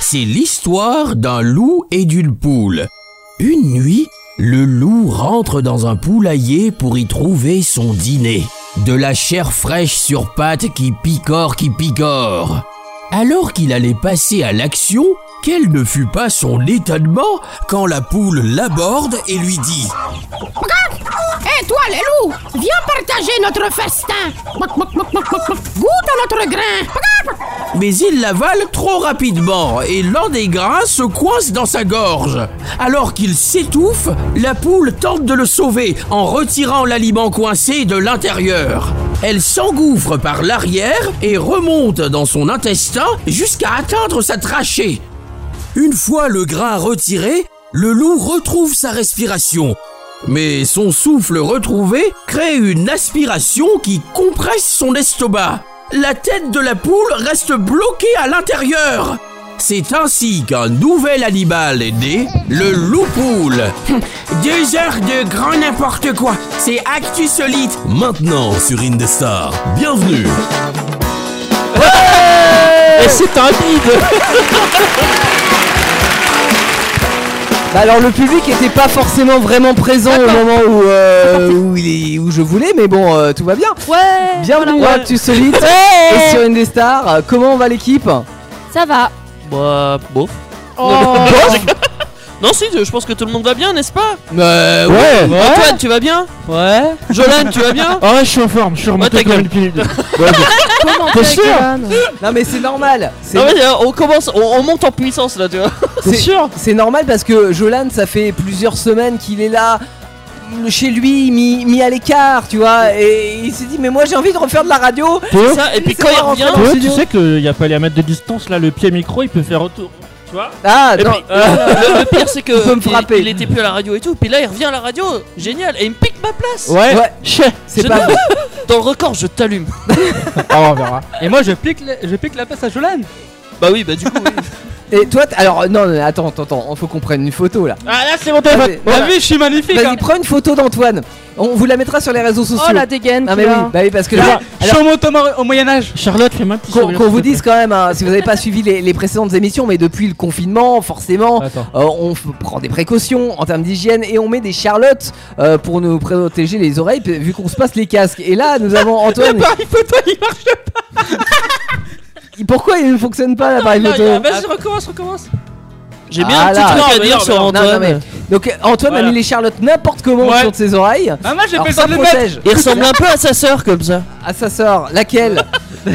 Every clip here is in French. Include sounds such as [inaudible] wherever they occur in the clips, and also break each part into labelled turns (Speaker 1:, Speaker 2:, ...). Speaker 1: c'est l'histoire d'un loup et d'une poule. Une nuit, le loup rentre dans un poulailler pour y trouver son dîner. De la chair fraîche sur pâte qui picore, qui picore. Alors qu'il allait passer à l'action, quel ne fut pas son étonnement quand la poule l'aborde et lui dit
Speaker 2: Hé toi les loups, viens partager notre festin. Mouak, mouak, mouak, mouak, mouak. Goûte à notre grain.
Speaker 1: Mais il l'avale trop rapidement et l'un des grains se coince dans sa gorge. Alors qu'il s'étouffe, la poule tente de le sauver en retirant l'aliment coincé de l'intérieur. Elle s'engouffre par l'arrière et remonte dans son intestin jusqu'à atteindre sa trachée. Une fois le grain retiré, le loup retrouve sa respiration. Mais son souffle retrouvé crée une aspiration qui compresse son estomac. La tête de la poule reste bloquée à l'intérieur. C'est ainsi qu'un nouvel animal est né, le [laughs] loup-poule. Deux heures de grand n'importe quoi, c'est Actu Solide. Maintenant sur Indestar, bienvenue
Speaker 3: Et c'est un bide Bah alors le public était pas forcément vraiment présent au moment où, euh, où, il est- où je voulais, mais bon, euh, tout va bien.
Speaker 4: Ouais
Speaker 3: Bienvenue à Actu [laughs] Solide et sur Indestar. Euh, Comment va l'équipe
Speaker 4: Ça va
Speaker 5: Bah, bon.
Speaker 6: Oh.
Speaker 5: [laughs] non, si, je pense que tout le monde va bien, n'est-ce pas
Speaker 3: Euh,
Speaker 7: euh,
Speaker 8: Ouais
Speaker 5: Antoine, tu vas bien
Speaker 3: Ouais.
Speaker 5: Jolan, tu vas bien
Speaker 8: Ah ouais, je suis en forme, je suis remonté
Speaker 5: ta
Speaker 8: comme
Speaker 5: gueule.
Speaker 8: une pilule.
Speaker 3: [laughs]
Speaker 4: Comment
Speaker 8: T'es sûr
Speaker 3: Non mais c'est normal. C'est
Speaker 5: Non, mais, euh, on commence, on, on monte en puissance là, tu vois.
Speaker 3: [laughs] c'est- C'est normal parce que Jolan, ça fait plusieurs semaines qu'il est là. Chez lui, mis, mis à l'écart, tu vois, et il s'est dit, mais moi j'ai envie de refaire de la radio.
Speaker 8: Théo,
Speaker 5: Ça, et puis
Speaker 3: c'est
Speaker 5: quand il
Speaker 3: pas
Speaker 5: revient,
Speaker 3: rentré
Speaker 8: Théo, tu
Speaker 3: studio.
Speaker 8: sais qu'il y a pas les mètres de distance là, le pied micro il peut faire autour. Tu vois
Speaker 3: Ah,
Speaker 5: Et
Speaker 3: non,
Speaker 5: puis,
Speaker 3: [laughs]
Speaker 5: euh, le, le pire c'est que
Speaker 3: Il peut me
Speaker 5: il-
Speaker 3: frapper.
Speaker 5: il, était plus à la radio et tout, puis là il revient à la radio, génial, et il me pique ma place.
Speaker 8: Ouais,
Speaker 3: Ouais.
Speaker 8: Chais.
Speaker 3: [laughs] c'est
Speaker 5: je-
Speaker 3: pas vrai.
Speaker 5: Dans le record, je
Speaker 9: [laughs]
Speaker 5: t'allume.
Speaker 8: Ah, on verra.
Speaker 9: Et moi je pique, la- je pique la place à Jolan.
Speaker 5: Bah oui, bah du coup. oui.
Speaker 3: Et toi, t- alors, non, non, attends, attends, attends, faut qu'on prenne une photo là.
Speaker 8: Ah là, c'est mon
Speaker 3: téléphone.
Speaker 9: T'as vu, je suis magnifique. hein.
Speaker 3: Vas-y, prends une photo d'Antoine. On vous la mettra sur les réseaux sociaux.
Speaker 4: Oh la dégaine
Speaker 3: ah,
Speaker 4: qu'il
Speaker 3: mais oui,
Speaker 4: a.
Speaker 3: bah oui, parce que
Speaker 8: Tu
Speaker 3: là,
Speaker 9: Je suis en mode Thomas au Moyen-Âge.
Speaker 8: Charlotte, fais-moi un petit
Speaker 3: qu'on
Speaker 8: sourire,
Speaker 3: qu'on
Speaker 8: s'il
Speaker 3: vous
Speaker 8: te
Speaker 3: dise quand même, hein, si vous n'avez pas suivi les, les précédentes émissions, mais depuis le confinement, forcément,
Speaker 8: plaît. Attends.
Speaker 3: euh, on f- prend des précautions en termes d'hygiène et on met des charlottes euh, pour nous protéger les oreilles, p- vu qu'on se passe les casques. Et là, nous
Speaker 9: [laughs]
Speaker 3: avons Antoine.
Speaker 9: L'appareil photo il marche.
Speaker 3: Pourquoi il ne fonctionne pas l'appareil
Speaker 9: Là,
Speaker 3: photo
Speaker 10: ah,
Speaker 9: là, Vas-y, recommence, recommence.
Speaker 5: J'ai bien
Speaker 3: Ah
Speaker 5: un petit
Speaker 3: là.
Speaker 5: truc
Speaker 3: Non,
Speaker 5: à dire sur
Speaker 3: Non, non,
Speaker 5: Antoine.
Speaker 3: mais- Donc euh, Antoine a
Speaker 9: Voilà.
Speaker 3: mis les charlottes n'importe comment
Speaker 9: Ouais.
Speaker 3: autour de ses oreilles.
Speaker 7: Bah,
Speaker 9: Ah, moi j'ai
Speaker 3: Alors
Speaker 9: pas le
Speaker 3: ça
Speaker 9: temps de le mettre.
Speaker 3: protège.
Speaker 5: Il ressemble un peu à sa sœur comme ça.
Speaker 3: [laughs] À sa sœur, laquelle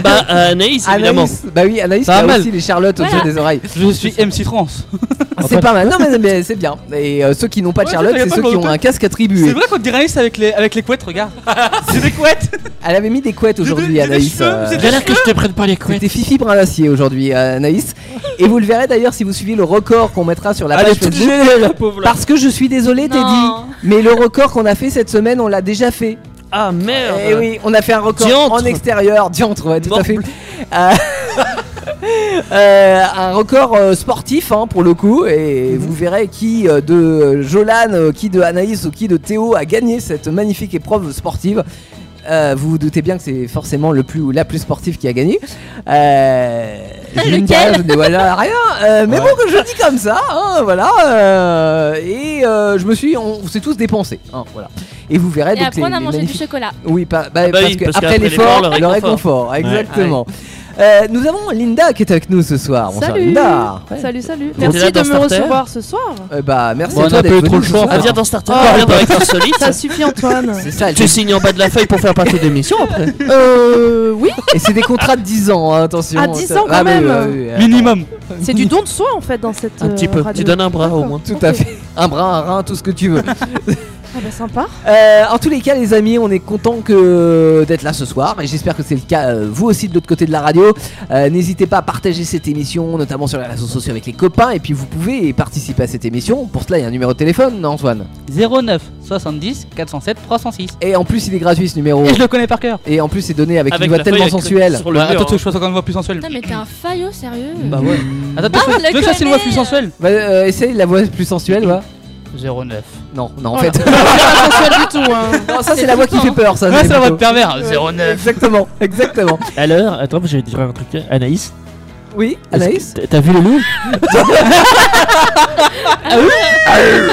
Speaker 5: Bah à Anaïs évidemment.
Speaker 3: Anaïs. Bah oui, Anaïs
Speaker 9: Ça va
Speaker 3: a
Speaker 9: mal.
Speaker 3: aussi les charlottes autour
Speaker 4: Voilà.
Speaker 3: des oreilles.
Speaker 9: [laughs] Je suis MC Trans.
Speaker 3: C'est pas mal. Non mais, mais c'est bien. Et euh, ceux qui n'ont pas de
Speaker 9: Ouais,
Speaker 3: charlotte,
Speaker 9: ça,
Speaker 3: c'est
Speaker 9: y a pas
Speaker 3: ceux qui ont
Speaker 9: longtemps.
Speaker 3: un casque
Speaker 9: C'est
Speaker 3: attribué.
Speaker 9: vrai qu'on dirait Anaïs avec les, avec les couettes, regarde. [laughs] c'est des couettes.
Speaker 3: Elle avait mis des couettes aujourd'hui,
Speaker 9: J'ai des- j'ai des
Speaker 3: Anaïs.
Speaker 9: cheveux,
Speaker 3: euh,
Speaker 9: j'ai des-
Speaker 8: J'ai l'air que je te prenne pas les couilles.
Speaker 3: C'était Fifi Brun d'acier aujourd'hui, euh, Anaïs. Et vous le verrez d'ailleurs si vous suivez le record qu'on mettra sur la
Speaker 9: Elle
Speaker 3: page
Speaker 9: est toute
Speaker 3: Facebook.
Speaker 9: gênée, la pauvre là.
Speaker 3: Parce que je suis désolé, Teddy.
Speaker 4: Non.
Speaker 3: Mais le record qu'on a fait cette semaine, on l'a déjà fait.
Speaker 5: Ah merde.
Speaker 3: Eh oui, on a fait un record
Speaker 5: Diantre.
Speaker 3: en extérieur, diantre, ouais, tout à
Speaker 5: Morble.
Speaker 3: fait. Euh, euh, un record euh, sportif hein, pour le coup, et vous verrez qui euh, de Jolan, euh, qui de Anaïs ou qui de Théo a gagné cette magnifique épreuve sportive. Euh, vous vous doutez bien que c'est forcément le plus ou la plus sportive qui a gagné. Euh, je ne dis
Speaker 4: Lequel
Speaker 3: rien, je ne dévoile rien. euh, mais bon, que je le dis comme ça, hein, voilà. euh, et euh, je me suis, on, on s'est tous dépensés, hein, voilà. Et vous verrez
Speaker 4: Et
Speaker 3: donc
Speaker 4: après
Speaker 3: les-
Speaker 4: on a
Speaker 3: les
Speaker 4: mangé du
Speaker 3: magnifiques-
Speaker 4: chocolat.
Speaker 3: oui, pas- bah,
Speaker 5: Ah bah
Speaker 3: parce,
Speaker 5: oui,
Speaker 3: que
Speaker 5: parce
Speaker 3: après
Speaker 5: qu'après
Speaker 3: l'effort,
Speaker 5: l'effort, le
Speaker 3: le
Speaker 5: réconfort.
Speaker 3: réconfort, exactement. Euh, nous avons Linda qui est avec nous ce soir. Bonsoir
Speaker 4: Salut
Speaker 3: Linda.
Speaker 4: Salut, salut
Speaker 5: T'étais là
Speaker 4: Merci de
Speaker 5: dans
Speaker 4: me
Speaker 5: Starter
Speaker 4: recevoir ce soir
Speaker 3: Euh, bah merci
Speaker 8: Bon,
Speaker 3: à
Speaker 8: on
Speaker 3: toi
Speaker 8: a pas eu
Speaker 3: d'être
Speaker 8: trop
Speaker 3: venu
Speaker 8: le
Speaker 3: ce
Speaker 8: choix,
Speaker 3: soir.
Speaker 5: Ah, viens dans Starter,
Speaker 4: Oh,
Speaker 5: viens dans Acteur Solide.
Speaker 4: Ça suffit [laughs] Antoine
Speaker 3: C'est ça.
Speaker 5: Tu signes en bas de la
Speaker 3: [laughs]
Speaker 5: feuille pour faire partie de l'émission après.
Speaker 4: [laughs] Euh... Oui
Speaker 3: Et c'est des contrats de 10 ans, hein, attention.
Speaker 4: Ah, 10
Speaker 3: Ça-
Speaker 4: ans quand
Speaker 3: Ah, mais,
Speaker 4: même.
Speaker 3: euh, oui, euh,
Speaker 9: Minimum.
Speaker 4: C'est du don de soi en fait dans cette
Speaker 5: Un petit
Speaker 4: euh,
Speaker 5: peu.
Speaker 4: radio.
Speaker 5: Tu donnes un bras au
Speaker 4: D'accord.
Speaker 5: moins.
Speaker 3: Tout
Speaker 4: Ok.
Speaker 3: à fait. Un bras, un rein, tout ce que tu veux.
Speaker 4: Ah bah sympa
Speaker 3: Euh, en tous les cas, les amis, on est content que d'être là ce soir et j'espère que c'est le cas euh, vous aussi de l'autre côté de la radio. Euh, N'hésitez pas à partager cette émission, notamment sur les réseaux sociaux avec les copains et puis vous pouvez participer à cette émission. Pour cela, il y a un numéro de téléphone, non, Antoine
Speaker 9: 09 70 407 306.
Speaker 3: Et en plus, il est gratuit ce numéro.
Speaker 9: Et je le connais par cœur.
Speaker 3: Et en plus, c'est donné avec,
Speaker 5: Avec
Speaker 3: une voix
Speaker 5: la
Speaker 3: tellement
Speaker 5: feuille avec le-
Speaker 3: sensuelle. Mmh.
Speaker 5: sur le
Speaker 9: Ouais,
Speaker 5: mur,
Speaker 9: Bah, attends,
Speaker 5: hein.
Speaker 9: je fasse encore une voix plus sensuelle.
Speaker 4: Putain mais t'es un faillot sérieux
Speaker 9: Bah ouais. Attends,
Speaker 4: Ah,
Speaker 9: tu veux-
Speaker 4: on la
Speaker 9: tu veux que ça c'est une voix
Speaker 4: connaît.
Speaker 9: plus sensuelle
Speaker 3: Bah, euh, essaye la voix plus sensuelle, va
Speaker 9: 09.
Speaker 3: Non, non,
Speaker 7: Oh
Speaker 3: en fait. [laughs]
Speaker 4: pas sensuel du tout hein
Speaker 3: non, ça, c'est la voix qui fait
Speaker 4: flippant,
Speaker 3: peur, ça.
Speaker 9: Ouais,
Speaker 3: c'est
Speaker 9: c'est la voix de
Speaker 3: plutôt.
Speaker 8: [laughs]
Speaker 9: pervers. 09.
Speaker 3: Exactement, exactement.
Speaker 8: Alors, attends, je vais te dire un truc, Anaïs.
Speaker 3: Oui,
Speaker 8: Est-ce
Speaker 3: Anaïs
Speaker 8: que t- T'as vu le loup [laughs] Ah
Speaker 3: [laughs]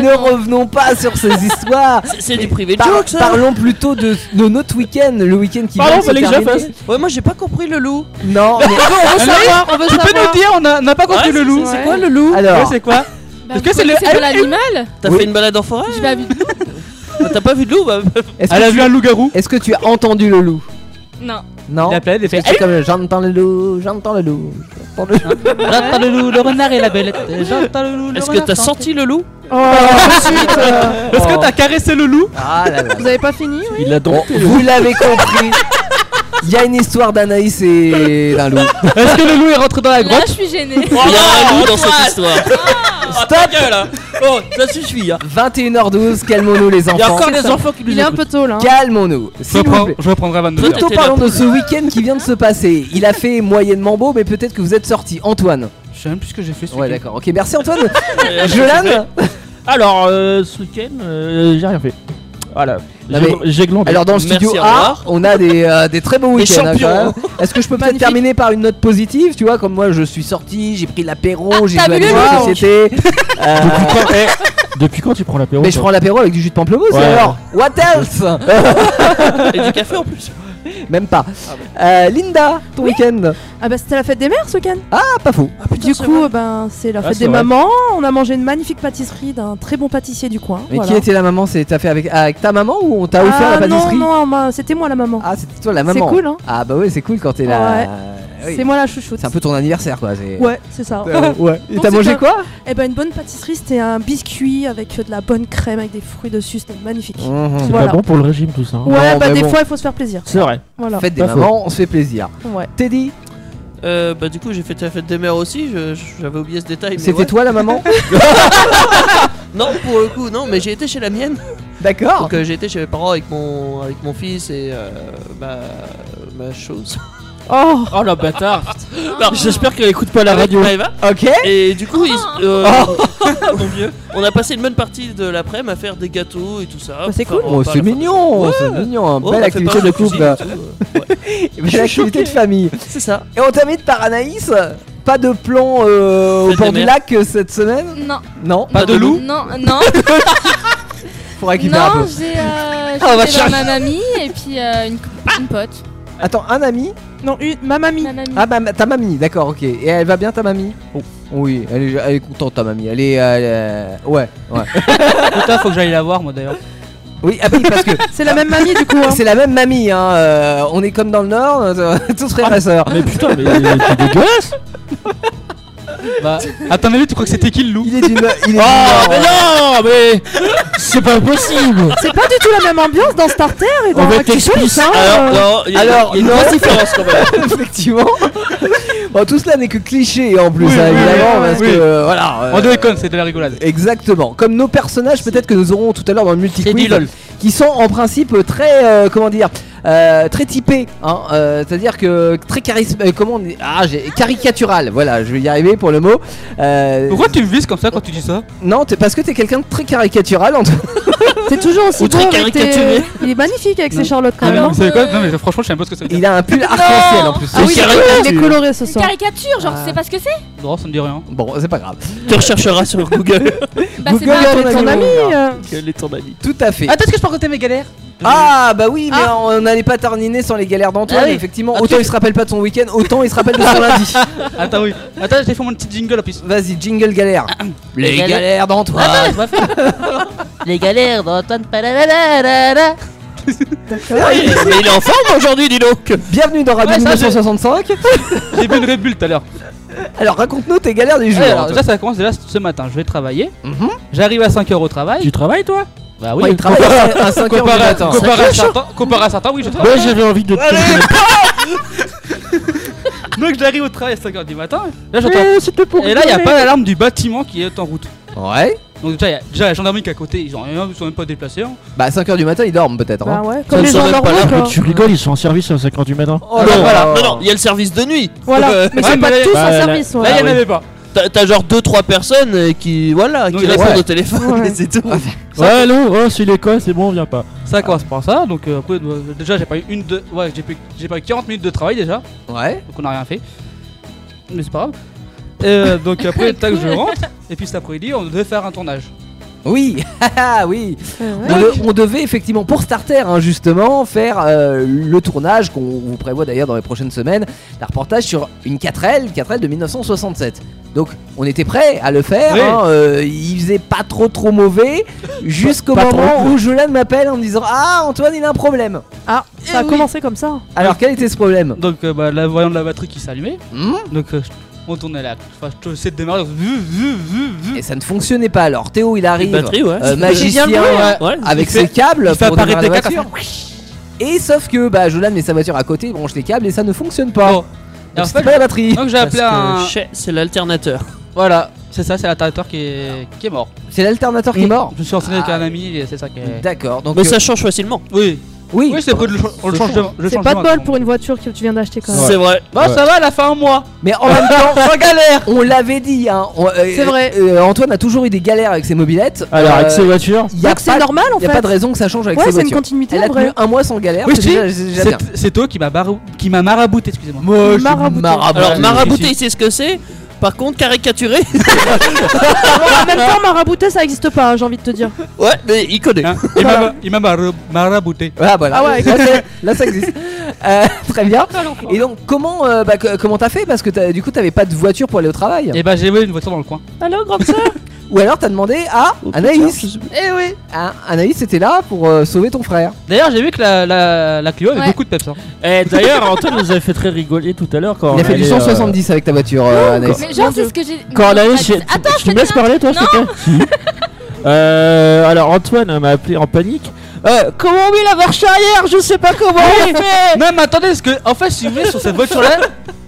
Speaker 3: Ne revenons pas sur ces histoires.
Speaker 5: C'est- C'est du privé
Speaker 3: Par-
Speaker 5: joke ça
Speaker 3: parlons plutôt de, de notre week-end, le week-end qui
Speaker 8: Pardon,
Speaker 3: vient de se
Speaker 8: fallait que je la
Speaker 3: terminer.
Speaker 8: fasse.
Speaker 5: Ouais, moi j'ai pas compris le loup.
Speaker 7: [laughs]
Speaker 9: [laughs]
Speaker 3: Non, mais-
Speaker 4: On veut savoir, on veut
Speaker 9: Tu peux
Speaker 4: savoir.
Speaker 9: nous dire, on a- on n'a pas compris
Speaker 5: Ouais,
Speaker 9: le loup.
Speaker 4: c'est-
Speaker 9: C'est
Speaker 4: ouais.
Speaker 9: quoi le loup
Speaker 3: Alors.
Speaker 9: Ouais, C'est quoi
Speaker 4: Bah,
Speaker 9: Est-ce que c'est le-
Speaker 4: C'est de l'animal
Speaker 5: T'as
Speaker 3: Oui.
Speaker 5: fait une balade en forêt
Speaker 4: Je vais habiter.
Speaker 5: Ah, T'as pas vu de loup bah,
Speaker 3: est-ce
Speaker 9: Elle
Speaker 3: que,
Speaker 9: a
Speaker 3: tu-
Speaker 9: vu un loup-garou.
Speaker 3: est-ce que tu as entendu le loup
Speaker 4: Non.
Speaker 3: Non.
Speaker 9: Il a plaidé,
Speaker 3: C'est comme le j'entends le loup, j'entends le loup, j'entends le loup.
Speaker 9: [laughs] J'entends le loup, le renard et la belette. J'entends le loup, le
Speaker 5: Est-ce que t'as
Speaker 9: renard,
Speaker 5: senti le loup
Speaker 9: [laughs]
Speaker 4: Oh, ensuite, euh,
Speaker 9: Est-ce
Speaker 3: Oh.
Speaker 9: que t'as caressé le loup
Speaker 3: Ah là là.
Speaker 4: vous avez pas fini oui
Speaker 8: Il l'a
Speaker 3: Bon,
Speaker 9: hein.
Speaker 8: dompté.
Speaker 3: Oh, vous l'avez compris. Il y a une histoire d'Anaïs et d'un loup.
Speaker 9: Est-ce que le loup est rentré
Speaker 6: Ah,
Speaker 9: dans la
Speaker 4: Là,
Speaker 9: grotte
Speaker 4: je suis
Speaker 6: Oh,
Speaker 4: gênée.
Speaker 5: Il y a un loup dans cette histoire.
Speaker 3: Stop
Speaker 4: hein.
Speaker 5: là Oh, ça suffit hein
Speaker 3: 21h12, calmons-nous les
Speaker 5: Il y a
Speaker 3: enfants.
Speaker 5: encore des enfants qui nous
Speaker 4: Il est un
Speaker 5: écoutent.
Speaker 4: peu tôt là. hein.
Speaker 3: Calmons-nous.
Speaker 9: Je
Speaker 3: S'il vous
Speaker 9: reprends-
Speaker 3: plaît.
Speaker 9: je reprendrai 22
Speaker 5: Peut-être-
Speaker 3: Plutôt
Speaker 5: T'es
Speaker 3: parlons
Speaker 5: là
Speaker 3: de ce week-end qui vient de se passer. Il a fait moyennement beau, mais peut-être que vous êtes sortis. Antoine.
Speaker 9: Je sais même plus ce que j'ai fait ce
Speaker 3: Ouais,
Speaker 9: week-end.
Speaker 3: d'accord. Ok, merci Antoine. [laughs]
Speaker 5: Euh,
Speaker 3: Jolan
Speaker 8: Alors, euh, ce week-end, euh, j'ai rien fait. Voilà.
Speaker 3: Non,
Speaker 8: J'ai- J'ai glandé.
Speaker 3: Alors dans le
Speaker 5: Merci,
Speaker 3: studio
Speaker 5: au
Speaker 3: A,
Speaker 5: revoir.
Speaker 3: on a des, euh, des très beaux
Speaker 5: Des
Speaker 3: week-ends. hein,
Speaker 5: champions,
Speaker 3: quand même.
Speaker 5: hein.
Speaker 3: Est-ce que je peux peut-être
Speaker 4: Magnifique.
Speaker 3: terminer par une note positive Tu vois, comme moi, je suis sorti, j'ai pris l'apéro, j'ai
Speaker 4: t'as
Speaker 3: joué à
Speaker 4: bu
Speaker 3: des
Speaker 4: le
Speaker 3: jeux de
Speaker 4: loup.
Speaker 3: société. Euh,
Speaker 8: Depuis quand, eh, depuis quand tu prends l'apéro
Speaker 3: mais je
Speaker 8: toi
Speaker 3: prends l'apéro avec du jus de pamplemousse.
Speaker 8: Ouais.
Speaker 3: Alors, what
Speaker 8: [laughs]
Speaker 3: else
Speaker 5: Et du café en plus.
Speaker 3: Même pas. Euh, Linda, ton week-end
Speaker 4: Ah bah c'était la fête des mères ce week-end.
Speaker 3: Ah, pas fou.
Speaker 4: du coup, euh, ben c'est la
Speaker 8: Ah,
Speaker 4: fête
Speaker 8: c'est
Speaker 4: des
Speaker 8: vrai.
Speaker 4: mamans. On a mangé une magnifique pâtisserie d'un très bon pâtissier du coin.
Speaker 3: Mais
Speaker 4: voilà.
Speaker 3: qui était la maman C'est t'as fait avec, avec ta maman ou on t'a offert
Speaker 4: Ah,
Speaker 3: la pâtisserie
Speaker 4: Non, non, ma- c'était moi la maman.
Speaker 3: Ah, c'était toi la
Speaker 4: c'est
Speaker 3: maman.
Speaker 4: cool, hein
Speaker 3: Ah bah ouais, c'est cool quand t'es là. Oui.
Speaker 4: C'est moi la chouchoute.
Speaker 3: C'est un peu ton anniversaire quoi. c'est-
Speaker 4: Ouais, c'est ça.
Speaker 3: Euh,
Speaker 4: [laughs]
Speaker 3: ouais. Et
Speaker 4: Non,
Speaker 3: t'as
Speaker 4: c'est
Speaker 3: mangé
Speaker 4: pas-
Speaker 3: quoi
Speaker 4: Et ben une bonne pâtisserie, c'était un biscuit avec euh, de la bonne crème, avec des fruits dessus, c'était magnifique.
Speaker 8: C'est
Speaker 3: Mhm.
Speaker 4: Voilà.
Speaker 8: pas bon pour le régime tout ça. hein.
Speaker 4: Ouais,
Speaker 3: Non,
Speaker 4: bah
Speaker 3: mais
Speaker 4: des
Speaker 3: bon.
Speaker 4: fois il faut se faire plaisir.
Speaker 8: C'est vrai.
Speaker 4: Voilà.
Speaker 3: Fête des
Speaker 8: Pas faux.
Speaker 3: mamans, on se fait plaisir.
Speaker 4: Ouais.
Speaker 3: Teddy,
Speaker 5: Euh, bah du coup j'ai fait la fête des mères aussi, je- je- j'avais oublié ce détail. mais
Speaker 3: c'était
Speaker 5: ouais.
Speaker 3: toi la maman
Speaker 5: [laughs]
Speaker 3: [laughs]
Speaker 5: Non, pour le coup, non, mais j'ai été chez la mienne.
Speaker 3: D'accord.
Speaker 5: Donc euh, j'ai été chez mes parents avec mon, avec mon fils et euh, ma, ma chose.
Speaker 4: Oh,
Speaker 9: Oh la bâtard
Speaker 5: Non,
Speaker 9: J'espère qu'elle écoute pas la
Speaker 5: avec
Speaker 9: radio.
Speaker 5: Maëva.
Speaker 3: Ok. Oh.
Speaker 5: Et du coup,
Speaker 6: Ah.
Speaker 5: ils- euh, [laughs] mon vieux, on a passé une bonne partie de l'après-midi à faire des gâteaux et tout ça.
Speaker 4: Bah, c'est
Speaker 5: Pour
Speaker 4: cool.
Speaker 5: faire, euh,
Speaker 3: Oh,
Speaker 5: pas
Speaker 3: c'est
Speaker 5: la fin-
Speaker 3: mignon,
Speaker 5: Ouais.
Speaker 3: c'est mignon, hein.
Speaker 5: Ouais, on
Speaker 3: belle
Speaker 5: a fait
Speaker 3: activité
Speaker 5: pas
Speaker 3: de
Speaker 5: mal
Speaker 3: couple,
Speaker 5: cuisine et
Speaker 3: [laughs]
Speaker 5: tout, ouais.
Speaker 3: belle activité de famille.
Speaker 5: C'est ça.
Speaker 3: Et on termine par Anaïs, pas de plan euh, au
Speaker 5: Fête
Speaker 3: bord
Speaker 5: des
Speaker 3: du
Speaker 5: mères.
Speaker 3: lac euh, cette semaine
Speaker 6: Non.
Speaker 3: Non,
Speaker 5: Pas de loup
Speaker 6: Non, [laughs] non,
Speaker 3: pour récupérer un
Speaker 6: non,
Speaker 3: peu.
Speaker 6: j'ai euh,
Speaker 3: Ah, on va
Speaker 6: j'étais voir ma mamie et puis euh, une, une pote.
Speaker 3: Attends, un ami
Speaker 4: non, une- ma mamie.
Speaker 6: Ma mamie.
Speaker 3: Ah, bah, ma- ta mamie, d'accord, ok. Et elle va bien ta mamie Oh, Oui, elle est, elle est contente ta mamie, elle est... euh, elle est- ouais, ouais.
Speaker 9: Putain, faut que j'aille la voir moi d'ailleurs.
Speaker 3: Oui, ah oui, parce que
Speaker 4: [laughs] C'est la même mamie du coup. hein.
Speaker 3: c'est la même mamie, hein. euh, on est comme dans le Nord, [laughs] euh, tous frères
Speaker 5: Ah,
Speaker 3: et sœurs.
Speaker 8: Mais putain, mais t'es dégueulasse
Speaker 4: Ah,
Speaker 9: Bah, à ton avis, tu crois que c'était qui le loup Oh,
Speaker 3: Il est du Nord. il est du
Speaker 8: Ah,
Speaker 3: Nord,
Speaker 8: mais
Speaker 3: ouais.
Speaker 8: non, mais c'est pas possible.
Speaker 4: C'est pas du tout la même ambiance dans Starter et dans
Speaker 8: On va
Speaker 4: Rocket
Speaker 8: t'expliquer
Speaker 4: Beach, hein, euh,
Speaker 5: Alors, non, il y a-
Speaker 3: Alors,
Speaker 5: il y a une
Speaker 3: non.
Speaker 5: grosse différence
Speaker 4: [laughs]
Speaker 5: quand même.
Speaker 3: [laughs] Effectivement. bon, tout cela n'est que cliché en plus,
Speaker 9: Oui,
Speaker 3: hein,
Speaker 9: oui,
Speaker 3: évidemment,
Speaker 9: oui,
Speaker 3: parce
Speaker 9: oui.
Speaker 3: que euh, voilà. euh,
Speaker 9: On déconne, c'est de la rigolade.
Speaker 3: Exactement. Comme nos personnages, peut-être que nous aurons tout à l'heure dans le
Speaker 9: C'est du
Speaker 3: multi
Speaker 9: lol.
Speaker 3: qui sont en principe très, euh, comment dire, euh, très typés. hein, euh, C'est-à-dire que très charisme, euh, comment on dit ah, j'ai- caricatural. Voilà, je vais y arriver pour le mot. Euh,
Speaker 9: Pourquoi tu me vises comme ça quand tu dis ça
Speaker 3: non, t'es- parce que t'es quelqu'un de très caricatural. En tout
Speaker 4: C'est toujours aussi
Speaker 5: Ou
Speaker 4: beau
Speaker 5: très
Speaker 4: avec tes-
Speaker 5: caricaturé.
Speaker 4: Il est magnifique avec ses charlottes quand
Speaker 9: Ah,
Speaker 4: même.
Speaker 9: mais
Speaker 4: hein.
Speaker 9: vous savez quoi Non, mais franchement, je sais même pas ce que ça veut dire.
Speaker 3: Il a un pull arc-en-ciel en plus.
Speaker 4: Ah oui,
Speaker 5: carré-
Speaker 4: il est coloré ce
Speaker 6: Une
Speaker 4: soir.
Speaker 6: caricature, genre tu sais pas ce que c'est
Speaker 9: Non, ça me dit rien.
Speaker 3: Bon, c'est
Speaker 9: [laughs]
Speaker 3: pas grave.
Speaker 5: Tu rechercheras sur Google
Speaker 6: Bah c'est
Speaker 3: Google
Speaker 6: pas
Speaker 3: en
Speaker 6: un
Speaker 4: Ton
Speaker 3: animaux.
Speaker 4: ami euh,
Speaker 5: quel est ton ami. Ah,
Speaker 3: Tout à fait.
Speaker 9: Attends, est-ce que je peux raconter mes galères
Speaker 3: Ah bah oui, mais on n'allait pas tarniner sans les galères d'Antoine.
Speaker 9: Ah oui.
Speaker 3: Effectivement,
Speaker 9: Ah,
Speaker 3: autant
Speaker 9: tu-
Speaker 3: il se rappelle pas de son week-end, autant il se rappelle de
Speaker 9: [laughs]
Speaker 3: son lundi.
Speaker 9: Attends, oui. Attends, j'ai fait mon petit jingle en plus.
Speaker 3: Vas-y, jingle galère.
Speaker 5: Les galères.
Speaker 3: d'Antoine.
Speaker 5: Les galères d'Antoine Palalala. Mais Ah, il est en forme aujourd'hui, dis donc.
Speaker 3: Bienvenue dans Radio
Speaker 9: Ouais, ça,
Speaker 3: 1965.
Speaker 9: J'ai bu une Red Bull tout à l'heure.
Speaker 3: Alors raconte-nous tes galères du jour.
Speaker 9: Eh, Alors,
Speaker 3: Antoine.
Speaker 9: déjà, ça commence déjà ce matin. Je vais travailler.
Speaker 3: Mhm.
Speaker 9: J'arrive à 5h au travail.
Speaker 8: Tu travailles toi
Speaker 9: Bah
Speaker 3: Ouais, il travaille à
Speaker 9: [laughs]
Speaker 3: à 5 heures du
Speaker 9: Comparé à,
Speaker 3: matin.
Speaker 9: comparé à certains, comparé à certains, Ah oui, je travaille.
Speaker 8: Ouais, j'avais envie de. te
Speaker 9: Donc j'arrive au travail à 5h du matin. Là, j'entends.
Speaker 3: Eh,
Speaker 9: Et là, il a pas l'alarme du bâtiment qui est en route.
Speaker 3: Ouais.
Speaker 9: Donc déjà, y a, déjà la gendarmerie qui est à côté, ils ont rien, ils sont même pas déplacés. hein.
Speaker 3: Bah à 5 heures du matin, ils dorment peut-être.
Speaker 4: Bah
Speaker 3: hein.
Speaker 4: ouais, comme les
Speaker 5: serait
Speaker 4: gens
Speaker 5: pas là,
Speaker 4: normaux
Speaker 8: tu rigoles, ils sont en service à 5h du matin.
Speaker 3: Oh
Speaker 5: non,
Speaker 3: là là.
Speaker 9: euh,
Speaker 5: Non, non, il y a le service de nuit. euh,
Speaker 4: Voilà, mais
Speaker 9: Ouais,
Speaker 4: c'est
Speaker 9: mais
Speaker 4: pas
Speaker 9: là-
Speaker 4: tous
Speaker 8: bah,
Speaker 4: en
Speaker 8: là-
Speaker 4: service.
Speaker 9: Là, il
Speaker 4: ouais. Ah
Speaker 9: y en avait pas.
Speaker 5: t'as t'as genre 2-3 personnes euh, qui, voilà,
Speaker 9: Donc,
Speaker 5: qui
Speaker 9: il a-
Speaker 5: répondent
Speaker 3: ouais.
Speaker 5: au téléphone
Speaker 9: [laughs]
Speaker 4: Ouais. Ah,
Speaker 5: et [laughs] c'est tout.
Speaker 8: Ouais, allô, oh, c'est l'école, c'est bon, on vient pas.
Speaker 3: Ah.
Speaker 9: Ça commence par ça, donc euh, après, euh, déjà j'ai pas eu une de... Ouais, j'ai pu- j'ai pas eu 40 minutes de travail déjà,
Speaker 3: Ouais.
Speaker 9: donc on a rien fait. Mais c'est pas grave. Euh, donc après, tac,
Speaker 3: [laughs]
Speaker 9: je rentre, et puis cet après-midi, on devait faire un tournage.
Speaker 3: Oui, [laughs] haha, oui.
Speaker 4: Ouais, Euh, ouais.
Speaker 3: On, de- on devait effectivement, pour Starter, hein, justement, faire euh, le tournage qu'on vous prévoit d'ailleurs dans les prochaines semaines, d'un reportage sur une 4L, 4L de 1967. Donc, on était prêt à le faire.
Speaker 9: Oui.
Speaker 3: hein, euh, il faisait pas trop trop
Speaker 8: [laughs]
Speaker 3: mauvais jusqu'au
Speaker 8: Pas- pas
Speaker 3: moment
Speaker 8: trop.
Speaker 3: où Jolan m'appelle en me disant Ah, Antoine, il a un problème. Eh
Speaker 4: Ah, ça a commencé comme ça. hein.
Speaker 3: Alors, quel était ce problème
Speaker 9: Donc euh, bah, la voyant de la batterie qui s'allumait,
Speaker 3: Hmm
Speaker 9: donc euh, on tournait la... Enfin, je sais de démarrer, vu, vu, vu, vu.
Speaker 3: Et ça ne fonctionnait pas. Alors, Théo, il arrive.
Speaker 5: ouais.
Speaker 3: euh, magicien avec ses câbles
Speaker 9: il fait
Speaker 3: pour
Speaker 9: apparaître
Speaker 3: démarrer la
Speaker 9: des
Speaker 3: voiture. Et sauf que bah Jolan met sa voiture à côté, il branche les câbles et ça ne fonctionne pas.
Speaker 9: Bon. Et en
Speaker 3: Donc, c'était
Speaker 9: fait,
Speaker 3: pas la batterie.
Speaker 9: donc j'ai appelé un...
Speaker 5: C'est l'alternateur.
Speaker 9: Voilà, c'est ça, c'est l'alternateur qui est... qui est mort.
Speaker 3: C'est l'alternateur qui est mort.
Speaker 9: Je me suis renseigné
Speaker 3: Ah.
Speaker 9: avec un ami, et c'est ça qui est...
Speaker 3: D'accord. Donc
Speaker 5: Mais
Speaker 3: euh,
Speaker 5: ça change facilement.
Speaker 9: Oui,
Speaker 3: oui.
Speaker 9: oui c'est vrai, le- on le change de... je
Speaker 4: C'est
Speaker 9: change
Speaker 4: pas de
Speaker 9: main,
Speaker 4: bol
Speaker 9: donc.
Speaker 4: pour une voiture que tu viens d'acheter quand même.
Speaker 5: C'est vrai.
Speaker 9: Bon, ça va, elle a fait un mois
Speaker 3: Mais en
Speaker 4: [laughs]
Speaker 3: même temps, galère. On l'avait dit. Hein. On- euh,
Speaker 4: C'est vrai.
Speaker 3: euh, Antoine a toujours eu des galères avec ses mobilettes.
Speaker 8: Alors, avec
Speaker 3: Euh,
Speaker 8: ses voitures,
Speaker 3: y a
Speaker 4: Donc Bah, c'est
Speaker 3: pas-
Speaker 4: normal en
Speaker 3: y a
Speaker 4: fait.
Speaker 3: pas de raison que ça change avec
Speaker 4: ouais,
Speaker 3: ses
Speaker 4: c'est une
Speaker 3: voitures.
Speaker 4: continuité
Speaker 3: Elle a
Speaker 4: en vrai.
Speaker 3: tenu un mois sans galère.
Speaker 9: Oui,
Speaker 3: Ah, c'est
Speaker 9: si.
Speaker 3: déjà- c'est déjà bien.
Speaker 9: C'est- C'est toi qui m'a barou- qui m'a marabouté, excusez-moi. Ah,
Speaker 3: Moche,
Speaker 4: Marabouté.
Speaker 3: marabouté.
Speaker 5: Alors,
Speaker 9: si,
Speaker 5: marabouté,
Speaker 9: si.
Speaker 5: il sait ce que c'est. Par contre, [laughs] caricaturé,
Speaker 4: En même temps, marabouté, ça existe pas, hein, j'ai envie de te dire.
Speaker 5: ouais, mais il connaît.
Speaker 9: Hein, il m'a- il m'a mara- marabouté.
Speaker 3: Ah, voilà.
Speaker 4: Ah ouais.
Speaker 3: là,
Speaker 9: [laughs]
Speaker 3: c'est- là, ça existe. Euh, [laughs] très bien. Et donc comment euh, bah, que- comment t'as fait parce que t'as- du coup t'avais pas de voiture pour aller au travail.
Speaker 9: Et bah j'ai volé une voiture dans le coin.
Speaker 4: Allô, grande sœur
Speaker 3: [laughs] Ou alors t'as demandé à Anaïs.
Speaker 9: Eh oui
Speaker 3: Ah, Anaïs était là pour euh, sauver ton frère.
Speaker 9: D'ailleurs j'ai vu que la, la, la Clio avait
Speaker 6: Ouais.
Speaker 9: beaucoup de peps. hein.
Speaker 8: Eh, d'ailleurs, Antoine nous avait fait très rigoler tout à l'heure quand.
Speaker 3: Il a fait
Speaker 8: on
Speaker 3: du
Speaker 8: allait,
Speaker 9: euh,
Speaker 3: 170 avec ta voiture, euh, Anaïs.
Speaker 6: Mais genre, c'est ce que j'ai. Ah,
Speaker 8: euh, Quand on allait
Speaker 6: Attends,
Speaker 8: chez.
Speaker 6: Attends,
Speaker 8: tu me
Speaker 6: fais
Speaker 8: laisses
Speaker 6: ça.
Speaker 8: parler, toi, s'il te plaît Si. Euh, alors Antoine euh, m'a appelé en panique. Euh, comment on met la marche arrière Je sais pas comment on fait.
Speaker 9: Non mais attendez, parce que en fait si vous voulez sur cette voiture
Speaker 3: [laughs]
Speaker 9: là,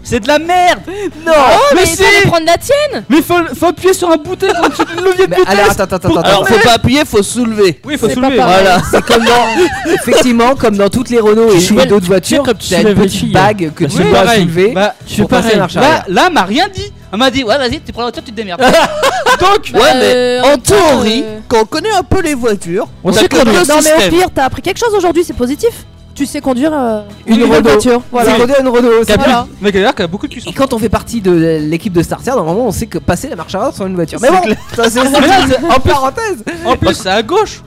Speaker 9: c'est de la merde
Speaker 3: Non
Speaker 9: Mais
Speaker 6: Mais
Speaker 9: si
Speaker 6: fallait prendre la tienne
Speaker 9: Mais faut, faut appuyer sur un bouton quand tu le levier de
Speaker 3: Mais
Speaker 9: vitesse
Speaker 3: alors, attends, attends, attends,
Speaker 5: Alors,
Speaker 3: attends.
Speaker 5: faut pas appuyer, faut soulever.
Speaker 9: Oui, faut
Speaker 4: C'est
Speaker 9: soulever.
Speaker 4: pas pareil.
Speaker 3: Voilà, c'est comme dans. Effectivement, comme dans toutes les Renault
Speaker 8: Tu
Speaker 3: et,
Speaker 8: soulèves-
Speaker 3: et d'autres
Speaker 8: tu sais,
Speaker 3: voitures,
Speaker 8: comme tu
Speaker 3: t'as une
Speaker 8: soulèves les
Speaker 3: petite
Speaker 8: filles.
Speaker 9: hein.
Speaker 3: bague que
Speaker 9: Oui,
Speaker 3: tu dois
Speaker 9: pareil.
Speaker 3: soulever.
Speaker 9: Bah,
Speaker 8: Je suis
Speaker 3: Pour passer Bah,
Speaker 8: pareil.
Speaker 3: la marche
Speaker 9: là,
Speaker 3: arrière.
Speaker 9: là, elle m'a rien dit. Elle m'a dit, ouais, vas-y, tu prends la voiture, tu
Speaker 3: [laughs]
Speaker 9: te démerdes. Donc,
Speaker 5: [laughs]
Speaker 6: Bah,
Speaker 5: ouais, mais
Speaker 6: euh,
Speaker 5: en
Speaker 6: même temps,
Speaker 5: théorie,
Speaker 6: euh,
Speaker 5: quand on connaît un peu les voitures,
Speaker 8: On
Speaker 5: on,
Speaker 8: sait
Speaker 5: a que
Speaker 8: conduire.
Speaker 5: deux
Speaker 4: Non, mais au
Speaker 5: systèmes.
Speaker 4: pire, t'as appris quelque chose aujourd'hui, c'est positif. Tu sais conduire euh,
Speaker 3: Une
Speaker 4: nouvelle
Speaker 3: Renault.
Speaker 4: voiture. Voilà.
Speaker 3: C'est Renault, une Renault. c'est
Speaker 9: t'as
Speaker 3: bien.
Speaker 4: voilà.
Speaker 9: plus- mec, d'ailleurs, qu'elle a beaucoup de
Speaker 3: Et
Speaker 9: puissance.
Speaker 3: quand on fait partie de l'équipe de Starter, normalement on sait que passer la marche arrière sur une voiture. [laughs] Mais bon, ça,
Speaker 9: [laughs]
Speaker 3: c'est
Speaker 9: Mais là, c'est-
Speaker 3: en parenthèse.
Speaker 9: En plus, c'est à gauche.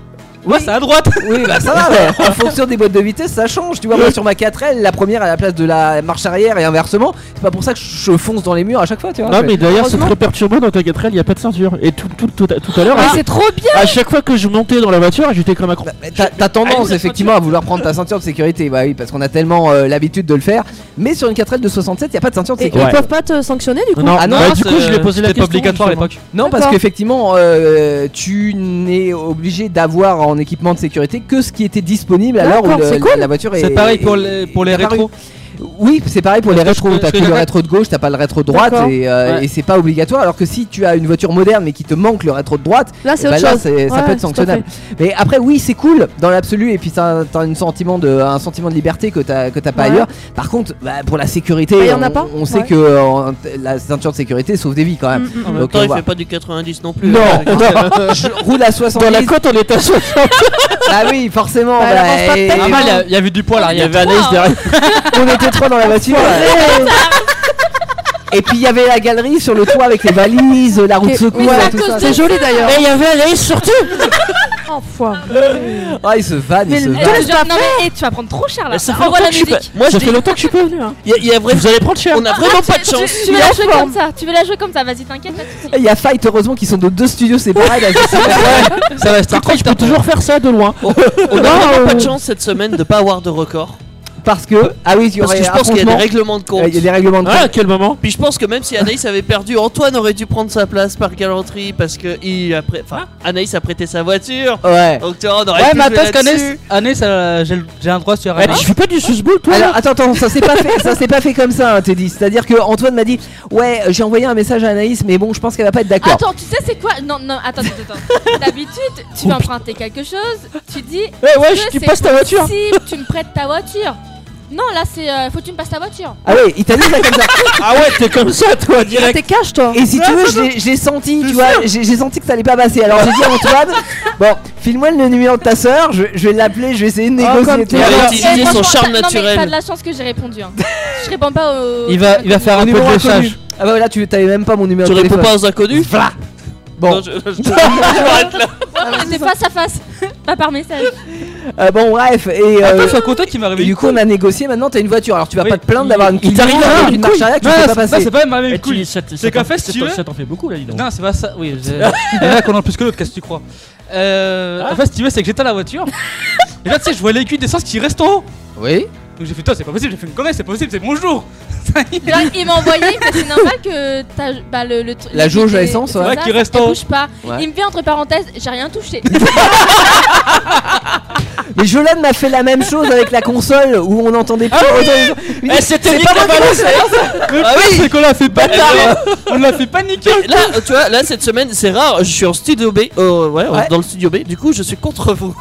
Speaker 9: Moi, c'est à droite.
Speaker 3: Oui, bah
Speaker 8: [laughs]
Speaker 3: ça va, mais en fonction des boîtes de vitesse, ça change. Tu vois, moi sur ma 4L, la première à la place de la marche arrière et inversement, c'est pas pour ça que je fonce dans les murs à chaque fois, tu vois.
Speaker 8: Non mais d'ailleurs c'est
Speaker 3: Ah, heureusement-
Speaker 8: trop perturbant dans ta 4L il y a pas de ceinture et tout, tout, tout, tout à l'heure
Speaker 6: Mais
Speaker 8: à-
Speaker 6: c'est trop bien
Speaker 8: à chaque fois que je montais dans la voiture j'étais comme un con.
Speaker 3: Bah, mais T'as t'as tendance effectivement à vouloir prendre ta ceinture de sécurité, bah oui, parce qu'on a tellement euh, l'habitude de le faire. Mais sur une 4L de 67, il y a pas de ceinture de
Speaker 4: Et
Speaker 3: sécurité.
Speaker 8: Ouais.
Speaker 4: ils peuvent pas te sanctionner du coup
Speaker 8: Non,
Speaker 3: Ah non,
Speaker 8: bah, du coup
Speaker 9: c'est-
Speaker 8: je l'ai posé la
Speaker 9: C'était
Speaker 8: question.
Speaker 9: pas obligatoire à
Speaker 8: justement.
Speaker 9: l'époque.
Speaker 3: Non, parce
Speaker 4: D'accord.
Speaker 3: qu'effectivement, euh, tu n'es obligé d'avoir en équipement de sécurité que ce qui était disponible à l'heure où
Speaker 4: D'accord,
Speaker 3: le-
Speaker 4: c'est cool.
Speaker 3: la voiture est.
Speaker 9: C'est pareil pour
Speaker 3: est-
Speaker 9: les, pour les
Speaker 3: est apparue.
Speaker 9: rétros.
Speaker 3: Oui, c'est pareil pour les
Speaker 9: Parce que
Speaker 3: rétros.
Speaker 9: je-
Speaker 3: T'as
Speaker 9: parce que
Speaker 3: que le
Speaker 9: j'avais-
Speaker 3: rétro de gauche, t'as pas le rétro de droite,
Speaker 4: D'accord.
Speaker 3: et, euh,
Speaker 9: Ouais.
Speaker 3: et c'est pas obligatoire. Alors que si tu as une voiture moderne mais qui te manque le rétro de droite,
Speaker 4: Là, c'est
Speaker 3: eh ben
Speaker 4: autre
Speaker 3: là,
Speaker 4: chose.
Speaker 3: c'est- ça
Speaker 4: Ouais,
Speaker 3: peut être
Speaker 4: tout à
Speaker 3: sanctionnable. Mais après, oui, c'est cool dans l'absolu, et puis t'as t'as un sentiment de, un sentiment de liberté que t'as que t'as pas
Speaker 4: Ouais.
Speaker 3: ailleurs. Par contre, bah, pour la sécurité,
Speaker 4: Bah, y en
Speaker 3: on,
Speaker 4: a pas.
Speaker 3: on sait
Speaker 4: Ouais.
Speaker 3: que euh, la ceinture de sécurité sauve des vies quand même.
Speaker 4: Mm, mm,
Speaker 5: En
Speaker 4: mm.
Speaker 5: même
Speaker 3: Ok,
Speaker 5: temps,
Speaker 3: on
Speaker 5: il
Speaker 3: va.
Speaker 5: fait pas du 90 non plus. euh,
Speaker 7: hein.
Speaker 3: Non, je roule à 70.
Speaker 8: Dans la côte on était à 60
Speaker 3: Ah oui, forcément.
Speaker 4: Bah, elle
Speaker 3: bah,
Speaker 4: avance pas
Speaker 3: et-
Speaker 4: peut-être.
Speaker 9: Ah, bah, il y a- il y avait du poids à
Speaker 8: Il y
Speaker 9: l'arrière.
Speaker 8: avait Anaïs derrière.
Speaker 3: on était trois dans la voiture. Et puis il y avait la galerie sur le toit avec les valises, la roue de
Speaker 4: Ok,
Speaker 3: secours,
Speaker 4: oui,
Speaker 3: et
Speaker 4: à
Speaker 3: tout
Speaker 4: cause
Speaker 3: ça.
Speaker 4: de- C'est joli d'ailleurs.
Speaker 8: Et il y avait Anaïs surtout
Speaker 4: Enfoiré.
Speaker 3: Ah, il se vanne, il
Speaker 4: Mais
Speaker 3: se
Speaker 4: le-
Speaker 3: vanne.
Speaker 6: Eh, genre, non, mais eh, tu vas prendre trop cher là.
Speaker 5: Ah, Ça fait longtemps
Speaker 6: Envoie la
Speaker 5: que je suis pas.
Speaker 6: musique. Ah,
Speaker 5: Moi je
Speaker 8: Ça
Speaker 5: dis,
Speaker 8: fait longtemps que je suis pas venu.
Speaker 4: hein.
Speaker 5: y a- y a vraiment-
Speaker 8: Vous allez prendre cher.
Speaker 5: on a vraiment pas de
Speaker 6: Tu-
Speaker 5: chance.
Speaker 6: Tu veux la jouer comme ça, tu veux la jouer comme ça, vas-y, t'inquiète, pas de soucis.
Speaker 3: Il y a Fight, heureusement, qui sont de deux studios séparés. là, c'est ça.
Speaker 9: Ça va, c'est
Speaker 8: Par contre je peux toujours faire ça de loin.
Speaker 3: [laughs]
Speaker 5: On a vraiment pas de chance cette semaine de pas avoir de record.
Speaker 3: euh, parce que. Ah oui, il y
Speaker 5: Parce
Speaker 3: aurait
Speaker 5: que je pense qu'il y a des
Speaker 3: affrontement.
Speaker 5: règlements de compte.
Speaker 3: Euh, Il y a des règlements de
Speaker 8: Ah
Speaker 3: compte.
Speaker 8: à quel moment
Speaker 5: Puis je pense que même si Anaïs avait perdu, Antoine aurait dû prendre sa place par galanterie parce que il a pré- enfin, Anaïs a prêté sa voiture.
Speaker 3: Ouais.
Speaker 5: Donc tu vois, on aurait
Speaker 9: Ouais,
Speaker 5: pu
Speaker 9: mais
Speaker 5: jouer là-dessus.
Speaker 9: attends, qu'Anaïs, Anaïs, euh, j'ai le- j'ai un droit sur
Speaker 8: Eh,
Speaker 9: Anaïs.
Speaker 8: Tu fais pas du susball toi
Speaker 3: Hein Alors
Speaker 8: là
Speaker 3: attends attends ça s'est pas fait ça s'est pas fait comme ça hein, Teddy c'est à dire que Antoine m'a dit ouais j'ai envoyé un message à Anaïs mais bon je pense qu'elle va pas être d'accord
Speaker 6: Attends, tu sais c'est quoi Non, non, attends, attends,
Speaker 5: [laughs]
Speaker 6: attends. D'habitude, tu vas emprunter quelque chose, tu dis
Speaker 8: Eh ouais
Speaker 6: que
Speaker 8: je- tu
Speaker 6: c'est
Speaker 8: passes ta voiture
Speaker 6: possible, tu me prêtes ta voiture. Non, là, c'est. euh, faut que tu me passes ta voiture.
Speaker 3: Ah ouais, il t'a dit ça comme ça.
Speaker 8: [laughs] Ah ouais, t'es comme ça, toi, direct.
Speaker 4: T'es cache toi
Speaker 3: Et si tu veux, j'ai-
Speaker 8: [laughs]
Speaker 3: j'ai senti, tu vois, j'ai j'ai senti que ça allait pas passer. Alors j'ai dit à Antoine, bon, file-moi le numéro de ta sœur, je, je vais l'appeler, je vais essayer de
Speaker 8: Ah, comme
Speaker 3: négocier.
Speaker 8: t'es
Speaker 3: tout ça.
Speaker 8: Il va
Speaker 6: Eh,
Speaker 8: utiliser
Speaker 5: son
Speaker 6: franchement,
Speaker 5: charme
Speaker 6: t'as- Non, mais
Speaker 5: naturel.
Speaker 6: t'as de la chance que j'ai répondu. Hein. Je réponds pas
Speaker 5: [laughs]
Speaker 6: au.
Speaker 8: Il va, il va faire un peu
Speaker 3: Numéro
Speaker 8: de
Speaker 3: inconnu.
Speaker 8: léchage.
Speaker 3: Ah bah voilà, tu t'avais même pas mon numéro
Speaker 5: Tu
Speaker 3: de
Speaker 5: réponds
Speaker 3: téléphone.
Speaker 5: pas aux inconnus
Speaker 3: Voilà. Bon,
Speaker 5: Non, je- je- Ah,
Speaker 6: [laughs]
Speaker 5: je m'arrête là.
Speaker 6: C'est face à face, [laughs] pas par message.
Speaker 3: euh, bon bref, et, euh,
Speaker 9: Attends, c'est un contact qui m'est
Speaker 3: et
Speaker 9: arrivé.
Speaker 3: du coup on a négocié. Maintenant t'as une voiture, alors tu vas
Speaker 9: Oui.
Speaker 3: pas te plaindre d'avoir une
Speaker 8: Il t'arrive
Speaker 3: couille
Speaker 8: rien,
Speaker 3: d'une
Speaker 8: une
Speaker 3: marche arrière que tu
Speaker 9: Non,
Speaker 3: peux pas
Speaker 9: c'est- non,
Speaker 3: passer.
Speaker 9: c'est pas ma même
Speaker 11: Eh, tu-
Speaker 9: couille.
Speaker 11: ça te-
Speaker 9: C'est
Speaker 11: ça
Speaker 9: qu'en
Speaker 11: t'en-
Speaker 9: fait,
Speaker 11: ça
Speaker 9: si tu
Speaker 11: t'en-
Speaker 9: veux-
Speaker 11: ça t'en fait beaucoup là, dis donc.
Speaker 9: Non, c'est pas ça.
Speaker 11: [laughs]
Speaker 9: Oui, j'ai- il y en a qu'on en a plus que l'autre, qu'est-ce que tu crois euh,
Speaker 11: Ah.
Speaker 9: En fait, si tu veux, c'est que j'étais à
Speaker 11: [laughs]
Speaker 9: la voiture. Et là, tu sais, je vois l'aiguille d'essence qui reste en haut.
Speaker 3: Oui.
Speaker 9: Donc j'ai fait, toi, c'est pas possible, j'ai fait une connerie, c'est pas possible, c'est mon jour. [laughs]
Speaker 6: Genre, il m'a envoyé, mais c'est normal que t'as. Bah, le, le tru-
Speaker 3: La
Speaker 6: le-
Speaker 3: jauge à
Speaker 6: les-
Speaker 3: essence, ouais.
Speaker 6: c'est
Speaker 9: Ouais,
Speaker 6: ça,
Speaker 9: Ah, qui
Speaker 6: ça
Speaker 9: reste en haut.
Speaker 6: bouge pas.
Speaker 3: Ouais.
Speaker 6: Il me fait entre parenthèses, j'ai rien touché.
Speaker 3: Mais Jolan m'a fait la même chose avec la console où on entendait plus. autant les gens. Il dit,
Speaker 5: Eh, c'était
Speaker 3: C'est
Speaker 5: Nick
Speaker 3: pas
Speaker 5: la
Speaker 3: ma
Speaker 5: balance. Ah oui
Speaker 9: C'est qu'on l'a fait pas
Speaker 5: Bâtard.
Speaker 9: On l'a fait paniquer
Speaker 5: Là, tu vois, là cette semaine, c'est rare. Je suis en studio B. Euh, ouais,
Speaker 3: Ouais.
Speaker 5: dans le studio B. Du coup, je suis contre vous.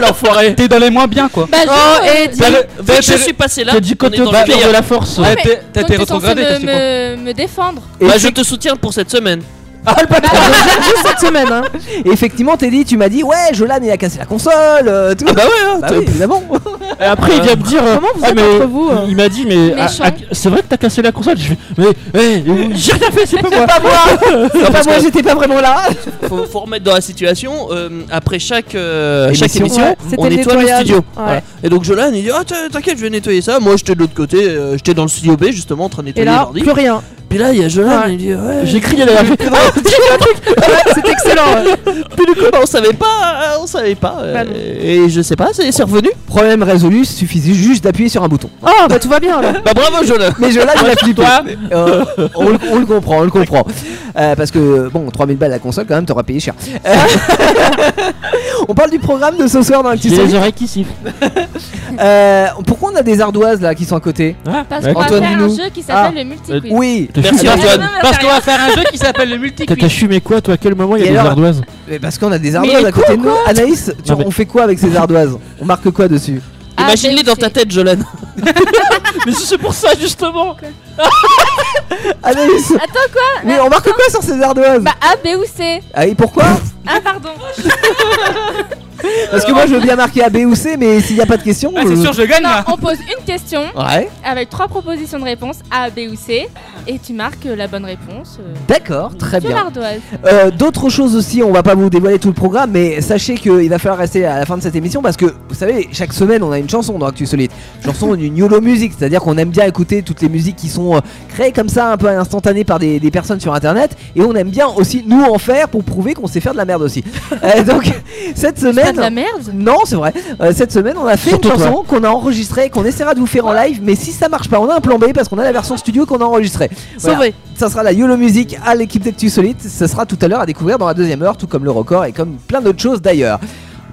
Speaker 9: l'enfoiré Ah. T'es dans les moins bien quoi Oh,
Speaker 6: Bah, je-
Speaker 5: Bah, le-
Speaker 9: t'es-
Speaker 5: vu que je
Speaker 9: t'es-
Speaker 5: suis passé là,
Speaker 8: T'es du
Speaker 5: on est
Speaker 8: côté
Speaker 5: dans le
Speaker 8: obscur
Speaker 5: pire.
Speaker 8: de la force.
Speaker 6: Ouais,
Speaker 9: T'as
Speaker 6: mais
Speaker 9: été- t'as
Speaker 6: donc
Speaker 9: été
Speaker 6: t'es
Speaker 9: rétrogradé,
Speaker 6: censé
Speaker 9: qu'est-ce
Speaker 6: me,
Speaker 9: que tu
Speaker 6: me, me défendre.
Speaker 5: Bah,
Speaker 7: [laughs]
Speaker 5: je te soutiens pour cette semaine.
Speaker 4: cette semaine hein.
Speaker 3: Ah, Et effectivement, Teddy, tu m'as dit, ouais, Jolan il a cassé la console, euh, tout.
Speaker 5: Ah bah ouais,
Speaker 3: Bah oui, évidemment.
Speaker 8: Et après, il vient me dire. euh,
Speaker 4: Comment vous
Speaker 8: ah,
Speaker 4: êtes
Speaker 8: mais-
Speaker 4: entre vous hein
Speaker 8: Il m'a dit, mais ah,
Speaker 6: Méchant.
Speaker 8: ah, c'est vrai que t'as cassé la console. Je fais, mais eh, j'ai rien fait, c'est pas moi.
Speaker 3: Pas
Speaker 8: [laughs]
Speaker 3: moi. Pas
Speaker 5: parce
Speaker 3: moi,
Speaker 5: que-
Speaker 3: j'étais pas vraiment là.
Speaker 5: faut, faut remettre dans la situation. euh, après chaque, euh,
Speaker 3: Émission.
Speaker 5: chaque émission,
Speaker 4: Ouais, c'était
Speaker 5: on
Speaker 4: le
Speaker 5: nettoie le
Speaker 4: nettoyage.
Speaker 5: studio.
Speaker 4: Ouais.
Speaker 5: Voilà. Et donc Jolan, il dit Ah, t'in- T'inquiète, je vais nettoyer ça. Moi, j'étais de l'autre côté. euh, j'étais dans le studio B, justement, en train de
Speaker 4: Et
Speaker 5: nettoyer
Speaker 4: là,
Speaker 5: l'ordi. Euh,
Speaker 4: plus rien.
Speaker 5: Puis là, il y a Jolan,
Speaker 4: Ouais.
Speaker 5: il dit Ouais.
Speaker 8: J'ai crié derrière. j'ai fait,
Speaker 4: [laughs]
Speaker 8: Ah,
Speaker 5: [laughs]
Speaker 4: C'est excellent. ouais.
Speaker 5: Puis du coup, bah, on savait pas. euh, On savait pas. euh,
Speaker 4: Bah non.
Speaker 5: et je sais pas, c'est c'est revenu.
Speaker 3: Problème résolu, suffisait juste d'appuyer sur un bouton.
Speaker 4: Ah bah tout va bien là.
Speaker 5: Bah bravo, Jolan.
Speaker 3: Mais Jolan il a flippé. Euh, on, le- on le comprend, on le comprend. Euh, parce que, bon, 3000 balles la console, quand même, t'auras payé cher. Euh, [laughs] on parle du programme de ce soir dans Actu
Speaker 8: J'ai les
Speaker 3: Solide.
Speaker 8: oreilles qui sifflent.
Speaker 3: [laughs] Euh, pourquoi on a des ardoises là qui sont à côté
Speaker 6: Parce
Speaker 8: Ouais.
Speaker 6: qu'on va
Speaker 3: Antoine,
Speaker 6: faire un
Speaker 3: dis-nous.
Speaker 6: jeu qui s'appelle
Speaker 8: Ah.
Speaker 6: le multi-quiz.
Speaker 3: Oui.
Speaker 8: T'as
Speaker 5: Merci,
Speaker 8: fumé-
Speaker 6: Ah, non,
Speaker 5: Antoine.
Speaker 6: non, mais
Speaker 9: Parce
Speaker 6: t'as
Speaker 9: qu'on va faire un jeu qui s'appelle le multi
Speaker 8: T'as t'as fumé quoi, toi À quel moment il y
Speaker 3: Et
Speaker 8: a des
Speaker 3: alors
Speaker 8: ardoises
Speaker 3: Mais parce qu'on a des
Speaker 4: Mais
Speaker 3: ardoises à côté de
Speaker 4: quoi,
Speaker 3: nous. Anaïs, tu-
Speaker 8: Non, mais-
Speaker 3: on fait quoi avec
Speaker 8: [laughs]
Speaker 3: ces ardoises On marque quoi dessus
Speaker 6: Ah,
Speaker 5: Imagine-les
Speaker 6: ben,
Speaker 5: dans ta
Speaker 6: c'est-
Speaker 5: tête, Jolan.
Speaker 4: [laughs]
Speaker 5: Mais c'est pour ça, justement.
Speaker 3: Anaïs
Speaker 6: Attends quoi
Speaker 3: Mais on marque quoi sur ces ardoises
Speaker 6: Bah A, B ou C
Speaker 3: Ah et pourquoi
Speaker 6: Ah pardon.
Speaker 3: Parce que moi je veux bien marquer A, B ou C, mais s'il n'y a pas de question. euh,
Speaker 9: Ah, c'est
Speaker 3: je-
Speaker 9: sûr, je gagne
Speaker 6: Non,
Speaker 9: là
Speaker 6: on pose une question
Speaker 3: Ouais.
Speaker 6: avec trois propositions de réponse A, B ou C et tu marques euh, la bonne réponse. euh,
Speaker 3: D'accord, très
Speaker 6: sur
Speaker 3: bien.
Speaker 6: l'ardoise.
Speaker 3: Euh, D'autres choses aussi, on va pas vous dévoiler tout le programme, mais sachez qu'il va falloir rester à la fin de cette émission parce que vous savez, chaque semaine on a une chanson dans Actu Solide.
Speaker 6: [laughs]
Speaker 3: Chanson une YOLO musique, c'est-à-dire qu'on aime bien écouter toutes les musiques qui sont euh, créées comme ça, un peu instantanées par des, des personnes sur internet, et on aime bien aussi nous en faire pour prouver qu'on sait faire de la
Speaker 6: [laughs]
Speaker 3: merde aussi. Euh, donc cette
Speaker 6: Pas de la
Speaker 3: semaine.
Speaker 6: merde
Speaker 3: Non, c'est vrai. Euh, cette semaine, on a fait
Speaker 8: Surtout
Speaker 3: une chanson qu'on a enregistrée, qu'on essaiera de vous faire en live, mais si ça marche pas, on a un plan B parce qu'on a la version studio qu'on a enregistrée. Voilà.
Speaker 4: Sauvé.
Speaker 3: Ça sera la YOLO Music à l'équipe d'Actu Solide. Ça sera tout à l'heure à découvrir dans la deuxième heure, tout comme le record et comme plein d'autres choses d'ailleurs.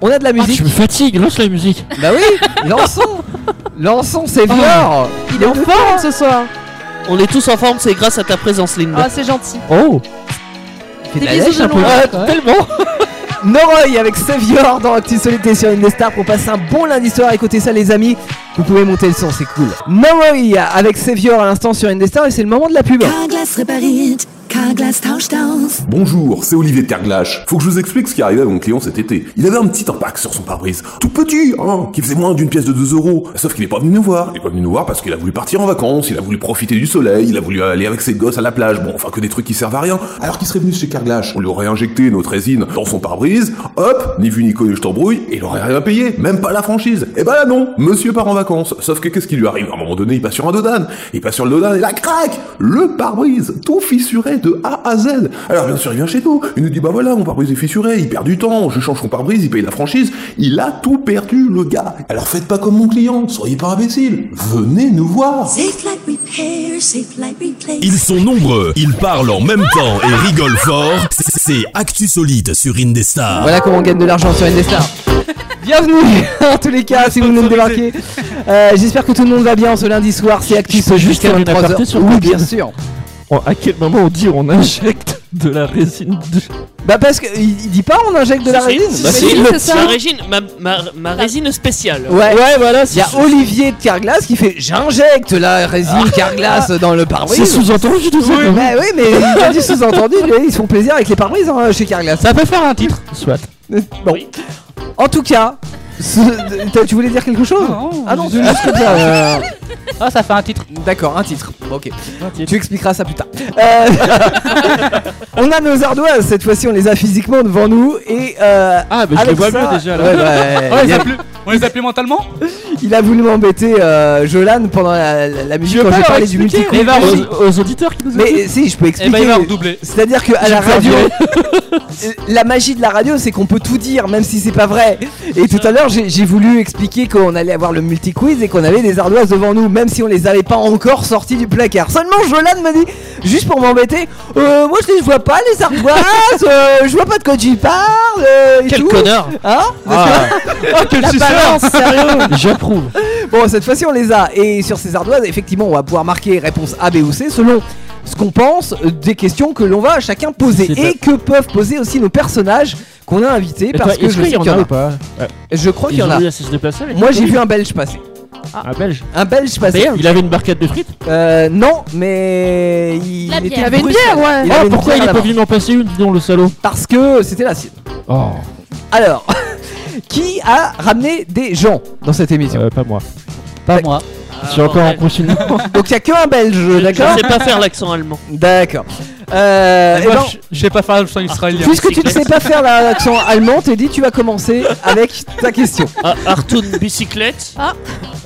Speaker 3: On a de la
Speaker 8: Ah,
Speaker 3: musique.
Speaker 8: Tu me fatigues, lance la musique.
Speaker 3: Bah oui,
Speaker 8: [laughs]
Speaker 3: lançons Lançons, c'est hein. fort
Speaker 4: Il est en forme ce soir.
Speaker 5: Oh. On est tous en forme, c'est grâce à ta présence, Linda.
Speaker 4: Ah c'est gentil.
Speaker 8: Oh
Speaker 3: Fais de
Speaker 4: Des
Speaker 3: la
Speaker 4: bisous
Speaker 3: lèche
Speaker 4: de
Speaker 3: un peu.
Speaker 4: loin.
Speaker 3: Euh,
Speaker 4: Ouais.
Speaker 3: [laughs]
Speaker 8: Tellement
Speaker 3: Noroy avec Savior dans Actu Solide et sur Indestar pour passer un bon lundi soir. Écoutez ça, les amis. Vous pouvez monter le son, c'est cool. Noroy avec Savior à l'instant sur Indestar et c'est le moment de la pub.
Speaker 10: Carglass repariert, Carglass tauscht aus.
Speaker 12: Bonjour, c'est Olivier de Carglass. Faut que je vous explique ce qui est arrivé à mon client cet été. Il avait un petit impact sur son pare-brise, tout petit, hein, qui faisait moins d'une pièce de 2 euros. Sauf qu'il est pas venu nous voir. Il est pas venu nous voir parce qu'il a voulu partir en vacances, il a voulu profiter du soleil, il a voulu aller avec ses gosses à la plage. Bon, enfin que des trucs qui servent à rien. Alors qu'il serait venu chez Carglass, on lui aurait injecté notre résine dans son pare-brise, hop, ni vu ni connu, je t'embrouille, et il aurait rien payé, même pas la franchise. Et ben là non, monsieur part en vacances. Sauf que qu'est-ce qui lui arrive À un moment donné, il passe sur un dodan, il passe sur le dodan et là, crac Le pare-brise, tout fissuré de A à Z. Alors bien sûr, il vient chez nous, il nous dit bah voilà, mon pare-brise est fissuré, il perd du temps, je change son pare-brise, il paye la franchise, il a tout perdu le gars. Alors faites pas comme mon client, soyez pas imbécile, venez nous voir.
Speaker 10: Safe like repair, safe like replace.
Speaker 11: Ils sont nombreux, ils parlent en même temps et rigolent fort. C'est Actu Solide sur Indestar.
Speaker 3: Voilà comment on gagne de l'argent sur
Speaker 8: [laughs]
Speaker 3: Indestar. Bienvenue [laughs] en tous les cas si vous venez de débarquer. Euh, J'espère que tout le monde va bien ce lundi soir. C'est Actu
Speaker 8: Je peux
Speaker 3: Solide
Speaker 8: juste faire une
Speaker 3: jusqu'à
Speaker 8: aparté
Speaker 3: 23h.
Speaker 8: sur
Speaker 3: Oui,
Speaker 8: Covid.
Speaker 3: bien sûr.
Speaker 8: Oh, À quel moment on dit on injecte de la résine.
Speaker 3: Bah parce que il il dit pas on injecte de la Bah, résine.
Speaker 7: Bah, ma résine, ma, ma- ma résine spéciale.
Speaker 3: Ouais. Il y a Olivier de Carglass qui fait j'injecte la résine Carglass dans le pare-brise.
Speaker 8: C'est sous-entendu, tout
Speaker 3: Oui,
Speaker 8: simplement.
Speaker 3: bah oui, mais il a du sous-entendu, lui, ils se font plaisir avec les pare-brises hein, chez Carglass. Ça peut faire un titre.
Speaker 8: Soit.
Speaker 3: Bon. En tout cas, ce- t'as- tu voulais dire quelque chose Ah non, c'est [laughs] juste que dire.
Speaker 9: [laughs]
Speaker 8: Euh,
Speaker 3: Ah, ça fait un titre. D'accord, un titre. Ok. Tu expliqueras ça plus tard. Euh, on a nos ardoises, cette fois-ci, on les a physiquement devant nous. Et, ah,
Speaker 9: mais bah, je les vois mieux déjà là.
Speaker 3: bah,
Speaker 9: [laughs] on, les appelait, on les appelait mentalement
Speaker 3: Il a voulu m'embêter, euh, Jolan, pendant la, la- la musique
Speaker 9: veux
Speaker 3: quand
Speaker 9: pas
Speaker 3: j'ai
Speaker 9: leur
Speaker 3: parlé du
Speaker 9: expliquer,
Speaker 3: multicoupé.
Speaker 9: mais va aux-
Speaker 8: auditeurs qui nous
Speaker 3: Mais
Speaker 8: écoutent.
Speaker 3: si, je peux
Speaker 8: Eh
Speaker 3: expliquer.
Speaker 8: ben, il va redoubler.
Speaker 3: C'est-à-dire que à la radio, [laughs] euh, la magie de la radio, c'est qu'on peut tout dire, même si c'est pas vrai. Et tout à l'heure, j'ai j'ai voulu expliquer qu'on allait avoir le multi-quiz et qu'on avait des ardoises devant nous, même si on les avait pas encore sorties du placard. Seulement, Jolan m'a dit, juste pour m'embêter, Euh, moi je les vois pas, les ardoises, euh, je vois pas de quoi tu parles. euh, et
Speaker 7: Quel
Speaker 3: tout.
Speaker 7: connard.
Speaker 3: Hein
Speaker 7: Ah.
Speaker 3: Oh,
Speaker 7: quel
Speaker 3: la
Speaker 7: suceur.
Speaker 3: balance, sérieux
Speaker 8: J'approuve.
Speaker 3: Bon, cette fois-ci, on les a. Et sur ces ardoises, effectivement, on va pouvoir marquer réponse A, B ou C selon ce qu'on pense euh, des questions que l'on va chacun poser
Speaker 8: C'est
Speaker 3: et que peuvent poser aussi nos personnages qu'on a invités
Speaker 8: Et
Speaker 3: parce
Speaker 8: toi,
Speaker 3: que
Speaker 8: est-ce
Speaker 3: je sais
Speaker 8: qu'il y
Speaker 3: qu'il
Speaker 8: en
Speaker 3: y en
Speaker 8: a
Speaker 3: a.
Speaker 8: ou pas
Speaker 3: Je crois qu'il y
Speaker 8: Ils
Speaker 3: en
Speaker 8: ont
Speaker 3: a.
Speaker 8: eu à se déplacer avec
Speaker 3: Moi,
Speaker 8: le
Speaker 3: j'ai vu
Speaker 8: Covid.
Speaker 3: un Belge passer.
Speaker 8: Un belge.
Speaker 3: Un Belge passer.
Speaker 8: D'ailleurs, Ah, il avait une barquette de frites
Speaker 3: Euh, non, mais il,
Speaker 8: La
Speaker 3: était
Speaker 8: bière. Il avait une
Speaker 3: brusque.
Speaker 8: bière, ouais. Oh,
Speaker 3: avait une
Speaker 8: pourquoi
Speaker 3: bière
Speaker 8: il est
Speaker 3: à la
Speaker 8: pas
Speaker 3: main.
Speaker 8: venu m'en passer une, dis donc, le salaud
Speaker 3: Parce que c'était la sienne.
Speaker 8: Oh.
Speaker 3: Alors, [laughs] qui a ramené des gens dans cette émission
Speaker 8: Euh, Pas moi.
Speaker 3: Pas moi.
Speaker 8: Je suis encore en confinement.
Speaker 3: [laughs] Donc il y a que un Belge, d'accord
Speaker 7: Je sais pas faire l'accent allemand.
Speaker 3: D'accord. Euh, eh
Speaker 9: Moi,
Speaker 3: ben,
Speaker 9: je- je sais pas faire l'accent israélien.
Speaker 3: Puisque tu ne sais pas faire la- l'accent allemand, t'es dit tu vas commencer avec ta question.
Speaker 7: Artoun bicyclette.
Speaker 4: Ah.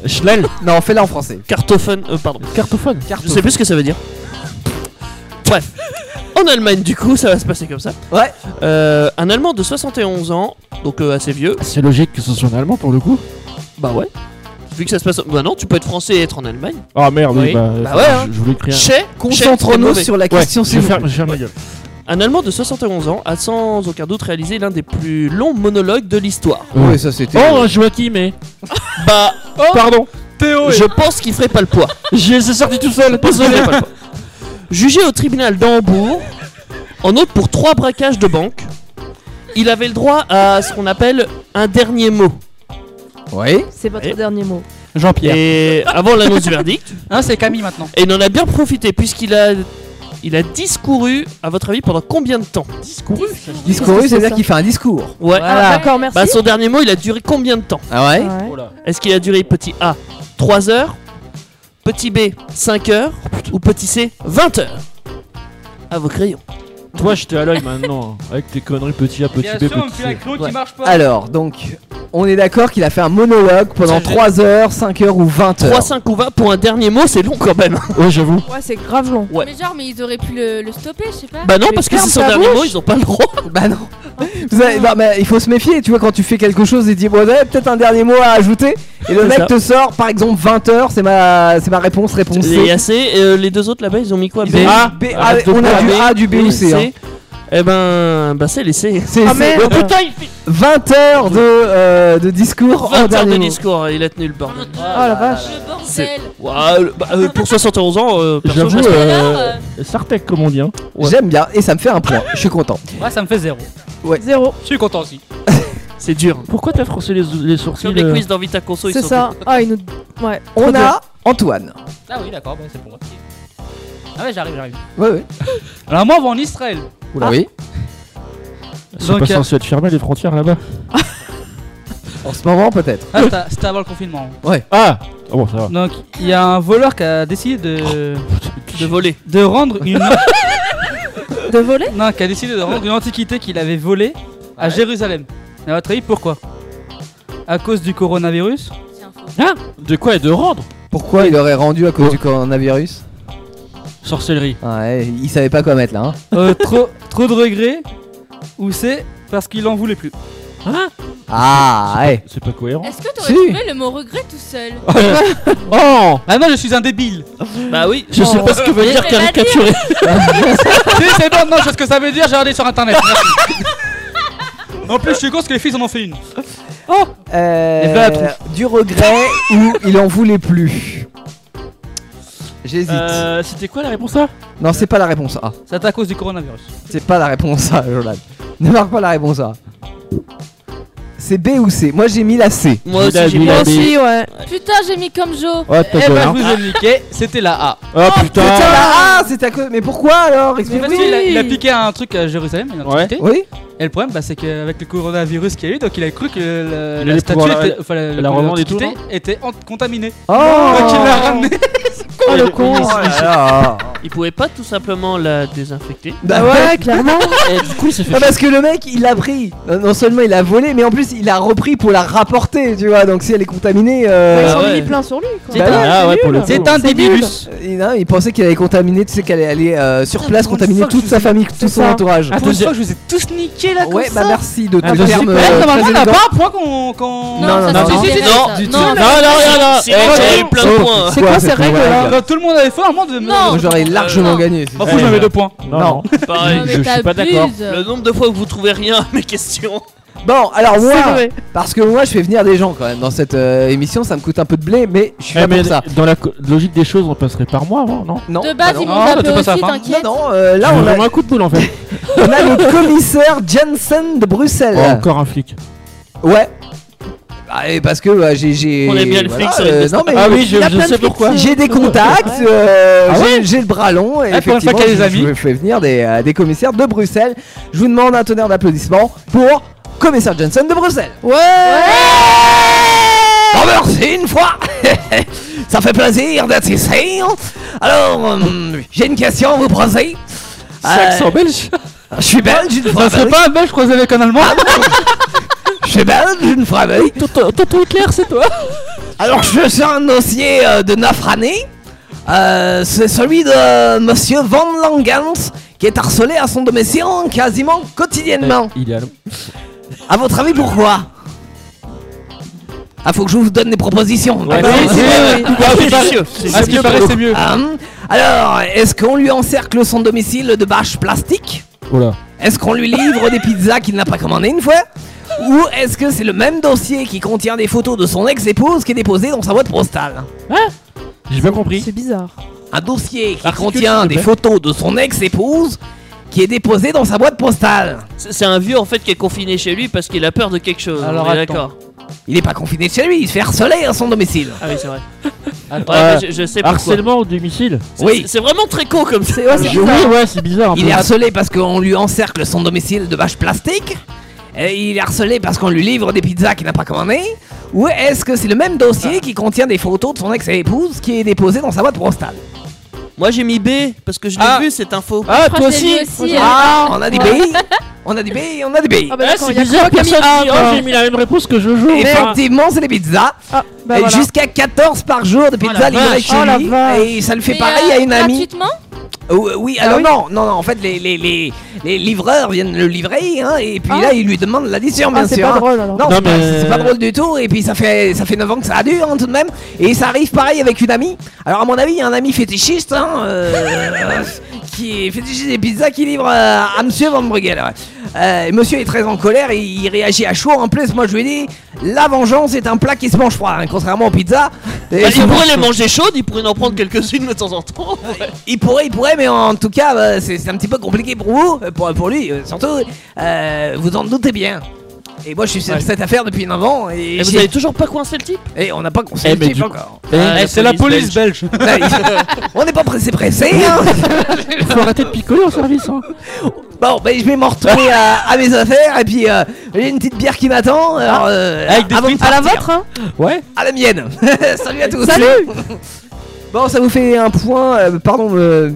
Speaker 8: Schlel.
Speaker 3: Non, fais-la en français.
Speaker 7: Cartophone. euh, pardon.
Speaker 8: Cartophone.
Speaker 7: Je sais plus ce que ça veut dire. Bref. En Allemagne, du coup, ça va se passer comme ça. Euh,
Speaker 3: Ouais.
Speaker 7: un Allemand de 71 ans, donc euh, assez vieux.
Speaker 8: C'est logique que ce soit un allemand pour le coup.
Speaker 7: Bah ouais. Vu que ça se passe. en- Bah non, tu peux être français et être en Allemagne.
Speaker 8: Ah merde, oui, bah,
Speaker 7: ouais,
Speaker 8: je-
Speaker 7: hein.
Speaker 8: je voulais crier.
Speaker 7: Chez-
Speaker 3: Concentrons-nous
Speaker 7: chez- c'est mauvais.
Speaker 3: sur la Ouais, question,
Speaker 8: je vais s'il vous faire- plaît. je vais faire ma gueule.
Speaker 7: Un Allemand de 71 ans a sans aucun doute réalisé l'un des plus longs monologues de l'histoire.
Speaker 3: Oui, ça c'était.
Speaker 8: Oh, un Joachim, mais.
Speaker 7: [laughs] Bah,
Speaker 8: pardon.
Speaker 7: Théo Je pense qu'il ferait pas le [laughs] poids.
Speaker 8: J'ai sorti tout seul.
Speaker 7: Désolé. Jugé au tribunal d'Hambourg, en autre pour trois braquages de banque, il avait le droit à ce qu'on appelle un dernier mot.
Speaker 3: Oui.
Speaker 4: C'est votre dernier mot.
Speaker 8: Jean-Pierre.
Speaker 9: [laughs]
Speaker 7: Et avant l'annonce
Speaker 3: [laughs]
Speaker 7: du verdict.
Speaker 9: Hein, c'est Camille maintenant.
Speaker 7: Et il en a bien profité puisqu'il a. Il a discouru, à votre avis, pendant combien de temps Discouru
Speaker 3: Discouru, c'est-à-dire qu'il fait un discours.
Speaker 7: Ouais.
Speaker 3: Voilà. Ah, d'accord, merci.
Speaker 7: Bah, son dernier mot, il a duré combien de temps
Speaker 3: Ah ouais,
Speaker 8: Oh
Speaker 7: Est-ce qu'il a duré petit A 3 heures Petit B 5 heures Ou petit C 20 heures À vos crayons.
Speaker 8: Toi, je t'ai à l'œil maintenant. hein. Avec tes conneries petit A, petit
Speaker 7: Bien
Speaker 8: B,
Speaker 7: sûr,
Speaker 8: petit
Speaker 7: puis
Speaker 8: C.
Speaker 7: avec l'autre qui
Speaker 8: Ouais.
Speaker 7: marche
Speaker 3: Alors, donc, on est d'accord qu'il a fait un monologue pendant 3 heures, 5 heures ou 20 heures.
Speaker 7: 3, 5 ou 20 pour un dernier mot, c'est long quand même.
Speaker 8: Ouais, j'avoue.
Speaker 4: Ouais, c'est grave long.
Speaker 7: Ouais.
Speaker 6: Mais genre, mais ils auraient pu le, le stopper, je sais pas.
Speaker 7: Bah non, parce que c'est son dernier mot, ils ont pas le droit.
Speaker 3: [laughs] Bah non. Vous avez- non, mais il faut se méfier, tu vois, quand tu fais quelque chose et tu dis, bon, j'avais peut-être un dernier mot à ajouter. Et le
Speaker 7: C'est
Speaker 3: mec
Speaker 7: ça.
Speaker 3: te sort, par exemple, 20 heures, c'est ma, c'est ma réponse, réponse
Speaker 7: Les
Speaker 3: C.
Speaker 7: AC, euh, les deux autres là-bas, ils ont mis quoi B,
Speaker 3: ont
Speaker 7: A,
Speaker 3: B, A, on a du A, du B ou C, hein.
Speaker 7: Eh ben, bah c'est les C.
Speaker 3: [laughs] C'est-
Speaker 7: Ah
Speaker 3: c'est-
Speaker 7: merde. Oh putain, il
Speaker 3: 20 heures de, euh, de discours en
Speaker 7: 20 heures
Speaker 3: dernier
Speaker 7: de
Speaker 3: mot. Ah,
Speaker 7: discours, hein, il a tenu le bordel.
Speaker 3: la vache.
Speaker 7: C'est- Ouah, le- bah, euh, pour 71 ans, euh, perso,
Speaker 8: J'avoue,
Speaker 7: je-
Speaker 8: euh, Sartec, comme on dit. Hein.
Speaker 3: J'aime bien et ça me fait un point. Je suis content.
Speaker 9: Ouais, ça me fait zéro.
Speaker 3: Ouais.
Speaker 4: Zéro.
Speaker 9: Je suis content aussi.
Speaker 7: C'est dur.
Speaker 8: Pourquoi t'as froncé les, les sourcils
Speaker 7: Comme les
Speaker 8: euh,
Speaker 7: quiz d'Invita Conso, ils
Speaker 4: C'est
Speaker 7: sont
Speaker 4: ça.
Speaker 7: tous-
Speaker 4: Ah, il nous. Ouais.
Speaker 3: On
Speaker 4: Trop
Speaker 3: a
Speaker 4: dur.
Speaker 3: Antoine.
Speaker 9: Ah oui, d'accord, bah, c'est pour moi. Ah ouais, j'arrive, j'arrive.
Speaker 3: Ouais, ouais.
Speaker 9: [laughs] Alors, moi, on va en Israël.
Speaker 3: Oula. Oui.
Speaker 8: C'est pas
Speaker 9: Donc, euh,
Speaker 8: censé être fermé les frontières là-bas.
Speaker 3: [laughs] En ce moment, peut-être.
Speaker 9: Ah, c'était- c'était avant le confinement.
Speaker 3: Ouais.
Speaker 8: Ah Ah bon, ça va.
Speaker 9: Donc, il y a un voleur qui a décidé de.
Speaker 7: de voler.
Speaker 9: De rendre une.
Speaker 4: [laughs] de voler
Speaker 9: Non, qui a décidé de rendre une antiquité qu'il avait volée à Jérusalem. Et à votre avis, pourquoi À cause du coronavirus
Speaker 8: Hein De quoi et de rendre
Speaker 3: Pourquoi il aurait rendu à cause du coronavirus
Speaker 8: Sorcellerie.
Speaker 3: Ouais, il savait pas quoi mettre là. Hein.
Speaker 9: Euh, trop, trop de regrets Ou c'est parce qu'il en voulait plus
Speaker 7: Hein
Speaker 3: Ah, ouais.
Speaker 8: C'est pas cohérent.
Speaker 6: Est-ce que t'aurais
Speaker 9: Si.
Speaker 6: trouvé le mot regret tout seul
Speaker 8: Oh
Speaker 9: Ah non, je suis un débile
Speaker 7: Bah oui.
Speaker 8: Je sais pas ce que veut dire caricaturer. [laughs]
Speaker 9: Si, c'est bon, non, je sais ce que ça veut dire, j'ai regardé sur internet. Merci. en plus, je suis con parce que les filles en ont fait une.
Speaker 3: Oh
Speaker 8: Eh ben,
Speaker 3: Euh,
Speaker 9: Les blattes.
Speaker 3: Du regret ou il en voulait plus J'hésite.
Speaker 8: Euh, C'était quoi la réponse là
Speaker 3: Non, c'est pas la réponse A.
Speaker 9: C'est à cause du coronavirus.
Speaker 3: C'est pas la réponse A, Jolan. Ne marque pas la réponse A. C'est B ou C Moi j'ai mis la C.
Speaker 6: Moi
Speaker 8: aussi, j'ai mis la B.
Speaker 3: ouais.
Speaker 6: Putain, j'ai mis comme Joe.
Speaker 3: Oh,
Speaker 9: Eh
Speaker 3: t'as
Speaker 9: ben,
Speaker 3: gueule,
Speaker 9: je
Speaker 3: hein.
Speaker 9: vous ai niqué, c'était la A.
Speaker 8: Oh putain
Speaker 3: la A, Ah, c'est à cause. Mais pourquoi alors
Speaker 9: Mais
Speaker 3: Explique-moi.
Speaker 9: parce qu'il a, il a piqué un truc à Jérusalem, une antiquité.
Speaker 3: Oui.
Speaker 9: Et le problème, bah, c'est qu'avec le coronavirus qu'il y a eu, donc il a cru que le-
Speaker 8: Il
Speaker 9: Euh, la
Speaker 8: allait
Speaker 9: statue,
Speaker 8: pouvoir la-
Speaker 9: était, enfin, la,
Speaker 8: la revendre et tout,
Speaker 9: l'antiquité était en- contaminée.
Speaker 3: Oh
Speaker 9: Donc il l'a
Speaker 3: [laughs]
Speaker 9: ramené.
Speaker 3: Ah,
Speaker 7: Oh,
Speaker 9: le con.
Speaker 7: Il pouvait pas tout simplement la désinfecter.
Speaker 3: Bah ouais,
Speaker 7: Ah
Speaker 3: [laughs]
Speaker 7: clairement. Et du coup, il s'est fait
Speaker 3: Ah,
Speaker 7: chier.
Speaker 3: parce que le mec il l'a pris. Euh, Non seulement il a volé, mais en plus il l'a repris pour la rapporter, tu vois. Donc si elle est contaminée. euh,
Speaker 4: Bah, Ils ont mis plein sur lui. quoi.
Speaker 3: Bah ouais,
Speaker 4: Ah
Speaker 8: Ah
Speaker 4: c'est nul.
Speaker 3: C'est un
Speaker 4: C'est nul.
Speaker 3: débilus. Il, non, il pensait qu'il allait contaminer, tu sais qu'elle allait aller euh, sur place contaminer toute sa famille, tout son entourage.
Speaker 9: Pour une fois, je vous ai tous niqué là comme
Speaker 3: Ouais, bah
Speaker 9: ça.
Speaker 3: merci de
Speaker 9: Ah,
Speaker 3: ton
Speaker 9: je suis
Speaker 3: terme.
Speaker 9: prêt,
Speaker 3: euh,
Speaker 9: normalement,
Speaker 3: très
Speaker 9: on n'a
Speaker 3: élégant.
Speaker 9: pas un point qu'on. qu'on-
Speaker 3: Non, Non, ça, non, c'est non.
Speaker 9: Si, si, si,
Speaker 3: non,
Speaker 9: si,
Speaker 3: non,
Speaker 9: si,
Speaker 3: non,
Speaker 9: si,
Speaker 3: non,
Speaker 9: si,
Speaker 3: non, non,
Speaker 9: si,
Speaker 3: non, non,
Speaker 9: si, si,
Speaker 3: non,
Speaker 9: si,
Speaker 3: non,
Speaker 9: eu plein de
Speaker 3: non,
Speaker 9: points.
Speaker 3: Oh, c'est quoi ces Bah, règles, là
Speaker 9: Tout le monde avait fait un moment de.
Speaker 3: Moi, J'aurais largement gagné.
Speaker 9: M'en fous, je mets deux points.
Speaker 3: Non.
Speaker 7: Pareil,
Speaker 3: Non, mais Je suis pas t'abuses. d'accord.
Speaker 7: Le nombre de fois que vous trouvez rien [laughs] à mes questions.
Speaker 3: Bon, alors
Speaker 7: C'est
Speaker 3: moi,
Speaker 7: vrai.
Speaker 3: parce que moi je fais venir des gens quand même dans cette euh, émission, ça me coûte un peu de blé, mais je suis
Speaker 8: Eh,
Speaker 3: là
Speaker 8: mais
Speaker 3: pour ça.
Speaker 8: Dans la co- logique des choses, on passerait par moi avant, non Ah,
Speaker 3: Non,
Speaker 6: De base,
Speaker 3: bah
Speaker 6: ils
Speaker 3: non.
Speaker 6: m'ont
Speaker 3: Non,
Speaker 6: tapé
Speaker 3: t'es pas
Speaker 6: aussi,
Speaker 3: sympa.
Speaker 6: t'inquiète.
Speaker 3: Non, non, euh, là on a,
Speaker 8: vraiment un coup de boule en fait.
Speaker 3: on
Speaker 4: [laughs]
Speaker 3: a le commissaire Jensen de Bruxelles.
Speaker 8: Oh, encore un flic.
Speaker 3: Ouais. Ah, et parce que bah, j'ai- j'ai.
Speaker 8: On aime bien le
Speaker 3: voilà,
Speaker 8: flic sur les
Speaker 3: euh,
Speaker 8: listes.
Speaker 3: non, mais
Speaker 8: Ah oui, je-
Speaker 3: Il y a
Speaker 8: je
Speaker 3: plein
Speaker 8: sais
Speaker 3: de flics,
Speaker 8: pourquoi.
Speaker 3: J'ai des contacts,
Speaker 8: Ouais.
Speaker 3: euh,
Speaker 8: Ah
Speaker 3: j'ai-
Speaker 8: ouais
Speaker 3: j'ai le bras long. Et
Speaker 8: Ah, pour une fois
Speaker 3: effectivement,
Speaker 8: qu'il y a des
Speaker 3: je-
Speaker 8: amis.
Speaker 3: Je, me fais venir des, euh, des commissaires de Bruxelles. Je vous demande un tonnerre d'applaudissements pour commissaire Jensen de Bruxelles. Ouais. Oh, merci une fois. [laughs] Ça fait plaisir d'être ici. Alors, hum, j'ai une question à vous poser.
Speaker 9: C'est accent
Speaker 3: Euh,
Speaker 9: belge
Speaker 3: Je suis belge, une fois.
Speaker 9: Ça serait pas un belge croisé avec un allemand
Speaker 3: Bah, [laughs] Je suis belge, une fois belge.
Speaker 7: Tonton Hitler, c'est toi
Speaker 3: Alors, je suis un dossier euh, de 9 années. Euh, c'est celui de monsieur Van Langens qui est harcelé à son domicile quasiment quotidiennement.
Speaker 8: Il est allemand.
Speaker 3: À votre avis, pourquoi Ah, faut que je vous donne des propositions.
Speaker 8: Ouais,
Speaker 3: d'accord
Speaker 8: oui, oui, oui.
Speaker 3: [laughs] Ah,
Speaker 8: Ah,
Speaker 3: oui,
Speaker 8: c'est
Speaker 3: oui.
Speaker 8: mieux.
Speaker 3: C'est
Speaker 8: À ce qui paraît, c'est mieux.
Speaker 3: Ah, hum. alors, est-ce qu'on lui encercle son domicile de bâches plastiques
Speaker 8: Oh là.
Speaker 3: Est-ce qu'on lui livre des pizzas qu'il n'a pas commandées une fois Ou est-ce que c'est le même dossier qui contient des photos de son ex-épouse qui est déposée dans sa boîte postale
Speaker 8: J'ai pas compris.
Speaker 4: Hein? C'est bizarre.
Speaker 3: Un dossier qui
Speaker 7: Articule, s'il
Speaker 3: contient
Speaker 7: te
Speaker 3: des
Speaker 7: plaît.
Speaker 3: photos de son ex-épouse qui est déposée dans sa boîte postale.
Speaker 7: C'est c'est un vieux en fait qui est confiné chez lui parce qu'il a peur de quelque chose.
Speaker 3: Alors,
Speaker 7: on est
Speaker 3: attends.
Speaker 7: d'accord.
Speaker 3: Il n'est pas confiné chez lui, il se fait harceler à son domicile.
Speaker 7: Ah oui, c'est vrai.
Speaker 8: Euh,
Speaker 7: Ouais, mais je, je sais pourquoi.
Speaker 8: Harcèlement au domicile
Speaker 3: Oui.
Speaker 7: C'est vraiment très con comme ça.
Speaker 8: Je- Oui, ouais, c'est bizarre. un
Speaker 3: Il
Speaker 8: peu.
Speaker 3: est harcelé parce qu'on lui encercle son domicile de bâches plastiques Et il est harcelé parce qu'on lui livre des pizzas qu'il n'a pas commandées Ou est-ce que c'est le même dossier qui contient des photos de son ex-épouse qui est déposée dans sa boîte postale
Speaker 7: Moi j'ai mis B parce que je l'ai vu cette info.
Speaker 8: Ah,
Speaker 6: toi c'est lui aussi, aussi, hein.
Speaker 3: Ah, on a des billes On a des billes, on a des billes
Speaker 4: Ah bah
Speaker 8: Eh,
Speaker 7: Ah,
Speaker 4: d'accord,
Speaker 7: c'est
Speaker 4: il y a que
Speaker 7: bizarre,
Speaker 4: moi qui ai mis A,
Speaker 7: personne dit,
Speaker 4: quoi.
Speaker 7: oh,
Speaker 8: J'ai mis la même réponse que Jojo. enfin.
Speaker 3: Effectivement, c'est des pizzas
Speaker 4: Ah, bah
Speaker 3: Et
Speaker 4: voilà.
Speaker 3: Jusqu'à 14 par jour de pizzas
Speaker 8: la
Speaker 3: livrées
Speaker 8: vache. Ah
Speaker 3: chez
Speaker 4: Oh, la
Speaker 3: lui
Speaker 4: vache.
Speaker 3: Et ça le fait
Speaker 6: Mais,
Speaker 3: pareil
Speaker 6: euh,
Speaker 3: à une amie [laughs]
Speaker 6: Gratuitement
Speaker 3: Oh, euh, oui, alors non, non, non, en fait, les, les, les, les livreurs viennent le livrer, hein, et puis
Speaker 4: Ah.
Speaker 3: là, ils lui demandent l'addition, bien
Speaker 4: Ah, c'est
Speaker 3: sûr.
Speaker 4: pas
Speaker 3: hein.
Speaker 4: drôle, alors.
Speaker 3: Non,
Speaker 8: Non,
Speaker 3: c'est pas-
Speaker 8: mais-
Speaker 3: c'est pas, drôle du tout, et puis ça fait, ça fait 9 ans que ça dure, hein, tout de même. Et ça arrive pareil avec une amie. Alors, à mon avis, il y a un ami fétichiste, hein, euh, [laughs] qui est fétichiste des pizzas, qui livre euh, à monsieur Van Brugel. ouais. Euh, monsieur est très en colère, et il réagit à chaud. En plus, moi, je lui dis, la vengeance est un plat qui se mange froid, hein, contrairement aux pizzas. Et
Speaker 7: Bah,
Speaker 3: ça
Speaker 7: il pourrait
Speaker 3: mange
Speaker 7: les manger chaudes, il pourrait en prendre quelques-unes de temps en temps. ouais.
Speaker 3: il pourrait, il pourrait, mais en tout cas, euh, c'est c'est un petit peu compliqué pour vous, euh, pour, pour lui, euh, surtout. euh, vous en doutez bien. Et moi, je suis sur cette affaire depuis un an, et,
Speaker 7: Et vous
Speaker 3: j'ai-
Speaker 7: avez toujours pas coincé le type
Speaker 3: et on n'a pas
Speaker 8: Eh,
Speaker 3: conseillé
Speaker 8: mais
Speaker 3: le type
Speaker 8: du-
Speaker 3: encore.
Speaker 8: Eh,
Speaker 7: Ah,
Speaker 9: Eh, C'est la police belge
Speaker 3: Là, il- on n'est pas pressé, pressé. Hein.
Speaker 8: faut arrêter de picoler au service. Hein.
Speaker 3: Bon, ben, je vais m'en retourner à, à mes affaires, et puis euh, j'ai une petite bière qui m'attend. alors, euh,
Speaker 9: Avec des
Speaker 3: avant de
Speaker 9: frites.
Speaker 4: À la
Speaker 3: partir.
Speaker 4: vôtre, hein
Speaker 8: Ouais.
Speaker 3: À la mienne. [laughs] Salut à tous.
Speaker 4: Salut
Speaker 3: Bon, ça vous fait un point. euh, pardon, euh,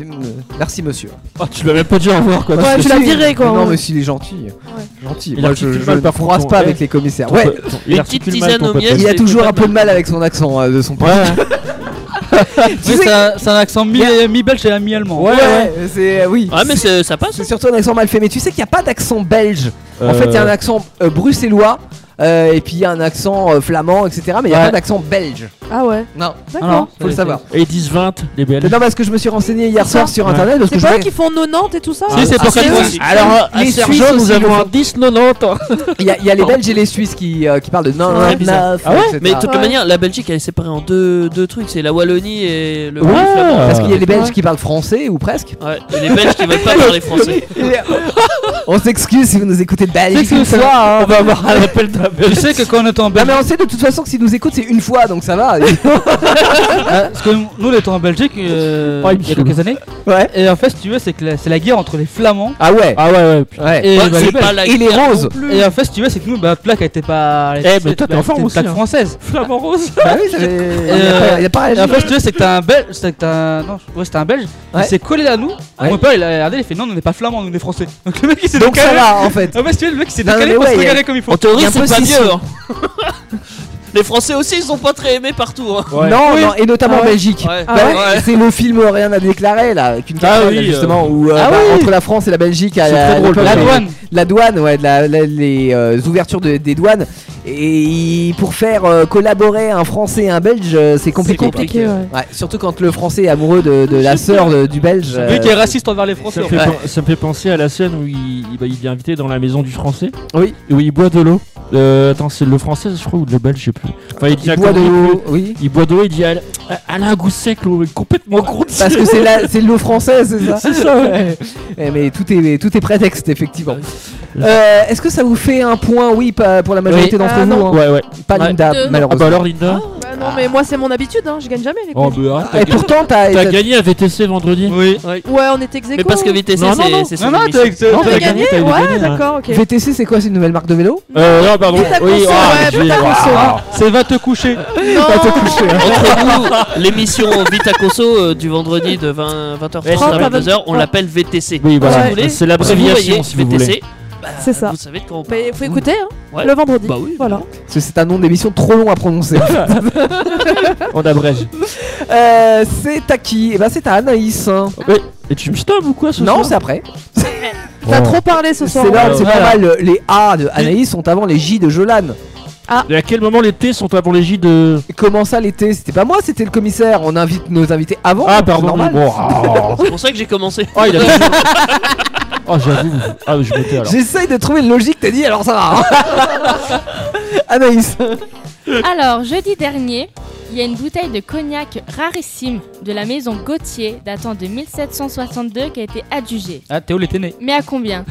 Speaker 3: merci monsieur.
Speaker 8: Oh, tu l'as même pas dit au revoir quoi.
Speaker 4: Ouais,
Speaker 3: Parce
Speaker 4: tu
Speaker 3: que
Speaker 4: l'as
Speaker 3: si-
Speaker 4: viré, quoi,
Speaker 3: Non,
Speaker 7: hein.
Speaker 4: ouais.
Speaker 3: mais s'il est gentil. Gentil.
Speaker 8: Il
Speaker 3: Moi, je,
Speaker 8: articule
Speaker 3: je
Speaker 8: mal
Speaker 3: ne
Speaker 8: par contre,
Speaker 3: croise pas
Speaker 8: ton-
Speaker 3: avec les commissaires. Ouais,
Speaker 7: Une petite tisane au miel.
Speaker 3: il a
Speaker 7: c'est
Speaker 3: toujours un peu de
Speaker 7: potable.
Speaker 3: mal avec son accent euh, de son pays.
Speaker 8: Ouais.
Speaker 3: Oh.
Speaker 9: Oui, c'est un c'est un accent mi- mi-belge et mi-allemand.
Speaker 3: Ouais, ouais, c'est. euh, oui.
Speaker 7: Ah mais c'est- ça passe.
Speaker 3: C'est surtout un accent mal fait. Mais tu sais qu'il n'y a pas d'accent belge. En
Speaker 8: Euh,
Speaker 3: fait, il y a un accent euh, bruxellois. euh, et puis il y a un accent euh, flamand, etc. Mais il n'y a
Speaker 8: Ouais.
Speaker 3: pas d'accent belge.
Speaker 4: Ah ouais
Speaker 3: Non.
Speaker 4: D'accord.
Speaker 3: faut le savoir.
Speaker 8: Et ils disent 20, les BL.
Speaker 3: Non, parce que [laughs] je me suis renseigné hier soir sur internet. parce que
Speaker 4: C'est
Speaker 3: je
Speaker 4: pas eux
Speaker 3: voulais-
Speaker 4: qui font 90 et tout ça hein Ah,
Speaker 3: Si, c'est pour ça que-
Speaker 8: Alors, à
Speaker 3: Les
Speaker 8: Sergent,
Speaker 3: Suisses
Speaker 8: nous
Speaker 3: aussi
Speaker 8: avons
Speaker 3: le
Speaker 8: un
Speaker 3: font.
Speaker 8: 10-90.
Speaker 3: Il y, a- il y a les Belges et les Suisses qui, euh, qui parlent de non,
Speaker 7: Ouais, bizarre. Ah ouais Mais de toute
Speaker 3: manière
Speaker 7: manière, la Belgique elle est séparée en deux, deux trucs c'est la Wallonie et le.
Speaker 3: Ouais, parce qu'il y a les Belges
Speaker 7: Ouais.
Speaker 3: qui parlent français ou presque.
Speaker 7: Ouais, et les Belges qui veulent pas parler français.
Speaker 3: On s'excuse si vous nous écoutez de Belgique
Speaker 9: C'est que
Speaker 3: une
Speaker 9: ça-
Speaker 3: fois. hein.
Speaker 9: on va avoir un appel de la Belgique. Tu sais que quand on est en Belgique-
Speaker 3: Non, mais on sait de toute façon que s'ils nous écoutent, c'est une fois donc ça va.
Speaker 9: Ah, Parce que nous, on était en Belgique euh,
Speaker 8: Ah,
Speaker 3: Oh, il me
Speaker 9: il y a
Speaker 3: saoule.
Speaker 9: quelques années.
Speaker 3: Ouais.
Speaker 9: Et en fait, si tu veux, c'est que la- c'est la guerre entre les Flamands.
Speaker 3: Ah ouais.
Speaker 8: Ah ouais, ouais.
Speaker 9: Et,
Speaker 8: Ouais,
Speaker 9: bah,
Speaker 8: c'est
Speaker 9: les
Speaker 8: pas
Speaker 9: Belges.
Speaker 8: la Et les guerre Roses. non plus.
Speaker 9: Et en fait, si tu veux, c'est que nous, bah, plaque, elle était pas.
Speaker 8: Eh, mais toi, t'es
Speaker 9: c'était
Speaker 8: en forme
Speaker 9: une
Speaker 8: aussi,
Speaker 9: plaque
Speaker 8: hein.
Speaker 9: française.
Speaker 8: Flamand rose.
Speaker 3: Bah oui, ça fait-
Speaker 9: Et,
Speaker 3: il a
Speaker 9: euh,
Speaker 3: pas- il a pas
Speaker 9: et en
Speaker 3: réagi. hein.
Speaker 9: fait, si tu veux, c'est que t'as un belge, c'est que t'as un. Non, ouais, c'était un belge.
Speaker 3: Ouais.
Speaker 9: Il s'est collé à nous.
Speaker 3: Ouais.
Speaker 9: Mon père, il a regardé, il a fait non, nous, on n'est pas flamands, nous, on est français. [laughs] Donc le mec, il s'est
Speaker 3: Donc ça
Speaker 9: décalé.
Speaker 3: va, en fait.
Speaker 9: En fait, si tu veux, le mec, il s'est
Speaker 3: Non, non,
Speaker 9: décalé
Speaker 3: mais
Speaker 9: pour se
Speaker 3: ouais, il y a-
Speaker 9: regarder comme il faut.
Speaker 3: En théorie,
Speaker 9: Il y a
Speaker 3: c'est
Speaker 9: un peu
Speaker 3: pas
Speaker 9: six-
Speaker 3: mieux, hein.
Speaker 7: Les Français aussi ils sont pas très aimés partout. hein.
Speaker 3: Non, non, et notamment
Speaker 7: Ah
Speaker 3: en
Speaker 7: ouais.
Speaker 3: Belgique.
Speaker 7: Ouais.
Speaker 3: Bah ouais, C'est le film Rien à déclarer là, avec une
Speaker 7: Ah
Speaker 3: casserole,
Speaker 7: oui,
Speaker 3: justement
Speaker 7: euh.
Speaker 3: où euh,
Speaker 7: Ah
Speaker 3: bah,
Speaker 7: oui.
Speaker 3: entre la France et la Belgique, à
Speaker 7: C'est
Speaker 3: la,
Speaker 7: très drôle,
Speaker 3: l'époque,
Speaker 7: la
Speaker 3: les-
Speaker 7: douane.
Speaker 3: la douane, ouais, de la- la- les euh, ouvertures de- des douanes. Et pour faire euh, collaborer un Français et un Belge, euh, c'est compliqué.
Speaker 9: compliqué, ouais.
Speaker 3: Ouais, surtout quand le Français est amoureux de, de la sœur de- du Belge. euh,
Speaker 9: Lui qui est raciste envers les Français.
Speaker 8: Ça me,
Speaker 9: en
Speaker 8: fait
Speaker 9: fait.
Speaker 8: pen- ça me fait penser à la scène où il, il- bah, il est invité dans la maison du français.
Speaker 3: Oui.
Speaker 8: Et où il boit de l'eau. Euh, attends, c'est le français, je crois, ou le belge, je sais plus. Enfin, il, dit à
Speaker 3: boit de
Speaker 8: Corneille
Speaker 3: l'eau,
Speaker 8: que-
Speaker 3: oui.
Speaker 8: Il boit de l'eau, il dit elle, elle a un goût sec, l'eau est complètement croûte.
Speaker 3: Parce que c'est la- c'est l'eau française, c'est ça
Speaker 8: C'est ça, ouais.
Speaker 3: Eh, Mais tout est, tout est prétexte, effectivement. Euh, Est-ce que ça vous fait un point Oui, pas pour la majorité
Speaker 8: Oui.
Speaker 3: d'entre
Speaker 8: Ah,
Speaker 3: vous.
Speaker 8: non.
Speaker 3: hein.
Speaker 8: Ouais, ouais.
Speaker 3: Pas
Speaker 8: Ouais.
Speaker 3: Linda,
Speaker 8: Deux.
Speaker 3: malheureusement.
Speaker 8: Ah bah alors, Linda.
Speaker 4: Bah non, mais moi c'est mon habitude, hein, je gagne jamais les
Speaker 8: Oh,
Speaker 4: quiz.
Speaker 8: bah, arrête,
Speaker 3: Et pourtant, t'as
Speaker 8: T'as gagné à VTC vendredi
Speaker 9: Oui.
Speaker 4: Ouais, on était exéco.
Speaker 7: Mais parce que VTC,
Speaker 8: Non, non,
Speaker 7: c'est-
Speaker 8: non.
Speaker 7: c'est
Speaker 8: Non, non,
Speaker 7: émission.
Speaker 8: t'as- t'as- Non, t'as t'as gagné, gagné, t'as
Speaker 4: Ouais,
Speaker 8: gagné,
Speaker 4: d'accord, ok.
Speaker 3: VTC, c'est quoi C'est une nouvelle marque de vélo
Speaker 8: Euh, non, pardon.
Speaker 4: Putain,
Speaker 8: Oui,
Speaker 4: console,
Speaker 8: ah,
Speaker 4: ouais,
Speaker 8: j'ai-
Speaker 4: putain, console.
Speaker 8: ah.
Speaker 9: C'est va te coucher.
Speaker 4: Va te
Speaker 3: coucher.
Speaker 7: Entre nous, l'émission Vita Cosso euh, du vendredi de 20, 20h30
Speaker 8: Ouais,
Speaker 7: à
Speaker 8: c'est
Speaker 7: 22h, on
Speaker 8: vrai.
Speaker 7: l'appelle VTC.
Speaker 8: Oui, voilà.
Speaker 7: Si vous voulez,
Speaker 8: C'est l'abréviation, si vous
Speaker 7: VTC,
Speaker 8: voulez.
Speaker 7: bah,
Speaker 4: C'est ça.
Speaker 7: Vous savez de quoi on parle.
Speaker 4: Mais faut écouter, hein,
Speaker 7: Ouais.
Speaker 4: le vendredi.
Speaker 7: Bah oui.
Speaker 4: Voilà.
Speaker 3: Parce que c'est un nom d'émission trop long à
Speaker 8: [laughs]
Speaker 3: prononcer.
Speaker 8: On abrège.
Speaker 3: Euh, c'est à qui Eh ben, c'est à Anaïs.
Speaker 8: Ouais. Et tu me stops ou quoi ce
Speaker 3: Non,
Speaker 8: soir
Speaker 3: c'est
Speaker 8: [laughs]
Speaker 3: après.
Speaker 4: T'as trop parlé ce soir.
Speaker 3: C'est normal,
Speaker 8: ouais.
Speaker 3: c'est pas
Speaker 8: Voilà.
Speaker 3: mal. Les A de Anaïs sont avant les J de Jolan.
Speaker 4: Ah.
Speaker 8: Et à quel moment les T sont avant les J de.
Speaker 3: Comment ça l'été C'était pas moi, c'était le commissaire. On invite nos invités avant.
Speaker 8: Ah,
Speaker 3: c'est
Speaker 8: pardon,
Speaker 3: normal.
Speaker 8: bon, ah.
Speaker 7: C'est pour ça que j'ai commencé.
Speaker 8: Oh, il a toujours- Oh, j'avoue. Ah, mais je m'étais alors.
Speaker 3: J'essaye de trouver une logique, t'as dit, alors ça va.
Speaker 8: [laughs]
Speaker 3: Anaïs.
Speaker 6: Alors, jeudi dernier, il y a une bouteille de cognac rarissime de la maison Gauthier datant de 1762 qui a été adjugée.
Speaker 9: Ah, Théo, il était né.
Speaker 6: Mais à
Speaker 3: [laughs]
Speaker 6: combien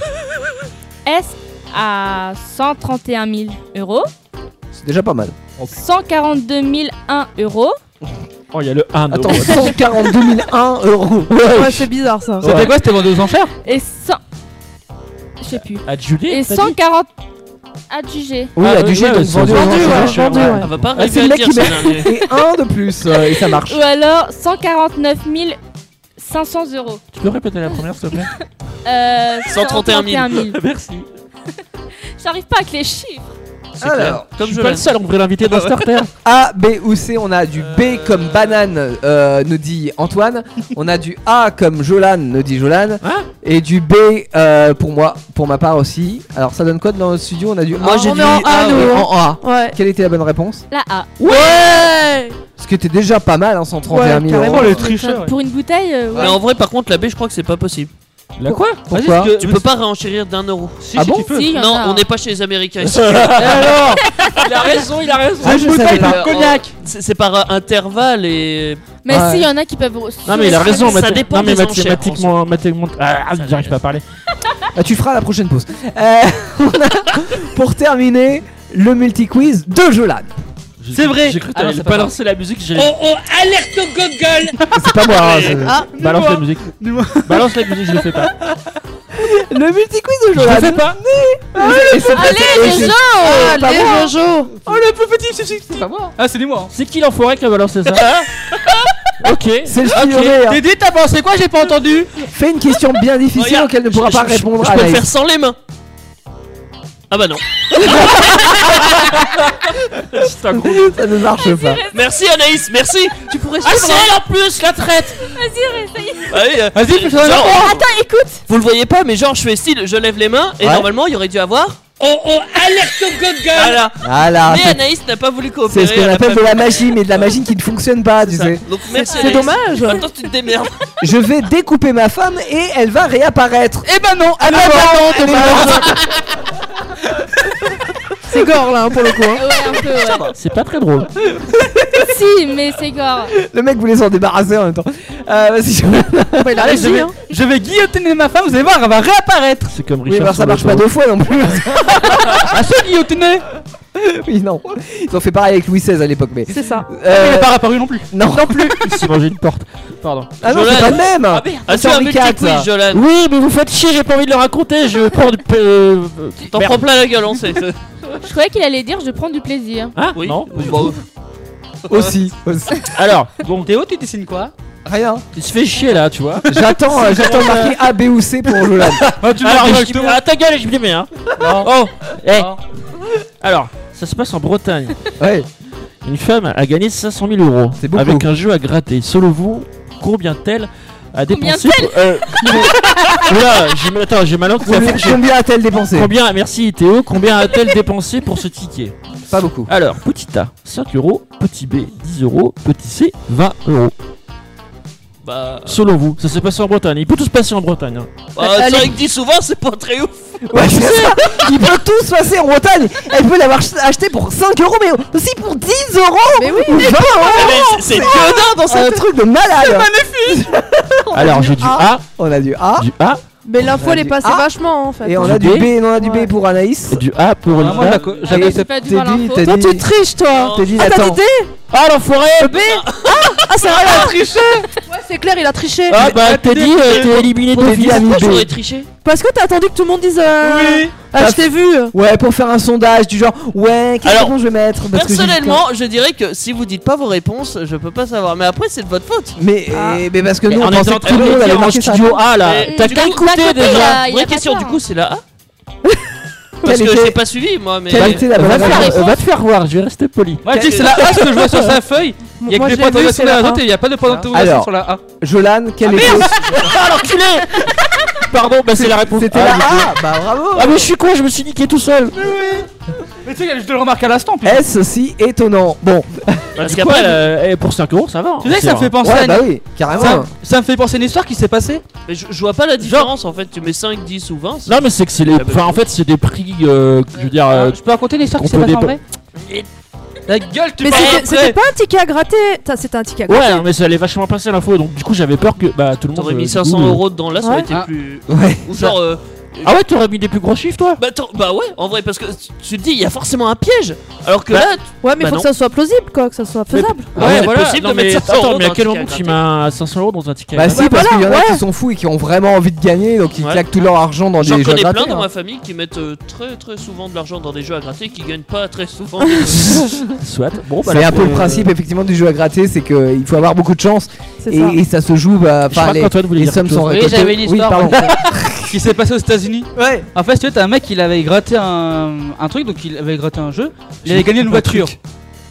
Speaker 6: Est-ce à 131 000 euros
Speaker 3: C'est déjà pas mal.
Speaker 6: 142 001 euros
Speaker 8: Oh, il y a le 1.
Speaker 3: Attends, 142 001 euros.
Speaker 4: Ouais, c'est bizarre ça.
Speaker 9: C'était quoi C'était vendu aux enchères
Speaker 6: et 100... Je sais plus.
Speaker 8: Adjugé
Speaker 6: Et
Speaker 8: t'as dit
Speaker 6: 140 adjugés.
Speaker 3: Oui,
Speaker 8: Ah,
Speaker 3: à du
Speaker 8: oui,
Speaker 3: jet,
Speaker 8: ouais,
Speaker 3: donc
Speaker 8: c'est
Speaker 3: vendu. aux
Speaker 8: vendu,
Speaker 3: enchères.
Speaker 8: ouais, vendu, ouais.
Speaker 7: On va pas
Speaker 3: Ah,
Speaker 7: arriver
Speaker 3: c'est
Speaker 7: à
Speaker 3: le
Speaker 7: le
Speaker 3: mec
Speaker 7: dire
Speaker 3: qui
Speaker 7: ça.
Speaker 3: met. [laughs] Et un de plus, euh, et ça marche.
Speaker 6: Ou alors 149 500 euros.
Speaker 8: Tu peux répéter la première, s'il te plaît
Speaker 6: Euh,
Speaker 7: 131
Speaker 6: 131 [laughs]
Speaker 7: 000.
Speaker 8: [laughs]
Speaker 6: 000.
Speaker 8: Merci.
Speaker 6: J'arrive pas avec les chiffres.
Speaker 7: C'est
Speaker 3: Alors,
Speaker 7: clair.
Speaker 8: Je
Speaker 7: Comme
Speaker 8: suis
Speaker 7: je Ah
Speaker 8: pas le seul, on pourrait
Speaker 7: [laughs]
Speaker 8: l'inviter dans Starter.
Speaker 3: A, B ou C, on a du
Speaker 7: Euh.
Speaker 3: B comme banane, euh, nous dit Antoine. On a du A comme Jolan, nous dit Jolan.
Speaker 8: Hein
Speaker 3: et du B euh, pour moi, pour ma part aussi. Alors ça donne quoi dans le studio On a du
Speaker 7: Moi,
Speaker 3: A.
Speaker 7: j'ai
Speaker 3: On
Speaker 7: du
Speaker 3: est en
Speaker 7: A,
Speaker 3: A, nous,
Speaker 7: ouais.
Speaker 3: en
Speaker 8: hein.
Speaker 3: A.
Speaker 4: Ouais.
Speaker 3: Quelle était la bonne réponse
Speaker 6: La A.
Speaker 4: Ouais
Speaker 3: Ce qui était déjà pas mal, hein, 131
Speaker 4: Ouais,
Speaker 3: 000
Speaker 4: carrément,
Speaker 3: euros.
Speaker 9: le tricheur.
Speaker 6: Pour une bouteille, euh, ouais.
Speaker 7: Mais en vrai, par contre, la B, je crois que c'est pas possible.
Speaker 8: La quoi
Speaker 9: Vas-y,
Speaker 3: Pourquoi
Speaker 9: parce que-
Speaker 7: Tu peux pas réenchérir d'un euro.
Speaker 9: Si,
Speaker 3: Ah
Speaker 9: si,
Speaker 3: bon
Speaker 9: tu peux.
Speaker 6: Si, y en
Speaker 7: Non,
Speaker 6: a.
Speaker 7: on n'est pas chez les Américains
Speaker 3: [laughs]
Speaker 7: ici.
Speaker 8: Alors
Speaker 7: il a raison, il a raison.
Speaker 3: Ah, je savais pas.
Speaker 7: Euh,
Speaker 9: Cognac.
Speaker 7: on- C'est c'est par euh, intervalle et.
Speaker 6: Mais
Speaker 3: Ouais.
Speaker 6: si, il y en a qui peuvent. sur-
Speaker 8: Non, mais il a raison,
Speaker 7: Ça
Speaker 8: mathé-
Speaker 7: dépend
Speaker 8: non, mais
Speaker 7: des enchères,
Speaker 8: mathématiquement. mathématiquement... Ah, j'arrive pas à parler.
Speaker 3: Ah, tu feras la prochaine pause. Euh, [laughs] on a, pour terminer, le multi-quiz de Jolan.
Speaker 9: C'est vrai.
Speaker 8: J'ai cru que
Speaker 9: Ah non,
Speaker 8: t'allais
Speaker 9: c'est pas
Speaker 8: balancer la musique, j'ai
Speaker 3: Oh.
Speaker 7: alerte
Speaker 3: [laughs]
Speaker 7: Google
Speaker 3: C'est pas moi. hein, c'est-
Speaker 8: Ah, balance la musique. Balance la musique, je le fais pas.
Speaker 3: Le multi-quiz de Jolan.
Speaker 8: Je le fais pas.
Speaker 3: Et c'est-
Speaker 6: Allez,
Speaker 3: et c'est-
Speaker 6: les gens
Speaker 8: Ah,
Speaker 3: c'est pas moi.
Speaker 9: Oh, le plus petit, c'est C'est pas moi. Ah, c'est lui, moi.
Speaker 8: C'est qui l'enfoiré qui a
Speaker 9: [laughs]
Speaker 8: balancé ça Ok. Ah,
Speaker 3: C'est le
Speaker 8: Ok.
Speaker 3: figuré, hein.
Speaker 9: Dédé, t'as pensé quoi J'ai pas entendu.
Speaker 3: Fais une question bien difficile
Speaker 7: Regarde,
Speaker 3: auquel ne pourra
Speaker 7: je-
Speaker 3: pas
Speaker 7: je- je-
Speaker 3: répondre
Speaker 7: Je peux le
Speaker 3: Anaïs.
Speaker 7: faire sans les mains. Ah bah non.
Speaker 8: [laughs]
Speaker 3: Ça ne marche pas.
Speaker 7: Merci Anaïs, merci.
Speaker 4: Tu pourrais
Speaker 7: Ah c'est
Speaker 4: suivre, hein.
Speaker 7: elle en plus la traite.
Speaker 6: Vas-y, essaye.
Speaker 7: Ah oui, euh,
Speaker 9: Vas-y, fais
Speaker 7: genre,
Speaker 6: Attends, écoute.
Speaker 7: vous le voyez pas mais genre je fais style, je lève les mains et
Speaker 3: Ouais.
Speaker 7: normalement il y aurait dû avoir Oh oh, alerte au Gogol Voilà.
Speaker 3: Voilà,
Speaker 7: Mais
Speaker 3: c'est-
Speaker 7: Anaïs n'a pas voulu coopérer.
Speaker 3: C'est ce qu'on
Speaker 7: elle a
Speaker 3: appelle
Speaker 7: pas
Speaker 3: de la
Speaker 7: voulu-
Speaker 3: magie, mais de la magie qui ne fonctionne pas, tu sais.
Speaker 7: Donc merci
Speaker 3: C'est
Speaker 7: Anaïs.
Speaker 3: dommage.
Speaker 7: Maintenant tu te démerdes.
Speaker 3: Je vais découper ma femme et elle va réapparaître. Eh ben non, elle
Speaker 7: non,
Speaker 3: C'est gore là hein, pour le coup. hein.
Speaker 6: Ouais, un peu, ouais.
Speaker 3: C'est pas très drôle.
Speaker 6: si, mais c'est gore.
Speaker 3: Le mec voulait s'en débarrasser en même temps. Euh, vas-y. Ah,
Speaker 6: il a
Speaker 9: Allez, je,
Speaker 6: réussi,
Speaker 9: vais,
Speaker 6: hein.
Speaker 9: je vais guillotiner ma femme, vous allez voir, elle va réapparaître.
Speaker 8: C'est comme
Speaker 3: Oui, alors ça marche pas deux fois non plus. [laughs]
Speaker 9: Ah, c'est guillotiné
Speaker 3: Oui, non. Ils ont fait pareil avec Louis XVI à l'époque, mais. Euh,
Speaker 4: C'est ça.
Speaker 9: Elle n'est pas réapparue non plus.
Speaker 3: Non.
Speaker 9: Non plus.
Speaker 8: Il s'est mangé une porte. Pardon.
Speaker 3: Ah non, c'est pas le même
Speaker 7: Ah, c'est
Speaker 8: Henri
Speaker 7: un multi-quiz,
Speaker 8: IV, ça.
Speaker 7: Jolan.
Speaker 8: Oui, mais vous faites chier, j'ai pas envie de le raconter. Je prends du. p- euh, euh,
Speaker 7: T'en
Speaker 8: merde.
Speaker 7: prends plein la gueule, hein, on sait.
Speaker 6: Je croyais qu'il allait dire je prends du plaisir.
Speaker 8: Ah oui. Non. [laughs]
Speaker 7: Bon,
Speaker 3: Aussi, aussi.
Speaker 8: Alors,
Speaker 9: bon, Théo, tu dessines quoi
Speaker 3: Rien.
Speaker 8: Tu te fais chier là, tu vois.
Speaker 3: J'attends, euh, j'attends marquer A, B ou C pour Jolan.
Speaker 8: Ah,
Speaker 7: tu me la remarques, Thomas.
Speaker 8: ta gueule, je me dis, mais, hein. Oh, eh. Alors, ça se passe en Bretagne.
Speaker 3: Ouais.
Speaker 8: Une femme a gagné 500 000 euros
Speaker 3: beaucoup.
Speaker 8: avec un jeu à gratter. Selon vous, combien tel a dépensé
Speaker 6: tel
Speaker 8: pour- euh, [laughs] Oula, j'ai mal- attends, j'ai mal entendu.
Speaker 3: Combien- combien a-t-elle dépensé
Speaker 8: Combien Merci Théo. Combien a-t-elle dépensé pour ce ticket
Speaker 3: Pas beaucoup.
Speaker 8: Alors, petit A, 5 euros. Petit B, 10 euros. Petit C, 20 euros.
Speaker 7: Bah.
Speaker 8: Selon vous, ça s'est passé en Bretagne. Il peut tout se passer en Bretagne. hein.
Speaker 7: Bah, c'est vrai que dit souvent, c'est pas très ouf.
Speaker 3: Ouais, je sais, il peut tout se passer en Bretagne. Elle peut l'avoir ch- acheté pour 5 euros, mais aussi pour 10 euros
Speaker 4: Mais oui.
Speaker 3: ou hein. 20 euros.
Speaker 7: Mais c'est- c'est déodorant dans
Speaker 3: un
Speaker 7: cette-
Speaker 3: truc de malade. hein.
Speaker 8: Alors, j'ai du A,
Speaker 3: Ah, On a du A,
Speaker 8: du A
Speaker 4: Mais l'info
Speaker 3: On a
Speaker 4: elle est
Speaker 3: du
Speaker 4: passée
Speaker 3: A
Speaker 4: vachement en fait.
Speaker 3: Ah, et on
Speaker 8: Du
Speaker 3: a du
Speaker 8: B.
Speaker 3: B, et on a du B pour Anaïs.
Speaker 8: et du A pour
Speaker 9: Ah, moi, je
Speaker 8: Olivia.
Speaker 9: la co- je la
Speaker 3: Et
Speaker 9: connaissais
Speaker 6: pas du
Speaker 3: t'es
Speaker 6: voir
Speaker 3: dit-
Speaker 6: l'info.
Speaker 3: t'es
Speaker 4: Toi
Speaker 3: dit-
Speaker 4: tu triches toi
Speaker 3: t'es dit,
Speaker 4: Ah t'as
Speaker 3: Nathan.
Speaker 4: dit
Speaker 8: Ah, l'enfoiré
Speaker 4: B Ah c'est vrai, il a triché Ouais c'est clair, il a triché
Speaker 8: Ah, bah, t'es dit, euh, t'es éliminé
Speaker 3: T'es
Speaker 8: de
Speaker 3: dit ami
Speaker 7: Moi,
Speaker 3: B.
Speaker 7: j'aurais triché.
Speaker 4: Parce que t'as attendu que tout le monde dise euh,
Speaker 9: Oui.
Speaker 4: Ah je t'ai vu
Speaker 3: Ouais, pour faire un sondage du genre, ouais, quel
Speaker 7: Alors,
Speaker 3: nom je vais mettre parce que j'ai dit
Speaker 7: Personnellement, je dirais que si vous dites pas vos réponses, je peux pas savoir. Mais après, c'est de votre faute.
Speaker 3: quel. mais,
Speaker 4: Ah.
Speaker 3: eh, mais parce que
Speaker 8: Mais
Speaker 3: nous on
Speaker 8: on était
Speaker 3: pensait
Speaker 8: en
Speaker 3: que tout
Speaker 8: train
Speaker 3: le monde
Speaker 8: de
Speaker 3: allait
Speaker 8: dire en
Speaker 3: marquer ça.
Speaker 8: studio A là.
Speaker 7: Mais
Speaker 8: T'as
Speaker 7: du
Speaker 8: qu'à
Speaker 7: coup,
Speaker 6: d'un
Speaker 8: écouter
Speaker 6: côté,
Speaker 8: déjà.
Speaker 6: Ah, il a
Speaker 7: Vraie
Speaker 6: pas
Speaker 7: question,
Speaker 6: tort.
Speaker 7: du coup,
Speaker 3: [laughs]
Speaker 7: c'est la A. Parce
Speaker 3: Quelle
Speaker 7: que
Speaker 3: était-
Speaker 7: j'ai pas suivi, moi, mais.
Speaker 3: Quelle était la bonne
Speaker 8: Va te,
Speaker 6: la
Speaker 3: réponse
Speaker 8: faire,
Speaker 6: réponse.
Speaker 8: va te faire voir, je vais rester poli.
Speaker 9: Moi, je dis que c'est la A ce que je vois sur sa feuille. Il y a
Speaker 4: Moi,
Speaker 9: que des
Speaker 4: je l'ai vu,
Speaker 9: points
Speaker 4: c'est la
Speaker 9: à
Speaker 4: fin.
Speaker 9: noter, il n'y a pas de points d'interrogation
Speaker 3: Alors.
Speaker 9: sur la A.
Speaker 3: Jolan, quelle est
Speaker 8: Ah, l'enculé Pardon, bah c'est la réponse.
Speaker 3: C'était
Speaker 8: Ah,
Speaker 3: la
Speaker 8: mais-
Speaker 3: A Bah bravo
Speaker 8: Ah, mais je suis con, je me suis niqué tout seul. Eh,
Speaker 9: Mais tu sais, je te le remarque à l'instant. putain.
Speaker 3: Est-ce si étonnant Bon,
Speaker 8: Parce
Speaker 7: Parce
Speaker 8: qu'après,
Speaker 7: qu'après,
Speaker 8: euh, eh, pour 5 euros, ça va. hein.
Speaker 9: Tu sais que ça me fait penser à
Speaker 3: ouais,
Speaker 9: une-
Speaker 3: bah oui, carrément.
Speaker 9: ça, ça me fait penser à une histoire qui s'est passée.
Speaker 7: Mais je, je vois pas la différence en fait. Tu mets 5, 10 ou 20. c'est-
Speaker 8: Non, mais c'est que c'est les. Enfin, en fait, c'est des prix. euh, je veux dire. euh,
Speaker 9: je peux raconter une histoire
Speaker 8: qu'on
Speaker 9: qui s'est
Speaker 8: peut
Speaker 9: passée en
Speaker 8: dépa-
Speaker 9: vrai La gueule, tu
Speaker 4: Mais
Speaker 9: parles
Speaker 4: c'était-
Speaker 9: après.
Speaker 4: c'était pas un ticket à gratter Ça, C'était un ticket à gratter
Speaker 8: Ouais, non, mais ça allait vachement passer l'info, donc du coup, j'avais peur que bah, tout le monde.
Speaker 7: T'aurais
Speaker 8: euh,
Speaker 7: mis 500
Speaker 8: ouh.
Speaker 7: euros dedans là, ça aurait été
Speaker 9: Ah.
Speaker 7: plus.
Speaker 3: Ouais.
Speaker 7: Ou genre. euh,
Speaker 8: Ah ouais, t'aurais mis des plus gros chiffres, toi
Speaker 7: Bah, attends, bah ouais, en vrai, parce que tu- tu te dis, il y a forcément un piège. Alors que
Speaker 8: Bah,
Speaker 7: là,
Speaker 4: Ouais mais
Speaker 7: Bah
Speaker 4: faut que
Speaker 7: non.
Speaker 4: ça soit plausible quoi, que ça soit faisable
Speaker 8: Ah
Speaker 7: ouais,
Speaker 8: c'est
Speaker 7: voilà.
Speaker 8: possible
Speaker 7: Non,
Speaker 8: de mettre
Speaker 7: mais
Speaker 8: 500
Speaker 7: attends,
Speaker 8: euros
Speaker 7: mais à
Speaker 8: dans
Speaker 7: quel
Speaker 8: un
Speaker 7: moment
Speaker 8: ticket
Speaker 7: tu
Speaker 8: à gratter 500 euros dans un ticket à
Speaker 3: Bah
Speaker 8: gratter
Speaker 3: si, parce
Speaker 4: voilà,
Speaker 3: qu'il y en a qui
Speaker 4: ouais.
Speaker 3: sont fous et qui ont vraiment envie de gagner, donc ils
Speaker 7: Ouais.
Speaker 3: claquent tout leur argent dans
Speaker 7: j'en
Speaker 3: des jeux
Speaker 7: connais
Speaker 3: gratuits.
Speaker 7: plein dans ma famille qui mettent euh, très très souvent de l'argent dans des jeux à gratter qui gagnent pas très souvent. Et
Speaker 8: Soit. Bon, bah
Speaker 3: C'est
Speaker 8: là,
Speaker 3: un peu le
Speaker 8: euh,
Speaker 3: principe effectivement du jeu à gratter, c'est qu'il faut avoir beaucoup de chance
Speaker 4: C'est
Speaker 3: et
Speaker 4: ça.
Speaker 3: et ça se joue. bah,
Speaker 8: Je crois
Speaker 3: Enfin, les,
Speaker 8: qu'Antoine voulait
Speaker 3: les
Speaker 8: dire
Speaker 3: sommes
Speaker 8: quelque
Speaker 3: sont
Speaker 8: chose.
Speaker 9: Oui,
Speaker 3: récoltées.
Speaker 9: j'avais euh, une histoire, [laughs]
Speaker 3: pardon.
Speaker 9: qui s'est passée aux États-Unis.
Speaker 3: ouais.
Speaker 9: En fait, tu vois, t'as un mec qui avait gratté un, un truc, donc il avait gratté un jeu, il avait gagné une voiture.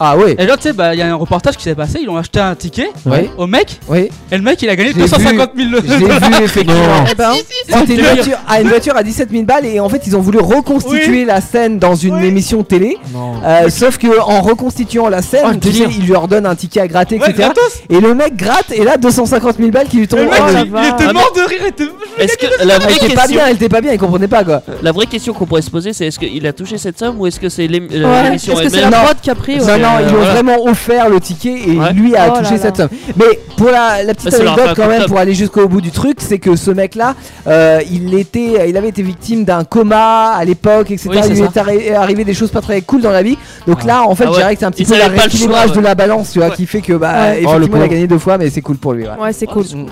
Speaker 3: Ah ouais.
Speaker 9: Et genre, tu sais, bah, il y a un reportage qui s'est passé, ils ont acheté un ticket
Speaker 3: Ouais.
Speaker 9: au mec,
Speaker 3: Oui,
Speaker 9: et le mec il a gagné
Speaker 3: J'ai vu.
Speaker 9: 250 000
Speaker 3: je l'ai
Speaker 9: dollars.
Speaker 3: vu effectivement.
Speaker 4: Eh ben,
Speaker 3: C'était une voiture, ah, une voiture à 17 000 balles et en fait ils ont voulu reconstituer la scène dans une émission télé.
Speaker 8: Non.
Speaker 3: Euh, sauf que en reconstituant la scène,
Speaker 8: Oh, le
Speaker 3: tu sais,
Speaker 8: délire.
Speaker 3: il lui ordonne un ticket à gratter,
Speaker 9: Ouais,
Speaker 3: etc.
Speaker 9: gratos.
Speaker 3: Et le mec gratte et là 250 000 balles qui lui
Speaker 9: Le
Speaker 3: tombent.
Speaker 9: mec,
Speaker 3: Ah,
Speaker 9: il,
Speaker 3: ouais.
Speaker 9: il était mort de rire, il était.
Speaker 7: Est-ce que la
Speaker 3: Elle
Speaker 7: vraie
Speaker 3: était pas
Speaker 7: question,
Speaker 3: bien, elle était pas bien, il comprenait pas quoi.
Speaker 7: la vraie question qu'on pourrait se poser, c'est est-ce qu'il a touché cette somme ou est-ce que c'est l'ém-
Speaker 4: ouais.
Speaker 7: euh,
Speaker 4: Est-ce
Speaker 7: l'émission
Speaker 4: que c'est
Speaker 7: elle-même
Speaker 4: la
Speaker 3: Non.
Speaker 4: prod qui a pris ouais.
Speaker 3: Non, non, ils lui ont
Speaker 7: voilà.
Speaker 3: vraiment offert le ticket et
Speaker 7: Ouais.
Speaker 3: lui a
Speaker 4: Oh là
Speaker 3: touché
Speaker 4: là.
Speaker 3: cette somme. Mais pour la, la petite
Speaker 7: Bah, ça leur a
Speaker 3: anecdote
Speaker 7: fait un
Speaker 3: quand même,
Speaker 7: comptable.
Speaker 3: pour aller jusqu'au bout du truc, c'est que ce mec-là, euh, il était, il avait été victime d'un coma à l'époque, etc.
Speaker 9: Oui, c'est
Speaker 3: il lui
Speaker 9: ça.
Speaker 3: est arri- arrivé des choses pas très cool dans la vie. Donc
Speaker 8: Ah.
Speaker 3: là, en fait,
Speaker 7: Ah
Speaker 3: je
Speaker 7: ouais.
Speaker 3: dirais que c'est un petit
Speaker 7: Il
Speaker 3: peu le
Speaker 7: savait pas le
Speaker 3: rééquilibrage
Speaker 7: choix,
Speaker 3: de
Speaker 7: ouais.
Speaker 3: la balance, tu vois,
Speaker 7: Ouais.
Speaker 3: qui fait que bah
Speaker 4: Ouais.
Speaker 8: Oh, le
Speaker 3: effectivement, il a
Speaker 8: pauvre.
Speaker 3: gagné deux fois, mais c'est cool pour lui. ouais.
Speaker 4: Ouais, c'est cool.
Speaker 3: Mm.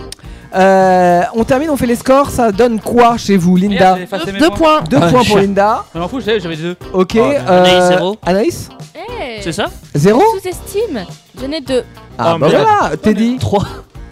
Speaker 3: Euh, on termine, on fait les scores. Ça donne quoi chez vous, Linda
Speaker 9: Merde, j'ai effacé mes
Speaker 4: Deux
Speaker 9: points.
Speaker 4: points
Speaker 3: Deux
Speaker 8: Ah,
Speaker 3: points pour
Speaker 8: chat.
Speaker 3: Linda.
Speaker 9: Je m'en fous, j'avais j'avais deux.
Speaker 3: Ok.
Speaker 9: Oh, merde.
Speaker 3: euh,
Speaker 9: [laughs]
Speaker 7: Anaïs, zéro.
Speaker 3: Anaïs,
Speaker 6: Eh,
Speaker 7: C'est ça
Speaker 3: zéro.
Speaker 6: Sous-estime. Je n'ai deux.
Speaker 3: Ah,
Speaker 8: Oh,
Speaker 3: bah
Speaker 8: merde.
Speaker 3: voilà, Teddy. 3.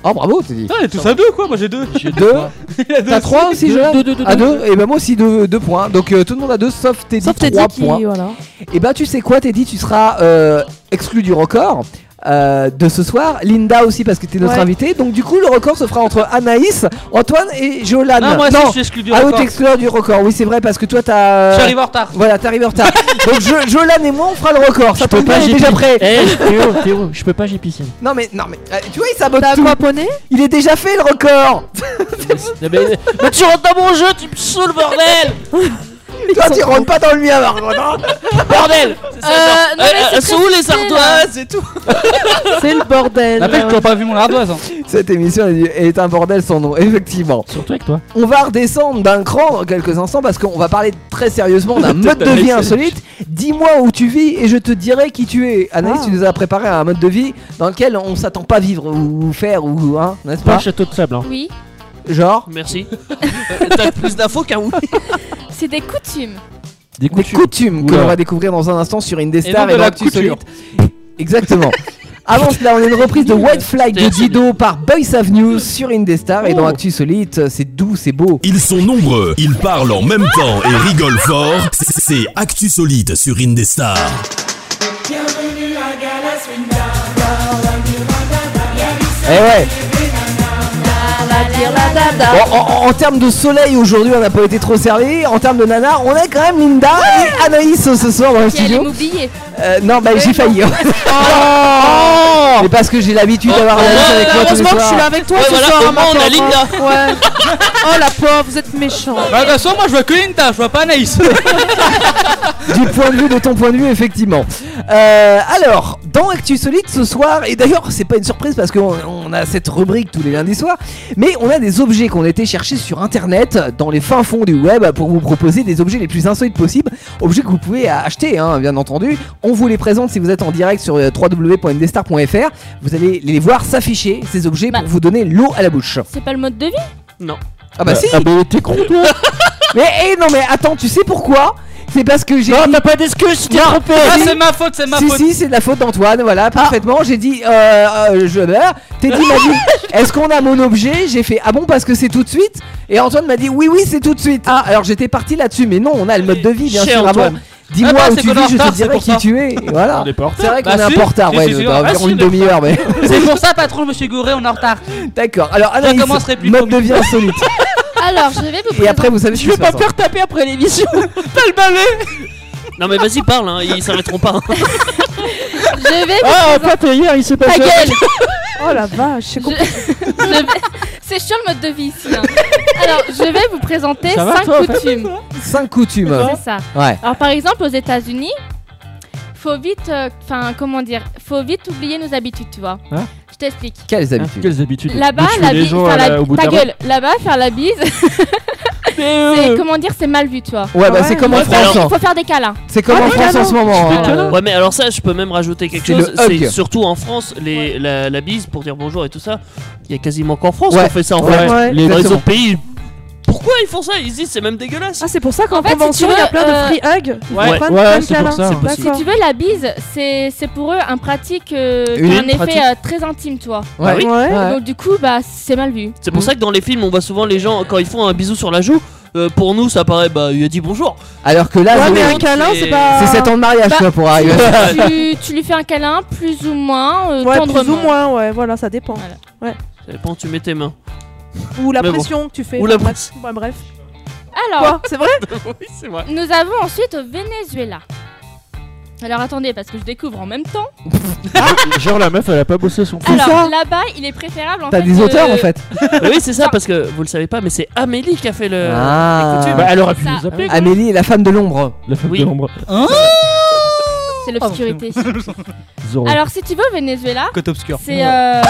Speaker 3: Oh, bravo, Teddy.
Speaker 9: Putain, il est tous à deux quoi, moi j'ai deux.
Speaker 8: J'ai deux.
Speaker 3: 2.
Speaker 8: points.
Speaker 9: Il a deux.
Speaker 3: T'as 3 aussi,
Speaker 8: Deux,
Speaker 3: Jolan
Speaker 8: deux, deux, deux,
Speaker 3: À
Speaker 8: deux.
Speaker 3: 2. Et bah, moi aussi, 2 points. Donc, euh, tout le monde a 2 sauf Teddy.
Speaker 4: Sauf Teddy
Speaker 3: trois
Speaker 4: qui
Speaker 3: points.
Speaker 4: voilà.
Speaker 3: Et bah, tu sais quoi, Teddy, tu seras euh, exclu du record. euh, de ce soir. Linda aussi parce que t'es notre
Speaker 7: Ouais.
Speaker 3: invitée. Donc du coup le record se fera entre Anaïs, Antoine et Jolan.
Speaker 7: Non, moi aussi, je suis exclu du
Speaker 3: ah oui
Speaker 7: record.
Speaker 3: t'es exclu du record. Oui c'est vrai parce que toi t'as. euh,
Speaker 7: J'arrive en retard.
Speaker 3: Voilà t'arrives en
Speaker 7: [laughs]
Speaker 3: retard. Donc Jo- Jolan et moi on fera le record. Ça tombe bien, il est déjà prêt.
Speaker 7: Eh,
Speaker 8: Théo, Théo, je peux pas, j'ai piscine.
Speaker 3: Non mais non mais euh, tu vois il sabote tout. Il est déjà fait le record.
Speaker 8: Mais, mais-
Speaker 7: Mais Bah, tu rentres dans mon jeu, tu me saoules, bordel
Speaker 3: Toi tu rentres pas dans le mien par contre. hein.
Speaker 7: Bordel C'est ça, genre,
Speaker 3: non,
Speaker 7: Oh euh,
Speaker 3: mais c'est
Speaker 7: euh,
Speaker 3: très
Speaker 7: Sont où les
Speaker 3: facile,
Speaker 7: ardoises et tout
Speaker 3: [laughs] C'est le bordel.
Speaker 7: N'empêche que tu n'as
Speaker 9: pas vu mon ardoise. hein.
Speaker 3: Cette émission est est un bordel sans nom, effectivement.
Speaker 8: Surtout avec toi.
Speaker 3: On va redescendre d'un cran dans quelques instants parce qu'on va parler très sérieusement
Speaker 8: [laughs]
Speaker 3: d'un mode de vie insolite. Dis-moi où tu vis et je te dirai qui tu es. Anaïs, tu nous as préparé un mode de vie dans lequel on s'attend pas à vivre ou faire ou hein, n'est-ce
Speaker 8: Pas
Speaker 3: pas
Speaker 8: un château de sable, hein.
Speaker 6: Oui,
Speaker 3: Genre
Speaker 7: Merci. Euh, T'as plus d'infos qu'un oui.
Speaker 6: c'est des coutumes.
Speaker 8: des
Speaker 3: coutumes, que
Speaker 7: Oula.
Speaker 3: l'on va découvrir dans un instant sur
Speaker 7: Et non
Speaker 3: Indestar
Speaker 7: de
Speaker 3: et,
Speaker 7: la
Speaker 3: dans Actu
Speaker 7: couture.
Speaker 3: Solide.
Speaker 7: [laughs]
Speaker 3: Exactement. Avant cela, on a une reprise de White Flag de Dido par Boys Avenue sur Indestar et dans Actu Solide. C'est doux, c'est beau.
Speaker 11: Ils sont nombreux, ils parlent en même temps et rigolent fort. C'est Actu Solide sur Indestar.
Speaker 10: Bienvenue à Galas
Speaker 3: Eh ouais. Bon, en, en- en termes de soleil aujourd'hui, on n'a pas été trop servi. En termes de nanar, on a quand même Linda et Anaïs euh, ce soir dans le
Speaker 6: Qui allait
Speaker 3: studio.
Speaker 6: m'oublier.
Speaker 3: Euh, non, bah j'ai failli. hein.
Speaker 4: [laughs]
Speaker 3: Mais parce que j'ai l'habitude d'avoir
Speaker 7: Oh,
Speaker 3: Anaïs avec moi tous les
Speaker 4: Heureusement que je
Speaker 3: soirs.
Speaker 4: suis là avec toi
Speaker 7: Ouais,
Speaker 4: ce
Speaker 7: voilà,
Speaker 4: soir.
Speaker 7: au moins, on a
Speaker 4: Marc,
Speaker 7: Linda.
Speaker 4: enfin. Ouais. Oh la pauvre, vous êtes méchant.
Speaker 9: Bah, de toute façon, moi je vois que Linda, je vois pas [laughs]
Speaker 3: [laughs]
Speaker 9: Anaïs.
Speaker 3: du point de vue de ton point de vue, effectivement. Euh, alors, dans Actu Solide ce soir, et d'ailleurs, c'est pas une surprise parce qu'on on a cette rubrique tous les lundis soirs, mais on a des objets qu'on a été chercher sur internet, dans les fins fonds du web, pour vous proposer des objets les plus insolites possibles. Objets que vous pouvez acheter, hein, bien entendu. On vous les présente si vous êtes en direct sur euh, www.indestar.fr. Vous allez les voir s'afficher, ces objets, pour vous donner l'eau à la bouche.
Speaker 6: C'est pas le mode de vie
Speaker 7: Non.
Speaker 3: Ah bah si
Speaker 8: Ah bah t'es con toi
Speaker 3: [laughs] Mais eh, non mais attends, tu sais pourquoi C'est parce que j'ai. Non,
Speaker 8: t'as pas d'excuse,
Speaker 3: tu trompé
Speaker 9: Ah, c'est ma faute, c'est ma
Speaker 3: si,
Speaker 9: faute.
Speaker 3: si, c'est de la faute d'Antoine, voilà, parfaitement. J'ai dit, euh, euh, je meurs. Teddy m'a dit, est-ce qu'on a mon objet J'ai fait, ah bon, parce que c'est tout de suite Et Antoine m'a dit, oui, oui, c'est tout de suite. Ah, alors j'étais parti là-dessus, mais non, on a le mode de vie, bien
Speaker 7: Cher
Speaker 3: sûr,
Speaker 7: Antoine.
Speaker 3: avant. Dis-moi
Speaker 7: Ah bah,
Speaker 3: où
Speaker 7: c'est
Speaker 3: tu
Speaker 7: qu'on est en
Speaker 3: vis, je te
Speaker 7: retard, c'est
Speaker 3: dirai
Speaker 7: pour
Speaker 3: qui
Speaker 7: ça.
Speaker 3: tu es. et voilà.
Speaker 8: On est pas en retard.
Speaker 3: C'est vrai qu'on
Speaker 7: Bah,
Speaker 3: est un
Speaker 7: si,
Speaker 3: peu en retard,
Speaker 7: si,
Speaker 3: ouais,
Speaker 7: si, si,
Speaker 3: dans
Speaker 7: ah,
Speaker 3: environ
Speaker 7: si,
Speaker 3: une
Speaker 7: de-
Speaker 3: demi-heure, mais.
Speaker 9: [laughs] C'est pour ça, patron, je me suis gouré, on est en retard.
Speaker 3: D'accord, alors
Speaker 9: Je
Speaker 3: Anaïs,
Speaker 9: recommencerai plus,
Speaker 3: mode de vie insolite.
Speaker 6: Alors, je vais vous
Speaker 3: Et après, vous savez ce
Speaker 7: Je
Speaker 3: qui
Speaker 7: vais
Speaker 3: se
Speaker 7: pas
Speaker 3: passe.
Speaker 7: me faire taper après l'émission T'as le balai Non mais vas-y parle, hein, ils s'arrêteront pas.
Speaker 3: [laughs]
Speaker 6: Je vais vous
Speaker 8: Ah, en fait, hier, il s'est passé.
Speaker 4: Oh la vache, c'est compliqué.
Speaker 6: Je vais- C'est chiant le mode de vie ici. hein. Alors, je vais vous présenter
Speaker 3: Ça va,
Speaker 6: 5
Speaker 3: toi, en fait
Speaker 6: coutumes.
Speaker 3: 5 coutumes.
Speaker 6: C'est ça.
Speaker 3: Ouais.
Speaker 6: Alors, par exemple, aux États-Unis, faut vite. euh, Enfin, comment dire Faut vite oublier nos habitudes, tu vois.
Speaker 8: Hein
Speaker 6: Je t'explique. Ah.
Speaker 3: Quelles habitudes
Speaker 8: Ah, Quelles habitudes
Speaker 6: Là-bas,
Speaker 8: Tu tues
Speaker 6: la
Speaker 8: les
Speaker 6: bise.
Speaker 8: gens,
Speaker 6: enfin, la
Speaker 8: euh,
Speaker 6: bi-
Speaker 8: au bout de
Speaker 6: Ta
Speaker 8: la
Speaker 6: gueule. Là-bas, faire la
Speaker 3: [laughs]
Speaker 6: bise. c'est comment dire C'est mal vu, tu vois.
Speaker 3: Ouais, bah, c'est comme en
Speaker 6: Faut-
Speaker 3: France, hein.
Speaker 6: Faut faire des câlins.
Speaker 3: C'est comme
Speaker 4: Ah,
Speaker 3: en France en ce moment. hein.
Speaker 7: Ouais, mais alors ça, je peux même rajouter quelque
Speaker 3: C'est
Speaker 7: chose.
Speaker 3: le hug.
Speaker 7: C'est surtout en France, les, la, la bise pour dire bonjour et tout ça. Il y a quasiment qu'en France
Speaker 3: Ouais.
Speaker 7: qu'on fait ça en
Speaker 3: Ouais,
Speaker 7: fait.
Speaker 3: ouais,
Speaker 7: les dans les
Speaker 3: exactement.
Speaker 7: autres pays. Pourquoi ils font ça Ils se disent c'est même dégueulasse.
Speaker 4: Ah, c'est pour ça qu'en
Speaker 6: En fait, si
Speaker 4: convention,
Speaker 6: tu
Speaker 4: il y a
Speaker 6: veux,
Speaker 4: plein
Speaker 6: euh,
Speaker 4: de free hugs. Ils
Speaker 7: Ouais.
Speaker 4: font plein de
Speaker 8: Ouais,
Speaker 4: plein de
Speaker 8: c'est pour
Speaker 4: câlins.
Speaker 7: hein.
Speaker 8: ça. C'est
Speaker 6: Si
Speaker 4: D'accord.
Speaker 6: tu veux, la bise, c'est c'est pour eux un pratique, euh, qui a
Speaker 7: Une
Speaker 6: un effet
Speaker 7: pratique.
Speaker 6: euh, très intime, tu vois.
Speaker 7: Ouais. Ah oui.
Speaker 4: Ouais.
Speaker 6: Donc, du coup, bah, c'est mal
Speaker 7: [laughs]
Speaker 6: vu.
Speaker 7: C'est pour
Speaker 3: Hmm.
Speaker 7: ça que dans les films, on voit souvent les gens quand ils font un bisou sur la joue. euh, pour nous, ça paraît bah il a dit bonjour.
Speaker 3: Alors que là,
Speaker 4: Ouais,
Speaker 3: vous-
Speaker 4: mais un câlin, c'est pas.
Speaker 3: c'est 7 ans de mariage,
Speaker 6: Bah,
Speaker 3: quoi, pour arriver.
Speaker 6: tu, tu lui fais un câlin, plus ou moins, euh,
Speaker 4: Ouais,
Speaker 6: tendrement.
Speaker 4: plus ou moins, ouais, voilà, ça dépend.
Speaker 6: Voilà.
Speaker 7: Ça dépend où tu mets tes mains.
Speaker 4: Ou la
Speaker 7: Mais bon.
Speaker 4: pression que tu fais.
Speaker 7: Ou la
Speaker 4: bref.
Speaker 7: pression.
Speaker 4: Ouais, bref.
Speaker 6: Alors,
Speaker 4: Quoi C'est vrai
Speaker 7: [laughs] oui, c'est vrai.
Speaker 6: nous avons ensuite au Venezuela. Alors attendez, parce que je découvre en même temps.
Speaker 8: [laughs] Genre, la meuf, elle a pas bossé son
Speaker 3: C'est ça
Speaker 6: Alors là-bas, il est préférable en
Speaker 3: T'as
Speaker 6: fait,
Speaker 3: des
Speaker 6: de-
Speaker 3: auteurs en fait.
Speaker 7: [laughs] oui, c'est ça parce que vous le savez pas, mais c'est Amélie qui a fait le.
Speaker 3: Ah.
Speaker 7: les coutumes.
Speaker 8: Bah, elle aurait pu
Speaker 6: Ça.
Speaker 8: nous appeler.
Speaker 3: Amélie est la femme de l'ombre.
Speaker 8: La femme
Speaker 7: Oui.
Speaker 8: de l'ombre.
Speaker 6: Hein C'est
Speaker 7: [laughs]
Speaker 6: l'obscurité.
Speaker 8: Zorro.
Speaker 6: Alors si tu veux au Venezuela,
Speaker 9: Côte obscure.
Speaker 6: c'est euh,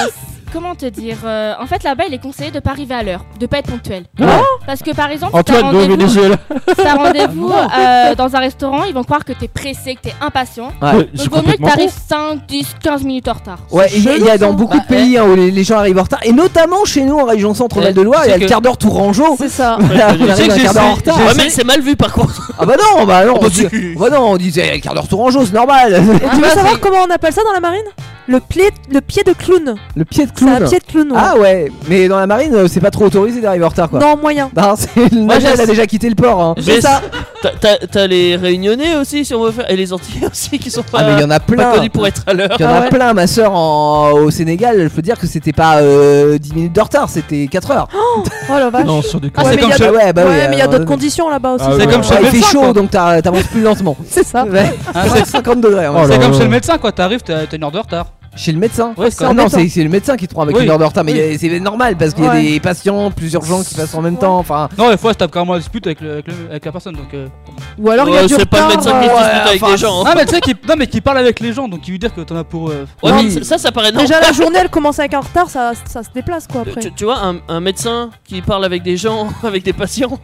Speaker 6: comment te dire euh, En fait, là-bas, il est conseillé de pas arriver à l'heure, de pas être ponctuel.
Speaker 8: Ah.
Speaker 6: Parce que par exemple, si t'as
Speaker 8: Antoine, de
Speaker 6: rendez-vous,
Speaker 8: Venezuela.
Speaker 6: t'as
Speaker 8: [laughs]
Speaker 6: rendez-vous euh, dans un restaurant, ils vont croire que t'es pressé, que t'es impatient.
Speaker 3: Ouais.
Speaker 8: C'est
Speaker 6: Donc vaut mieux que
Speaker 8: complètement
Speaker 6: t'arrives 5, 10, 15 minutes en retard.
Speaker 3: Ouais,
Speaker 6: C'est
Speaker 3: il y, a- il y a
Speaker 6: chelou,
Speaker 3: dans
Speaker 6: ça.
Speaker 3: beaucoup de pays hein, où les, les gens arrivent en retard, et notamment chez nous en région
Speaker 7: Ouais,
Speaker 3: centre-val de Loire, il y a
Speaker 7: c'est
Speaker 3: le
Speaker 7: que-
Speaker 3: quart d'heure Tourangeau.
Speaker 4: C'est
Speaker 3: [laughs]
Speaker 4: ça.
Speaker 3: Voilà, on
Speaker 7: Tu Ah, bah,
Speaker 3: arrive
Speaker 7: sais que
Speaker 3: un
Speaker 7: j'ai
Speaker 3: quart d'heure en
Speaker 7: essayé-
Speaker 3: retard.
Speaker 7: Ouais, mais c'est mal vu par contre.
Speaker 3: Ah bah non, bah non,
Speaker 7: bah
Speaker 3: on dit,
Speaker 7: si.
Speaker 3: [laughs] bah non, on disait le quart d'heure Tourangeau, c'est normal.
Speaker 4: Tu veux savoir comment on appelle ça dans la marine Le, pied, le pied de clown.
Speaker 3: Le pied de clown.
Speaker 4: C'est un pied de clown, ouais.
Speaker 3: Ah ouais, mais dans la marine, euh, c'est pas trop autorisé d'arriver en retard quoi.
Speaker 4: Non, moyen.
Speaker 3: Non, c'est- le
Speaker 7: Moi,
Speaker 3: nageur, il a
Speaker 7: j'ai-
Speaker 3: déjà quitté le port. Hein.
Speaker 7: Mais ça t'as- T'as t'as les réunionnais aussi, si on veut faire. Et les Antillais aussi, qui sont pas.
Speaker 3: Ah, mais il y en a
Speaker 7: pas
Speaker 3: plein.
Speaker 7: connus pour être à l'heure.
Speaker 3: Il
Speaker 4: Ah
Speaker 3: y en a plein, ma soeur en... au Sénégal, je peux dire que c'était pas euh, 10 minutes de retard, c'était 4 heures.
Speaker 4: Oh la vache.
Speaker 9: Non, sur des
Speaker 4: Ouais, mais il y a
Speaker 3: Ah
Speaker 4: d'autres-
Speaker 3: ouais, bah oui,
Speaker 4: ouais, mais il y a
Speaker 3: euh,
Speaker 4: d'autres conditions là-bas aussi.
Speaker 3: Ah ouais. Ouais, il fait chaud donc t'as- t'avances plus lentement.
Speaker 4: [laughs] C'est ça.
Speaker 3: Ouais.
Speaker 9: Ah,
Speaker 3: [laughs] c'est 50 degrés. hein.
Speaker 9: c'est comme chez le médecin, quoi. T'arrives, t'as t'as une heure de retard.
Speaker 3: Chez le médecin
Speaker 9: Ouais,
Speaker 3: Ah non, c'est c'est le médecin qui te prend avec
Speaker 9: Oui.
Speaker 3: une heure de retard, mais
Speaker 9: Oui.
Speaker 3: il y a- c'est normal parce qu'il y a
Speaker 9: Ouais.
Speaker 3: des patients, plusieurs gens qui passent en même temps. Enfin,
Speaker 9: Non, des fois, je tape carrément la dispute avec, le- avec, le- avec la personne, donc. euh.
Speaker 4: Ou alors, il y a du retard, euh,
Speaker 7: avec les gens, hein.
Speaker 9: Ah, mais tu sais, qui... non, mais qui parle avec les gens, donc il veut dire que t'en as pour. euh,
Speaker 7: Ouais, mais ça- ça, ça paraît non.
Speaker 4: Déjà, la journée, elle commence avec un retard, ça, ça se déplace quoi après.
Speaker 7: Tu, tu vois, un, un médecin qui parle avec des gens, [laughs] avec des patients,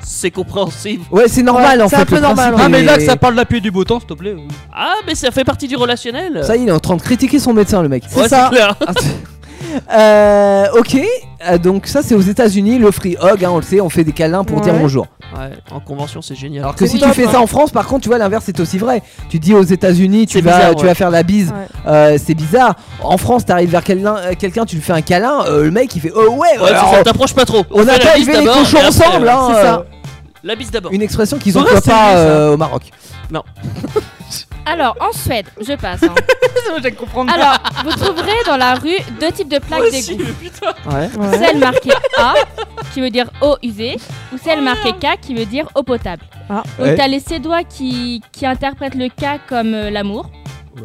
Speaker 7: c'est compréhensible.
Speaker 3: Ouais, c'est normal
Speaker 4: Ouais,
Speaker 3: en
Speaker 4: c'est
Speaker 3: fait.
Speaker 4: un peu
Speaker 3: le
Speaker 4: normal,
Speaker 3: principe
Speaker 9: Ah, mais
Speaker 3: est-
Speaker 9: là, que ça parle de la pluie et du beau temps, s'il te plaît. euh.
Speaker 7: hein. Ah, mais ça fait partie du relationnel.
Speaker 3: Ça y est, il est en train de critiquer son médecin, le mec.
Speaker 7: Ouais, c'est
Speaker 4: [laughs]
Speaker 7: clair.
Speaker 3: Euh, ok, Euh, donc ça c'est aux États-Unis, le free hug, hein, on le sait, on fait des câlins pour dire
Speaker 7: Ouais.
Speaker 3: bonjour.
Speaker 7: Ouais, en convention, c'est hein. génial.
Speaker 3: Alors que si tu fais ça en France, par contre, tu vois, l'inverse est aussi vrai. Tu dis aux États-Unis, tu,
Speaker 7: C'est
Speaker 3: vas,
Speaker 7: bizarre,
Speaker 3: tu
Speaker 7: ouais.
Speaker 3: vas faire la bise,
Speaker 7: Ouais.
Speaker 3: euh, c'est bizarre. En France, t'arrives vers quelqu'un, euh, quelqu'un, tu lui fais un câlin, euh, le mec il fait Oh ouais,
Speaker 7: Ouais,
Speaker 3: alors,
Speaker 7: c'est ça, t'approches pas trop.
Speaker 3: on
Speaker 7: fait
Speaker 3: a
Speaker 7: la
Speaker 3: pas
Speaker 7: bise
Speaker 3: élevé les
Speaker 7: d'abord,
Speaker 3: cochons
Speaker 7: et après,
Speaker 3: ensemble,
Speaker 7: euh,
Speaker 3: hein,
Speaker 7: c'est ça.
Speaker 3: euh,
Speaker 7: La bise d'abord.
Speaker 3: Une expression qu'ils
Speaker 7: Ouais,
Speaker 3: emploient
Speaker 7: c'est
Speaker 3: pas
Speaker 7: bien, ça.
Speaker 3: euh, au Maroc.
Speaker 7: Non.
Speaker 6: Alors, en Suède, je passe.
Speaker 9: [laughs]
Speaker 6: Hein. Alors, vous trouverez dans la rue deux types de plaques d'égout.
Speaker 3: Ouais.
Speaker 6: Celle marquée A, qui veut dire eau usée, ou celle marquée K, qui veut dire eau potable. Donc
Speaker 4: Ouais.
Speaker 6: t'as les Sédois qui, qui interprètent le K comme euh, l'amour,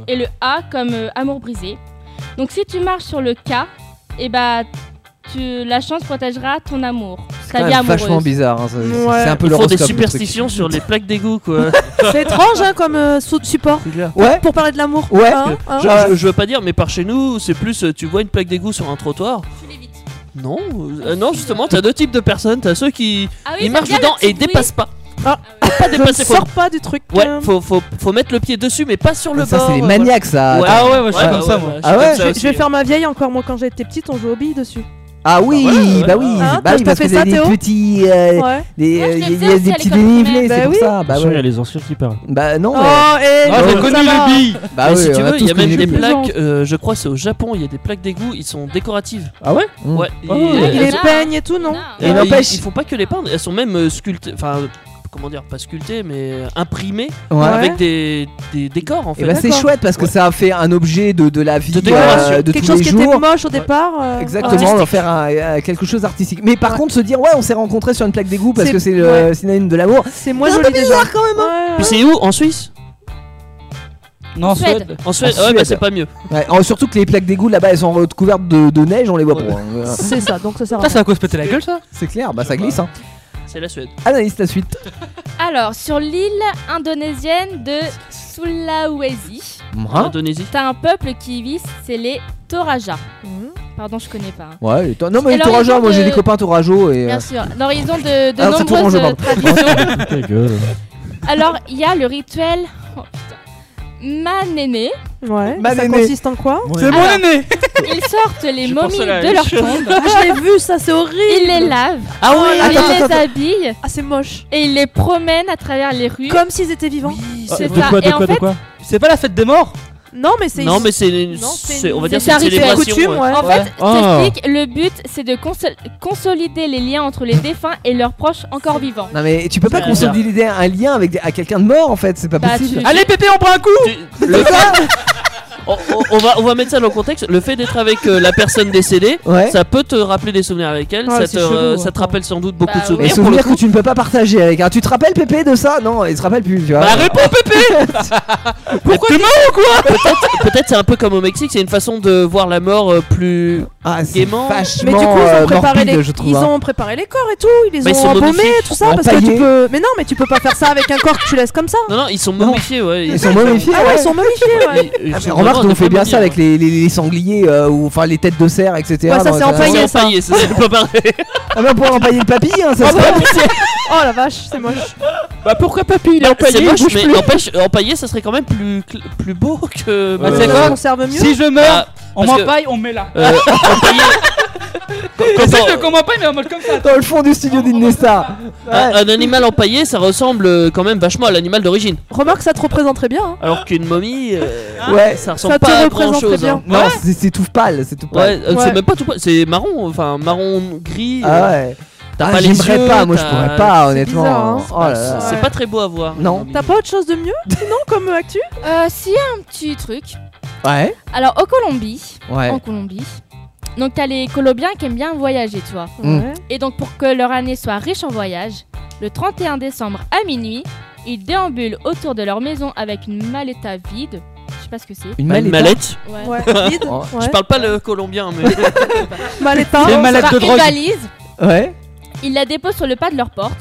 Speaker 6: et le A comme euh, amour brisé. Donc si tu marches sur le K, et bah tu, la chance protégera ton amour.
Speaker 3: C'est
Speaker 6: Ta vie amoureuse.
Speaker 3: vachement bizarre, hein, ça- c'est-
Speaker 4: Ouais.
Speaker 3: c'est un peu
Speaker 7: Ils font des
Speaker 3: l'horoscope. le truc.
Speaker 7: superstitions sur les plaques d'égout,
Speaker 3: [laughs]
Speaker 7: quoi.
Speaker 4: C'est étrange hein, comme euh, saut de support.
Speaker 3: Ouais.
Speaker 4: Pour parler de l'amour.
Speaker 3: Ouais.
Speaker 4: Hein, hein.
Speaker 7: Je, je- je veux pas dire, mais par chez nous, c'est plus euh, tu vois une plaque d'égout sur un trottoir. Non, euh, non justement, t'as deux types de personnes. T'as ceux qui
Speaker 6: Ah oui,
Speaker 7: ils
Speaker 6: ça
Speaker 7: marchent
Speaker 6: vient,
Speaker 7: dedans
Speaker 6: la
Speaker 7: et ils
Speaker 6: petite
Speaker 7: dépassent pas.
Speaker 4: Ah,
Speaker 7: faut pas
Speaker 4: je
Speaker 7: dépasser.
Speaker 4: ne sors pas du truc.
Speaker 7: Ouais,
Speaker 4: euh.
Speaker 7: faut, faut, faut mettre le pied dessus, mais pas sur le
Speaker 3: Ça,
Speaker 7: bord.
Speaker 3: c'est les
Speaker 7: euh,
Speaker 3: maniaques, ça.
Speaker 7: voilà.
Speaker 3: Attends.
Speaker 7: Ouais, ouais, ouais, je suis
Speaker 3: Ouais.
Speaker 7: comme ça, moi.
Speaker 3: Ah ouais
Speaker 7: Je suis comme
Speaker 4: Je vais-
Speaker 7: ça
Speaker 4: je vais
Speaker 7: aussi.
Speaker 4: faire ma vieille encore. Moi, quand j'étais petite, on jouait aux billes dessus.
Speaker 3: Ah oui, bah oui,
Speaker 4: Hein,
Speaker 3: bah
Speaker 4: toi, t'as
Speaker 3: oui, parce
Speaker 4: fait
Speaker 3: que t'as
Speaker 4: ça,
Speaker 3: des
Speaker 4: Théo
Speaker 3: petits, euh,
Speaker 4: Ouais.
Speaker 3: des,
Speaker 4: Moi, je
Speaker 3: euh,
Speaker 4: le
Speaker 3: il
Speaker 4: faisais
Speaker 3: y a
Speaker 4: aussi
Speaker 3: des
Speaker 4: à
Speaker 3: petits
Speaker 4: l'école primaire.
Speaker 3: dénivelés, c'est
Speaker 4: Bah
Speaker 3: pour
Speaker 4: oui.
Speaker 3: ça. Bah
Speaker 8: Attention, il y a
Speaker 3: ouais.
Speaker 8: les anciens qui parlent.
Speaker 3: Bah non.
Speaker 4: Oh,
Speaker 3: ouais.
Speaker 4: et
Speaker 3: Ah, j'ai
Speaker 4: non,
Speaker 3: connu
Speaker 4: ça
Speaker 3: les
Speaker 4: va.
Speaker 3: billes. Bah
Speaker 7: Mais
Speaker 3: oui,
Speaker 7: Eh, si tu
Speaker 3: on a
Speaker 7: veux, il y
Speaker 3: tous
Speaker 7: a
Speaker 3: connu
Speaker 7: même
Speaker 3: les
Speaker 7: des
Speaker 3: billes.
Speaker 7: plaques, euh, je crois que c'est au Japon, il y a des plaques d'égout, ils sont décoratives.
Speaker 8: Ah ouais
Speaker 7: Ouais.
Speaker 8: Oh.
Speaker 7: et-
Speaker 4: Il
Speaker 7: elles-
Speaker 4: est peigne et tout, non
Speaker 7: Et
Speaker 3: Mmh. Et
Speaker 7: euh,
Speaker 3: n'empêche-
Speaker 7: Ils, ils font pas que les peindre, elles sont même euh, sculptées. Enfin, euh, comment dire, pas sculptées, mais euh, imprimées
Speaker 3: Ouais.
Speaker 7: avec des, des décors en fait.
Speaker 3: Et bah c'est chouette parce que ça a fait un objet de, de la vie
Speaker 7: De
Speaker 3: euh,
Speaker 7: décoration.
Speaker 3: de
Speaker 4: Quelque
Speaker 3: tous
Speaker 4: chose
Speaker 3: les
Speaker 4: qui
Speaker 3: jours.
Speaker 4: était moche au départ. euh,
Speaker 3: Exactement, d'en faire un- euh, quelque chose d'artistique. Mais par contre, se dire ouais, on s'est rencontrés sur une plaque d'égout parce
Speaker 4: C'est-
Speaker 3: que c'est le
Speaker 4: ouais.
Speaker 3: synonyme de l'amour.
Speaker 4: C'est moins
Speaker 3: C'est un
Speaker 4: joli
Speaker 3: peu
Speaker 4: déjà.
Speaker 3: bizarre, quand même, hein.
Speaker 4: Ouais,
Speaker 7: Puis c'est où En Suisse
Speaker 9: Non, en
Speaker 6: Suède.
Speaker 9: Suède.
Speaker 7: En Suède,
Speaker 3: En
Speaker 7: ouais, bah
Speaker 3: Suède.
Speaker 7: c'est pas mieux.
Speaker 3: Ouais, en- surtout que les plaques d'égout là-bas, elles sont recouvertes de, de neige, on les voit pas. hein.
Speaker 4: C'est ça, donc ça sert à
Speaker 9: Ça,
Speaker 4: rien.
Speaker 9: c'est à cause péter la gueule, ça
Speaker 3: C'est clair, bah ça glisse. Hein.
Speaker 7: C'est la Suède.
Speaker 3: Analyse la suite.
Speaker 6: Alors, sur l'île indonésienne de Sulawesi,
Speaker 3: Hein
Speaker 7: Indonésie.
Speaker 6: t'as un peuple qui vit, c'est les Toraja. Pardon, je connais pas. hein.
Speaker 3: Ouais, les to- non mais
Speaker 6: Et
Speaker 3: les Toraja,
Speaker 6: l'horizon
Speaker 3: moi j'ai
Speaker 6: de-
Speaker 3: des copains Torajo et. euh,
Speaker 6: Bien sûr. Alors, ils ont de, de
Speaker 3: Alors, c'est
Speaker 6: nombreuses
Speaker 3: Tourangeau, pardon.
Speaker 6: traditions.
Speaker 8: Ta gueule.
Speaker 6: Alors, il y a le rituel oh, putain. Manéné.
Speaker 4: Ouais.
Speaker 3: Ma
Speaker 4: Ça
Speaker 3: nénée.
Speaker 4: consiste en quoi
Speaker 8: C'est
Speaker 6: mon
Speaker 9: aîné
Speaker 6: Ils sortent les
Speaker 7: Je
Speaker 6: momies
Speaker 7: pensais la
Speaker 6: de
Speaker 7: même
Speaker 6: leur
Speaker 7: chose.
Speaker 6: tombe.
Speaker 4: Ah, Je l'ai vu, ça c'est horrible.
Speaker 6: Ils les lavent,
Speaker 3: Ah ouais,
Speaker 6: ils
Speaker 3: attends,
Speaker 6: les
Speaker 3: attends, attends.
Speaker 6: habillent
Speaker 4: Ah, c'est moche.
Speaker 6: et ils les promènent à travers les rues.
Speaker 4: Comme s'ils étaient vivants.
Speaker 9: Euh,
Speaker 6: C'est
Speaker 8: De
Speaker 6: ça.
Speaker 8: quoi, de
Speaker 6: Et en
Speaker 8: quoi, de
Speaker 6: fait,
Speaker 8: quoi
Speaker 9: C'est pas la fête des morts
Speaker 4: Non, mais c'est.
Speaker 7: Non, mais c'est une.
Speaker 4: Non, c'est
Speaker 7: c'est- On va
Speaker 6: une-
Speaker 7: dire
Speaker 6: c'est
Speaker 7: c'est
Speaker 6: un
Speaker 7: une
Speaker 6: rituel.
Speaker 7: célébration.
Speaker 4: coutume,
Speaker 7: ouais.
Speaker 4: ouais.
Speaker 6: En fait,
Speaker 8: Ah.
Speaker 6: t'expliques, le but c'est de consol- consolider les liens entre les défunts et leurs proches encore vivants.
Speaker 3: [laughs] Non mais tu peux pas
Speaker 7: C'est bizarre.
Speaker 3: consolider un lien avec des- à quelqu'un de mort en fait, c'est pas
Speaker 6: Bah,
Speaker 3: possible.
Speaker 6: tu-
Speaker 9: Allez, pépé, on prend un coup
Speaker 7: Tu- le- [laughs] on, on- on va, on va mettre ça dans le contexte. Le fait d'être avec euh, la personne décédée,
Speaker 3: Ouais.
Speaker 7: ça peut te rappeler des souvenirs avec elle.
Speaker 4: Ouais,
Speaker 7: ça, te,
Speaker 4: c'est chelou,
Speaker 7: euh,
Speaker 4: hein.
Speaker 7: ça te rappelle sans doute beaucoup
Speaker 6: Bah
Speaker 7: de
Speaker 3: Et
Speaker 7: souvenirs. pour le
Speaker 3: souvenirs que
Speaker 7: coup.
Speaker 3: tu ne peux pas partager avec. un. tu te rappelles Pépé de ça Non, il se rappelle plus, tu vois.
Speaker 7: Bah réponds Pépé Pourquoi tu ou quoi Peut-être peut-être c'est un peu comme au Mexique, c'est une façon de voir la mort euh, plus...
Speaker 3: ah, c'est
Speaker 7: gaiement.
Speaker 3: vachement
Speaker 4: Mais du coup, ils
Speaker 3: euh,
Speaker 4: ont préparé,
Speaker 3: morbide,
Speaker 4: les...
Speaker 3: je trouve.
Speaker 4: ils
Speaker 3: hein.
Speaker 4: ont préparé les corps et tout, ils les
Speaker 7: Bah, ils
Speaker 4: ont
Speaker 7: sont
Speaker 4: embaumés,
Speaker 7: magnifiques.
Speaker 4: tout ça,
Speaker 3: Ils
Speaker 4: parce
Speaker 3: sont
Speaker 4: que tu
Speaker 3: empaillés.
Speaker 4: peux. Mais non, mais tu peux pas faire ça avec un corps que tu laisses comme ça.
Speaker 7: Non, non, ils sont momifiés, ouais.
Speaker 3: Ils sont momifiés.
Speaker 4: Ah ouais,
Speaker 3: ouais.
Speaker 4: ils sont
Speaker 3: [laughs]
Speaker 4: momifiés, ouais.
Speaker 7: Ils- ils
Speaker 3: Ah, mais
Speaker 7: sont
Speaker 3: remarque,
Speaker 7: vraiment
Speaker 3: on fait bien
Speaker 7: momifiés,
Speaker 3: ça avec les, les- les sangliers euh, ou enfin les têtes de cerf, etc.
Speaker 4: Ouais, ça,
Speaker 3: Dans-
Speaker 4: c'est
Speaker 3: dans-
Speaker 4: empaillé.
Speaker 7: C'est empaillé, ça, c'est pas pareil.
Speaker 3: Ah, mais on pourrait empailler le papy, hein, ça se fait.
Speaker 4: [laughs] Oh la vache, c'est
Speaker 3: [laughs]
Speaker 4: moche.
Speaker 8: Bah pourquoi papy il est empaillé
Speaker 7: C'est
Speaker 8: il
Speaker 7: moche,
Speaker 8: bouge
Speaker 7: mais
Speaker 8: plus.
Speaker 7: n'empêche, empaillé, ça serait quand même plus, cl- plus beau que.
Speaker 9: Bah, c'est quoi Si je meurs, on m'empaille,
Speaker 7: m'empaille
Speaker 9: on me met là.
Speaker 7: Bah, Euh,
Speaker 9: C'est ça qu'on m'empaille, mais en mode comme ça.
Speaker 3: Dans le fond du studio d'Inesta.
Speaker 7: Un, un animal empaillé, ça ressemble euh, quand même vachement à l'animal d'origine.
Speaker 4: Remarque, ça te représente très bien. hein.
Speaker 7: Alors qu'une momie, euh,
Speaker 3: Ouais.
Speaker 7: ça ressemble
Speaker 4: Ça te
Speaker 7: pas à
Speaker 4: représente
Speaker 7: grand chose. hein.
Speaker 4: très
Speaker 3: Non, c'est- c'est tout pâle, c'est tout
Speaker 7: Ouais,
Speaker 3: pâle.
Speaker 7: euh,
Speaker 4: Ouais.
Speaker 7: c'est même pas tout. pa- C'est marron, enfin marron gris.
Speaker 3: Ah
Speaker 7: euh,
Speaker 3: ouais.
Speaker 7: T'as
Speaker 3: Ah,
Speaker 7: pas les
Speaker 3: j'aimerais
Speaker 7: yeux,
Speaker 3: pas, moi, je
Speaker 7: t'as-
Speaker 3: pourrais pas, honnêtement.
Speaker 4: bizarre, hein.
Speaker 3: Oh là là.
Speaker 7: C'est pas très beau à voir.
Speaker 3: Non.
Speaker 4: T'as pas autre chose de mieux sinon comme euh, actu
Speaker 6: Euh, s'il y a un petit truc.
Speaker 3: Ouais.
Speaker 6: Alors, au Colombie,
Speaker 3: Ouais.
Speaker 6: en Colombie, donc t'as les Colombiens qui aiment bien voyager, tu vois.
Speaker 3: Mm. Ouais.
Speaker 6: Et donc, pour que leur année soit riche en voyage, le 31 décembre à minuit, ils déambulent autour de leur maison avec une malletta vide. Je sais pas ce que c'est.
Speaker 3: Bah, Une mallette
Speaker 7: mallette
Speaker 6: Ouais.
Speaker 7: [laughs]
Speaker 4: Ouais, vide,
Speaker 7: Oh.
Speaker 4: ouais.
Speaker 7: Je parle pas le colombien,
Speaker 4: [laughs]
Speaker 7: mais.
Speaker 4: Maletta.
Speaker 7: Des mallettes
Speaker 6: Ça
Speaker 7: de
Speaker 6: va,
Speaker 7: drogue.
Speaker 6: Une valise.
Speaker 3: Ouais.
Speaker 6: Ils la déposent sur le pas de leur porte.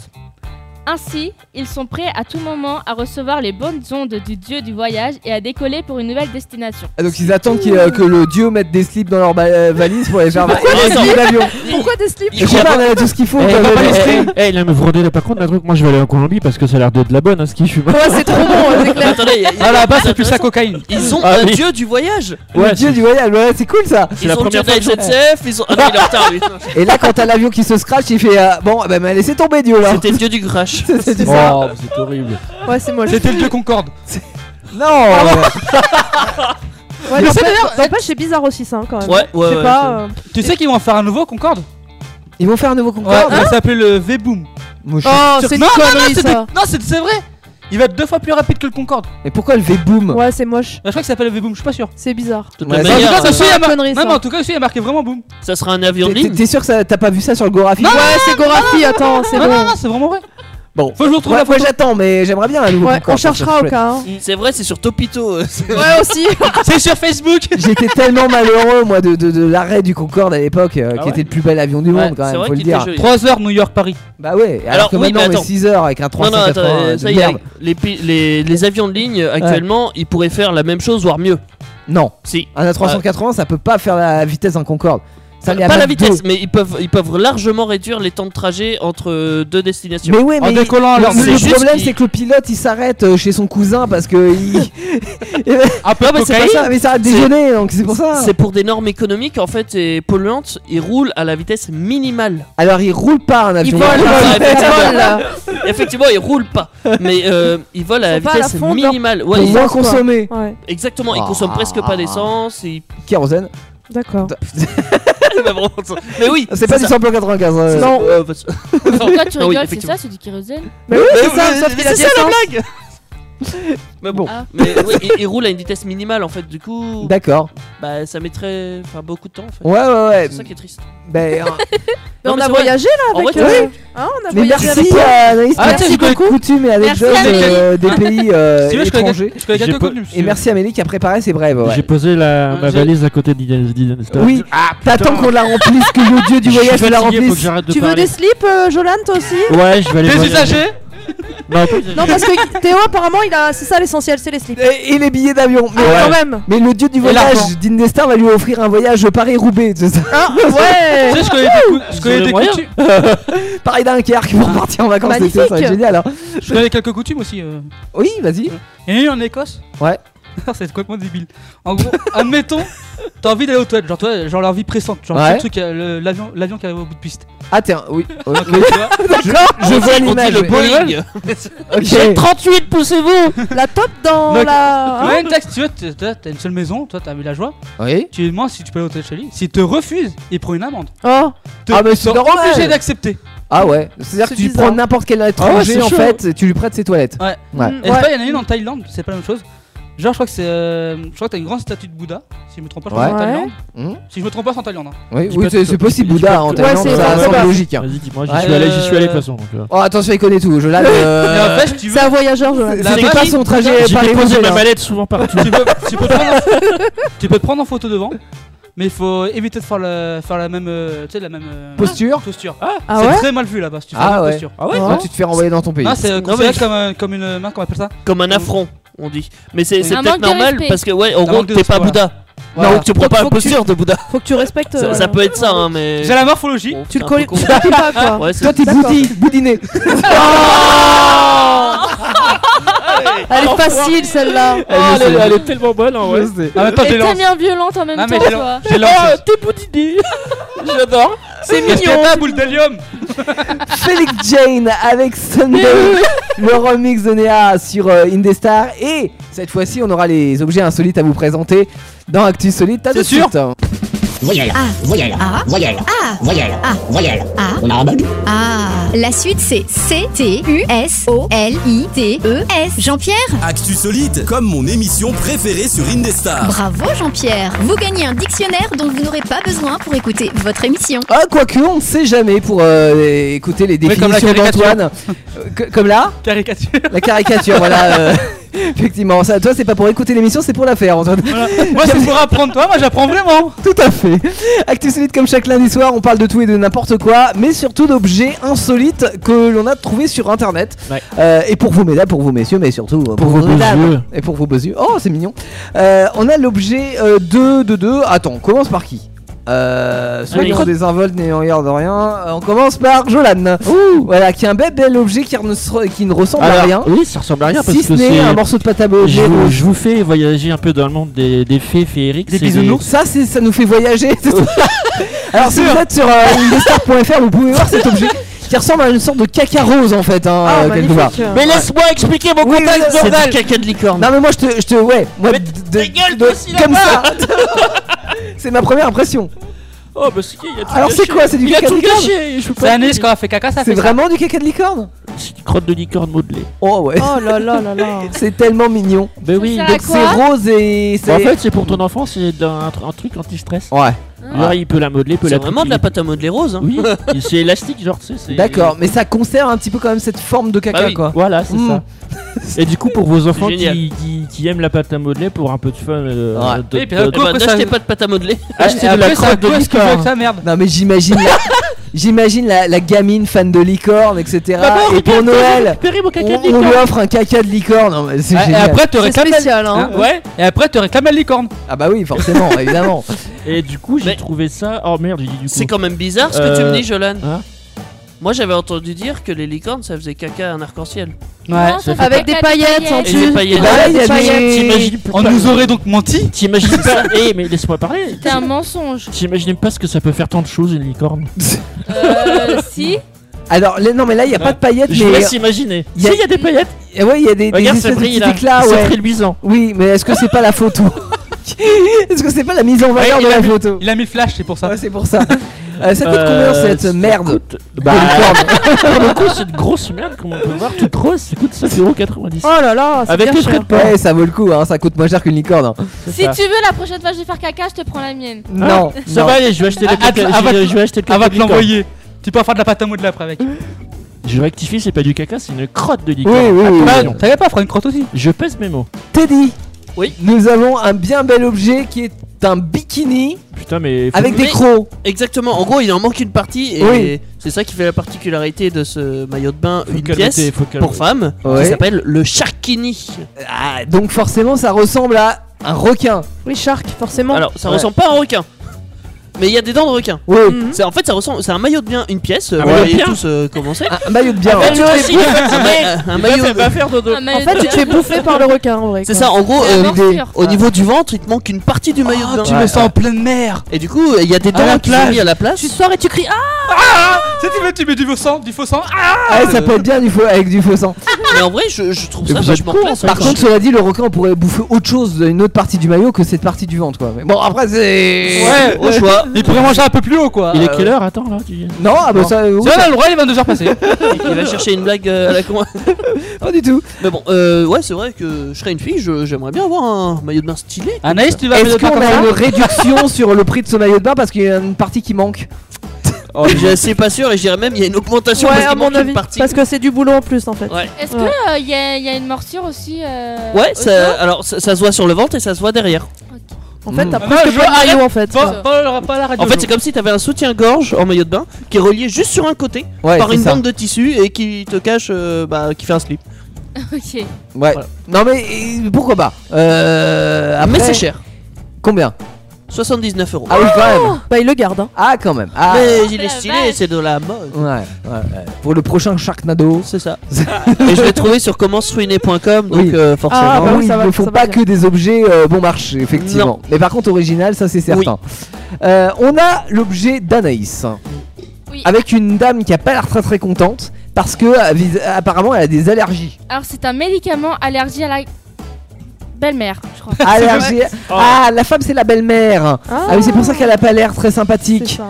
Speaker 6: Ainsi, ils sont prêts à tout moment à recevoir les bonnes ondes du dieu du voyage et à décoller pour une nouvelle destination.
Speaker 3: Ah, donc ils attendent qu'il- euh, que le dieu mette des slips dans leur ba- euh, valise pour les faire
Speaker 7: Pourquoi
Speaker 3: marcher
Speaker 7: des slips
Speaker 3: l'avion.
Speaker 4: Pourquoi des slips
Speaker 3: Je sais pas, on a tout ce qu'il faut.
Speaker 8: Eh,
Speaker 3: comme-
Speaker 8: papa,
Speaker 3: euh,
Speaker 8: laisse-les. Eh, là, mais vous rendez là par contre un truc. Moi je vais aller en Colombie parce que ça a l'air d'être de la bonne hein, ce qui fume.
Speaker 4: Ouais, c'est trop
Speaker 8: [laughs]
Speaker 4: bon, c'est clair.
Speaker 7: Attendez, y a- y a-
Speaker 9: Ah là-bas, c'est plus la cocaïne.
Speaker 7: Ils ont
Speaker 8: Ah,
Speaker 7: un
Speaker 8: oui.
Speaker 7: dieu du voyage.
Speaker 3: Le dieu du voyage, ouais, c'est cool ça.
Speaker 7: Ils ont le dieu de la SNCF, ils ont. Ah non, il est en retard, lui.
Speaker 3: Et là, quand t'as l'avion qui se scratch, il fait euh, Bon, bah, mais laissez tomber, Dieu là.
Speaker 7: C'était le dieu du
Speaker 3: [laughs]
Speaker 7: crash.
Speaker 3: C'était ça.
Speaker 8: Oh, c'est horrible.
Speaker 4: Ouais, c'est moche.
Speaker 9: C'était le dieu Concorde.
Speaker 3: Non
Speaker 4: Ouais,
Speaker 9: Mais
Speaker 4: n'empêche-
Speaker 9: c'est d'ailleurs-
Speaker 4: N'empêche, c'est bizarre aussi, ça, hein, quand même.
Speaker 7: Ouais, ouais,
Speaker 4: Je sais
Speaker 7: ouais,
Speaker 4: pas. euh,
Speaker 9: Tu sais qu'ils vont en faire un nouveau Concorde
Speaker 3: Ils vont faire un nouveau
Speaker 9: Ouais,
Speaker 3: concours.
Speaker 9: ça s'appelle le V-Boom.
Speaker 3: Moi, je-
Speaker 4: Oh,
Speaker 9: Sur-
Speaker 4: c'est une
Speaker 9: non, non, non,
Speaker 4: connerie,
Speaker 9: c'est des-
Speaker 4: ça.
Speaker 9: non, c'est c'est vrai. Il va être deux fois plus rapide que le Concorde.
Speaker 3: Mais pourquoi le V-boom
Speaker 4: Ouais, c'est moche.
Speaker 9: Bah, je crois que ça s'appelle le V-Boom, je suis pas sûr.
Speaker 4: C'est bizarre.
Speaker 7: De toute
Speaker 3: Ouais,
Speaker 9: En tout
Speaker 7: manière,
Speaker 9: cas,
Speaker 7: euh,
Speaker 9: dessus, il y
Speaker 3: hein.
Speaker 9: a mar-
Speaker 4: connerie,
Speaker 9: Non,
Speaker 4: ça.
Speaker 9: mais en tout cas, dessus, il y a marqué vraiment Boom.
Speaker 7: ça sera un avion de
Speaker 3: T'es-
Speaker 7: ligne.
Speaker 3: T'es Ah, sûr que ça- t'as pas vu ça sur le Gorafi
Speaker 4: Ouais, c'est Gorafi, attends, c'est
Speaker 9: Non, non,
Speaker 4: bon.
Speaker 9: non, c'est vraiment vrai.
Speaker 3: Bon.
Speaker 9: Faut que je vous retrouve
Speaker 3: Ouais,
Speaker 9: la
Speaker 3: moi
Speaker 9: photo.
Speaker 3: j'attends, mais j'aimerais bien un nouveau
Speaker 4: Ouais,
Speaker 3: concours,
Speaker 4: on
Speaker 3: ça serait
Speaker 4: cherchera au
Speaker 3: chouette.
Speaker 4: cas. hein.
Speaker 7: C'est vrai, c'est sur Topito. euh, c'est-
Speaker 4: Ouais, aussi.
Speaker 7: [laughs]
Speaker 9: C'est sur Facebook.
Speaker 3: [laughs] J'étais tellement malheureux, moi, de, de- de l'arrêt du Concorde à l'époque, euh, qui
Speaker 9: ouais
Speaker 3: était le plus bel avion du
Speaker 7: Ouais,
Speaker 3: monde, quand
Speaker 7: c'est
Speaker 3: même,
Speaker 7: vrai
Speaker 3: faut le
Speaker 7: qu'il
Speaker 3: dire.
Speaker 7: était joli.
Speaker 9: 3 heures New York Paris.
Speaker 3: Bah ouais, alors,
Speaker 7: Alors,
Speaker 3: que
Speaker 7: oui,
Speaker 3: maintenant
Speaker 7: mais
Speaker 3: on est
Speaker 7: attends.
Speaker 3: 6 heures avec un
Speaker 7: Non, non,
Speaker 3: 380
Speaker 7: attends, euh,
Speaker 3: de
Speaker 7: ça y
Speaker 3: euh, merde.
Speaker 7: est, les, pi- les, les avions de ligne euh, actuellement, ils pourraient faire la même chose, voire mieux.
Speaker 3: Non,
Speaker 7: Si.
Speaker 3: un A380, ça peut pas faire la vitesse d'un Concorde. Ça met à
Speaker 7: pas la
Speaker 3: Mach deux.
Speaker 7: vitesse, mais ils peuvent, ils peuvent largement réduire les temps de trajet entre euh, deux destinations.
Speaker 3: Mais ouais,
Speaker 9: En
Speaker 3: mais
Speaker 9: décollant, alors,
Speaker 3: le,
Speaker 7: c'est
Speaker 3: le
Speaker 7: juste
Speaker 3: problème
Speaker 7: qu'il-
Speaker 3: c'est que le pilote il s'arrête euh, chez son cousin parce que il.
Speaker 7: [laughs]
Speaker 9: Ah, peu
Speaker 7: mais c'est
Speaker 3: Pas ça, mais ça a déjeuné donc c'est pour ça.
Speaker 7: C'est pour des normes économiques en fait et polluantes, ils roulent à la vitesse minimale.
Speaker 3: Alors il roule pas un avion.
Speaker 4: Ils volent,
Speaker 7: Ah,
Speaker 4: ils
Speaker 7: effectivement.
Speaker 4: volent.
Speaker 7: Effectivement, ils roulent pas, mais euh, ils volent à la
Speaker 4: Ils sont pas à la
Speaker 7: vitesse
Speaker 4: fond de leur-
Speaker 7: minimale. Ouais,
Speaker 3: Pour
Speaker 7: ils-
Speaker 3: moins consommer.
Speaker 4: Ouais,
Speaker 7: Exactement, ils consomment
Speaker 3: Ah.
Speaker 7: presque
Speaker 3: [laughs]
Speaker 7: pas d'essence. Ils...
Speaker 3: Kérosène.
Speaker 4: d'accord.
Speaker 7: Bah, vraiment, [laughs] mais oui,
Speaker 3: C'est pas du
Speaker 7: ça.
Speaker 3: sample 95. euh,
Speaker 7: Non.
Speaker 6: Pourquoi tu
Speaker 7: [laughs] Ah oui,
Speaker 6: rigoles C'est
Speaker 7: effectivement.
Speaker 6: ça, c'est du kérosène
Speaker 4: Mais oui, c'est
Speaker 7: Mais-
Speaker 4: ça,
Speaker 7: mais-
Speaker 4: sauf
Speaker 7: mais
Speaker 4: qu'il a
Speaker 7: c'est
Speaker 4: dit
Speaker 7: ça, la
Speaker 4: essence.
Speaker 7: blague. [laughs] mais bon,
Speaker 6: Ah.
Speaker 7: mais ouais, ils, ils roulent à une vitesse minimale en fait. Du coup,
Speaker 3: D'accord.
Speaker 7: bah ça mettrait, enfin, beaucoup de temps en fait.
Speaker 3: Ouais ouais ouais.
Speaker 7: C'est ça qui est triste. [laughs]
Speaker 4: Mais
Speaker 3: Ben, euh,
Speaker 7: Non,
Speaker 4: on
Speaker 7: mais
Speaker 4: a
Speaker 7: c'est vrai.
Speaker 4: voyagé là
Speaker 7: En
Speaker 4: avec.
Speaker 7: vrai,
Speaker 4: euh, hein, on a
Speaker 3: mais
Speaker 4: voyagé avec
Speaker 3: merci à Anaïs
Speaker 9: Ah,
Speaker 3: merci
Speaker 9: tiens,
Speaker 3: pour les coutumes et anecdotes
Speaker 6: Amélie.
Speaker 3: euh, [laughs] des pays euh,
Speaker 9: Si tu veux, je connais
Speaker 3: étrangers.
Speaker 9: Je connais
Speaker 8: J'ai
Speaker 9: quelques
Speaker 8: pas-
Speaker 9: connus. si tu
Speaker 3: Et
Speaker 9: veux.
Speaker 3: merci Amélie qui a préparé ses brèves. ouais.
Speaker 8: J'ai posé la,
Speaker 9: Euh,
Speaker 8: ma
Speaker 9: j'ai-
Speaker 8: valise à côté d'Iden Star.
Speaker 3: Oui, t'attends qu'on la remplisse, que le dieu du voyage la
Speaker 8: faut que
Speaker 3: remplisse.
Speaker 8: j'arrête de
Speaker 4: Tu veux
Speaker 8: parler.
Speaker 4: des slips, euh, Jolan, toi aussi
Speaker 8: Ouais, je vais aller.
Speaker 9: Des
Speaker 8: voyager.
Speaker 9: usagers
Speaker 8: Non, pas usagers.
Speaker 4: Non, parce que Théo, apparemment, il a. C'est ça l'essentiel, c'est les slips.
Speaker 3: Et, et les billets d'avion. Mais,
Speaker 4: Quand même.
Speaker 3: Ah mais le dieu du voyage d'Indestar va lui offrir un voyage Paris-Roubaix. c'est ça. [laughs]
Speaker 9: Tu
Speaker 4: Ouais.
Speaker 9: sais, je connais des cou- je connais
Speaker 8: le
Speaker 9: des
Speaker 8: moyen.
Speaker 9: coutumes-
Speaker 3: [laughs] Pareil Dunkerque pour partir en vacances. c'est Ça, ça va être
Speaker 4: Magnifique.
Speaker 3: génial. hein.
Speaker 9: je connais quelques coutumes aussi. euh.
Speaker 3: Oui, vas-y.
Speaker 9: Il y en a une en Écosse
Speaker 3: Ouais.
Speaker 9: [laughs] c'est complètement débile. En gros, admettons, t'as envie d'aller aux toilettes, genre, toi, genre leur vie pressante, genre
Speaker 3: Ouais.
Speaker 9: le truc, euh, le- l'avion l'avion qui arrive au bout de piste. euh,
Speaker 3: Ah tiens, [laughs] oui. oui,
Speaker 9: Tu
Speaker 3: oui.
Speaker 9: vois
Speaker 3: Je, je vois
Speaker 7: On dit
Speaker 3: l'image.
Speaker 7: le Boeing.
Speaker 9: [laughs]
Speaker 3: Ok.
Speaker 7: 38, poussez-vous
Speaker 4: La top dans
Speaker 9: Donc-
Speaker 4: la.
Speaker 9: Le
Speaker 4: hein
Speaker 9: même texte, tu vois, t'as- t'as t'as une seule maison, toi t'as vu la joie,
Speaker 3: Oui.
Speaker 9: tu lui demandes si tu peux aller aux toilettes chez lui. S'il te refuse, il prend une amende.
Speaker 4: Oh.
Speaker 9: Te-
Speaker 3: Ah, mais c'est
Speaker 9: t'es
Speaker 3: normal.
Speaker 9: obligé d'accepter. Ah
Speaker 3: Ah ouais. C'est-à-dire que
Speaker 4: C'est
Speaker 3: tu
Speaker 4: bizarre.
Speaker 3: prends n'importe
Speaker 7: Ah,
Speaker 3: quel étranger en fait, et tu lui prêtes ses toilettes.
Speaker 9: Ouais.
Speaker 3: Ouais.
Speaker 4: Mm,
Speaker 9: Et pas, il y en a une en Thaïlande, c'est pas la même chose. Genre, je crois que c'est. euh, je crois que t'as une grande statue de Bouddha, si je me trompe pas, je crois que c'est en
Speaker 4: Ouais.
Speaker 9: Thaïlande.
Speaker 3: Mhm.
Speaker 9: Si je me trompe pas, c'est en Thaïlande. hein.
Speaker 3: Oui,
Speaker 8: Dis
Speaker 3: oui
Speaker 8: pas
Speaker 3: c'est
Speaker 8: tout.
Speaker 3: c'est possible
Speaker 8: Dis
Speaker 3: Bouddha
Speaker 8: pas
Speaker 3: en
Speaker 8: tout.
Speaker 3: Thaïlande,
Speaker 4: Ouais, c'est
Speaker 3: ça
Speaker 4: pas
Speaker 3: semble
Speaker 4: grave.
Speaker 3: logique. hein.
Speaker 8: Vas-y, dis-moi, j'y
Speaker 9: Ouais,
Speaker 8: suis allé, j'y suis allé de
Speaker 9: euh,
Speaker 8: toute façon. donc, euh.
Speaker 3: Oh attention, il connaît tout. Je
Speaker 9: [laughs]
Speaker 3: l'ai.
Speaker 9: Et en fait, tu veux.
Speaker 4: C'est un voyageur, Jolan.
Speaker 9: la
Speaker 3: C'était pas
Speaker 9: magie-
Speaker 3: son trajet
Speaker 8: J'ai déposé
Speaker 3: Paris-Roubaix.
Speaker 8: ma
Speaker 3: hein.
Speaker 8: mallette souvent partout.
Speaker 9: tu, peux, tu peux te
Speaker 3: [laughs]
Speaker 9: prendre en, tu peux te prendre en photo devant, mais il faut éviter de faire la, faire la même, euh, tu sais, la même euh,
Speaker 3: Posture.
Speaker 9: posture.
Speaker 4: Ah
Speaker 9: c'est
Speaker 4: ouais
Speaker 9: très mal vu là-bas si tu fais
Speaker 3: Ah
Speaker 9: la même
Speaker 3: ouais.
Speaker 9: posture.
Speaker 8: Ah ouais
Speaker 3: Quand tu te fais renvoyer dans ton pays.
Speaker 9: Ah, c'est euh,
Speaker 7: Non,
Speaker 9: considéré
Speaker 7: mais-
Speaker 9: comme, un- comme une main, comment on appelle ça
Speaker 7: Comme un affront, on dit. Mais c'est c'est
Speaker 6: Un
Speaker 7: peut-être
Speaker 6: manque de
Speaker 7: normal
Speaker 6: respect.
Speaker 7: parce que, ouais, en
Speaker 9: Un
Speaker 7: gros,
Speaker 9: manque de
Speaker 7: t'es pas
Speaker 9: respect,
Speaker 7: Bouddha. Non, donc tu prends pas la posture de Bouddha.
Speaker 4: Faut que tu respectes.
Speaker 7: Ça,
Speaker 4: euh,
Speaker 7: ça peut être ça, hein, mais.
Speaker 9: J'ai la morphologie.
Speaker 7: Tu
Speaker 4: le colles- tu le copies pas, quoi.
Speaker 3: Toi, t'es boudi- boudiné.
Speaker 4: Ah,
Speaker 9: Ah,
Speaker 4: Elle est facile celle-là.
Speaker 8: Ah, elle, est- elle est tellement bonne en vrai.
Speaker 9: Ah, attends,
Speaker 6: Et tellement violente en même
Speaker 9: Ah, mais
Speaker 6: temps,
Speaker 9: j'ai lan-
Speaker 6: toi.
Speaker 9: j'ai lancé.
Speaker 7: Oh, t'es boudiné. J'adore. C'est mignon.
Speaker 9: Cascada, boule d'hélium
Speaker 3: Felix Jane avec Sunday, le remix de Néa sur euh, Indestar. Et cette fois-ci, on aura les objets insolites à vous présenter dans Actu Solide. T'as de
Speaker 9: sûr Ah.
Speaker 3: suite.
Speaker 13: Voyelle
Speaker 14: Ah.
Speaker 13: A, voyelle A, voyelle A, voyelle A, voyelle A. On a un bug
Speaker 14: Ah, la suite c'est C T U S O L I T E S. Jean-Pierre
Speaker 11: Actu Solide, comme mon émission préférée sur
Speaker 1: Ah.
Speaker 11: Indestar.
Speaker 14: Bravo Jean-Pierre Vous gagnez un dictionnaire dont vous n'aurez pas besoin pour écouter votre émission.
Speaker 3: Ah, quoique, on ne sait jamais pour euh, écouter les
Speaker 9: Oui, comme la
Speaker 3: définitions d'Antoine. Euh, que- comme là,
Speaker 9: Caricature.
Speaker 3: la caricature, voilà. euh, [laughs] effectivement, ça, toi, c'est pas pour écouter l'émission, c'est pour la faire, Antoine.
Speaker 9: Moi, c'est pour apprendre toi, moi j'apprends vraiment.
Speaker 3: [laughs] Tout à fait. Actu Solide, comme chaque lundi soir, on parle de tout et de n'importe quoi, mais surtout d'objets insolites que l'on a trouvés sur internet. Euh, et pour vous, mesdames, pour vous, messieurs, mais surtout euh, pour,
Speaker 8: vos beaux
Speaker 3: dames.
Speaker 8: yeux.
Speaker 3: Et pour vos beaux yeux. Oh, c'est mignon. Euh, on a l'objet euh, 2 de 2. Attends, on commence par qui euh, soit
Speaker 7: Allez.
Speaker 3: qu'on désinvolte et on regarde rien. Euh, on commence par Jolan. Voilà, qui est un bel, bel objet qui, ne- qui ne ressemble à
Speaker 8: Alors,
Speaker 3: rien.
Speaker 8: Oui, ça ressemble à rien parce
Speaker 3: si ce
Speaker 8: que
Speaker 3: n'est
Speaker 8: c'est
Speaker 3: un morceau de pâte à modeler
Speaker 8: Je vous,
Speaker 3: rouge.
Speaker 8: je vous fais voyager un peu dans le monde des, des fées féeriques. c'est
Speaker 3: Ça, c'est- ça nous fait
Speaker 7: [laughs]
Speaker 3: voyager. c'est tout. Alors, si vous êtes sur euh, indestar.fr, vous pouvez voir cet objet qui ressemble à une sorte de caca rose en fait, hein,
Speaker 9: Ah,
Speaker 3: euh, quelque part.
Speaker 7: Mais laisse-moi expliquer mon
Speaker 3: Oui,
Speaker 7: contexte,
Speaker 3: c'est
Speaker 7: bordel.
Speaker 3: du
Speaker 7: caca de licorne.
Speaker 3: Non, mais moi, je te. Je te ouais, moi, de-
Speaker 7: Ta gueule,
Speaker 3: de-
Speaker 7: toi aussi,
Speaker 3: comme ça. [laughs]
Speaker 7: là-bas.
Speaker 3: c'est ma première impression.
Speaker 7: Oh, bah c'est qui il a tout
Speaker 3: Alors, c'est
Speaker 7: gâché.
Speaker 3: quoi C'est du
Speaker 7: Il a
Speaker 3: caca de
Speaker 7: tout
Speaker 3: licorne
Speaker 7: gâché. je peux
Speaker 9: C'est
Speaker 7: pas
Speaker 9: un
Speaker 7: te
Speaker 9: indice
Speaker 7: dire.
Speaker 9: quand on a fait caca, ça
Speaker 3: C'est
Speaker 9: fait ça.
Speaker 3: vraiment du caca de licorne
Speaker 8: une crotte de licorne modelée.
Speaker 3: Oh, ouais.
Speaker 4: Oh là là
Speaker 3: [laughs]
Speaker 4: là là.
Speaker 3: C'est tellement mignon.
Speaker 8: Ben oui.
Speaker 6: Ça sert à
Speaker 3: Donc, c'est
Speaker 6: quoi
Speaker 3: rose et.
Speaker 8: Bah, en
Speaker 3: c'est-
Speaker 8: fait, c'est pour ton enfant, c'est d'un- un, tr- un truc anti-stress.
Speaker 3: Ouais.
Speaker 8: Ouais, Ah, il peut la modeler, il peut
Speaker 7: Ah. C'est
Speaker 8: la
Speaker 7: vraiment de la pâte à modeler rose. Hein.
Speaker 8: Oui, et c'est élastique, genre, tu sais. c'est-
Speaker 3: D'accord, mais ça conserve un petit peu quand même cette forme de caca
Speaker 7: Bah oui.
Speaker 3: quoi.
Speaker 8: Voilà, c'est
Speaker 3: Mm.
Speaker 8: ça. Et du coup, pour vos enfants
Speaker 7: Génial.
Speaker 8: qui, qui, qui aiment la pâte à modeler, pour un peu de fun, euh,
Speaker 3: Ouais.
Speaker 8: de-
Speaker 9: Et puis,
Speaker 8: de-
Speaker 7: Eh ben,
Speaker 9: Après, ça-
Speaker 7: n'achetez pas de pâte à modeler.
Speaker 3: Ah,
Speaker 8: achetez de la
Speaker 9: Après, ça
Speaker 8: crotte de
Speaker 9: gosse qui joue avec
Speaker 8: licorne.
Speaker 9: sa merde.
Speaker 3: Non mais j'imagine la... J'imagine la, la gamine fan de licorne, etc.
Speaker 7: Bah
Speaker 8: Maman,
Speaker 3: Ah, et pour
Speaker 8: regarde, j'ai
Speaker 3: Noël,
Speaker 8: récupéré mon
Speaker 3: on,
Speaker 8: caca de
Speaker 3: on lui
Speaker 8: licorne.
Speaker 3: offre un caca de licorne. Non, mais c'est
Speaker 9: Et
Speaker 3: génial.
Speaker 9: après, te
Speaker 4: C'est
Speaker 9: réclames.
Speaker 4: spécial, hein.
Speaker 9: Hein, Ouais. Et après, te réclames la licorne.
Speaker 3: Ah bah oui, forcément, évidemment.
Speaker 8: Et du coup, j'ai
Speaker 7: Mais-
Speaker 8: trouvé ça. Oh merde, j'ai dit du coup.
Speaker 7: C'est quand même bizarre ce que tu
Speaker 8: Euh,
Speaker 7: me dis, Jolan.
Speaker 8: hein
Speaker 7: Moi j'avais entendu dire que les licornes ça faisait caca un arc-en-ciel.
Speaker 9: Ouais.
Speaker 6: Non, ça
Speaker 8: Avec
Speaker 6: fait
Speaker 4: Avec
Speaker 6: pas
Speaker 4: des
Speaker 6: de
Speaker 4: paillettes en
Speaker 7: Et des
Speaker 4: plus.
Speaker 7: paillettes.
Speaker 3: Bah là, il y a
Speaker 4: Paillettes.
Speaker 3: des...
Speaker 8: T'imagines plus
Speaker 9: On
Speaker 8: pas-
Speaker 9: nous aurait donc menti.
Speaker 8: T'imagines
Speaker 7: [laughs]
Speaker 8: pas. Eh, mais
Speaker 6: [laughs]
Speaker 8: laisse-moi parler.
Speaker 6: C'était un mensonge.
Speaker 8: T'imagines pas ce que ça peut faire tant de choses, une licorne.
Speaker 6: Euh, [laughs] si.
Speaker 3: [laughs] Alors, là- non mais là, il n'y a pas de paillettes,
Speaker 8: Je vous
Speaker 3: mais...
Speaker 8: laisse imaginer.
Speaker 3: y a-
Speaker 8: Si, il y a des paillettes.
Speaker 3: Eh Ouais, il y a des, des
Speaker 8: Regarde ce
Speaker 3: espèces de petits
Speaker 8: prix là.
Speaker 3: éclats,
Speaker 8: C'est
Speaker 3: ouais.
Speaker 8: très luisant.
Speaker 3: Oui, mais est-ce que c'est pas la photo [laughs] Est-ce que c'est pas la mise en valeur
Speaker 9: Ouais,
Speaker 3: de la
Speaker 9: mis-
Speaker 3: photo
Speaker 9: il a mis le flash, c'est pour ça.
Speaker 3: Ouais, c'est pour ça. Euh, ça coûte
Speaker 8: Euh,
Speaker 3: combien cette
Speaker 8: ça
Speaker 3: merde
Speaker 8: coûte- Bah, pour le coup, cette grosse merde, comme on peut voir, toute grosse, ça coûte 5,90€.
Speaker 4: Oh là là, c'est
Speaker 8: Avec
Speaker 4: bien
Speaker 8: les
Speaker 4: cher.
Speaker 8: frais de port.
Speaker 3: Ouais, ça vaut le coup, hein, ça coûte moins cher qu'une licorne. hein.
Speaker 6: Si tu veux, la prochaine fois que je vais faire caca, je te prends la mienne.
Speaker 3: Non,
Speaker 8: Ça
Speaker 3: non.
Speaker 8: va aller, je vais acheter le
Speaker 9: Ah,
Speaker 8: caca-
Speaker 9: attends,
Speaker 8: je vais-
Speaker 9: avant-
Speaker 8: je vais acheter le
Speaker 9: On
Speaker 8: caca
Speaker 9: va
Speaker 8: de
Speaker 9: te
Speaker 8: licorne.
Speaker 9: l'envoyer. Tu peux en faire de la pâte à modeler après avec.
Speaker 8: Je rectifie, c'est pas du caca, c'est une crotte de
Speaker 3: Oui,
Speaker 8: licorne.
Speaker 3: oui, oui.
Speaker 9: Bah, T'avais pas, fera une crotte aussi.
Speaker 8: Je pèse mes mots.
Speaker 3: Teddy
Speaker 7: Oui.
Speaker 3: Nous avons un bien bel objet qui est un bikini
Speaker 8: Putain, mais. faut-
Speaker 3: avec des
Speaker 7: Oui.
Speaker 3: crocs.
Speaker 7: Exactement, en gros il en manque une partie et
Speaker 3: Oui.
Speaker 7: c'est ça qui fait la particularité de ce maillot de bain,
Speaker 8: Faut
Speaker 7: une
Speaker 8: calmer,
Speaker 7: pièce
Speaker 8: faut calmer.
Speaker 7: pour femmes
Speaker 3: Ouais.
Speaker 7: qui s'appelle le Sharkini.
Speaker 3: Ah, donc forcément, ça ressemble à un requin.
Speaker 4: Oui, Shark, forcément.
Speaker 7: Alors ça
Speaker 3: Ouais.
Speaker 7: ressemble pas à un requin, mais il y a des dents de requin.
Speaker 3: Oui. Ah
Speaker 7: C'est en fait ça ressemble, c'est un maillot de bien, une pièce. vous
Speaker 8: maillot de
Speaker 7: voyez
Speaker 8: bien
Speaker 7: tous euh, comment c'est.
Speaker 3: Un, un maillot de bien.
Speaker 7: Ah, tu vois, si, un,
Speaker 8: Et
Speaker 7: un
Speaker 8: là,
Speaker 7: maillot.
Speaker 8: ça va faire dodo.
Speaker 6: Ah, mais
Speaker 4: En fait, tu te fais bouffer par le requin en vrai.
Speaker 7: C'est
Speaker 4: quoi.
Speaker 7: ça, en gros,
Speaker 6: C'est
Speaker 7: euh,
Speaker 6: la
Speaker 7: l'idée,
Speaker 6: morsure,
Speaker 7: au
Speaker 6: quoi.
Speaker 7: niveau du ventre, il te manque une partie du maillot de bain.
Speaker 9: Tu me sens en pleine mer.
Speaker 7: Et du coup, il y a des
Speaker 9: la
Speaker 7: dents qui sont
Speaker 9: plage.
Speaker 7: mis à la place.
Speaker 4: Tu sors et tu cries Ah
Speaker 9: Si tu veux, tu mets du faux sang, du faux sang. Ah,
Speaker 3: Ah, ça peut être bien du faux, avec du faux sang.
Speaker 7: Mais en vrai, je, je trouve euh, ça
Speaker 8: vous êtes
Speaker 7: vachement
Speaker 8: cons,
Speaker 7: classe.
Speaker 8: ça,
Speaker 3: Par
Speaker 8: D'accord.
Speaker 3: contre, cela dit, le requin pourrait bouffer autre chose, une autre partie du maillot que cette partie du ventre, quoi. Mais bon,
Speaker 9: Oh,
Speaker 3: après, c'est.
Speaker 9: Ouais,
Speaker 3: au choix.
Speaker 9: il pourrait manger un peu plus haut quoi.
Speaker 7: euh,
Speaker 8: Il est quelle heure hein Attends là. tu-
Speaker 3: Non, ah bah ça. euh, oui,
Speaker 9: Tu vois, là, le roi, il est 22h passé.
Speaker 7: [laughs] il va chercher une blague euh, à la con.
Speaker 3: Pas du tout.
Speaker 7: Mais bon, euh, ouais, c'est vrai que je serais une fille, je- j'aimerais bien avoir un maillot de bain stylé.
Speaker 9: Anaïs, tu vas me
Speaker 3: Est-ce
Speaker 9: le
Speaker 3: qu'on
Speaker 9: comme
Speaker 3: a
Speaker 9: ça
Speaker 3: une
Speaker 7: [laughs]
Speaker 3: réduction sur le prix de ce maillot de bain parce qu'il y a une partie qui manque
Speaker 7: Oh,
Speaker 3: [laughs]
Speaker 7: Je suis pas sûr et je dirais même il y a une augmentation
Speaker 4: Ouais,
Speaker 7: parce
Speaker 4: à
Speaker 7: qu'il manque
Speaker 4: mon avis.
Speaker 7: une partie.
Speaker 4: Parce que c'est du boulot en plus en fait.
Speaker 7: Ouais.
Speaker 6: Est-ce
Speaker 4: Ouais.
Speaker 6: que euh, y, a- y a une morsure aussi euh,
Speaker 7: Ouais,
Speaker 6: au
Speaker 7: ça, alors ça, ça se voit sur le ventre et ça se voit derrière. Hmm.
Speaker 4: En fait, t'as
Speaker 9: Mm.
Speaker 4: presque
Speaker 9: Ah, je
Speaker 4: pas de
Speaker 9: arrête.
Speaker 4: maillot en fait.
Speaker 9: Pas, pas, pas la radio.
Speaker 7: En fait, c'est comme si t'avais un soutien-gorge en maillot de bain qui est relié juste sur un côté
Speaker 3: Ouais,
Speaker 7: par
Speaker 3: c'est
Speaker 7: une
Speaker 3: ça.
Speaker 7: bande de tissu et qui te cache, euh, bah, qui fait un slip.
Speaker 6: dos [laughs] Ok.
Speaker 3: Ouais. Non, mais euh, pourquoi pas Euh.
Speaker 7: Ah, Mais
Speaker 3: après-
Speaker 7: c'est cher.
Speaker 3: Combien
Speaker 7: 79 euros. Oh
Speaker 3: Ah oui, quand même.
Speaker 4: Bah, il le garde. Hein.
Speaker 3: Ah, quand même. Ah.
Speaker 7: Mais il est stylé, c'est de la mode.
Speaker 3: Ouais, ouais, ouais. Pour le prochain Sharknado. [laughs]
Speaker 7: C'est ça. Et je l'ai trouvé sur commenceruiné.com, donc
Speaker 3: Oui.
Speaker 7: euh, forcément.
Speaker 3: Ah, bah oui, ils ne font pas que des objets euh, bon marché, effectivement.
Speaker 7: Non.
Speaker 3: Mais par contre, original, ça c'est certain. Euh, on a l'objet d'Anaïs. Avec une dame qui a pas l'air très très contente parce que euh, vis- apparemment elle a des allergies.
Speaker 6: Alors, c'est un médicament allergie à la belle-mère, je crois.
Speaker 4: [laughs]
Speaker 3: Allergie. Ah, la femme c'est la belle-mère. Ah, oui, c'est pour ça qu'elle a pas l'air très sympathique.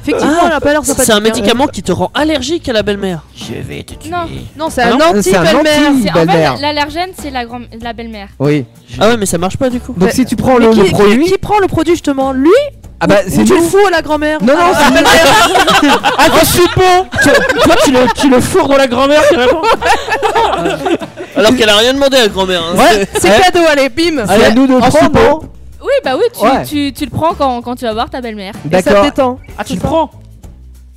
Speaker 4: Effectivement, elle a pas l'air sympathique.
Speaker 7: Ah, C'est un
Speaker 4: hein.
Speaker 7: médicament qui te rend allergique à la belle-mère. Je vais te tuer.
Speaker 6: Non,
Speaker 4: Non, c'est
Speaker 7: Ah
Speaker 4: un
Speaker 7: non,
Speaker 4: anti
Speaker 7: c'est un
Speaker 4: belle-mère.
Speaker 7: anti-
Speaker 6: C'est- en
Speaker 7: belle-mère.
Speaker 6: fait, l'allergène, c'est la, grand- la belle-mère.
Speaker 3: Oui.
Speaker 7: Ah ouais, mais ça marche pas du coup.
Speaker 3: Donc si tu prends
Speaker 4: Mais
Speaker 3: le,
Speaker 4: qui,
Speaker 3: le
Speaker 4: qui-
Speaker 3: produit.
Speaker 4: qui prend le produit justement Lui
Speaker 3: Ah bah,
Speaker 4: Ou-
Speaker 3: c'est
Speaker 4: ou tu le
Speaker 3: nous.
Speaker 4: fous à la grand-mère
Speaker 3: Non, non,
Speaker 4: Ah,
Speaker 3: c'est- [laughs] Ah, t'es suppôt Tu- Toi, tu le, tu le fourres dans la grand-mère, carrément
Speaker 7: [laughs] Alors qu'elle a rien demandé à grand-mère. hein.
Speaker 4: Ouais, c'est cadeau, allez, bim
Speaker 3: Allez, à nous de prendre, Ah bon.
Speaker 6: Oui, bah oui, tu,
Speaker 3: Ouais.
Speaker 6: tu, tu le prends quand, quand tu vas voir ta belle-mère.
Speaker 3: D'accord.
Speaker 9: Ah, tu le prends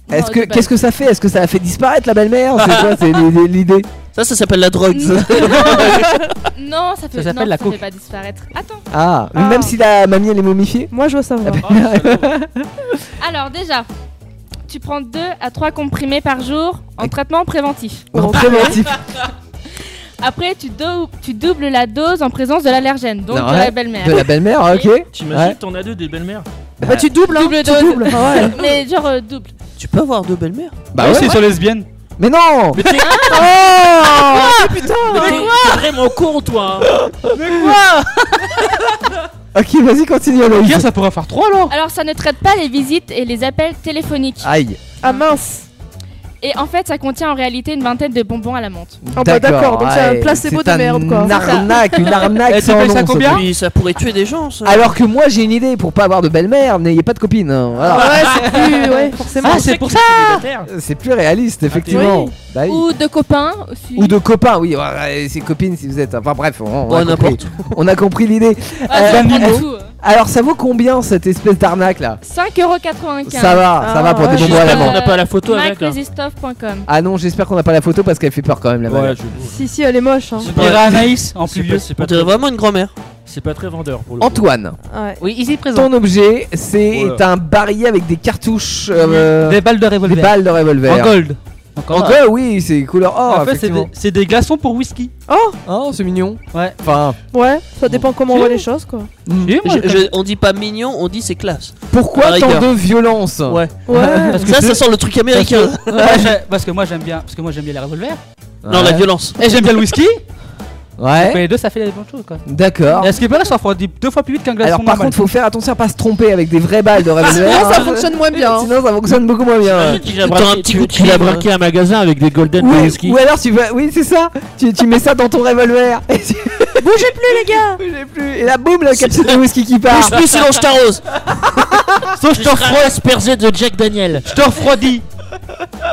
Speaker 7: Ah,
Speaker 3: Est-ce que
Speaker 6: c'est pas-
Speaker 3: qu'est-ce que ça fait Est-ce que ça a fait disparaître la belle-mère C'est quoi
Speaker 4: [laughs]
Speaker 3: c'est l'idée- l'idée
Speaker 7: Ça, ça s'appelle la drogue.
Speaker 6: Non, ça fait,
Speaker 3: Ça s'appelle
Speaker 6: non,
Speaker 3: la
Speaker 6: ça
Speaker 3: coke.
Speaker 6: fait pas disparaître. Attends.
Speaker 3: [laughs] Ah, mais même si la mamie elle est momifiée Ah, ben.
Speaker 4: Moi je dois savoir.
Speaker 7: Ah,
Speaker 3: [laughs]
Speaker 6: Alors déjà, tu prends 2 à 3 comprimés par jour en traitement préventif.
Speaker 3: En préventif.
Speaker 6: [laughs] Après, tu, dou- tu doubles la dose en présence de l'allergène, donc de la belle-mère.
Speaker 3: De la belle-mère, ok.
Speaker 8: T'imagines,
Speaker 3: Ouais.
Speaker 8: t'en as deux des belles-mères
Speaker 3: Bah, tu
Speaker 4: doubles,
Speaker 6: hein, [laughs] double dose.
Speaker 3: doubles,
Speaker 4: [laughs]
Speaker 3: ah ouais.
Speaker 6: Mais genre euh, double.
Speaker 7: Tu peux avoir deux belles-mères
Speaker 3: Bah
Speaker 9: ouais,
Speaker 3: ouais.
Speaker 9: c'est sur lesbienne.
Speaker 3: Mais non
Speaker 8: Mais
Speaker 3: [laughs]
Speaker 8: t'es
Speaker 3: Oh
Speaker 8: putain T'es vraiment
Speaker 3: [laughs]
Speaker 8: con, toi hein.
Speaker 6: euh,
Speaker 3: Ok, vas-y, continue, Anaïs.
Speaker 9: Ah, ça pourra faire 3 alors
Speaker 6: Alors ça ne traite pas les visites et les appels téléphoniques.
Speaker 3: Aïe.
Speaker 4: Ah mince
Speaker 6: Et en fait, ça contient en réalité une vingtaine de bonbons à la menthe.
Speaker 4: Ah bah d'accord, donc c'est un
Speaker 3: ouais,
Speaker 4: placebo
Speaker 3: c'est
Speaker 4: de merde, quoi.
Speaker 3: Une
Speaker 4: C'est ça.
Speaker 3: arnaque, une arnaque
Speaker 4: [laughs]
Speaker 7: Elle
Speaker 3: sans nom. ce truc.
Speaker 7: Oui, Eh, ça pourrait tuer des gens, ça.
Speaker 3: Alors que moi j'ai une idée pour pas avoir de belle-mère, n'ayez pas de copine. hein, voilà.
Speaker 4: c'est plus.
Speaker 6: [laughs]
Speaker 4: Ouais, forcément.
Speaker 7: Ah, c'est pour ça
Speaker 3: Euh, C'est plus réaliste, effectivement.
Speaker 4: Oui.
Speaker 3: Bah oui.
Speaker 6: Ou de copains aussi.
Speaker 3: Ou de copains, oui, ouais, ouais, c'est copine si vous êtes. Enfin bref, on, on a
Speaker 7: Ouais,
Speaker 3: compris. [laughs] On a compris l'idée.
Speaker 6: Ah,
Speaker 3: Euh,
Speaker 6: ça prend
Speaker 3: euh,
Speaker 6: tout.
Speaker 3: alors ça vaut combien cette espèce d'arnaque là
Speaker 6: 5,95€.
Speaker 3: Ça va, ça va pour des bonbons à la
Speaker 6: Euh,
Speaker 3: menthe.
Speaker 6: micresistoff.com.
Speaker 3: Ah non, j'espère qu'on n'a pas la photo parce qu'elle fait peur quand même la
Speaker 8: Ouais,
Speaker 3: balle.
Speaker 8: je...
Speaker 4: Si, si, elle est moche. Hein.
Speaker 8: pas-
Speaker 9: Ira Anaïs, en
Speaker 8: c'est
Speaker 9: plus
Speaker 8: pas-
Speaker 9: vieux.
Speaker 8: c'est
Speaker 7: On
Speaker 8: pas,
Speaker 7: dirait
Speaker 8: très...
Speaker 7: vraiment une grand-mère.
Speaker 8: c'est pas très vendeur pour le coup.
Speaker 3: Antoine,
Speaker 4: Ouais.
Speaker 5: Oui, ici présent.
Speaker 3: ton objet, c'est
Speaker 8: Oula.
Speaker 3: un barillet avec des cartouches, euh,
Speaker 9: Des balles de
Speaker 3: des
Speaker 9: revolver.
Speaker 3: balles de revolver.
Speaker 9: En gold.
Speaker 3: En
Speaker 9: là.
Speaker 3: gold, oui, c'est couleur or.
Speaker 9: en fait, c'est des,
Speaker 3: effectivement.
Speaker 9: c'est des glaçons pour whisky.
Speaker 4: Oh
Speaker 3: Oh, c'est mignon.
Speaker 9: Ouais.
Speaker 3: Enfin,
Speaker 4: Ouais, ça dépend comment on voit les choses, quoi.
Speaker 3: Mm.
Speaker 9: Et moi,
Speaker 7: Je-
Speaker 9: je-
Speaker 7: je- on dit pas mignon, on dit c'est classe.
Speaker 3: pourquoi
Speaker 7: Par
Speaker 3: tant
Speaker 7: rigueur.
Speaker 3: de violence
Speaker 7: Ouais.
Speaker 9: [laughs]
Speaker 4: Ouais.
Speaker 7: Parce que ça, ça sent le truc américain.
Speaker 9: moi, j'ai- parce que moi j'aime bien, parce que moi j'aime bien les revolvers.
Speaker 7: Non, la violence.
Speaker 9: Et j'aime bien le whisky.
Speaker 3: Ouais,
Speaker 9: Donc, les deux, ça fait les bonnes choses quoi.
Speaker 3: d'accord.
Speaker 9: Est-ce que pas là, ça refroidit deux fois plus vite qu'un glaçon
Speaker 3: Alors par
Speaker 9: normal.
Speaker 3: contre, faut faire attention à pas se tromper avec des vraies balles de revolver.
Speaker 4: Sinon, ça fonctionne moins bien. hein.
Speaker 3: Sinon, ça fonctionne beaucoup moins bien. ouais.
Speaker 8: Il a
Speaker 7: T'as un
Speaker 8: braqué,
Speaker 7: petit
Speaker 8: tu,
Speaker 7: coup de
Speaker 8: tu l'as
Speaker 7: cuivre.
Speaker 8: braqué un magasin avec des golden
Speaker 3: Ou,
Speaker 8: de whisky.
Speaker 3: ou alors tu vas, oui c'est ça, tu, tu mets ça dans ton revolver et tu-
Speaker 4: Bougez plus, les gars
Speaker 3: bougez plus et là boum la capsule de whisky qui part.
Speaker 7: Bouge plus, sinon je t'arrose.
Speaker 8: Sauf que je te refroidis aspergé de Jack Daniel.
Speaker 9: Je te refroidis.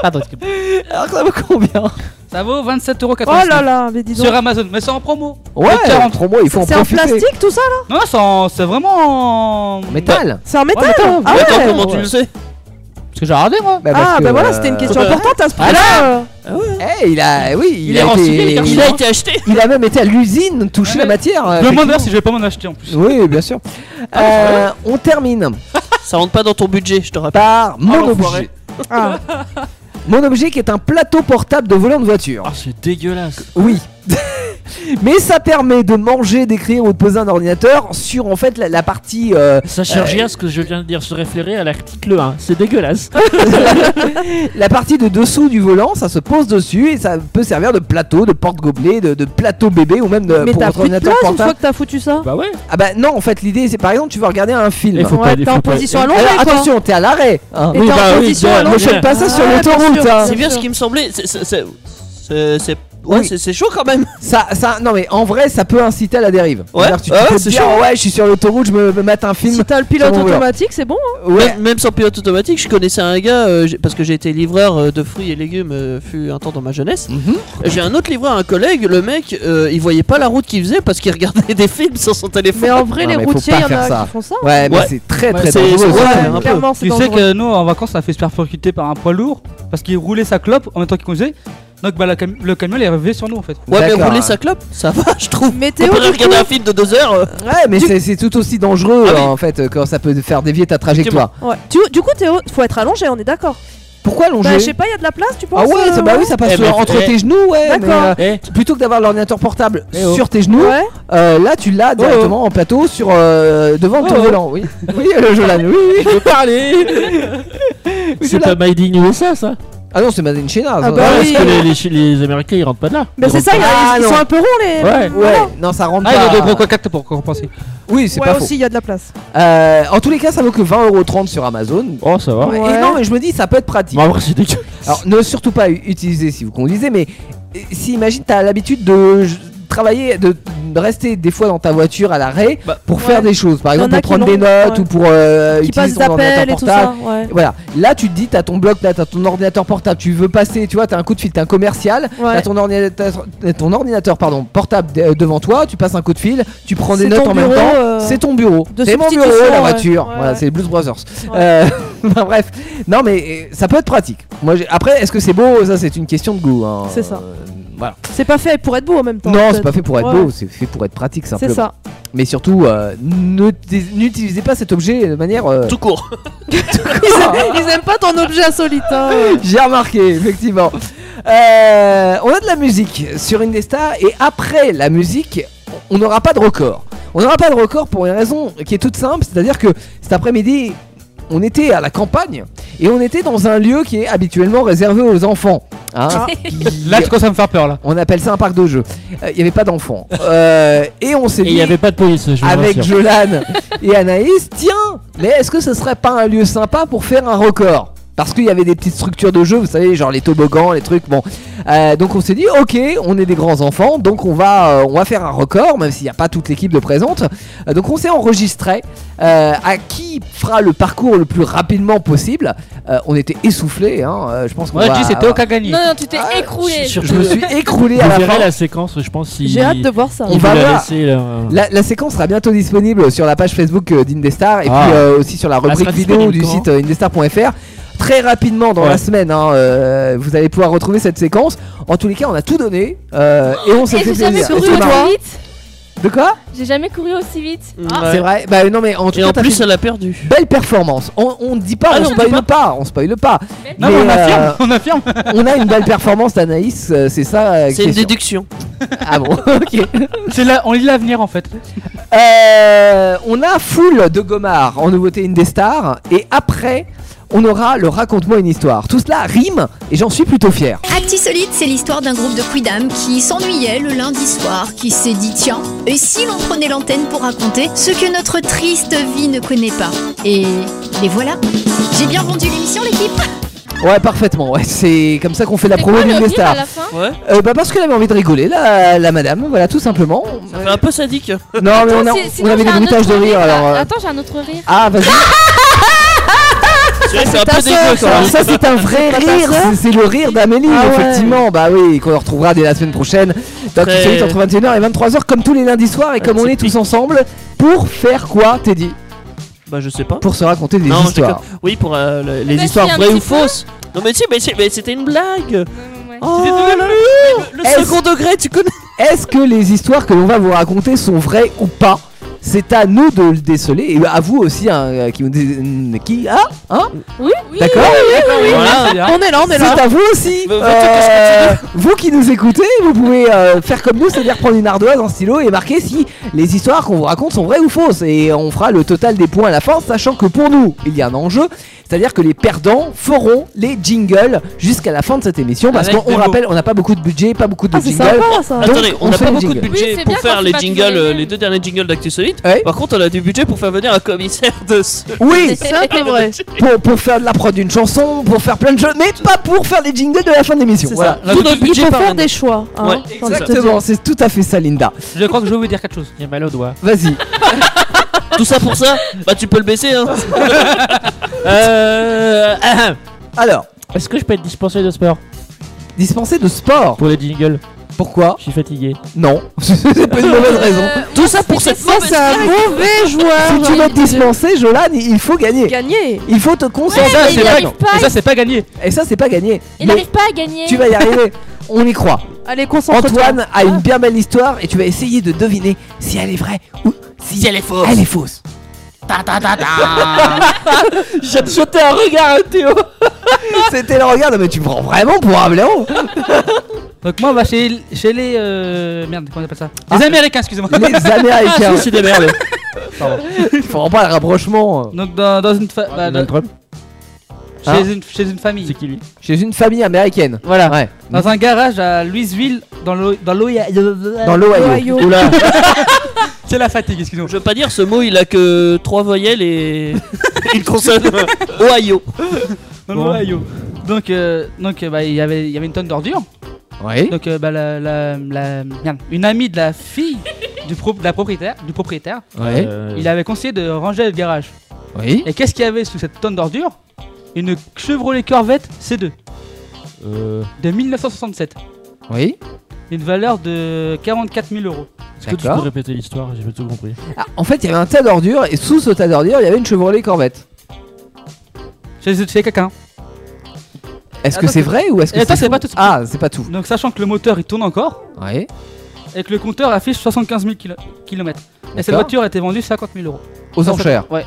Speaker 8: Pardon, excuse-moi.
Speaker 3: Alors ça vaut combien
Speaker 9: Ça vaut 27,99€
Speaker 4: Oh là là, mais dis donc.
Speaker 9: sur Amazon, mais c'est en promo.
Speaker 3: Ouais,
Speaker 9: Le 40.
Speaker 3: pour moi il faut en
Speaker 4: C'est en
Speaker 3: profiter.
Speaker 4: plastique tout ça là
Speaker 9: Non, non, c'est en- c'est vraiment en.
Speaker 3: En métal.
Speaker 4: C'est en métal
Speaker 9: attends,
Speaker 4: Ah
Speaker 7: Mais
Speaker 4: ouais
Speaker 7: attends, comment tu le sais
Speaker 9: Parce que j'ai regardé moi.
Speaker 3: Bah, parce
Speaker 4: Ah
Speaker 3: que,
Speaker 4: bah voilà,
Speaker 3: euh,
Speaker 4: c'était une question
Speaker 7: euh,
Speaker 4: importante à ce
Speaker 9: Ah
Speaker 4: point-là
Speaker 7: Ah
Speaker 3: Eh, il a, oui, il,
Speaker 9: est
Speaker 3: a
Speaker 9: renseigné, les
Speaker 3: été, il,
Speaker 9: cartouches.
Speaker 7: Il
Speaker 3: a,
Speaker 7: a été acheté.
Speaker 3: il a même été à l'usine toucher
Speaker 9: Ouais,
Speaker 3: la
Speaker 9: mais-
Speaker 3: matière. euh,
Speaker 9: Je me demande
Speaker 3: effectivement.
Speaker 9: d'ailleurs si je vais pas m'en acheter en plus. Ah,
Speaker 3: Oui, bien sûr. Euh, on termine
Speaker 7: [laughs] Ça rentre pas dans ton budget, je te rappelle.
Speaker 3: par mon
Speaker 7: Oh, l'enfoiré.
Speaker 3: objet.
Speaker 9: Ah.
Speaker 3: Ah. Mon objet qui est un plateau portable de volant de voiture.
Speaker 8: Ah, c'est dégueulasse.
Speaker 3: Oui. [laughs] Mais ça permet de manger, d'écrire ou de poser un ordinateur sur en fait la, la partie euh,
Speaker 8: Ça change rien à ce que je viens de dire se référer à l'article 1. C'est dégueulasse.
Speaker 3: Ah, [laughs] la partie de dessous du volant, ça se pose dessus et ça peut servir de plateau, de porte-gobelet, de, de plateau bébé ou même de
Speaker 4: Mais
Speaker 3: Euh, pour
Speaker 4: t'as
Speaker 3: votre
Speaker 4: plus de
Speaker 3: ordinateur
Speaker 4: place une
Speaker 3: portable.
Speaker 4: fois que t'as foutu ça
Speaker 8: Bah ouais.
Speaker 3: Ah bah non, en fait l'idée c'est par exemple tu vas regarder un film.
Speaker 8: Il faut pas-
Speaker 4: Ouais,
Speaker 8: il
Speaker 4: t'es
Speaker 8: faut
Speaker 4: en
Speaker 8: pas-
Speaker 4: position
Speaker 3: Alors,
Speaker 4: allongée quoi
Speaker 3: attention, t'es à l'arrêt. hein.
Speaker 4: Et t'es
Speaker 8: bah
Speaker 4: en
Speaker 8: oui,
Speaker 4: position
Speaker 8: bien,
Speaker 3: Ne
Speaker 4: allongée
Speaker 3: fais pas ça
Speaker 4: Ah,
Speaker 3: sur
Speaker 4: bien
Speaker 3: l'autoroute.
Speaker 4: sûr.
Speaker 3: hein.
Speaker 7: Ah. C'est bien
Speaker 4: sûr.
Speaker 7: ce qui me semblait. C'est- c'est- c'est- C'est c'est-
Speaker 3: Oui.
Speaker 7: ouais, c'est- c'est chaud quand même.
Speaker 3: Ça, ça, non mais en vrai, ça peut inciter à la dérive.
Speaker 7: Ouais,
Speaker 3: C'est-à-dire, tu, tu
Speaker 7: ouais,
Speaker 3: peux te
Speaker 7: c'est
Speaker 3: dire,
Speaker 7: chaud.
Speaker 3: ouais, je suis sur l'autoroute, je me, me mate un film.
Speaker 4: Si t'as le pilote
Speaker 3: Sur mon volant.
Speaker 4: automatique, c'est bon hein
Speaker 3: Ouais.
Speaker 7: Même, même sans pilote automatique, je connaissais un gars, euh, j'ai- parce que j'ai été livreur euh, de fruits et légumes euh, fut un temps dans ma jeunesse. Euh,
Speaker 3: Mhm.
Speaker 7: J'ai un autre livreur, un collègue, le mec, euh, il voyait pas la route qu'il faisait parce qu'il regardait [laughs] des films sur son téléphone.
Speaker 4: Mais en vrai,
Speaker 3: Non,
Speaker 4: les
Speaker 3: mais faut
Speaker 4: routiers,
Speaker 3: pas
Speaker 4: il y en
Speaker 3: faire
Speaker 4: a
Speaker 3: ça.
Speaker 4: qui font ça
Speaker 3: Ouais, mais Eh
Speaker 7: Ouais.
Speaker 3: ben, c'est très
Speaker 7: Ouais,
Speaker 3: très
Speaker 7: c'est-
Speaker 3: dangereux.
Speaker 7: c'est-
Speaker 3: ça.
Speaker 7: ouais, un peu.
Speaker 4: Clairement, c'est
Speaker 9: Tu sais
Speaker 4: dangereux
Speaker 9: que nous en vacances, on a fait se faire percuter par un poids lourd parce qu'il roulait sa clope en même temps qu'il conduisait. Donc bah, la cam- le camion il est arrivé sur nous en fait.
Speaker 7: Ouais, mais rouler sa clope, ça va, je trouve.
Speaker 3: Météo,
Speaker 7: On pourrait
Speaker 3: du
Speaker 7: regarder
Speaker 3: coup.
Speaker 7: un film de deux heures. euh.
Speaker 3: Ouais, mais c'est- c'est tout aussi
Speaker 8: Ah
Speaker 3: dangereux hein, en fait quand ça peut faire dévier ta trajectoire.
Speaker 4: Ouais. Tu- du coup, Théo, faut être allongé, on est d'accord.
Speaker 3: Pourquoi allongé
Speaker 4: Bah, je sais pas, il y a de la place, tu penses
Speaker 3: Ah ouais,
Speaker 4: euh,
Speaker 3: ça, bah oui, ça passe
Speaker 7: Eh ben,
Speaker 3: entre
Speaker 7: eh.
Speaker 3: tes genoux, ouais. mais,
Speaker 4: D'accord.
Speaker 3: euh, Plutôt que d'avoir l'ordinateur portable
Speaker 7: Eh oh.
Speaker 3: sur tes genoux,
Speaker 4: Ouais.
Speaker 3: euh, là tu l'as directement en plateau sur euh, devant ton
Speaker 7: Oh, oh.
Speaker 3: volant, oui. Oui, euh, Jolan, oui, [laughs] oui. Je veux parler.
Speaker 8: C'est pas Made in USA ça
Speaker 3: Ah non, c'est Made in China.
Speaker 4: Ah bah oui.
Speaker 8: Parce que les, les Chi- les Américains ils rentrent pas de là.
Speaker 4: Mais
Speaker 8: Ils
Speaker 4: Bah, c'est
Speaker 8: rentrent
Speaker 4: ça, il y a-
Speaker 3: Ah,
Speaker 4: ils
Speaker 3: non.
Speaker 4: sont un peu ronds les.
Speaker 8: Ouais.
Speaker 4: Voilà.
Speaker 3: Ouais, non, ça rentre
Speaker 9: Ah, il y a
Speaker 3: pas.
Speaker 9: deux pourquoi quatre pour compenser.
Speaker 3: Oui, c'est
Speaker 4: Ouais,
Speaker 3: pas faux.
Speaker 4: aussi, il y a de la place.
Speaker 3: Euh, en tous les cas, ça vaut que 20,30€ sur Amazon.
Speaker 8: pas. Oh, ça va.
Speaker 3: Ouais, Et non, mais je me dis, ça peut être pratique.
Speaker 8: Bon, après, c'est dégueulasse.
Speaker 3: Alors, ne surtout pas u- utiliser si vous conduisez, mais euh, si imagine, t'as l'habitude de j- travailler, de de rester des fois dans ta voiture à l'arrêt
Speaker 8: Bah,
Speaker 3: pour faire des choses, par
Speaker 4: Y en
Speaker 3: exemple
Speaker 4: a
Speaker 3: pour
Speaker 4: qui
Speaker 3: prendre des
Speaker 4: l'ont,
Speaker 3: notes
Speaker 4: ouais.
Speaker 3: ou pour euh,
Speaker 4: Qui
Speaker 3: utiliser
Speaker 4: passent
Speaker 3: ton ordinateur
Speaker 4: d'appels et tout ça,
Speaker 3: portable.
Speaker 4: ouais.
Speaker 3: Voilà, là tu te dis, t'as ton bloc, là t'as ton ordinateur portable, tu veux passer, tu vois, t'as un coup de fil, t'as un commercial,
Speaker 4: Ouais.
Speaker 3: t'as ton ordinateur, euh, ton ordinateur pardon, portable de- euh, devant toi, tu passes un coup de fil, tu prends des
Speaker 4: C'est
Speaker 3: notes
Speaker 4: ton
Speaker 3: en même
Speaker 4: bureau,
Speaker 3: temps,
Speaker 4: euh,
Speaker 3: c'est ton bureau,
Speaker 4: de
Speaker 3: c'est mon bureau,
Speaker 4: substitution,
Speaker 3: la
Speaker 4: ouais.
Speaker 3: voiture,
Speaker 4: Ouais,
Speaker 3: voilà,
Speaker 4: ouais.
Speaker 3: c'est les Blues Brothers. Euh, [laughs] bah, bref, non mais euh, ça peut être pratique. Moi, j'ai- après, est-ce que c'est beau Ça, c'est une question de goût. hein.
Speaker 4: C'est ça.
Speaker 3: Euh, voilà.
Speaker 4: C'est pas fait pour être beau en même temps.
Speaker 3: Non, c'est
Speaker 4: peut-être.
Speaker 3: pas fait pour être
Speaker 4: Ouais.
Speaker 3: beau, c'est fait pour être pratique simplement.
Speaker 4: ça.
Speaker 3: Mais surtout, euh, n'uti- n'utilisez pas cet objet de manière. euh, [laughs]
Speaker 7: Tout court.
Speaker 4: Ils aiment- Ils aiment pas ton objet insolite. hein.
Speaker 3: J'ai remarqué, effectivement. Euh, on a de la musique sur Indestar et après la musique, on n'aura pas de record. On n'aura pas de record pour une raison qui est toute simple, c'est-à-dire que cet après-midi, on était à la campagne et on était dans un lieu qui est habituellement réservé aux enfants. hein.
Speaker 4: Ah.
Speaker 9: Là tu commences à me faire peur là.
Speaker 3: On appelle ça un parc de jeux. Euh, Il n'y avait pas d'enfants. Euh, et on s'est
Speaker 8: Et
Speaker 3: dit...
Speaker 8: il n'y avait pas de police, je vous
Speaker 3: avec
Speaker 8: rassure.
Speaker 3: Jolan et Anaïs, tiens, mais est-ce que ce serait pas un lieu sympa pour faire un record parce qu'il y avait des petites structures de jeu, vous savez, genre les toboggans, les trucs. Bon, Euh, donc on s'est dit, ok, on est des grands enfants, donc on va, euh, on va faire un record, même s'il n'y a pas toute l'équipe de présente. Euh, donc on s'est enregistré euh, à qui fera le parcours le plus rapidement possible. Euh, on était essoufflés, hein. euh, je pense qu'on
Speaker 9: Moi
Speaker 3: va-
Speaker 9: je dis c'est Théo qui a gagné.
Speaker 6: Non, non, tu t'es écroulé.
Speaker 3: Ah, je me suis écroulé
Speaker 8: Vous
Speaker 3: à la
Speaker 8: verrez
Speaker 3: fin.
Speaker 8: la séquence, je pense. si-
Speaker 4: J'ai hâte de voir ça.
Speaker 8: On
Speaker 3: va
Speaker 8: va
Speaker 3: voir.
Speaker 8: la laisser. là.
Speaker 3: La, la séquence sera bientôt disponible sur la page Facebook euh, d'Indestar et
Speaker 8: Ah.
Speaker 3: puis euh, aussi sur la rubrique
Speaker 8: sera
Speaker 3: vidéo
Speaker 8: disponible
Speaker 3: du
Speaker 8: quand
Speaker 3: site euh, indestar.fr. Très rapidement dans
Speaker 8: Ouais.
Speaker 3: la semaine, hein, euh, vous allez pouvoir retrouver cette séquence. En tous les cas, on a tout donné euh, et on s'est
Speaker 6: Et
Speaker 3: fait
Speaker 6: j'ai jamais
Speaker 3: plaisir.
Speaker 6: couru
Speaker 3: Et c'est marrant.
Speaker 6: aussi vite.
Speaker 3: De quoi
Speaker 6: J'ai jamais couru aussi vite.
Speaker 4: Ah.
Speaker 7: Ah.
Speaker 3: C'est vrai. Bah non mais en tout
Speaker 7: Et
Speaker 3: cas,
Speaker 7: en
Speaker 3: t'as
Speaker 7: plus,
Speaker 3: fait
Speaker 7: elle a perdu.
Speaker 3: une belle performance. On, on dit pas,
Speaker 7: Ah
Speaker 3: on
Speaker 7: non, on dit
Speaker 3: spoil pas, on spoil pas.
Speaker 9: Non mais on
Speaker 3: Mais,
Speaker 7: [laughs]
Speaker 3: euh,
Speaker 9: affirme, on affirme.
Speaker 3: on a une belle performance d'Anaïs, euh, c'est ça. euh,
Speaker 7: C'est une
Speaker 3: question.
Speaker 7: déduction.
Speaker 3: Ah bon, [laughs] ok.
Speaker 9: C'est là, on lit l'avenir en fait.
Speaker 3: Euh, on a Full de Gomard en nouveauté Indestar et après on aura le Raconte-moi une histoire. Tout cela rime et j'en suis plutôt fier.
Speaker 14: Actisolite, c'est l'histoire d'un groupe de quidam qui s'ennuyait le lundi soir, qui s'est dit tiens, et si l'on prenait l'antenne pour raconter ce que notre triste vie ne connaît pas Et les voilà J'ai bien vendu l'émission, l'équipe
Speaker 3: Ouais, parfaitement. Ouais, c'est comme ça qu'on fait la promo
Speaker 6: à
Speaker 3: d'Indestar.
Speaker 6: la fin
Speaker 7: Ouais.
Speaker 3: Euh, bah parce qu'elle avait envie de rigoler, la, la madame. Voilà, tout simplement.
Speaker 7: Ça fait un peu sadique.
Speaker 3: Non, mais on, a-
Speaker 6: Attends, c'est-
Speaker 3: on
Speaker 6: sinon
Speaker 3: avait
Speaker 6: j'ai
Speaker 3: des
Speaker 6: un
Speaker 3: bruitages de
Speaker 6: autre
Speaker 3: rire. Alors, euh,
Speaker 6: Attends, j'ai un autre rire.
Speaker 3: ah, vas-y.
Speaker 7: [laughs] C'est vrai, c'est un
Speaker 3: Ta
Speaker 7: peu
Speaker 3: sœur,
Speaker 7: dégueu hein.
Speaker 3: ça,
Speaker 7: quand
Speaker 3: ça, c'est un vrai
Speaker 4: ta
Speaker 3: rire,
Speaker 4: sœur
Speaker 3: c'est- c'est le rire d'Amélie,
Speaker 4: Ah ouais.
Speaker 3: effectivement, bah oui, qu'on retrouvera dès la semaine prochaine, donc
Speaker 7: Très-
Speaker 3: solide entre 21h et 23h comme tous les lundis soirs et comme on est tous ensemble, pour faire quoi Teddy
Speaker 7: Bah, je sais pas.
Speaker 3: Pour se raconter des
Speaker 7: Non, je
Speaker 3: histoires.
Speaker 7: déconne. Oui, pour euh, le-
Speaker 6: bah,
Speaker 7: les
Speaker 6: si,
Speaker 7: histoires
Speaker 6: un
Speaker 7: vraies
Speaker 6: petit
Speaker 7: ou
Speaker 6: peu.
Speaker 7: fausses. Non, mais tu sais, mais c'est- mais c'était une blague.
Speaker 6: ouais.
Speaker 7: Oh, là là. le, le
Speaker 3: Est-ce-
Speaker 7: second degré, tu connais.
Speaker 3: Est-ce que les histoires que l'on va vous raconter sont vraies ou pas c'est à nous de le déceler et à vous aussi hein, euh, qui vous dé- qui ah hein
Speaker 6: Oui,
Speaker 3: d'accord
Speaker 7: Voilà.
Speaker 4: On est là, on est
Speaker 3: c'est
Speaker 4: là.
Speaker 3: à vous aussi
Speaker 7: Bah,
Speaker 3: Euh, vous qui nous écoutez vous pouvez euh, faire comme nous c'est-à-dire prendre une ardoise un stylo et marquer si les histoires qu'on vous raconte sont vraies ou fausses et on fera le total des points à la fin sachant que pour nous il y a un enjeu c'est-à-dire que les perdants feront les jingles jusqu'à la fin de cette émission parce
Speaker 9: Avec
Speaker 3: qu'on on
Speaker 9: des mots.
Speaker 3: rappelle on n'a pas beaucoup de budget pas beaucoup de
Speaker 4: Ah, c'est
Speaker 3: jingles
Speaker 4: sympa ça.
Speaker 3: Euh, Donc,
Speaker 7: Attendez, on
Speaker 3: on
Speaker 7: n'a
Speaker 3: fait
Speaker 7: pas
Speaker 3: les
Speaker 7: beaucoup de
Speaker 3: jingles.
Speaker 7: budget
Speaker 6: Oui, c'est
Speaker 7: pour
Speaker 6: bien quand
Speaker 7: faire
Speaker 6: tu
Speaker 7: les
Speaker 6: vas toujours
Speaker 7: jingles,
Speaker 6: les
Speaker 7: euh,
Speaker 6: mêmes.
Speaker 7: les deux derniers jingles d'Actu Solide.
Speaker 3: Ouais.
Speaker 7: Par contre, on a du budget pour faire venir un commissaire de ce.
Speaker 3: oui
Speaker 4: [laughs] C'est un peu vrai.
Speaker 3: pour, pour faire de la prod d'une chanson, pour faire plein de jeux, mais pas pour faire les jingles de la fin de l'émission.
Speaker 7: C'est
Speaker 3: Voilà.
Speaker 7: ça.
Speaker 4: Tout
Speaker 7: Tout notre
Speaker 4: il
Speaker 7: budget
Speaker 4: faut
Speaker 7: par
Speaker 4: faire
Speaker 7: an.
Speaker 4: des choix. hein,
Speaker 7: Ouais,
Speaker 4: j'ai envie de te
Speaker 3: Exactement,
Speaker 4: dire.
Speaker 3: c'est tout à fait ça, Linda.
Speaker 9: Je crois que je vais vous dire quelque chose. J'ai mal au doigt.
Speaker 3: Vas-y.
Speaker 7: Tout ça pour ça Bah, tu peux le
Speaker 3: [laughs]
Speaker 7: baisser, hein.
Speaker 8: Euh,
Speaker 3: Alors,
Speaker 8: Est-ce que je peux être dispensé de sport
Speaker 3: dispensé de sport.
Speaker 8: pour les jingles
Speaker 3: Pourquoi
Speaker 8: Je suis fatigué. [laughs]
Speaker 3: Non, c'est pas une mauvaise raison.
Speaker 7: Tout ça pour cette
Speaker 4: Ça,
Speaker 7: mauvaise
Speaker 4: c'est un mauvais joueur.
Speaker 3: euh, Si tu veux être dispensé, Jolan, il faut gagner.
Speaker 4: Gagner.
Speaker 3: Il faut te concentrer.
Speaker 6: Ouais, mais il
Speaker 3: Jolan.
Speaker 6: arrive pas.
Speaker 9: Et ça c'est pas gagné.
Speaker 3: Et ça, c'est pas gagné.
Speaker 6: Il
Speaker 3: Mais
Speaker 6: n'arrive pas à gagner.
Speaker 3: tu vas y arriver. On y croit.
Speaker 4: Allez, concentre-toi.
Speaker 3: Antoine a
Speaker 6: Ah.
Speaker 3: une bien belle histoire et tu vas essayer de deviner si elle est vraie ou si elle est fausse. Elle est fausse.
Speaker 13: Ta ta ta
Speaker 3: [laughs] J'ai jeté un regard à Théo. C'était le regard. Non, mais tu me prends vraiment pour un blaireau.
Speaker 9: Donc moi, on va chez, chez les... euh, merde, comment on appelle ça Les Américains, excusez-moi.
Speaker 3: Les Américains.
Speaker 9: [laughs] Je suis
Speaker 3: [laughs]
Speaker 9: des merdes.
Speaker 3: Pardon. Il faut pas le rapprochement.
Speaker 9: Donc dans, dans une... fa- bah, dans- Chez,
Speaker 3: Hein
Speaker 9: une, chez une famille. C'est qui lui
Speaker 3: Chez une famille américaine.
Speaker 9: Voilà.
Speaker 3: Ouais.
Speaker 9: Dans un garage à Louisville, dans l'Ohio. Dans l'Ohio.
Speaker 3: Dans l'Ohio.
Speaker 9: [laughs]
Speaker 3: Oula.
Speaker 9: C'est la fatigue, excusez-moi.
Speaker 7: Je veux pas dire, ce mot il a que trois voyelles et une consonne. [laughs] Ohio.
Speaker 9: [laughs] Dans l'Ohio. Donc, euh, donc euh, bah, il y avait- il y avait une tonne d'ordures.
Speaker 3: Oui.
Speaker 9: Donc, euh, bah, la, la- la- merde, une amie de la fille du, pro- de la propriétaire, du propriétaire,
Speaker 3: Ouais.
Speaker 9: euh, il avait conseillé de ranger le garage.
Speaker 3: Oui.
Speaker 9: Et qu'est-ce qu'il y avait sous cette tonne d'ordures Une Chevrolet Corvette C2
Speaker 8: Euh,
Speaker 9: de 1967.
Speaker 3: Oui.
Speaker 9: Une valeur de 44 000 euros.
Speaker 8: Est-ce que tu peux
Speaker 3: D'accord.
Speaker 8: répéter l'histoire J'ai pas tout compris.
Speaker 3: Ah, en fait, il y avait un tas d'ordures et sous ce tas d'ordures, il y avait une Chevrolet Corvette.
Speaker 9: Chez, chez quelqu'un.
Speaker 3: Est-ce que
Speaker 9: Attends,
Speaker 3: c'est vrai ou est-ce que
Speaker 9: Et attends,
Speaker 3: c'est
Speaker 9: c'est
Speaker 3: faux
Speaker 9: pas tout.
Speaker 3: Ah, c'est pas tout.
Speaker 9: Donc, sachant que le moteur il tourne encore
Speaker 3: Ouais.
Speaker 9: et que le compteur affiche 75 000 km. Et cette
Speaker 3: D'accord.
Speaker 9: voiture a été vendue 50 000 euros.
Speaker 3: Aux
Speaker 9: Ça, ça-
Speaker 3: enchères.
Speaker 9: Ouais.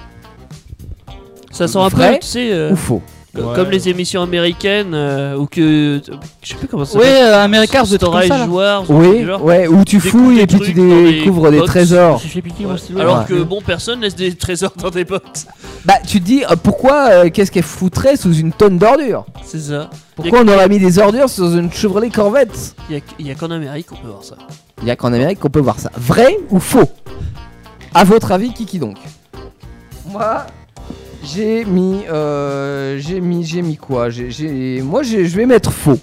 Speaker 7: Ça sent un peu,
Speaker 9: Vrai
Speaker 7: tu sais. euh,
Speaker 3: ou faux
Speaker 7: co-
Speaker 9: Ouais.
Speaker 7: Comme les émissions américaines euh, ou que. Je sais plus comment ça
Speaker 9: Ouais,
Speaker 7: s'appelle.
Speaker 9: euh, Americars, des trucs comme ça, là.
Speaker 7: Storage Wars. ou
Speaker 3: Oui,
Speaker 7: du genre.
Speaker 3: ouais, où tu
Speaker 7: Des
Speaker 3: fouilles et
Speaker 7: trucs
Speaker 3: puis tu
Speaker 7: dans des
Speaker 3: découvres des
Speaker 7: box.
Speaker 3: trésors.
Speaker 7: Ouais.
Speaker 3: Ouais.
Speaker 7: Alors
Speaker 3: Ouais.
Speaker 7: que bon, personne laisse des [laughs] trésors dans des box.
Speaker 3: Bah, tu te dis euh, pourquoi euh, qu'est-ce qu'elle foutrait sous une tonne d'ordures
Speaker 7: C'est ça.
Speaker 3: Pourquoi on aurait mis des ordures sous une Chevrolet Corvette
Speaker 7: Il y a, y a qu'en Amérique qu'on peut voir ça.
Speaker 3: Il y a qu'en Amérique qu'on peut voir ça. Vrai ou faux À votre avis, qui qui donc Moi, j'ai mis, euh, j'ai mis, j'ai mis quoi J'ai- j'ai- moi, j'ai- je vais mettre faux.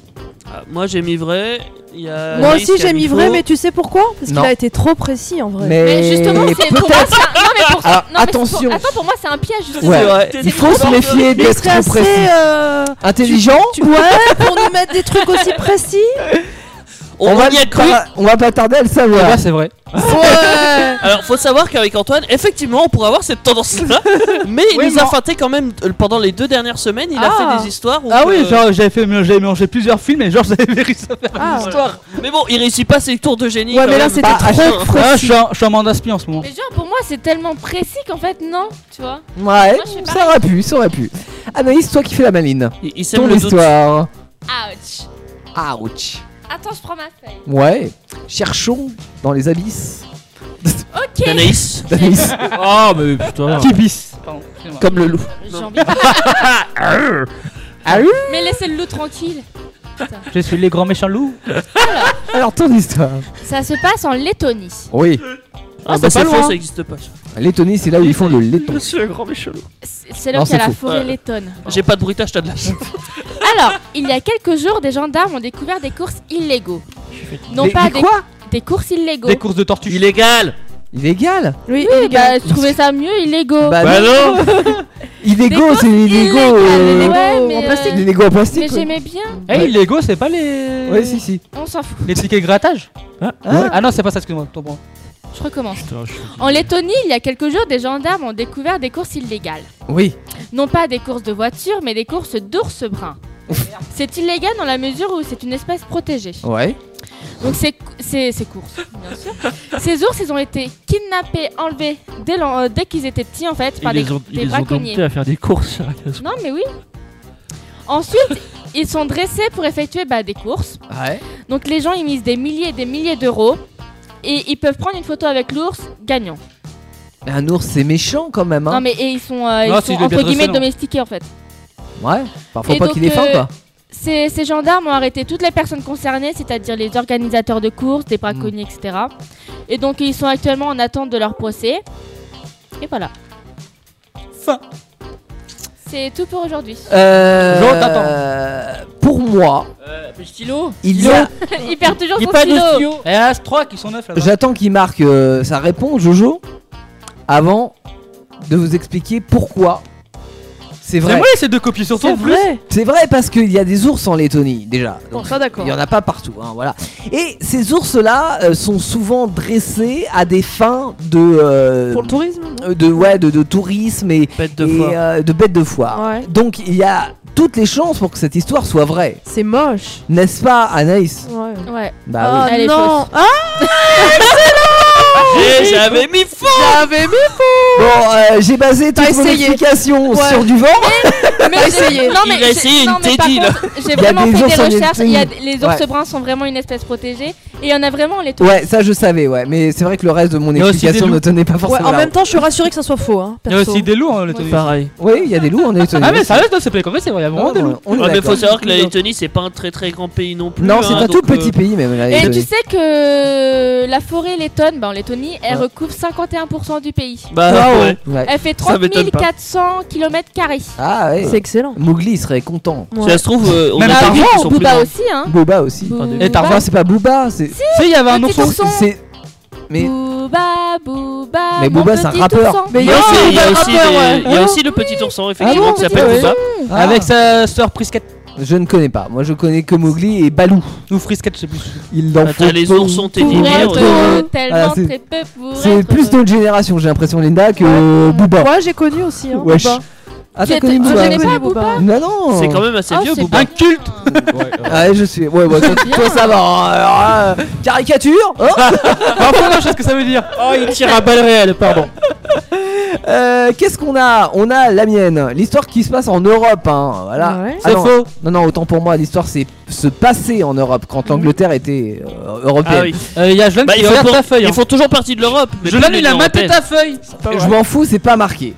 Speaker 7: Ah, moi j'ai mis vrai. y a
Speaker 4: Moi
Speaker 7: Alice
Speaker 4: aussi
Speaker 7: qui a
Speaker 4: j'ai mis vrai,
Speaker 7: faux.
Speaker 4: mais tu sais pourquoi Parce qu'il
Speaker 3: Non.
Speaker 4: a été trop précis en vrai.
Speaker 3: Mais Mais justement, c'est- pour moi, peut-être.
Speaker 6: Non, mais pour
Speaker 3: Alors,
Speaker 6: non, mais
Speaker 3: attention.
Speaker 6: c'est pour- attends, pour moi, c'est un piège. justement.
Speaker 3: Ouais. Il faut se méfier
Speaker 4: Mais
Speaker 3: d'être
Speaker 4: c'est
Speaker 3: trop
Speaker 4: assez,
Speaker 3: précis.
Speaker 4: euh,
Speaker 3: Intelligent
Speaker 4: tu- Ouais, pour nous mettre des trucs aussi précis.
Speaker 7: On,
Speaker 3: va
Speaker 7: y Eh a cru.
Speaker 3: pas- on va pas tarder à le savoir.
Speaker 7: ben,
Speaker 9: c'est vrai.
Speaker 7: Alors faut savoir qu'avec Antoine, effectivement, on pourrait avoir cette
Speaker 9: [laughs]
Speaker 7: tendance-là, mais il
Speaker 9: Oui,
Speaker 7: nous a
Speaker 9: mais-
Speaker 7: feinté quand même euh, pendant les deux dernières semaines. Il
Speaker 9: Ah.
Speaker 7: a fait des histoires. Où
Speaker 9: Ah
Speaker 7: euh,
Speaker 9: oui,
Speaker 7: [laughs]
Speaker 9: genre j'avais fait j'avais mélangé plusieurs films et genre j'avais réussi à faire
Speaker 7: voilà.
Speaker 9: une histoire.
Speaker 7: Mais bon, il réussit pas ses tours de génie.
Speaker 9: Ouais,
Speaker 7: quand
Speaker 9: mais là,
Speaker 7: même.
Speaker 9: c'était Bah, trop à chaque- précis. Ah, je suis en- je suis en mandat spie en ce moment.
Speaker 6: Mais genre, pour moi, c'est tellement précis qu'en fait, non, tu vois.
Speaker 3: Ouais,
Speaker 6: Moi, je fais
Speaker 3: ça aurait pu, ça aurait pu. Anaïs, toi qui fais la maline.
Speaker 7: Il- il sème
Speaker 3: Ton
Speaker 7: le doute.
Speaker 3: histoire.
Speaker 6: Ouch.
Speaker 3: Ouch.
Speaker 6: Attends, je prends ma feuille.
Speaker 3: Ouais. Cherchons dans les abysses.
Speaker 6: [laughs] Ok.
Speaker 7: Anaïs.
Speaker 3: Anaïs.
Speaker 8: Oh, mais
Speaker 3: [laughs]
Speaker 8: putain.
Speaker 3: Qui bisse
Speaker 9: Pardon, excusez-moi.
Speaker 3: Comme le loup.
Speaker 6: J'ai envie.
Speaker 9: [laughs]
Speaker 3: Ah
Speaker 9: Ah
Speaker 6: Mais laissez le loup tranquille. Putain.
Speaker 9: Je suis les grands méchants loups.
Speaker 3: [laughs] Alors ton histoire.
Speaker 6: Ça se passe en Lettonie.
Speaker 3: Oui.
Speaker 7: Ah, bah, c'est faux, ça existe pas.
Speaker 3: Lettonie, c'est là où ils font le laiton.
Speaker 7: Monsieur le grand méchant.
Speaker 6: C'est c'est là
Speaker 3: Non,
Speaker 6: qu'il y a
Speaker 3: c'est
Speaker 6: la
Speaker 3: faux.
Speaker 6: forêt
Speaker 7: Ouais.
Speaker 6: lettonne.
Speaker 7: J'ai pas de bruitage, t'as de
Speaker 9: [laughs]
Speaker 7: la chance.
Speaker 6: Alors, il y a quelques jours, des gendarmes ont découvert des courses illégaux. Non
Speaker 7: Des-
Speaker 6: pas
Speaker 7: des quoi
Speaker 6: des courses illégaux.
Speaker 9: Des courses de tortues.
Speaker 7: Illégal.
Speaker 3: Illégal
Speaker 6: Oui, bah, je trouvais ça mieux illégaux.
Speaker 3: Bah non Illégaux, c'est illégaux.
Speaker 6: [laughs]
Speaker 3: euh,
Speaker 6: Ouais, mais, euh,
Speaker 3: Illégaux en plastique.
Speaker 6: Mais
Speaker 3: ouais.
Speaker 6: j'aimais bien.
Speaker 9: Eh, hey, Lego, c'est pas les.
Speaker 3: Ouais, si, si.
Speaker 6: On s'en fout.
Speaker 9: Les tickets grattage ah,
Speaker 3: ah.
Speaker 9: non, c'est pas ça, excuse-moi. t'en prends.
Speaker 6: Je recommence. En Lettonie, il y a quelques jours, des gendarmes ont découvert des courses illégales.
Speaker 3: Oui.
Speaker 6: Non pas des courses de voitures, mais des courses d'ours bruns. c'est illégal dans la mesure où c'est une espèce protégée.
Speaker 3: Ouais.
Speaker 6: Donc ces, cou- ces, ces courses, bien sûr. ces ours, ils ont été kidnappés, enlevés dès, l'en- euh, dès qu'ils étaient petits, en fait, par
Speaker 8: Ils
Speaker 6: des,
Speaker 8: les ont,
Speaker 6: des
Speaker 8: ils les ont
Speaker 6: braconniers.
Speaker 8: domptés à faire des courses.
Speaker 6: Non, mais oui.
Speaker 8: [laughs]
Speaker 6: Ensuite, ils sont dressés pour effectuer bah, des courses.
Speaker 3: Ouais.
Speaker 6: Donc les gens, ils misent des milliers et des milliers d'euros. Et ils peuvent prendre une photo avec l'ours gagnant.
Speaker 3: Mais Un ours, c'est méchant quand même. Hein.
Speaker 6: Non, mais et ils sont, euh,
Speaker 3: Non,
Speaker 6: ils
Speaker 3: si, il
Speaker 6: sont
Speaker 3: est bien
Speaker 6: entre guillemets
Speaker 3: dressé, non.
Speaker 6: domestiqués, en fait.
Speaker 3: Ouais. Parfois
Speaker 6: Et
Speaker 3: Bah, pas
Speaker 6: donc,
Speaker 3: qu'il est fin,
Speaker 6: euh,
Speaker 3: quoi.
Speaker 6: Ces, ces gendarmes ont arrêté toutes les personnes concernées, c'est-à-dire les organisateurs de courses, des
Speaker 3: Mm.
Speaker 6: braconniers, etc. Et donc ils sont actuellement en attente de leur procès. Et voilà.
Speaker 9: Fin.
Speaker 6: C'est tout pour aujourd'hui.
Speaker 3: Euh,
Speaker 6: Non, t'attends.
Speaker 3: pour moi,
Speaker 4: Euh,
Speaker 6: stylo
Speaker 3: [laughs] Il y a-
Speaker 6: [laughs] Il perd toujours
Speaker 9: Il
Speaker 6: son
Speaker 9: pas de
Speaker 6: stylo.
Speaker 9: stylo. Et as 3 qui sont neufs là-bas.
Speaker 3: j'attends qu'il marque euh, sa réponse, Jojo, avant de vous expliquer pourquoi c'est vrai.
Speaker 9: C'est vrai, ces deux copies sur toi en plus.
Speaker 3: C'est vrai parce qu'il y a des ours en Lettonie déjà.
Speaker 4: Bon,
Speaker 3: Donc,
Speaker 4: ça, d'accord.
Speaker 3: Il y en a pas partout, hein, voilà. Et ces ours-là euh, sont souvent dressés à des fins de euh,
Speaker 4: Pour le tourisme
Speaker 3: euh, de ouais de, de tourisme et,
Speaker 7: Bêtes de
Speaker 3: et,
Speaker 7: foire.
Speaker 3: euh, de bêtes de foire.
Speaker 4: Ouais.
Speaker 3: Donc il y a toutes les chances pour que cette histoire soit vraie.
Speaker 4: C'est moche.
Speaker 3: N'est-ce pas, Anaïs
Speaker 4: Ouais.
Speaker 6: Ouais.
Speaker 3: Bah oui. Ah,
Speaker 4: oh non. Ah
Speaker 7: Et j'avais mis faux
Speaker 15: J'avais mis faux
Speaker 3: Bon, euh, j'ai basé
Speaker 15: T'as
Speaker 3: toute mon
Speaker 15: essayé.
Speaker 3: explication
Speaker 15: Ouais.
Speaker 3: sur du vent. [laughs]
Speaker 6: Mais essayez. Non, mais
Speaker 7: Il a
Speaker 6: j'ai-
Speaker 7: essayé
Speaker 6: non,
Speaker 7: une
Speaker 6: mais par
Speaker 7: Teddy, là.
Speaker 6: contre,
Speaker 3: Il y a
Speaker 6: J'ai vraiment
Speaker 3: des
Speaker 6: fait
Speaker 3: ours
Speaker 6: des
Speaker 3: en
Speaker 6: recherches. Il y a
Speaker 3: Espagne.
Speaker 6: les ours
Speaker 3: Ouais.
Speaker 6: bruns sont vraiment une espèce protégée et il y en a vraiment on les trouve.
Speaker 3: Ouais, ça je savais, ouais. Mais c'est vrai que le reste de mon
Speaker 9: y a aussi
Speaker 3: explication
Speaker 9: des
Speaker 3: ne
Speaker 9: loups.
Speaker 3: tenait pas forcément.
Speaker 4: en
Speaker 3: la
Speaker 4: même
Speaker 3: route.
Speaker 4: temps, je suis rassurée que ça soit faux. Hein,
Speaker 9: Il y a
Speaker 4: perso.
Speaker 9: aussi des loups en Lettonie.
Speaker 7: Pareil.
Speaker 3: Oui, il y a des loups en Lettonie.
Speaker 9: Ah, mais sérieux, non, c'est pas comme ça, il y a vraiment des loups.
Speaker 3: On est
Speaker 7: Ouais, Ah, mais
Speaker 3: d'accord.
Speaker 7: faut savoir que la Lettonie, c'est pas un très très grand pays non plus.
Speaker 3: Non, c'est
Speaker 7: hein,
Speaker 3: un tout
Speaker 7: donc, euh,
Speaker 3: petit pays, même. la
Speaker 6: Et tu
Speaker 3: Lettonie.
Speaker 6: sais que la forêt lettonne, bah en Lettonie, elle
Speaker 3: Ouais.
Speaker 6: recouvre 51% du pays.
Speaker 3: Bah,
Speaker 7: Waouh.
Speaker 3: ouais. Ouais.
Speaker 6: Elle fait
Speaker 7: Ça
Speaker 6: 30
Speaker 7: m'étonne pas.
Speaker 6: 400 km carrés.
Speaker 3: Ah ouais.
Speaker 4: C'est excellent.
Speaker 3: Mowgli serait content.
Speaker 7: Si ça se trouve, euh, on
Speaker 9: Même
Speaker 7: a
Speaker 9: Tarzan,
Speaker 7: des gens qui sont plus
Speaker 6: Booba
Speaker 7: grands.
Speaker 6: aussi, hein.
Speaker 3: Booba aussi.
Speaker 9: Et Tarzan,
Speaker 3: Non, c'est pas Booba, c'est.
Speaker 9: Tu sais, il y avait un
Speaker 6: petit
Speaker 9: ourson.
Speaker 6: ourson.
Speaker 3: C'est. Mais.
Speaker 6: Booba, Booba.
Speaker 3: Mais
Speaker 6: mon
Speaker 3: Booba, c'est un
Speaker 6: petit
Speaker 3: rappeur.
Speaker 6: ourson.
Speaker 4: Mais
Speaker 7: Non,
Speaker 4: non,
Speaker 7: c'est- il y a
Speaker 4: Booba
Speaker 7: aussi,
Speaker 4: rappeur,
Speaker 7: des-
Speaker 4: ouais.
Speaker 7: il y a aussi le petit ourson, effectivement,
Speaker 4: bon,
Speaker 7: qui s'appelle
Speaker 4: petit
Speaker 7: Booba.
Speaker 3: Ah,
Speaker 9: Avec sa sœur Prisket.
Speaker 3: Je ne connais pas. Moi, je connais que Mowgli et Balou.
Speaker 9: Ou Frisket, je sais plus.
Speaker 3: Il en
Speaker 7: Ah,
Speaker 3: faut.
Speaker 7: t'as les oursons, t'es
Speaker 3: beaucoup.
Speaker 7: des
Speaker 6: Pour
Speaker 7: Merde.
Speaker 6: être
Speaker 3: Euh,
Speaker 6: heureux,
Speaker 3: voilà,
Speaker 6: tellement
Speaker 3: c'est-
Speaker 6: très peu pour
Speaker 3: C'est
Speaker 6: être
Speaker 3: plus
Speaker 6: heureux.
Speaker 3: notre génération, j'ai l'impression, Linda, que euh, Booba.
Speaker 4: Moi, j'ai connu aussi. Hein,
Speaker 3: Wesh.
Speaker 4: Booba.
Speaker 3: Ah,
Speaker 6: Tu
Speaker 3: t'as
Speaker 6: étais-
Speaker 3: connu
Speaker 6: tu
Speaker 3: Booba
Speaker 6: connais pas Booba
Speaker 3: Non, non.
Speaker 7: C'est quand même assez
Speaker 6: Ah,
Speaker 7: vieux,
Speaker 6: c'est
Speaker 7: Booba.
Speaker 6: pas-
Speaker 9: Culte
Speaker 3: Ah, je suis. Ouais, ouais, toi, toi, ça va. hein. Alors, euh, caricature
Speaker 9: [laughs]
Speaker 3: hein
Speaker 9: Bah, Enfin, non, je sais ce que ça veut dire.
Speaker 7: Oh, il tire à balles réelles, pardon.
Speaker 3: Euh, Qu'est-ce qu'on a On a la mienne, l'histoire qui se passe en Europe. Hein, voilà.
Speaker 4: Ouais.
Speaker 3: Ah
Speaker 9: C'est
Speaker 3: non,
Speaker 9: faux.
Speaker 3: Non, non, autant pour moi, l'histoire c'est se passer en Europe
Speaker 7: Mm.
Speaker 3: quand l'Angleterre était euh, européenne.
Speaker 7: Ah oui.
Speaker 9: Euh, Il y a Jolan
Speaker 7: Bah,
Speaker 9: qui
Speaker 7: il faut
Speaker 9: regarde
Speaker 7: pour-
Speaker 9: ta feuille. hein.
Speaker 7: Ils font toujours partie de l'Europe. mais
Speaker 9: Jolan,
Speaker 7: plus
Speaker 9: il a
Speaker 7: l'Union
Speaker 9: mappé
Speaker 7: Européenne.
Speaker 9: ta feuille.
Speaker 3: Je m'en fous, c'est pas
Speaker 9: [laughs]
Speaker 3: marqué.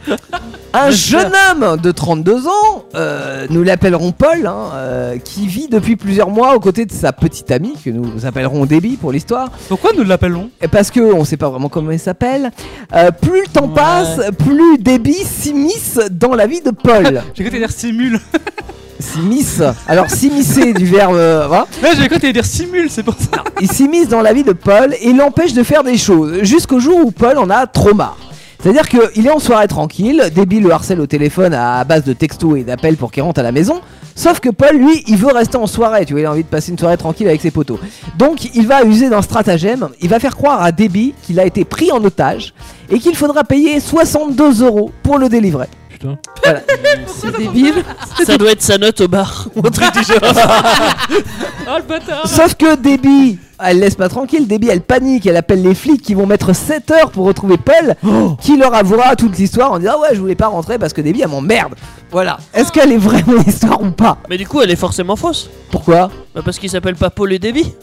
Speaker 3: Un jeune homme de 32 ans, euh, nous l'appellerons Paul, hein, euh, qui vit depuis plusieurs mois aux côtés de sa petite amie, que nous appellerons Debbie pour l'histoire,
Speaker 9: Pourquoi nous l'appelons
Speaker 3: Et parce que on sait pas vraiment comment elle s'appelle. Euh, plus le temps passe, plus Debbie s'immisce dans la vie de
Speaker 9: [laughs]
Speaker 3: Paul.
Speaker 9: J'ai cru t'allais dire simule.
Speaker 3: s'immisce. Alors s'immiscer du verbe, euh, voilà.
Speaker 9: Ouais, j'ai cru t'allais dire simule, c'est pour ça.
Speaker 3: Il s'immisce dans la vie de Paul et l'empêche de faire des choses, jusqu'au jour où Paul en a trop marre. C'est-à-dire qu'il est en soirée tranquille, Debbie le harcèle au téléphone à base de textos et d'appels pour qu'il rentre à la maison, sauf que Paul, lui, il veut rester en soirée, tu vois, il a envie de passer une soirée tranquille avec ses potos. Donc il va user d'un stratagème, il va faire croire à Debbie qu'il a été pris en otage et qu'il faudra payer 62 euros pour le délivrer.
Speaker 8: Putain.
Speaker 7: [laughs]
Speaker 3: Voilà.
Speaker 4: C'est débile.
Speaker 7: Ça doit être sa note au bar. ou un truc du genre.
Speaker 9: [laughs] Oh le bâtard
Speaker 3: Sauf que Debbie, elle laisse pas tranquille, Debbie elle panique, elle appelle les flics qui vont mettre 7 heures pour retrouver Paul,
Speaker 7: Oh.
Speaker 3: qui leur avouera toute l'histoire en disant Ah ouais je voulais pas rentrer parce que Debbie elle m'emmerde. Voilà. Est-ce qu'elle est vraiment l'histoire ou pas
Speaker 7: Mais du coup, elle est forcément fausse.
Speaker 3: Pourquoi
Speaker 7: Bah, parce qu'il s'appelle pas Paul et Déby.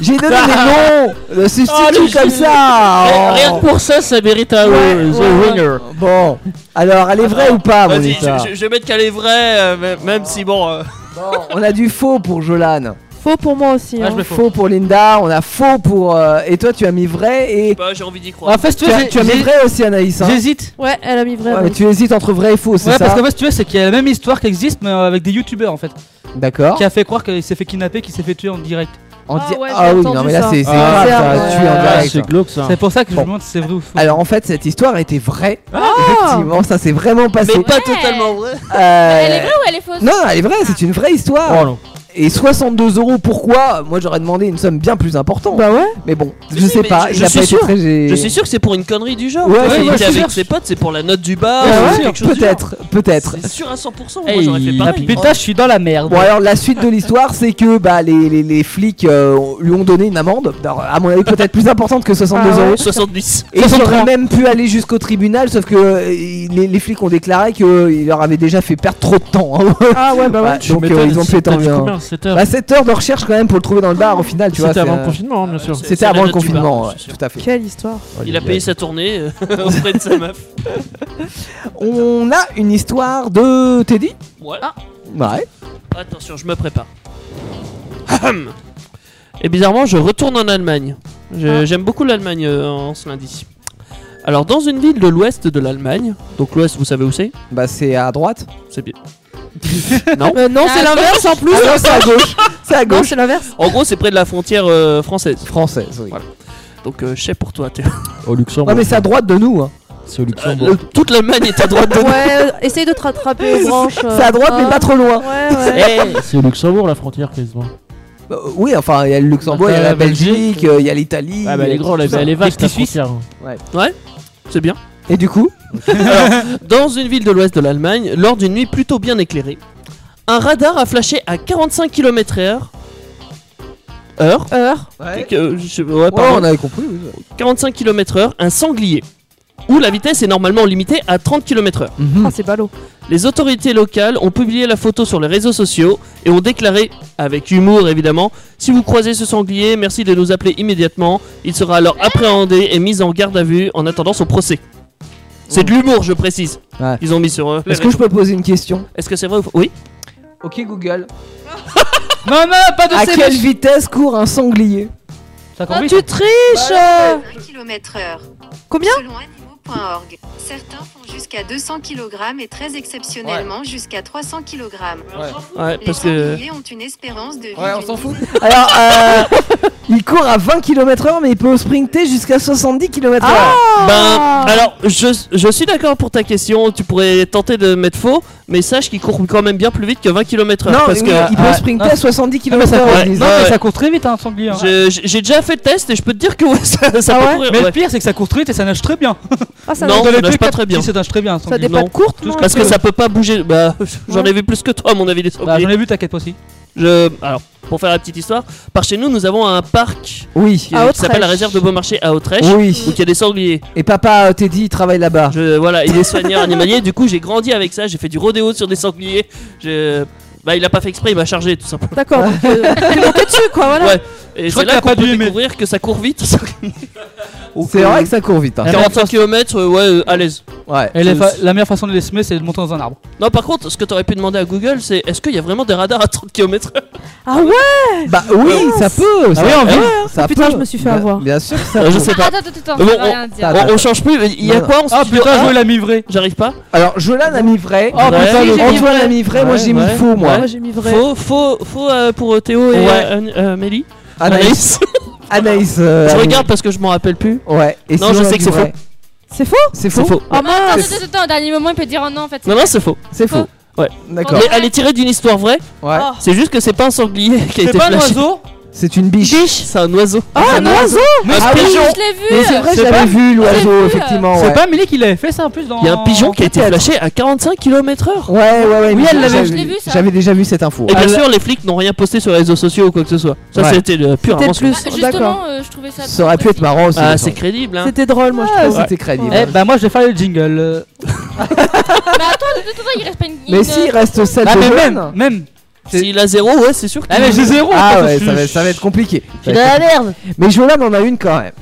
Speaker 3: J'ai donné
Speaker 7: [laughs]
Speaker 3: des noms de substituts comme ça
Speaker 7: Oh, Eh,
Speaker 3: oh.
Speaker 7: Rien que pour ça, ça mérite un euh, The
Speaker 3: ouais.
Speaker 7: Winner.
Speaker 3: Bon, alors elle est vraie ou pas Ah, mon
Speaker 7: Vas-y,
Speaker 3: histoire
Speaker 7: je, je- je vais mettre qu'elle est vraie, euh, même- même si bon. euh,
Speaker 3: Bon, On a du faux pour Jolan,
Speaker 4: Faux pour moi aussi.
Speaker 9: Ah,
Speaker 4: hein.
Speaker 9: je me fous.
Speaker 3: faux pour Linda, on a faux pour... euh, et toi tu as mis vrai et...
Speaker 7: Bah, j'ai envie d'y croire.
Speaker 9: En fait, si tu
Speaker 3: Tu
Speaker 9: veux,
Speaker 3: as,
Speaker 9: j'ai-
Speaker 3: tu as mis
Speaker 9: j'ai-
Speaker 3: vrai aussi Anaïs hein
Speaker 9: j'hésite.
Speaker 4: Ouais, elle a mis vrai.
Speaker 3: Ouais, mais
Speaker 4: mais-
Speaker 3: tu hésites entre vrai et faux, c'est
Speaker 9: Ouais,
Speaker 3: ça
Speaker 9: parce qu'en fait, si tu veux, c'est qu'il y a la même histoire qui existe, mais euh, avec des youtubeurs en fait.
Speaker 3: D'accord.
Speaker 9: Qui a fait croire qu'il s'est fait kidnapper, qu'il s'est fait tuer en direct.
Speaker 3: En
Speaker 4: Ah
Speaker 3: di-
Speaker 4: ouais, j'ai
Speaker 3: ah oui,
Speaker 4: entendu
Speaker 3: non mais là
Speaker 4: ça.
Speaker 3: c'est c'est
Speaker 8: Ah,
Speaker 3: grave,
Speaker 4: ça,
Speaker 3: ça
Speaker 4: ouais.
Speaker 3: a tué en
Speaker 4: Ah,
Speaker 3: direct.
Speaker 8: c'est glauque ça.
Speaker 9: C'est pour ça que je
Speaker 3: Bon.
Speaker 9: me demande si c'est vrai ou faux.
Speaker 3: Alors en fait cette histoire était vraie. Effectivement, ça s'est vraiment passé.
Speaker 7: Mais pas
Speaker 6: Ouais.
Speaker 7: totalement vrai.
Speaker 3: Euh,
Speaker 6: Elle est vraie ou elle est fausse
Speaker 3: Non, non, elle est vraie, c'est une vraie histoire.
Speaker 8: Oh non.
Speaker 3: Et 62 euros, pourquoi Moi j'aurais demandé une somme bien plus importante.
Speaker 4: Bah ouais.
Speaker 3: Mais bon,
Speaker 7: Si,
Speaker 3: je sais
Speaker 7: mais
Speaker 3: pas,
Speaker 7: je-
Speaker 3: il
Speaker 7: je
Speaker 3: a
Speaker 7: suis
Speaker 3: pas été
Speaker 7: sûr.
Speaker 3: très. j'ai-
Speaker 7: Je suis sûr que c'est pour une connerie du genre.
Speaker 3: Ouais,
Speaker 7: Tu vois,
Speaker 3: c'est
Speaker 7: il
Speaker 3: moi,
Speaker 7: était
Speaker 3: je suis sûr.
Speaker 7: avec ses potes, c'est pour la note du bar.
Speaker 3: Ah
Speaker 7: ou
Speaker 3: ouais,
Speaker 7: quelque chose du genre.
Speaker 3: peut-être, peut-être.
Speaker 7: C'est sûr à 100%. Moi,
Speaker 9: Hey,
Speaker 7: j'aurais fait
Speaker 9: ah,
Speaker 7: pareil.
Speaker 9: putain, je suis dans la merde.
Speaker 3: Bon alors la suite de l'histoire c'est que bah les, les, les flics euh, ont- lui ont donné une amende, alors, à mon avis peut-être plus importante que 62
Speaker 4: Ah ouais.
Speaker 3: euros.
Speaker 7: 70.
Speaker 3: Et ils auraient même pu aller jusqu'au tribunal, sauf que euh, il- les, les flics ont déclaré qu'ils leur avaient déjà fait perdre trop de temps. hein.
Speaker 8: Ah ouais, bah
Speaker 3: ouais. Tu Donc, euh, m'étonnes, ils ont fait tant
Speaker 8: t'as dit
Speaker 3: mieux, hein.
Speaker 8: combien, 7 heures
Speaker 3: bah, 7 heures de recherche quand même pour le trouver dans le bar au final, tu vois.
Speaker 8: C'était
Speaker 3: c'est,
Speaker 8: avant
Speaker 3: euh,
Speaker 8: le confinement, hein, bien sûr.
Speaker 7: Ah,
Speaker 8: Oh,
Speaker 7: c'est-
Speaker 3: C'était
Speaker 7: la
Speaker 3: avant le
Speaker 7: note du bar,
Speaker 3: confinement, ouais,
Speaker 7: c'est sûr.
Speaker 3: tout à fait.
Speaker 4: Quelle histoire.
Speaker 7: Oh, Il a payé sa tournée euh, [laughs] auprès de
Speaker 4: [laughs]
Speaker 7: sa meuf.
Speaker 3: On a une histoire de Teddy
Speaker 7: Ouais.
Speaker 3: Ouais.
Speaker 7: Attention, je me prépare. Ahem. Et bizarrement, je retourne en Allemagne. Je-
Speaker 3: Ah.
Speaker 7: J'aime beaucoup l'Allemagne euh, en ce lundi. Alors, dans une ville de l'ouest de l'Allemagne, donc l'ouest, vous savez où c'est
Speaker 3: Bah c'est à droite.
Speaker 7: C'est bien.
Speaker 4: Euh, non, c'est l'inverse en plus.
Speaker 3: Ah non, c'est à gauche. C'est à
Speaker 4: Non,
Speaker 3: gauche.
Speaker 4: c'est l'inverse.
Speaker 7: En gros, c'est près de la frontière euh, française.
Speaker 3: Française, oui.
Speaker 7: Ouais. Donc, euh, je sais pour toi, Théo.
Speaker 8: Au
Speaker 7: [laughs]
Speaker 8: Luxembourg.
Speaker 3: Ouais, mais c'est à droite de nous. hein.
Speaker 8: C'est au Luxembourg.
Speaker 7: Euh, Toute l'Allemagne est à droite de
Speaker 4: Ouais, euh, essaye de te rattraper
Speaker 3: [laughs]
Speaker 4: aux branches. euh.
Speaker 3: C'est à droite, mais
Speaker 4: Ah.
Speaker 3: pas trop loin.
Speaker 4: Ouais, ouais.
Speaker 3: [laughs]
Speaker 7: Eh,
Speaker 8: C'est au Luxembourg la frontière quasiment.
Speaker 3: Bah, euh, oui, enfin, il y a le Luxembourg, il y a
Speaker 8: Euh,
Speaker 3: la
Speaker 8: Belgique.
Speaker 3: Belgique, euh, il y a l'Italie.
Speaker 8: Ah bah
Speaker 3: il y
Speaker 8: les
Speaker 3: a
Speaker 8: gros,
Speaker 3: tout
Speaker 8: elle
Speaker 3: ça.
Speaker 8: est vaste
Speaker 9: Des
Speaker 8: la
Speaker 9: petits Suisses.
Speaker 8: frontière.
Speaker 7: c'est bien.
Speaker 3: Et du coup
Speaker 7: Alors, dans une ville de l'ouest de l'Allemagne, lors d'une nuit plutôt bien éclairée, un radar a flashé à 45 km/h.
Speaker 8: Euh,
Speaker 7: Heure Heure
Speaker 3: Ouais.
Speaker 7: ouais, pardon.
Speaker 3: on avait compris, oui.
Speaker 7: 45 km/h, un sanglier. Où la vitesse est normalement limitée à 30 km/h.
Speaker 3: Mhm.
Speaker 4: Ah, c'est ballot.
Speaker 7: Les autorités locales ont publié la photo sur les réseaux sociaux et ont déclaré, avec humour évidemment, si vous croisez ce sanglier, merci de nous appeler immédiatement. Il sera alors appréhendé et mis en garde à vue en attendant son procès. C'est de l'humour, je précise.
Speaker 3: Oh. Ouais.
Speaker 7: Ils ont mis sur. euh, les
Speaker 3: Est-ce que je
Speaker 7: réseaux.
Speaker 3: peux poser une question
Speaker 7: Est-ce que c'est vrai ou faux Oui.
Speaker 3: Ok Google.
Speaker 9: Non, non, pas de
Speaker 3: À
Speaker 9: ces
Speaker 3: quelle
Speaker 9: vaches.
Speaker 3: vitesse court un sanglier Bah,
Speaker 4: Ah, tu triches euh.
Speaker 15: 1 km heure.
Speaker 4: Combien
Speaker 15: Selon animaux.org, certains font jusqu'à 200 kg et très exceptionnellement jusqu'à 300 kg.
Speaker 7: Ouais,
Speaker 15: Les
Speaker 7: parce que.
Speaker 15: sangliers ont une espérance de vie.
Speaker 3: Ouais, on s'en fout. Alors, euh, il court à 20 km/h, mais il peut sprinter jusqu'à 70 km/h.
Speaker 7: Ben, alors, je, je suis d'accord pour ta question, tu pourrais tenter de mettre faux, mais sache qu'il court quand même bien plus vite que 20 km/h.
Speaker 3: Non,
Speaker 7: parce
Speaker 3: oui,
Speaker 7: que, Ah
Speaker 3: il peut sprinter à 70 km/h.
Speaker 7: Ouais,
Speaker 9: Non,
Speaker 7: ouais,
Speaker 9: mais ça
Speaker 7: ouais.
Speaker 9: court très vite, hein, un sanglier. hein.
Speaker 7: Je- je- J'ai déjà fait le test et je peux te dire que ouais, [laughs] ça, ça peut courir,
Speaker 9: Mais
Speaker 7: ouais.
Speaker 9: le pire, c'est que ça court très vite et ça nage très bien.
Speaker 4: Ah, ça
Speaker 7: Non,
Speaker 9: Dans
Speaker 7: ça
Speaker 9: les
Speaker 7: nage
Speaker 9: deux
Speaker 7: pas
Speaker 9: cas,
Speaker 7: très bien.
Speaker 9: si, ça nage très bien. un sanglier.
Speaker 4: dépend
Speaker 9: Non.
Speaker 4: courte,
Speaker 9: Tout ce
Speaker 4: non,
Speaker 7: Parce
Speaker 9: que-
Speaker 7: que ça peut pas bouger. Bah, [laughs] j'en
Speaker 4: Ouais.
Speaker 7: ai vu plus que toi, à mon avis, des
Speaker 9: Bah,
Speaker 7: sangliers.
Speaker 9: J'en ai vu, t'inquiète pas aussi.
Speaker 7: Je, alors, pour faire la petite histoire, par chez nous, nous avons un parc
Speaker 3: Oui.
Speaker 7: qui, qui s'appelle la réserve de Beaumarchais à Autrèche,
Speaker 3: Oui.
Speaker 7: où il y a des sangliers.
Speaker 3: Et papa euh, Teddy, il travaille là-bas.
Speaker 7: Je- voilà, il est
Speaker 3: [laughs]
Speaker 7: soigneur animalier. Du coup, j'ai grandi avec ça. J'ai fait du rodéo sur des sangliers. Je- Bah, il a pas fait exprès, il m'a chargé tout simplement.
Speaker 4: D'accord, donc euh, tu montais dessus quoi, voilà.
Speaker 7: Ouais.
Speaker 9: crois
Speaker 7: Et c'est
Speaker 9: qu'il
Speaker 7: là
Speaker 9: a
Speaker 7: qu'on
Speaker 9: pas
Speaker 7: peut
Speaker 9: dû aimer.
Speaker 7: découvrir que ça court vite.
Speaker 3: C'est vrai que ça court vite. hein.
Speaker 7: 45 km, ouais, euh, à l'aise.
Speaker 3: Ouais.
Speaker 9: Et la,
Speaker 7: C'est-
Speaker 9: fa- la meilleure façon de les semer, c'est de monter dans un arbre.
Speaker 7: Non, par contre, ce que t'aurais pu demander à Google, c'est est-ce qu'il y a vraiment des radars à 30 km
Speaker 3: Oh,
Speaker 4: Ah ouais
Speaker 3: Bah oui, ça peut. ça-
Speaker 7: Ah oui, en ville.
Speaker 3: Ça
Speaker 4: Putain,
Speaker 3: peut.
Speaker 4: je me suis fait
Speaker 3: Bien-
Speaker 4: avoir.
Speaker 3: Bien sûr que ça
Speaker 7: Euh, Je
Speaker 3: peut.
Speaker 7: sais pas.
Speaker 6: Attends, attends, attends,
Speaker 7: Bon,
Speaker 6: on va
Speaker 7: on-
Speaker 6: rien dire.
Speaker 7: on, on change plus, il y a
Speaker 3: Non,
Speaker 7: quoi on se
Speaker 9: Ah
Speaker 7: dit,
Speaker 9: putain,
Speaker 7: ah,
Speaker 9: je la mivrée.
Speaker 7: J'arrive pas
Speaker 3: Alors, Jolan a mis vrai.
Speaker 7: Ah, Ouais. putain, le-
Speaker 3: Antoine
Speaker 7: j'ai mis vrai.
Speaker 3: a mis vrai, moi
Speaker 7: Ouais,
Speaker 3: j'ai mis
Speaker 7: ouais.
Speaker 3: faux, moi.
Speaker 4: Moi j'ai mis vrai.
Speaker 7: Faux, faux, faux euh, pour euh, Théo et
Speaker 3: Ouais.
Speaker 7: euh, An- euh, Amélie.
Speaker 3: Anaïs. Anaïs. euh,
Speaker 7: je
Speaker 3: a mis-
Speaker 7: regarde parce que je m'en rappelle plus.
Speaker 3: Ouais. Eh, Et
Speaker 7: Non, je
Speaker 3: sinon,
Speaker 7: sais
Speaker 3: elle
Speaker 7: que
Speaker 3: dit
Speaker 7: c'est
Speaker 3: vrai.
Speaker 4: C'est faux
Speaker 3: C'est
Speaker 7: C'est
Speaker 3: faux.
Speaker 7: faux.
Speaker 4: Ah
Speaker 6: Non, Oh, attends,
Speaker 4: mince
Speaker 6: attends, attends, au dernier moment, il peut dire oh non, en fait. c'est
Speaker 7: Non, non, c'est faux.
Speaker 3: C'est faux.
Speaker 7: Ouais.
Speaker 3: D'accord.
Speaker 7: Mais elle est tirée d'une histoire vraie.
Speaker 3: Ouais.
Speaker 4: Ah.
Speaker 7: C'est juste que c'est pas un sanglier [laughs] qui a
Speaker 9: C'est
Speaker 7: été
Speaker 9: pas un
Speaker 7: flashé.
Speaker 9: oiseau
Speaker 3: C'est une biche.
Speaker 7: C'est un oiseau.
Speaker 4: Ah, un oiseau
Speaker 7: Un
Speaker 3: Ah oui,
Speaker 7: pigeon.
Speaker 6: Je l'ai vu.
Speaker 3: Mais c'est vrai, je l'avais vu l'oiseau, effectivement.
Speaker 9: C'est
Speaker 3: ouais.
Speaker 9: pas Amélie qui l'avait fait ça en plus dans.
Speaker 7: Il y a un pigeon qui a été
Speaker 3: Peut-être.
Speaker 7: flashé à 45 km/h.
Speaker 3: Ouais, ouais, ouais. mais
Speaker 9: elle l'avait-
Speaker 3: j'avais-
Speaker 6: je l'ai vu, ça.
Speaker 3: J'avais déjà vu cette info.
Speaker 7: Et bien
Speaker 9: Ah, là-
Speaker 7: sûr, les flics n'ont rien posté sur les réseaux sociaux ou quoi que ce soit. Ça,
Speaker 3: Ouais.
Speaker 7: c'était euh, le pur
Speaker 4: C'était
Speaker 7: invention.
Speaker 4: plus.
Speaker 6: Bah,
Speaker 4: D'accord.
Speaker 6: justement, euh, je trouvais ça.
Speaker 3: Ça aurait pu être marrant aussi.
Speaker 7: Ah,
Speaker 3: me
Speaker 7: c'est
Speaker 3: semble.
Speaker 7: crédible, hein.
Speaker 4: C'était drôle, moi je
Speaker 3: Ah,
Speaker 4: trouve.
Speaker 3: C'était crédible.
Speaker 9: Eh ben, moi, je vais faire le jingle.
Speaker 6: Mais Bah, attends, attends, attends, il reste pas une.
Speaker 3: Mais
Speaker 6: une-
Speaker 3: si, il reste 7
Speaker 9: Ah, mais
Speaker 3: de
Speaker 9: même,
Speaker 3: bonne.
Speaker 9: même. C'est-
Speaker 7: S'il a zéro, ouais, c'est sûr.
Speaker 9: Ah, mais j'ai zéro.
Speaker 3: Ah
Speaker 9: attends,
Speaker 3: ouais,
Speaker 9: je-
Speaker 3: ça va, ça va être compliqué. Ça va être
Speaker 7: la merde.
Speaker 3: compliqué. Mais Jolan en a une quand même.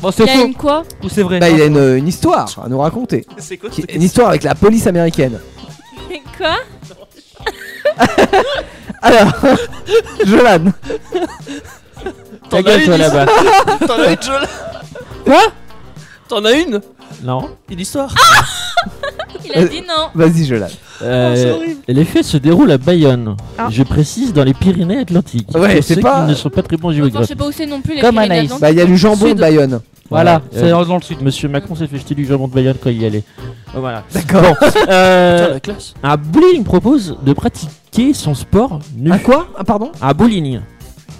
Speaker 9: Bon, c'est
Speaker 6: Il y a
Speaker 9: faux
Speaker 6: une quoi
Speaker 8: Oh,
Speaker 9: ou c'est vrai
Speaker 3: Bah, il a une, une histoire à nous raconter.
Speaker 7: C'est quoi
Speaker 3: Qui- Une histoire avec la police américaine. [laughs]
Speaker 6: Quoi
Speaker 3: Alors, [laughs] Jolan.
Speaker 7: T'en as
Speaker 8: gueule,
Speaker 7: une
Speaker 8: toi,
Speaker 7: là-bas.
Speaker 8: là-bas.
Speaker 7: T'en as une, Jolan
Speaker 3: Quoi
Speaker 7: T'en as une
Speaker 8: Non.
Speaker 7: Une histoire
Speaker 6: Il
Speaker 7: Euh,
Speaker 6: a dit non. Oh,
Speaker 3: Vas-y, Jolan.
Speaker 8: Euh, les faits se déroulent à Bayonne.
Speaker 6: Ah.
Speaker 8: Je précise dans les Pyrénées-Atlantiques.
Speaker 3: Ouais,
Speaker 8: pour
Speaker 3: c'est
Speaker 8: ceux
Speaker 3: pas-
Speaker 8: qui ne sont pas très bons
Speaker 6: Enfin, je
Speaker 8: géographes.
Speaker 6: sais pas où c'est non plus les
Speaker 9: Comme
Speaker 6: Pyrénées
Speaker 9: Anaïs.
Speaker 6: Atlantiques.
Speaker 3: Bah, il y a du jambon
Speaker 9: Sud.
Speaker 3: de Bayonne.
Speaker 9: Voilà,
Speaker 8: Euh,
Speaker 9: c'est dans dans le sud.
Speaker 8: Monsieur Macron s'est fait jeter du jambon de Bayonne quand il y allait. Oh, voilà.
Speaker 3: D'accord. [laughs]
Speaker 8: Euh,
Speaker 7: Putain, la classe.
Speaker 8: un bowling propose de pratiquer son sport nu.
Speaker 3: Un quoi Ah, pardon
Speaker 8: Un bowling.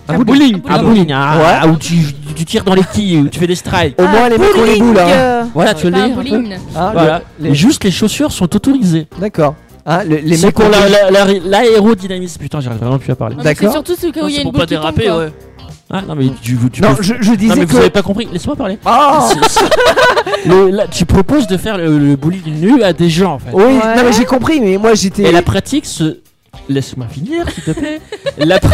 Speaker 3: Un bowling.
Speaker 8: Un bowling. un- un- Où tu, tu tires dans les quilles, où tu fais des strides.
Speaker 3: Au moins, les mecs ont les boules. hein.
Speaker 8: Voilà, tu
Speaker 6: Pas
Speaker 8: le
Speaker 6: un
Speaker 8: dis.
Speaker 6: bowling.
Speaker 3: Ah,
Speaker 8: Voilà.
Speaker 3: le-
Speaker 8: Et
Speaker 3: les-
Speaker 8: Juste les chaussures sont autorisées.
Speaker 3: D'accord. Ah, le- les
Speaker 8: C'est
Speaker 3: mecs
Speaker 8: pour
Speaker 3: ont
Speaker 8: la-
Speaker 3: les-
Speaker 8: la- la- l'aérodynamisme. Putain, j'arrive vraiment plus à parler.
Speaker 6: Non, Ah, mais
Speaker 3: D'accord.
Speaker 6: C'est surtout ce cas où
Speaker 7: Non,
Speaker 6: il y a
Speaker 7: C'est
Speaker 6: une
Speaker 7: pour
Speaker 6: boule
Speaker 7: pas
Speaker 6: qui tombe,
Speaker 7: déraper,
Speaker 6: quoi.
Speaker 7: ouais.
Speaker 8: Ah non, mais tu, tu
Speaker 3: Non,
Speaker 8: peux-
Speaker 3: je, je
Speaker 8: Non, mais
Speaker 3: disais
Speaker 8: vous avez
Speaker 3: que.
Speaker 8: pas compris. Laisse-moi parler.
Speaker 3: Ah [laughs]
Speaker 8: Le- là, tu proposes de faire le, le bowling nu à des gens en fait.
Speaker 3: Oui, non, mais j'ai compris, mais moi j'étais.
Speaker 8: Et la pratique se. Laisse-moi finir, s'il te
Speaker 3: [laughs]
Speaker 8: plaît. la, pra-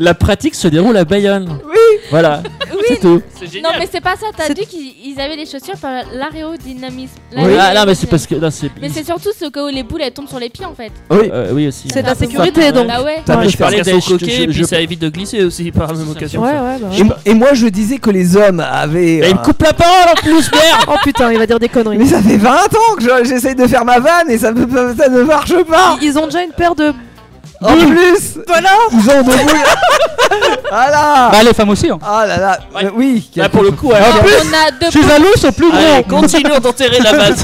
Speaker 8: la pratique se déroule à Bayonne. Oui. [laughs] Voilà. C'est tout.
Speaker 7: C'est
Speaker 6: Non,
Speaker 7: génial.
Speaker 6: mais c'est pas ça. T'as dit qu'ils ils avaient les chaussures par l'aérodynamisme.
Speaker 8: Ah, non, mais c'est parce que. Non, c'est.
Speaker 6: Mais c'est surtout ce cas où les boules elles tombent sur les pieds en fait.
Speaker 3: Oui.
Speaker 8: Euh, oui aussi.
Speaker 4: C'est de la sécurité donc.
Speaker 6: Ah, Bah ouais.
Speaker 3: Ça
Speaker 8: Non, mais
Speaker 3: peut
Speaker 8: je
Speaker 3: faire.
Speaker 8: parlais
Speaker 7: Parce qu'elles sont
Speaker 8: d'aller-
Speaker 7: coquées,
Speaker 8: je- je-
Speaker 7: puis ça évite de glisser aussi par la même
Speaker 4: Ouais,
Speaker 7: occasion. ça.
Speaker 4: ouais, bah ouais.
Speaker 3: Et, et moi je disais que les hommes avaient.
Speaker 8: Mais il
Speaker 3: euh,
Speaker 8: me coupe la parole en plus, merde
Speaker 4: [laughs] Oh putain, il va dire des
Speaker 3: Mais
Speaker 4: conneries.
Speaker 3: ça fait 20 ans que je- j'essaye de faire ma vanne et ça, peut pas- ça ne marche pas
Speaker 4: Ils- Ils ont déjà une paire de.
Speaker 3: En plus Voilà Ils ont deux boules Voilà
Speaker 9: Bah, les femmes aussi. hein.
Speaker 3: Ah là là
Speaker 7: Ouais.
Speaker 4: euh,
Speaker 3: Mais Oui
Speaker 7: Là Bah, pour le coup,
Speaker 6: Non,
Speaker 4: Ah,
Speaker 7: alors.
Speaker 6: On a deux
Speaker 9: Je suis
Speaker 6: boules.
Speaker 9: jaloux, ils sont plus
Speaker 7: Allez,
Speaker 9: gros.
Speaker 7: continuons d'enterrer la
Speaker 3: [laughs]
Speaker 7: balle.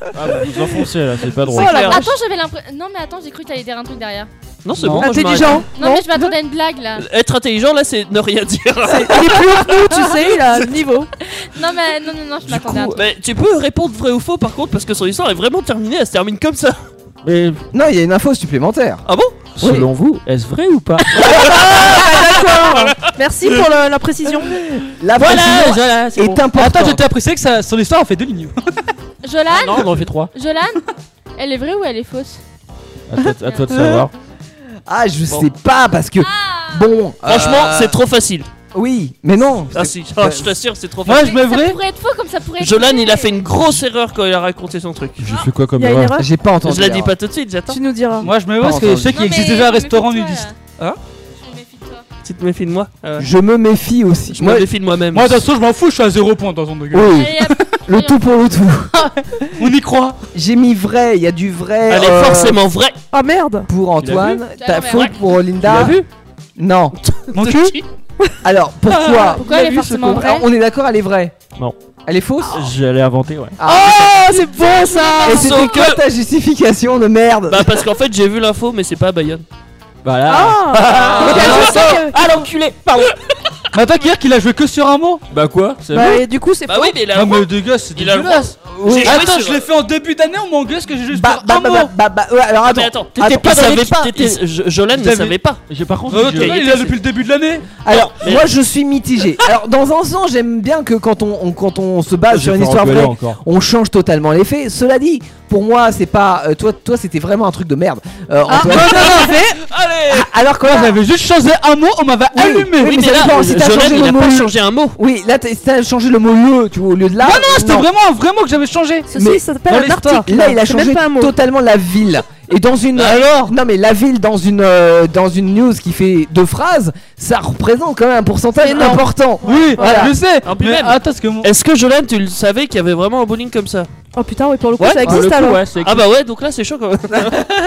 Speaker 8: Ah, vous vous enfoncez là, c'est pas
Speaker 3: Oh
Speaker 8: drôle.
Speaker 3: la
Speaker 7: clair.
Speaker 3: vache.
Speaker 6: Oh Attends, j'avais l'impression. Non, mais attends, j'ai cru que t'allais dire un truc derrière.
Speaker 7: Non, c'est bon. moi, je
Speaker 6: Non,
Speaker 7: m'arrête.
Speaker 6: mais je m'attendais à une blague là.
Speaker 7: Être intelligent, là, c'est ne rien dire. [laughs]
Speaker 6: il est plus haut
Speaker 7: que nous,
Speaker 6: tu sais, [laughs]
Speaker 7: il a le niveau.
Speaker 6: Non, mais non, non, non, je m'attendais à un truc.
Speaker 7: Mais tu peux répondre vrai ou faux, par contre, parce que son histoire est vraiment terminée, elle se termine comme ça.
Speaker 8: Mais...
Speaker 3: Non, il y a une info supplémentaire.
Speaker 7: Ah bon
Speaker 8: Selon vous, est-ce vrai ou pas
Speaker 4: D'accord. [laughs] Merci pour le- la précision.
Speaker 3: La
Speaker 9: Voilà,
Speaker 4: précision
Speaker 9: voilà,
Speaker 4: est importante.
Speaker 9: Attends, j'étais apprécié que ça, son histoire a fait deux lignes.
Speaker 7: Ah,
Speaker 6: Jolan
Speaker 9: non, on en fait trois.
Speaker 6: Jolan Elle est vraie ou elle est fausse
Speaker 8: À toi de
Speaker 3: savoir. Ah, je sais pas parce que.
Speaker 4: Ah.
Speaker 3: Bon. euh,
Speaker 7: Franchement, c'est trop facile.
Speaker 3: Oui, mais non.
Speaker 7: Ah
Speaker 3: c'est-
Speaker 7: si, ah, je t'assure, c'est trop
Speaker 3: Moi,
Speaker 7: facile.
Speaker 3: je me
Speaker 6: Ça pourrait être faux comme ça pourrait être.
Speaker 7: Jolan,
Speaker 6: vrai.
Speaker 7: il a fait une grosse erreur quand il a raconté son truc.
Speaker 8: J'ai fait quoi comme
Speaker 7: Il y a une
Speaker 8: erreur
Speaker 7: erreur
Speaker 3: J'ai pas entendu.
Speaker 7: Je la dis
Speaker 3: alors.
Speaker 7: pas tout de suite, j'attends.
Speaker 4: Tu nous diras.
Speaker 9: Moi, je me
Speaker 7: Pas
Speaker 9: parce que je sais
Speaker 7: entendu.
Speaker 9: qu'il existe déjà un restaurant nudiste. Hein
Speaker 7: Tu te méfies de moi
Speaker 3: Je me méfie aussi.
Speaker 7: Je me défie de moi-même.
Speaker 9: Moi, de toute façon, je m'en fous, je suis à 0 point dans son document.
Speaker 3: Oui. Le tout pour le tout.
Speaker 9: On y croit.
Speaker 3: J'ai mis vrai, il y a du vrai. euh,
Speaker 7: Elle est forcément vraie.
Speaker 4: Ah merde.
Speaker 3: Pour Antoine,
Speaker 4: Tu l'as vu
Speaker 3: ta
Speaker 4: Tu l'as
Speaker 3: faute
Speaker 4: vu
Speaker 3: pour Linda.
Speaker 4: Tu l'as vu
Speaker 7: [laughs]
Speaker 3: Non.
Speaker 9: Mon
Speaker 3: cul Alors pourquoi
Speaker 4: Ah, Pourquoi elle est forcément vraie
Speaker 3: Alors, On est d'accord, elle est vraie.
Speaker 8: Non.
Speaker 3: Elle est fausse
Speaker 8: J'allais inventer, ouais.
Speaker 3: Oh, c'est bon
Speaker 7: ça
Speaker 3: Et c'était
Speaker 7: Sauf
Speaker 3: quoi
Speaker 7: que-
Speaker 3: ta justification de merde
Speaker 7: Bah parce qu'en fait j'ai vu l'info mais c'est pas à Bayonne.
Speaker 8: Voilà.
Speaker 7: [laughs] Ah,
Speaker 4: Ah
Speaker 7: l'enculé, pardon.
Speaker 9: Mais attends, hier qu'il a joué que sur un mot
Speaker 8: Bah quoi
Speaker 4: Bah, et du coup, c'est
Speaker 7: Bah oui, mais il a
Speaker 9: Ah,
Speaker 7: le droit.
Speaker 9: mais de gosses, c'est
Speaker 7: Il a le
Speaker 9: dégueulasse.
Speaker 7: droit. J'ai joué
Speaker 9: Attends,
Speaker 7: sur-
Speaker 9: je l'ai fait en début d'année, on m'engueule que j'ai juste
Speaker 3: Bah,
Speaker 9: sur
Speaker 3: bah,
Speaker 9: un
Speaker 3: bah,
Speaker 9: mot.
Speaker 3: bah, bah, bah, ouais, alors attends.
Speaker 7: Ah, Mais attends,
Speaker 3: attends.
Speaker 7: t'étais pas
Speaker 3: Il
Speaker 7: dans
Speaker 3: savait
Speaker 7: l'équipe, t'étais- Jo- Jolan ne
Speaker 3: J'avais-
Speaker 7: savait pas.
Speaker 8: J'ai par contre.
Speaker 9: Ah, Jolan, il est là depuis le début de l'année.
Speaker 3: Alors,
Speaker 7: Mais-
Speaker 3: moi je suis mitigé. Alors, dans un sens, j'aime bien que quand on, on- quand on se base
Speaker 8: J'ai
Speaker 3: sur une
Speaker 8: pas
Speaker 3: histoire
Speaker 8: engueulé
Speaker 3: vraie,
Speaker 8: encore.
Speaker 3: on change totalement les faits. Cela dit, pour moi, c'est pas. euh, toi, toi c'était vraiment un truc de merde. Euh,
Speaker 9: Ah,
Speaker 3: Antoine. Ah,
Speaker 7: Allez
Speaker 3: Alors que là,
Speaker 9: j'avais juste changé un mot, on m'avait allumé.
Speaker 3: Oui,
Speaker 7: Oui,
Speaker 3: mais
Speaker 7: mais
Speaker 3: ça
Speaker 7: là,
Speaker 3: dépend, si t'as
Speaker 7: Jolan,
Speaker 3: changé
Speaker 7: il
Speaker 3: le
Speaker 7: a
Speaker 3: mot
Speaker 7: pas
Speaker 3: le-
Speaker 7: changé un mot.
Speaker 3: Oui, là, t'as- si t'as changé le mot le, tu vois, au lieu de là.
Speaker 9: Non, non, c'était vraiment un vrai mot que j'avais changé.
Speaker 3: Mais-
Speaker 9: Dans
Speaker 3: Dans
Speaker 9: l'histoire.
Speaker 3: l'article, Là, il a changé totalement la ville. Et dans une.
Speaker 7: Ah.
Speaker 3: Alors Non, mais la ville dans une, euh, dans une news qui fait deux phrases, ça représente quand même un pourcentage important.
Speaker 9: Oui,
Speaker 3: Voilà.
Speaker 7: ah,
Speaker 9: je sais.
Speaker 7: En plus
Speaker 9: Mais
Speaker 7: même.
Speaker 9: attends, ce que mon-
Speaker 7: Est-ce que Jolan, tu le savais qu'il y avait vraiment un bowling comme ça
Speaker 4: Oh putain, oui, pour le coup,
Speaker 7: Ouais,
Speaker 4: ça
Speaker 7: pour
Speaker 4: existe
Speaker 7: le coup,
Speaker 4: alors.
Speaker 7: ouais, Ah bah ouais,
Speaker 8: [laughs]
Speaker 7: donc là c'est chaud quand même.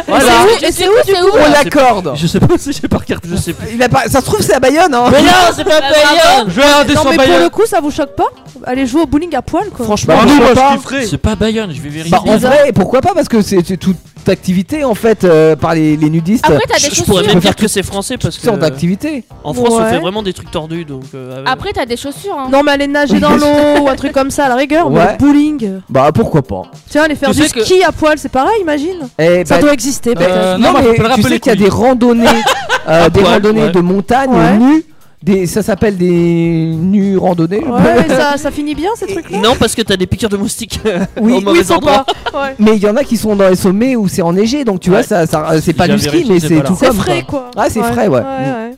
Speaker 3: Voilà.
Speaker 4: Et c'est où- Et c'est où du coup
Speaker 3: On l'accorde.
Speaker 7: Je sais pas si j'ai par carte, je sais plus.
Speaker 3: Il a pas- Ça se trouve, c'est à Bayonne, hein
Speaker 7: Mais
Speaker 6: Ah,
Speaker 7: non, c'est
Speaker 6: bah,
Speaker 7: pas Bayonne
Speaker 9: Je vais regarder
Speaker 4: Non,
Speaker 9: sur
Speaker 4: mais pour le
Speaker 9: Bayonne.
Speaker 4: coup, ça vous choque pas Allez jouer au bowling à poil quoi.
Speaker 3: Franchement,
Speaker 7: Bah,
Speaker 9: Ah, non,
Speaker 3: pourquoi
Speaker 9: moi,
Speaker 3: pas
Speaker 9: je kifferais.
Speaker 8: C'est pas Bayonne, je vais vérifier.
Speaker 3: Bah, en vrai, pourquoi pas Parce que c'est c'est toute activité en fait euh, par les, les nudistes.
Speaker 6: Après, t'as des
Speaker 7: Je je pourrais
Speaker 6: chaussures.
Speaker 7: même dire que c'est français parce
Speaker 3: Toutes sortes
Speaker 7: que. euh,
Speaker 3: d'activités.
Speaker 7: En France, on
Speaker 4: Ouais. Ah
Speaker 7: fait vraiment des trucs tordus donc. euh, avec-
Speaker 6: Après, t'as des chaussures. Hein.
Speaker 4: Non, mais aller nager
Speaker 7: [laughs]
Speaker 4: dans l'eau ou un truc comme ça à la rigueur, mais
Speaker 3: Ouais.
Speaker 4: le bowling.
Speaker 3: Bah, pourquoi pas
Speaker 4: Tiens, aller faire
Speaker 7: Tu
Speaker 4: du
Speaker 7: sais que-
Speaker 4: ski à poil, c'est pareil, imagine.
Speaker 3: Eh,
Speaker 4: Ça
Speaker 3: bah,
Speaker 4: doit exister peut-être.
Speaker 9: Euh,
Speaker 3: non,
Speaker 9: non, moi, faut
Speaker 3: mais
Speaker 9: pas le
Speaker 3: tu
Speaker 9: rappeler,
Speaker 3: sais qu'il y a
Speaker 9: couille.
Speaker 3: des randonnées, euh,
Speaker 7: À
Speaker 3: des
Speaker 7: poil,
Speaker 3: randonnées
Speaker 7: ouais.
Speaker 3: de montagne
Speaker 4: Ouais.
Speaker 3: nues. Des, ça s'appelle des nues randonnées. je-
Speaker 4: Ouais,
Speaker 3: [laughs]
Speaker 4: et ça, ça finit bien ces trucs là
Speaker 7: Non, parce que t'as des piqûres de moustiques
Speaker 4: [laughs]
Speaker 7: [laughs]
Speaker 3: Oui,
Speaker 7: au
Speaker 3: oui,
Speaker 7: mauvais
Speaker 3: faut
Speaker 7: endroit. Euh,
Speaker 4: Ouais.
Speaker 3: Mais il y en a qui sont dans les sommets où c'est enneigé, donc tu vois,
Speaker 7: Ouais.
Speaker 3: ça, ça- euh, c'est pas
Speaker 8: J'ai
Speaker 3: du ski,
Speaker 8: vérifié,
Speaker 3: mais
Speaker 8: c'est
Speaker 3: c'est
Speaker 8: pas
Speaker 3: tout
Speaker 8: là.
Speaker 4: C'est
Speaker 3: comme.
Speaker 4: frais
Speaker 3: quoi.
Speaker 4: quoi.
Speaker 9: Ah,
Speaker 3: Ouais, c'est frais, ouais.
Speaker 4: ouais, ouais.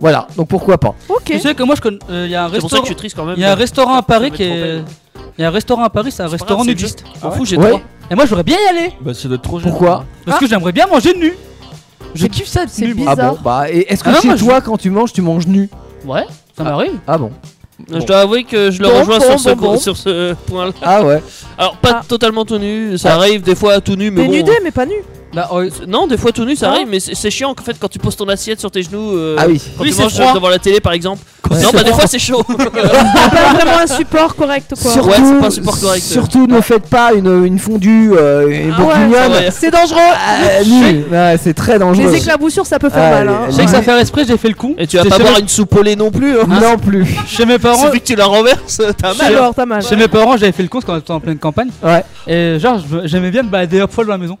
Speaker 3: Voilà, donc pourquoi pas
Speaker 4: Ok.
Speaker 9: Tu sais que moi, je connais. euh, Il y a un
Speaker 7: C'est pour ça
Speaker 9: restaurant.
Speaker 7: que je suis triste quand même. euh,
Speaker 9: Il y a un restaurant à Paris
Speaker 7: Je
Speaker 9: qui
Speaker 7: vais me
Speaker 9: est.
Speaker 7: tromper.
Speaker 9: Il y a un restaurant à Paris, c'est un
Speaker 7: C'est pas
Speaker 9: restaurant
Speaker 7: grave, c'est
Speaker 9: nudiste.
Speaker 7: Je m'en fous, j'ai
Speaker 3: Ouais. Ah.
Speaker 7: trois.
Speaker 9: Et moi, j'aurais bien y aller.
Speaker 8: Bah, ça doit être trop gênant.
Speaker 3: Pourquoi
Speaker 9: Parce que j'aimerais bien manger nu. Je kiffe ça,
Speaker 4: C'est
Speaker 9: nu, moi.
Speaker 3: Ah
Speaker 4: Bizarre.
Speaker 3: bon Bah, et est-ce que
Speaker 9: Ah non,
Speaker 3: chez
Speaker 9: moi, je-
Speaker 3: toi, quand tu manges, tu manges nu
Speaker 7: Ouais, ça m'arrive.
Speaker 3: Ah bon
Speaker 7: Je dois avouer que je le
Speaker 4: Bon,
Speaker 7: rejoins
Speaker 4: bon,
Speaker 7: sur, ce
Speaker 4: bon, bon.
Speaker 7: sur ce point là.
Speaker 3: Ah ouais.
Speaker 7: Alors, pas
Speaker 4: Ah.
Speaker 7: totalement tout nu, ça arrive des fois tout nu, mais bon.
Speaker 8: hein.
Speaker 4: Dénudé, mais pas nu.
Speaker 9: Bah,
Speaker 3: oh,
Speaker 9: euh,
Speaker 7: C'est- Non, des fois tout nu ça
Speaker 4: Ah.
Speaker 7: arrive, mais c'est c'est chiant en fait quand tu poses ton assiette sur tes genoux. euh,
Speaker 3: Ah oui.
Speaker 7: Quand
Speaker 9: Oui,
Speaker 7: tu
Speaker 9: c'est
Speaker 7: manges
Speaker 9: froid.
Speaker 7: devant la télé par exemple. non,
Speaker 3: c'est
Speaker 7: bah des
Speaker 3: froid.
Speaker 7: fois
Speaker 3: [laughs]
Speaker 7: c'est chaud.
Speaker 4: T'as pas vraiment un support correct quoi.
Speaker 3: Surtout,
Speaker 7: Ouais, c'est pas un support correct.
Speaker 3: surtout ne faites pas une, une fondue euh, et
Speaker 4: Ah ouais.
Speaker 3: bourguignonne.
Speaker 7: Ouais.
Speaker 4: C'est dangereux.
Speaker 3: Ah, nue. Ouais, c'est très dangereux.
Speaker 4: Les éclaboussures, ça peut faire
Speaker 3: Ah,
Speaker 4: mal.
Speaker 3: les-
Speaker 4: hein.
Speaker 9: Je sais que ça fait esprit, j'ai fait le con.
Speaker 7: Et tu vas
Speaker 9: J'étais
Speaker 7: pas
Speaker 9: chez
Speaker 7: boire
Speaker 9: mes-
Speaker 7: une soupe au lait non plus. hein.
Speaker 3: Non plus.
Speaker 9: Chez mes parents,
Speaker 7: Suffit que tu
Speaker 3: [laughs]
Speaker 7: la renverses, t'as mal.
Speaker 4: Alors, t'as mal.
Speaker 9: Ah, Chez mes parents, j'avais fait le con parce qu'on était en pleine campagne.
Speaker 3: Ouais.
Speaker 9: Et genre, je me- j'aimais bien me balader à poil dans la maison.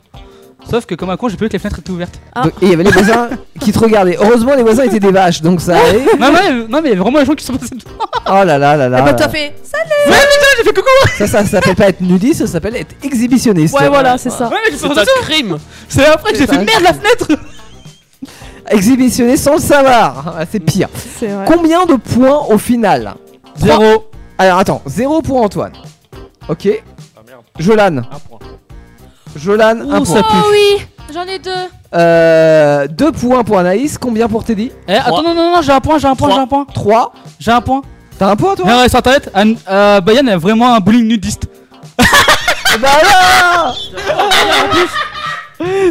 Speaker 9: Sauf que comme un con, j'ai pas vu que les fenêtres étaient ouvertes.
Speaker 4: Ah.
Speaker 3: Donc- Et il y avait les voisins qui te regardaient. Heureusement, les voisins étaient des vaches, donc ça
Speaker 9: [laughs]
Speaker 3: allait.
Speaker 9: non, mais, non, mais il y avait vraiment les gens qui sont passés devant.
Speaker 3: Oh là là là là.
Speaker 4: Eh ben,
Speaker 3: là.
Speaker 4: t'as fait. Ça
Speaker 9: J'ai fait coucou
Speaker 3: Ça, ça s'appelle pas être nudiste, ça s'appelle être exhibitionniste.
Speaker 4: Ouais, voilà, c'est ça.
Speaker 9: Ouais, mais j'ai
Speaker 7: C'est
Speaker 9: fait
Speaker 7: un
Speaker 9: attention.
Speaker 7: crime.
Speaker 9: C'est après que j'ai
Speaker 3: C'est
Speaker 9: fait
Speaker 3: un
Speaker 9: merde la fenêtre
Speaker 3: Exhibitionniste sans le savoir. Ah, C'est pire.
Speaker 4: C'est vrai.
Speaker 3: Combien de points au final
Speaker 9: Zéro.
Speaker 3: Alors attends, zéro pour Antoine. Ok.
Speaker 7: Ah,
Speaker 3: Jolan.
Speaker 8: Un point.
Speaker 3: Jolan, un
Speaker 7: Ouh,
Speaker 3: point.
Speaker 7: ça
Speaker 6: Oh oui, j'en ai deux.
Speaker 3: Euh, deux points pour Anaïs, combien pour Teddy
Speaker 9: Eh, attends, [laughs] non, non, non, j'ai un point, j'ai un point, j'ai un point.
Speaker 3: 3.
Speaker 9: J'ai un point.
Speaker 3: T'as un point toi
Speaker 9: Non, ouais, sur internet, Anne- euh, Bayonne
Speaker 3: [laughs]
Speaker 9: a vraiment un bowling nudiste.
Speaker 3: Bah alors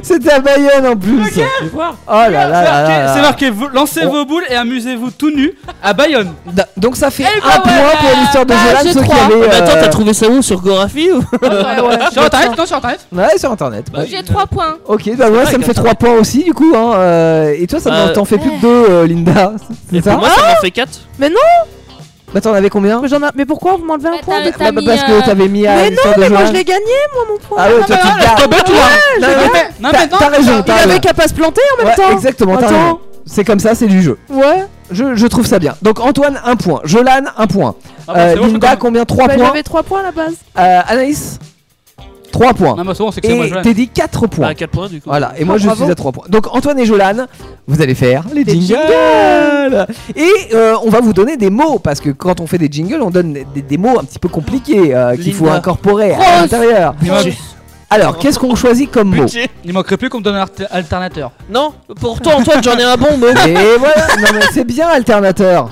Speaker 3: C'était à Bayonne en plus. Oh là là là là là.
Speaker 9: C'est marqué, vous- lancez
Speaker 3: On-
Speaker 9: vos boules et amusez-vous tout nu à Bayonne. Eh ben
Speaker 3: Donc ça fait un point
Speaker 9: bah,
Speaker 3: pour l'histoire
Speaker 7: Bah,
Speaker 3: de Jolan, ceux qui avaient.
Speaker 7: Mais Ah, attends,
Speaker 3: euh,
Speaker 7: t'as trouvé ça où Sur Gorafi ou Bah
Speaker 9: Sur internet Non, sur internet.
Speaker 3: [laughs] Ouais, sur internet. ouais.
Speaker 16: J'ai 3 points.
Speaker 3: Ok, bah ouais,
Speaker 7: vrai
Speaker 3: ça me
Speaker 7: que
Speaker 3: fait 3 points aussi du coup. Hein. euh, et toi, ça m'en-
Speaker 7: Euh,
Speaker 3: t'en fait plus que 2, Linda. C'est ça
Speaker 7: Pour moi, ça m'en fait 4.
Speaker 4: Mais non
Speaker 3: Bah t'en avais combien
Speaker 4: mais, j'en ai- mais pourquoi vous m'enlevez un point dès que-
Speaker 3: t'as Bah, mis, parce que euh, t'avais mis à
Speaker 4: Mais non,
Speaker 3: l'histoire de
Speaker 4: mais moi je
Speaker 3: Jolan.
Speaker 4: l'ai gagné, moi mon point.
Speaker 3: Ah ouais, toi, tu
Speaker 7: bah,
Speaker 3: te gardes.
Speaker 4: Ouais,
Speaker 3: Non,
Speaker 4: je
Speaker 3: mais-
Speaker 4: gagne.
Speaker 3: non, mais t'as- t'as raison, t'as
Speaker 4: Il avait
Speaker 3: raison.
Speaker 4: qu'à pas se planter en même
Speaker 3: Ouais,
Speaker 4: temps.
Speaker 3: Exactement, t'as
Speaker 4: Attends.
Speaker 3: raison. C'est comme ça, c'est du jeu.
Speaker 4: Ouais.
Speaker 3: Je, je trouve ça bien. Donc Antoine, 1 point. Jolan, 1 point.
Speaker 9: Ah bah,
Speaker 3: Euh,
Speaker 9: c'est bon, je
Speaker 3: Linda,
Speaker 9: comprends.
Speaker 3: combien 3
Speaker 4: Bah,
Speaker 3: points
Speaker 4: J'avais 3 points à la base.
Speaker 3: Euh, Anaïs 3 points.
Speaker 9: Non, mais c'est bon, c'est que c'est moi, Bah,
Speaker 3: Et
Speaker 9: Jolan.
Speaker 3: Teddy 4 points.
Speaker 7: Ah, 4 points du coup.
Speaker 3: Voilà, et moi
Speaker 7: Oh,
Speaker 3: je
Speaker 7: bravo.
Speaker 3: suis à 3 points. Donc Antoine et Jolan, vous allez faire les
Speaker 7: Des
Speaker 3: jingles. Et euh, on va vous donner des mots, parce que quand on fait des jingles, on donne des, des mots un petit peu compliqués euh, qu'il faut
Speaker 9: Linda.
Speaker 3: incorporer à
Speaker 9: Grosse.
Speaker 3: l'intérieur.
Speaker 9: Budget.
Speaker 3: Alors, qu'est-ce qu'on choisit comme mot
Speaker 9: Il manquerait plus qu'on me donne un alter- alternateur.
Speaker 7: Non, pour toi, Antoine, j'en ai un bon mot.
Speaker 3: [laughs] Et voilà, non mais c'est bien alternateur.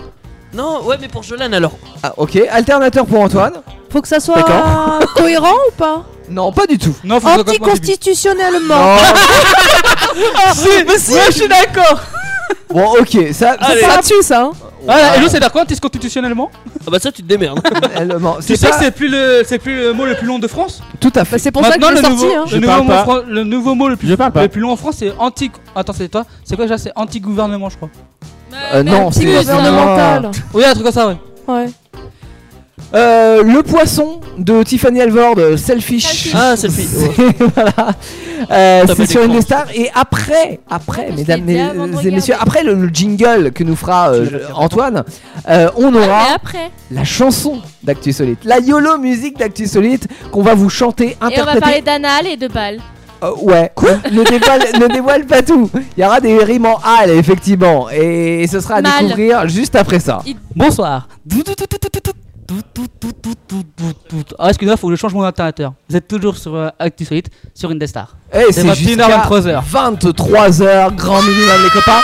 Speaker 7: Non, ouais, mais pour Jolan alors.
Speaker 3: Ah, ok, alternateur pour Antoine.
Speaker 4: Faut que ça soit
Speaker 3: D'accord.
Speaker 4: [laughs] cohérent ou pas
Speaker 3: Non, pas du tout.
Speaker 9: Non,
Speaker 4: Anticonstitutionnellement. [laughs]
Speaker 3: mais [laughs] si, je suis d'accord. Bon, ok, ça,
Speaker 9: Allez.
Speaker 3: ça,
Speaker 4: Tu ça. hein.
Speaker 9: Voilà, et nous, c'est d'accord, constitutionnellement
Speaker 7: Ah bah ça, tu
Speaker 3: [laughs]
Speaker 7: te démerdes.
Speaker 9: Tu sais que c'est plus, le, c'est plus le mot le plus long de France
Speaker 3: Tout à fait.
Speaker 4: Bah, c'est pour ça que
Speaker 9: Maintenant,
Speaker 4: je l'ai
Speaker 9: le
Speaker 4: sorti.
Speaker 9: nouveau-
Speaker 4: hein.
Speaker 9: le nouveau mot fran- le nouveau mot le plus,
Speaker 8: pas.
Speaker 9: le plus long en France, c'est anti. Attends, c'est toi C'est quoi déjà C'est anti-gouvernement, je crois.
Speaker 3: Euh, non, c'est
Speaker 4: Anti-gouvernemental.
Speaker 9: Oui, un truc comme ça, ouais.
Speaker 4: Ouais.
Speaker 3: Euh, le poisson de Tiffany Alvord, euh, Selfish.
Speaker 7: Ah,
Speaker 3: [laughs]
Speaker 7: selfie.
Speaker 3: C'est- voilà. Euh,
Speaker 7: T'as pas
Speaker 3: c'est sur
Speaker 7: d'écran.
Speaker 3: une star. Et après, après, mesdames
Speaker 7: l'ai
Speaker 3: mes-
Speaker 7: avant de
Speaker 3: et
Speaker 7: regarder.
Speaker 3: messieurs, après le, le jingle que nous fera euh, Antoine, euh, on aura
Speaker 16: mais après.
Speaker 3: la chanson d'Actu Solite, la YOLO musique d'Actu Solite qu'on va vous chanter,
Speaker 6: Et on va parler
Speaker 3: interpréter.
Speaker 6: d'anal et de balles.
Speaker 3: Euh, ouais. ne dévoile, ne dévoile pas tout. Il y aura des rimes en hal, effectivement, et ce sera à
Speaker 6: Mal.
Speaker 3: découvrir juste après ça.
Speaker 9: Bonsoir. Ah, excusez-moi, faut que je change mon alternateur. Vous êtes toujours sur euh, ActuSolite, sur Indestar.
Speaker 17: Eh,
Speaker 3: Et
Speaker 9: c'est
Speaker 3: Eh, c'est jusqu'à
Speaker 9: 23h.
Speaker 3: 23h, grand minimum les copains.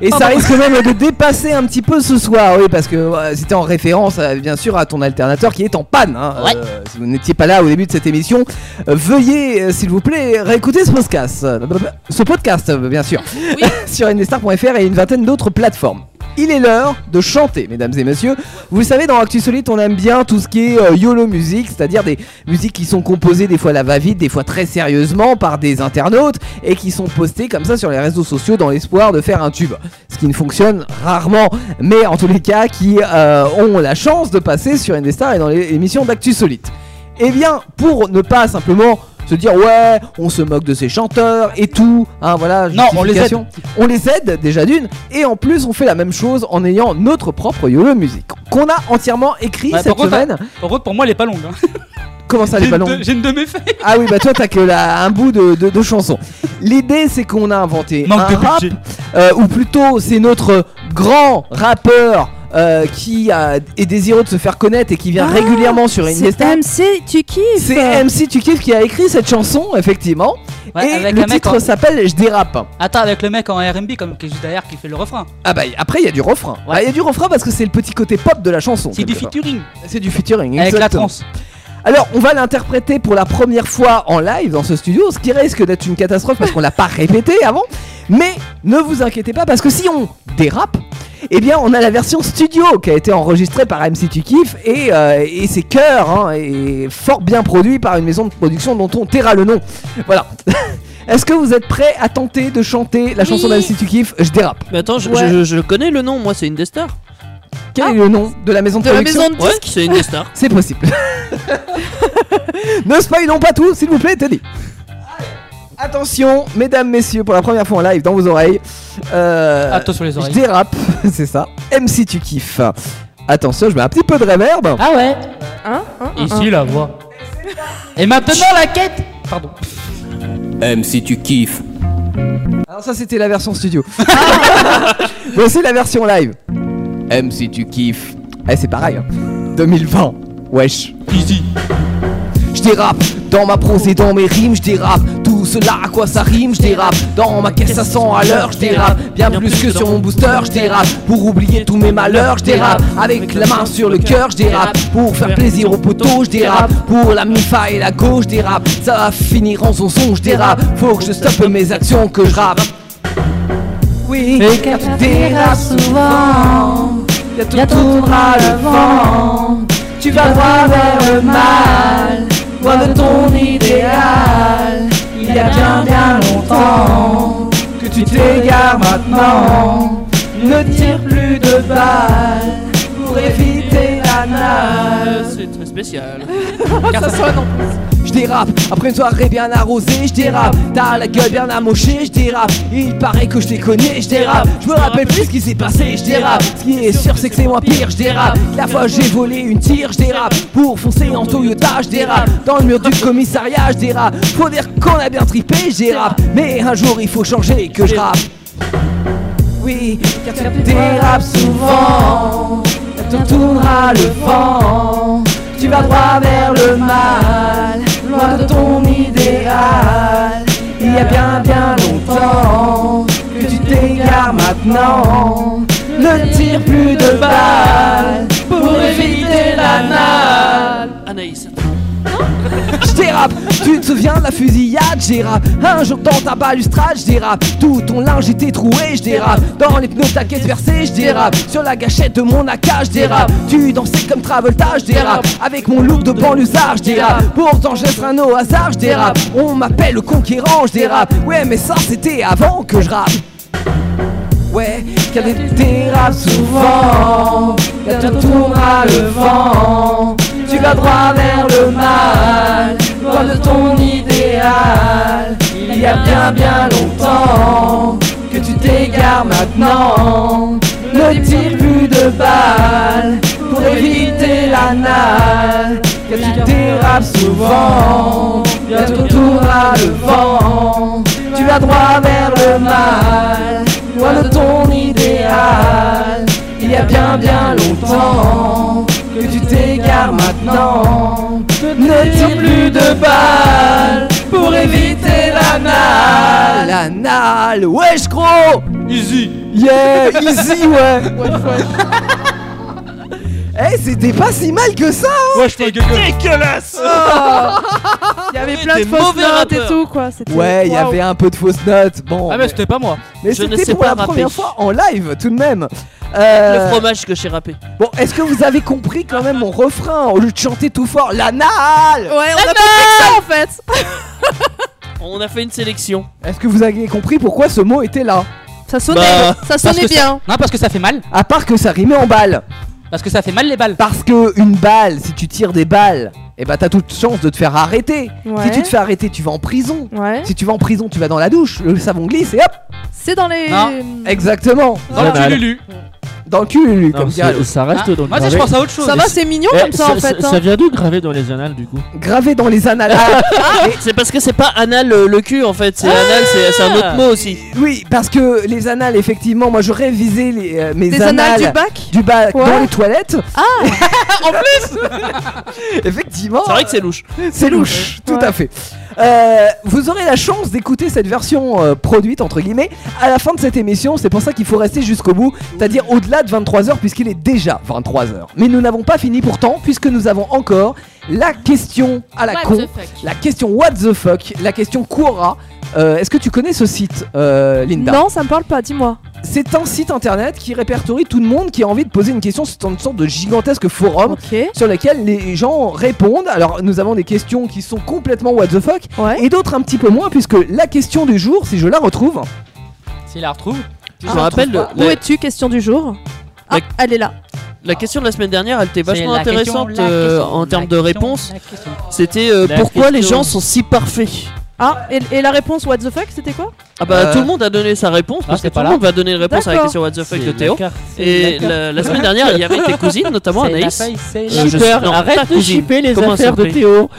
Speaker 3: Et ça
Speaker 9: Pardon.
Speaker 3: risque même de dépasser un petit peu ce soir, oui, parce que euh, c'était en référence, euh, bien sûr, à ton alternateur qui est en panne. hein. Euh, si vous n'étiez pas là au début de cette émission, euh, veuillez, euh, s'il vous plaît, réécouter ce podcast. Euh, Ce podcast, euh, bien sûr. [laughs] sur ndstar.fr et une vingtaine d'autres plateformes. Il est l'heure de chanter, mesdames et messieurs. Vous le savez, dans Actu Solide, on aime bien tout ce qui est euh, YOLO musique, c'est-à-dire des musiques qui sont composées des fois à la va-vite, des fois très sérieusement par des internautes et qui sont postées comme ça sur les réseaux sociaux dans l'espoir de faire un tube. Ce qui ne fonctionne rarement, mais en tous les cas, qui euh, ont la chance de passer sur Indestar et dans les émissions d'Actu Solide. Eh bien, pour ne pas simplement se dire ouais, on se moque de ces chanteurs et tout, hein, voilà.
Speaker 9: Non, on les aide.
Speaker 3: justification. On les aide déjà d'une, et en plus on fait la même chose en ayant notre propre YOLO musique qu'on a entièrement écrit
Speaker 9: Ouais, par
Speaker 3: cette
Speaker 9: contre,
Speaker 3: semaine.
Speaker 9: hein, par contre, pour moi, elle est pas longue. hein.
Speaker 3: Comment ça
Speaker 9: J'ai
Speaker 3: les
Speaker 9: une
Speaker 3: ballons
Speaker 9: de- J'ai une de mes feuilles.
Speaker 3: Ah oui, bah toi t'as que la- un bout de, de, de chanson. L'idée c'est qu'on a inventé
Speaker 9: Manque
Speaker 3: un
Speaker 9: de
Speaker 3: rap,
Speaker 9: budget.
Speaker 3: euh, ou plutôt c'est notre grand rappeur euh, qui a- est désireux de se faire connaître et qui vient
Speaker 4: Ah,
Speaker 3: régulièrement sur
Speaker 4: c'est
Speaker 3: Indestar.
Speaker 4: MC, tu kiffes.
Speaker 3: C'est MC Tu kiffes qui a écrit cette chanson, effectivement.
Speaker 9: Ouais,
Speaker 3: et
Speaker 9: avec
Speaker 3: le
Speaker 9: un mec
Speaker 3: titre
Speaker 9: en-
Speaker 3: s'appelle Je dérape.
Speaker 9: Attends, avec le mec en RB, comme qui est juste derrière, qui fait le refrain.
Speaker 3: Ah bah après il y a du refrain. Ah, Il y a du refrain parce que c'est le petit côté pop de la chanson.
Speaker 9: C'est du
Speaker 3: quelque part.
Speaker 9: featuring.
Speaker 3: C'est du featuring.
Speaker 9: Avec la
Speaker 3: exactement.
Speaker 9: trance.
Speaker 3: Alors, on va l'interpréter pour la première fois en live dans ce studio, ce qui risque d'être une catastrophe parce qu'on l'a pas répété avant. Mais ne vous inquiétez pas parce que si on dérape, eh bien, on a la version studio qui a été enregistrée par MC Tu Kiffes et, euh, et ses chœurs, hein, et fort bien produit par une maison de production dont on taira le nom. Voilà. [laughs] Est-ce que vous êtes prêts à tenter de chanter la chanson
Speaker 7: Oui.
Speaker 3: d'MC Tu Kiffes Je dérape.
Speaker 7: Mais attends, je,
Speaker 3: Ouais.
Speaker 7: je- je connais le nom, moi c'est Indestar.
Speaker 3: Quel est le nom de la maison de,
Speaker 7: De la
Speaker 3: production
Speaker 7: maison de Ouais, disques. [laughs] c'est Indestar.
Speaker 3: C'est possible. [laughs] ne spoilons pas tout, s'il vous plaît, Teddy. Attention, mesdames, messieurs, pour la première fois en live dans vos oreilles. Euh,
Speaker 9: Attention les oreilles.
Speaker 3: Je dérape, [laughs] c'est ça. MC tu kiffes. Attention, je mets un petit peu de réverb.
Speaker 9: Ah ouais
Speaker 4: Hein
Speaker 9: Ici la voix. Et maintenant la quête Pardon.
Speaker 18: M si tu kiffes.
Speaker 3: Alors ça, c'était la version studio. [laughs] Voici la version live. M si tu kiffes. Eh, c'est pareil. hein. 2020. Wesh.
Speaker 18: Easy.
Speaker 3: je dérape dans ma prose et dans mes rimes, je dérape tout cela à quoi ça rime, je dérape dans ma caisse à 100 à l'heure, je dérape bien plus que sur mon booster, je dérape pour oublier tous mes malheurs, je dérape avec la main sur le cœur, je dérape pour faire plaisir aux poteaux, je dérape pour la mifa et la gauche, je dérape ça va finir en zonzon, je dérape faut que je stoppe mes actions que je rappe. Oui,
Speaker 10: Mais car tu verras souvent, bientôt tournera le vent. Tu vas droit vers le mal, loin de ton idéal. Il y a bien bien longtemps que tu t'égares maintenant. Ne tire plus de balles pour éviter la nage.
Speaker 7: C'est très spécial.
Speaker 3: ça sonne en plus. Je dérape, après une soirée bien arrosée, je dérape. T'as la gueule bien amochée, je dérape. Il paraît que je t'ai cogné, je dérape. Je me rappelle plus ce qui s'est passé, je dérape. Ce qui est sûr, c'est que c'est moins pire, je dérape. La fois j'ai volé une tire, je dérape. Pour foncer en Toyota, je dérape. Dans le mur du commissariat, je dérape. Faut dire qu'on a bien tripé, je dérape. Mais un jour, il faut changer que je rappe. Oui, car tu
Speaker 10: dérapes souvent, te tournera le vent. Tu vas droit vers le mal, loin de ton idéal. Il y a bien bien longtemps que tu t'égares maintenant. Ne tire plus de balles pour éviter la nalle.
Speaker 7: Anaïs.
Speaker 3: Je dérape, tu te souviens de la fusillade, je dérape Un jour dans ta balustrade, je dérape Tout ton linge était troué, je dérape Dans les pneus de ta caisse versée, je dérape Sur la gâchette de mon AK, je dérape Tu dansais comme Travolta, je dérape Avec mon look de banlieusard, je dérape Pourtant je laisserai un au hasard, je dérape On m'appelle le conquérant, je dérape Ouais mais ça c'était avant que je rappe Ouais, car des
Speaker 10: Dérapes souvent, bientôt tournera le vent. Tu vas droit vers le mal, loin de ton idéal. Il y a bien bien longtemps que tu t'égares maintenant. Ne tire plus de balles pour éviter la nalle. Car tu dérapes souvent, bientôt tournera le vent. Tu vas droit vers le mal, loin de ton idéal. Il y a bien bien longtemps que tu t'égares maintenant. Ne tire plus de balles pour éviter la nalle.
Speaker 3: La nalle, wesh gros
Speaker 9: Easy
Speaker 3: Yeah, easy ouais [laughs] Eh, c'était pas si mal que ça hein
Speaker 9: Wesh ta gueule Dégueulasse
Speaker 4: Il y avait
Speaker 7: Mais
Speaker 4: plein de
Speaker 7: t'es
Speaker 4: fausses
Speaker 7: mauvais
Speaker 4: notes et
Speaker 7: rappeur.
Speaker 4: tout, quoi. c'était-
Speaker 3: Ouais, il y
Speaker 4: Waouh.
Speaker 3: avait un peu de fausses notes. Bon,
Speaker 9: Ah mais c'était pas moi
Speaker 3: mais
Speaker 7: Je ne
Speaker 3: c'était
Speaker 7: sais
Speaker 3: pour
Speaker 7: pas
Speaker 3: la
Speaker 7: rapper.
Speaker 3: première fois en live tout de même. Euh,
Speaker 7: Le fromage que j'ai râpé.
Speaker 3: Bon, est-ce que vous avez compris quand même mon refrain au lieu de chanter tout fort la nalle
Speaker 4: Ouais, on a compris que ça en fait.
Speaker 7: On a fait une sélection.
Speaker 3: Est-ce que vous avez compris pourquoi ce mot était là
Speaker 4: Ça sonnait, ça sonnait bien.
Speaker 9: Non Bah, parce que ça fait mal
Speaker 3: À part que ça rimait en balle.
Speaker 9: Parce que ça fait mal les balles
Speaker 3: Parce que une balle, si tu tires des balles, eh ben t'as toute chance de te faire arrêter.
Speaker 4: Ouais.
Speaker 3: Si tu te fais arrêter, tu vas en prison.
Speaker 4: Ouais.
Speaker 3: Si tu vas en prison, tu vas dans la douche, le savon glisse et hop
Speaker 4: C'est dans les.
Speaker 9: Non.
Speaker 3: Exactement
Speaker 9: Dans le cul Lulu
Speaker 3: Dans le cul, Lulu,
Speaker 8: Non,
Speaker 3: comme
Speaker 8: c'est-
Speaker 3: dirait l'autre.
Speaker 8: ça reste
Speaker 9: Ah,
Speaker 8: donc
Speaker 9: moi, c'est-
Speaker 8: gravé.
Speaker 9: je pense à autre chose.
Speaker 4: Ça va, c'est mignon
Speaker 8: Eh,
Speaker 4: comme ça, en fait, hein.
Speaker 8: Ça vient d'où gravé dans les annales du coup
Speaker 3: Gravé dans les annales.
Speaker 8: [laughs]
Speaker 7: Ah, C'est parce que c'est pas anal euh, le, le cul en fait, c'est anal, c'est c'est un autre mot aussi.
Speaker 3: Oui, parce que les annales, effectivement, moi je révisais les, euh, mes
Speaker 4: Des annales du bac
Speaker 3: Du bac,
Speaker 4: Ouais.
Speaker 3: dans les toilettes.
Speaker 4: Ah
Speaker 3: [laughs] En plus Effectivement.
Speaker 7: C'est vrai que c'est louche.
Speaker 3: [laughs] C'est louche, tout à fait. Euh, vous aurez la chance d'écouter cette version euh, produite entre guillemets à la fin de cette émission. C'est pour ça qu'il faut rester jusqu'au bout, c'est-à-dire au-delà de 23h puisqu'il est déjà 23h. Mais nous n'avons pas fini pourtant puisque nous avons encore la question à la
Speaker 6: What
Speaker 3: con,
Speaker 6: the fuck.
Speaker 3: la question what the fuck, la question Quora. Euh, Est-ce que tu connais ce site, euh, Linda
Speaker 4: Non, ça me parle pas, dis-moi.
Speaker 3: c'est un site internet qui répertorie tout le monde qui a envie de poser une question. C'est une sorte de gigantesque forum sur lequel les gens répondent. Alors, nous avons des questions qui sont complètement what the fuck et d'autres un petit peu moins, puisque la question du jour, si je la retrouve,
Speaker 9: S'il la retrouve
Speaker 7: Je me rappelle le-
Speaker 4: Où
Speaker 7: la,
Speaker 4: es-tu Question du jour. Ah, elle est là.
Speaker 7: la question de la semaine dernière, elle était vachement
Speaker 4: la question,
Speaker 7: intéressante
Speaker 4: la
Speaker 7: euh,
Speaker 4: question,
Speaker 7: en termes de réponse. C'était euh,
Speaker 4: La
Speaker 7: pourquoi les
Speaker 4: question.
Speaker 7: gens sont si parfaits
Speaker 4: Ah, et, et la réponse what the fuck, c'était quoi
Speaker 7: Ah bah tout le monde a donné sa réponse parce
Speaker 4: c'est
Speaker 7: que
Speaker 4: pas
Speaker 7: tout le
Speaker 4: là.
Speaker 7: monde va donner une réponse à la
Speaker 4: D'accord.
Speaker 7: question What the fuck
Speaker 4: C'est
Speaker 7: de
Speaker 4: la
Speaker 7: Théo.
Speaker 4: carte, c'est
Speaker 7: Et
Speaker 4: la
Speaker 7: la,
Speaker 4: carte.
Speaker 7: la semaine dernière, il y avait tes cousines, notamment
Speaker 8: C'est la
Speaker 7: Anaïs.
Speaker 8: faille, c'est
Speaker 7: Je
Speaker 8: la
Speaker 7: suis-
Speaker 8: Shipper,
Speaker 7: non,
Speaker 8: arrête
Speaker 7: ta
Speaker 8: de
Speaker 7: cousine.
Speaker 8: shipper les
Speaker 7: Comment ça
Speaker 8: affaires de
Speaker 7: s'appelle
Speaker 8: Théo.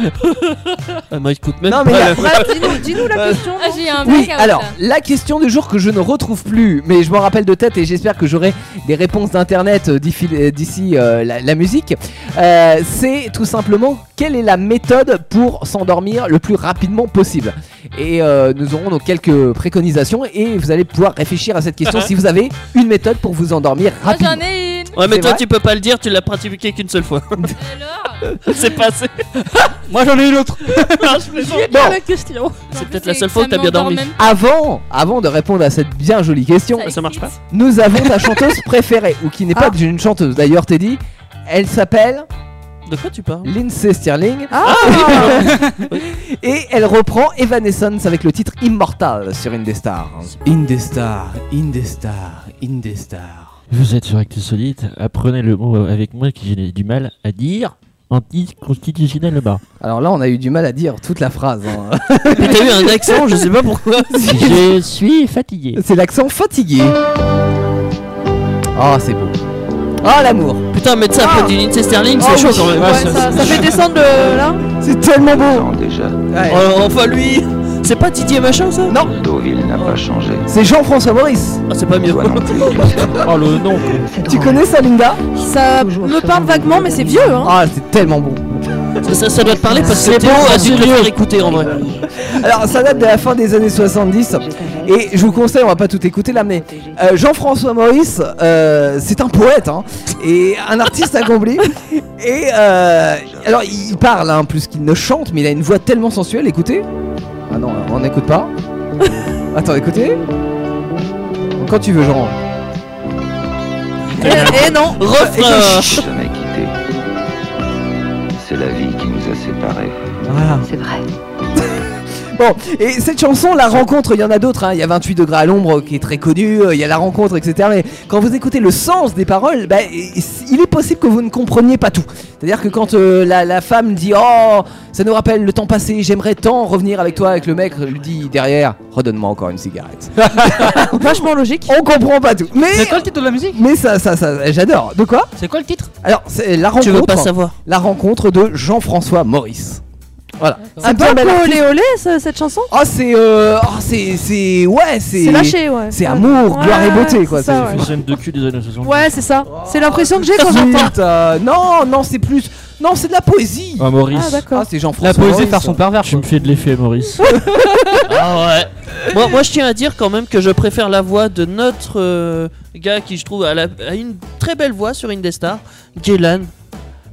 Speaker 7: Ah, moi, écoute même
Speaker 3: Non, mais
Speaker 7: pas
Speaker 3: la-
Speaker 7: le- [laughs]
Speaker 4: Dis-nous, dis-nous
Speaker 8: [laughs]
Speaker 4: la question.
Speaker 6: Ah, j'ai un
Speaker 3: Oui,
Speaker 6: blackout.
Speaker 3: alors la question du jour que je ne retrouve plus, mais je m'en rappelle de tête et j'espère que j'aurai des réponses d'internet euh, d'ici euh, d'ici, euh, la, la musique. euh, c'est tout simplement quelle est la méthode pour s'endormir le plus rapidement possible. Et euh, nous aurons donc quelques préconisations et vous allez pouvoir réfléchir à cette
Speaker 6: [laughs]
Speaker 3: question si vous avez une méthode pour vous endormir
Speaker 6: Moi,
Speaker 3: rapidement.
Speaker 6: j'en ai une.
Speaker 7: Ouais, mais
Speaker 3: C'est
Speaker 7: toi,
Speaker 3: vrai
Speaker 7: tu peux pas le dire, tu l'as pratiqué qu'une seule fois. C'est passé.
Speaker 9: Moi j'en ai une
Speaker 7: [laughs]
Speaker 9: autre.
Speaker 3: Non.
Speaker 7: la question. C'est peut-être la seule fois où t'as bien dormi.
Speaker 3: Avant, avant de répondre à cette bien jolie question,
Speaker 7: Ça marche pas. Ah.
Speaker 3: Nous avons ta
Speaker 7: [laughs]
Speaker 3: chanteuse préférée, ou qui n'est pas une chanteuse d'ailleurs, Teddy. Elle s'appelle.
Speaker 7: De quoi tu parles
Speaker 3: Lindsay Stirling.
Speaker 7: Ah.
Speaker 3: [laughs] Et elle reprend Evanescence avec le titre Immortal sur Indestar. Indestar, Indestar, Indestar.
Speaker 8: Vous êtes sur Actes Solide, apprenez le mot euh, avec moi que j'ai du mal à dire anticonstitutionnellement.
Speaker 3: Alors là, on a eu du mal à dire toute la phrase. hein.
Speaker 7: [laughs] Mais t'as eu un accent, je sais
Speaker 3: [laughs]
Speaker 7: pas pourquoi.
Speaker 8: Je suis fatigué.
Speaker 3: C'est l'accent fatigué. Oh, c'est beau. Oh, l'amour.
Speaker 7: Putain, mettre ça après du Lindsay Sterling, c'est
Speaker 3: Oh,
Speaker 7: chaud
Speaker 3: oui.
Speaker 7: quand même.
Speaker 3: Ouais, ça- ça fait euh,
Speaker 4: descendre le- là
Speaker 3: C'est tellement beau.
Speaker 16: Déjà,
Speaker 7: Oh, enfin lui C'est pas Didier Machin ça
Speaker 3: Non
Speaker 16: Deauville n'a pas changé.
Speaker 3: C'est Jean-François Maurice.
Speaker 7: Ah, c'est pas mieux. [laughs]
Speaker 8: oh le nom.
Speaker 3: Tu connais ça, Linda
Speaker 4: Ça me parle vaguement, mais c'est vieux, hein.
Speaker 3: Ah, c'est tellement bon.
Speaker 7: Ça, ça- ça doit te parler parce que
Speaker 3: C'est
Speaker 7: Théo
Speaker 3: beau,
Speaker 7: a
Speaker 3: hein,
Speaker 7: dû te le faire écouter en vrai.
Speaker 3: Alors ça date de la fin des années 70 et je vous conseille, on va pas tout écouter là, mais euh, Jean-François Maurice, euh, c'est un poète hein, et un artiste accompli. Et euh, alors il parle hein, plus qu'il ne chante, mais il a une voix tellement sensuelle. Écoutez. Ah non, on n'écoute pas. Attends, écoutez. Quand tu veux, Jean.
Speaker 4: Eh non
Speaker 3: Refrain.
Speaker 16: Jamais quitté. C'est la vie qui nous a séparés.
Speaker 3: C'est vrai. Bon, et cette chanson, La Rencontre, il y en a d'autres, hein. il y a 28 degrés à l'ombre qui est très connu, euh, il y a La Rencontre, etc. Mais quand vous écoutez le sens des paroles, bah, il est possible que vous ne compreniez pas tout. C'est-à-dire que quand euh, la, la femme dit Oh, ça nous rappelle le temps passé, j'aimerais tant revenir avec toi, et que le mec lui dit derrière Redonne-moi encore une cigarette.
Speaker 4: [laughs] Vachement logique.
Speaker 3: On comprend pas tout. Mais
Speaker 9: C'est quoi le titre de la musique
Speaker 3: mais ça, ça, ça, j'adore. De quoi
Speaker 9: C'est quoi le titre
Speaker 3: Alors, c'est la rencontre.
Speaker 7: Tu veux pas savoir.
Speaker 3: La rencontre de Jean-François Maurice. Voilà.
Speaker 4: C'est
Speaker 3: bien
Speaker 4: pas
Speaker 3: bel artiste.
Speaker 4: olé olé ce- cette chanson
Speaker 3: Oh c'est euh, oh, c'est c'est ouais c'est
Speaker 4: C'est lâché, ouais.
Speaker 3: c'est
Speaker 4: Ouais.
Speaker 3: amour
Speaker 4: Ouais,
Speaker 3: gloire et beauté quoi
Speaker 4: c'est ça,
Speaker 3: c'est-
Speaker 8: Une scène de cul des années 60.
Speaker 4: Ouais, c'est ça. C'est l'impression que j'ai quand j'entends.
Speaker 3: Putain, euh, non non c'est plus non c'est de la poésie
Speaker 8: Ah Maurice.
Speaker 4: Ah, d'accord.
Speaker 3: Ah, c'est Jean-François
Speaker 8: La poésie
Speaker 3: Maurice.
Speaker 8: par son
Speaker 9: pervers.
Speaker 8: Tu me fais de l'effet Maurice.
Speaker 7: Ah ouais. Moi, moi, je tiens à dire quand même que je préfère la voix de notre euh, gars qui, je trouve, a, la- a une très belle voix sur Indestar, Gélan.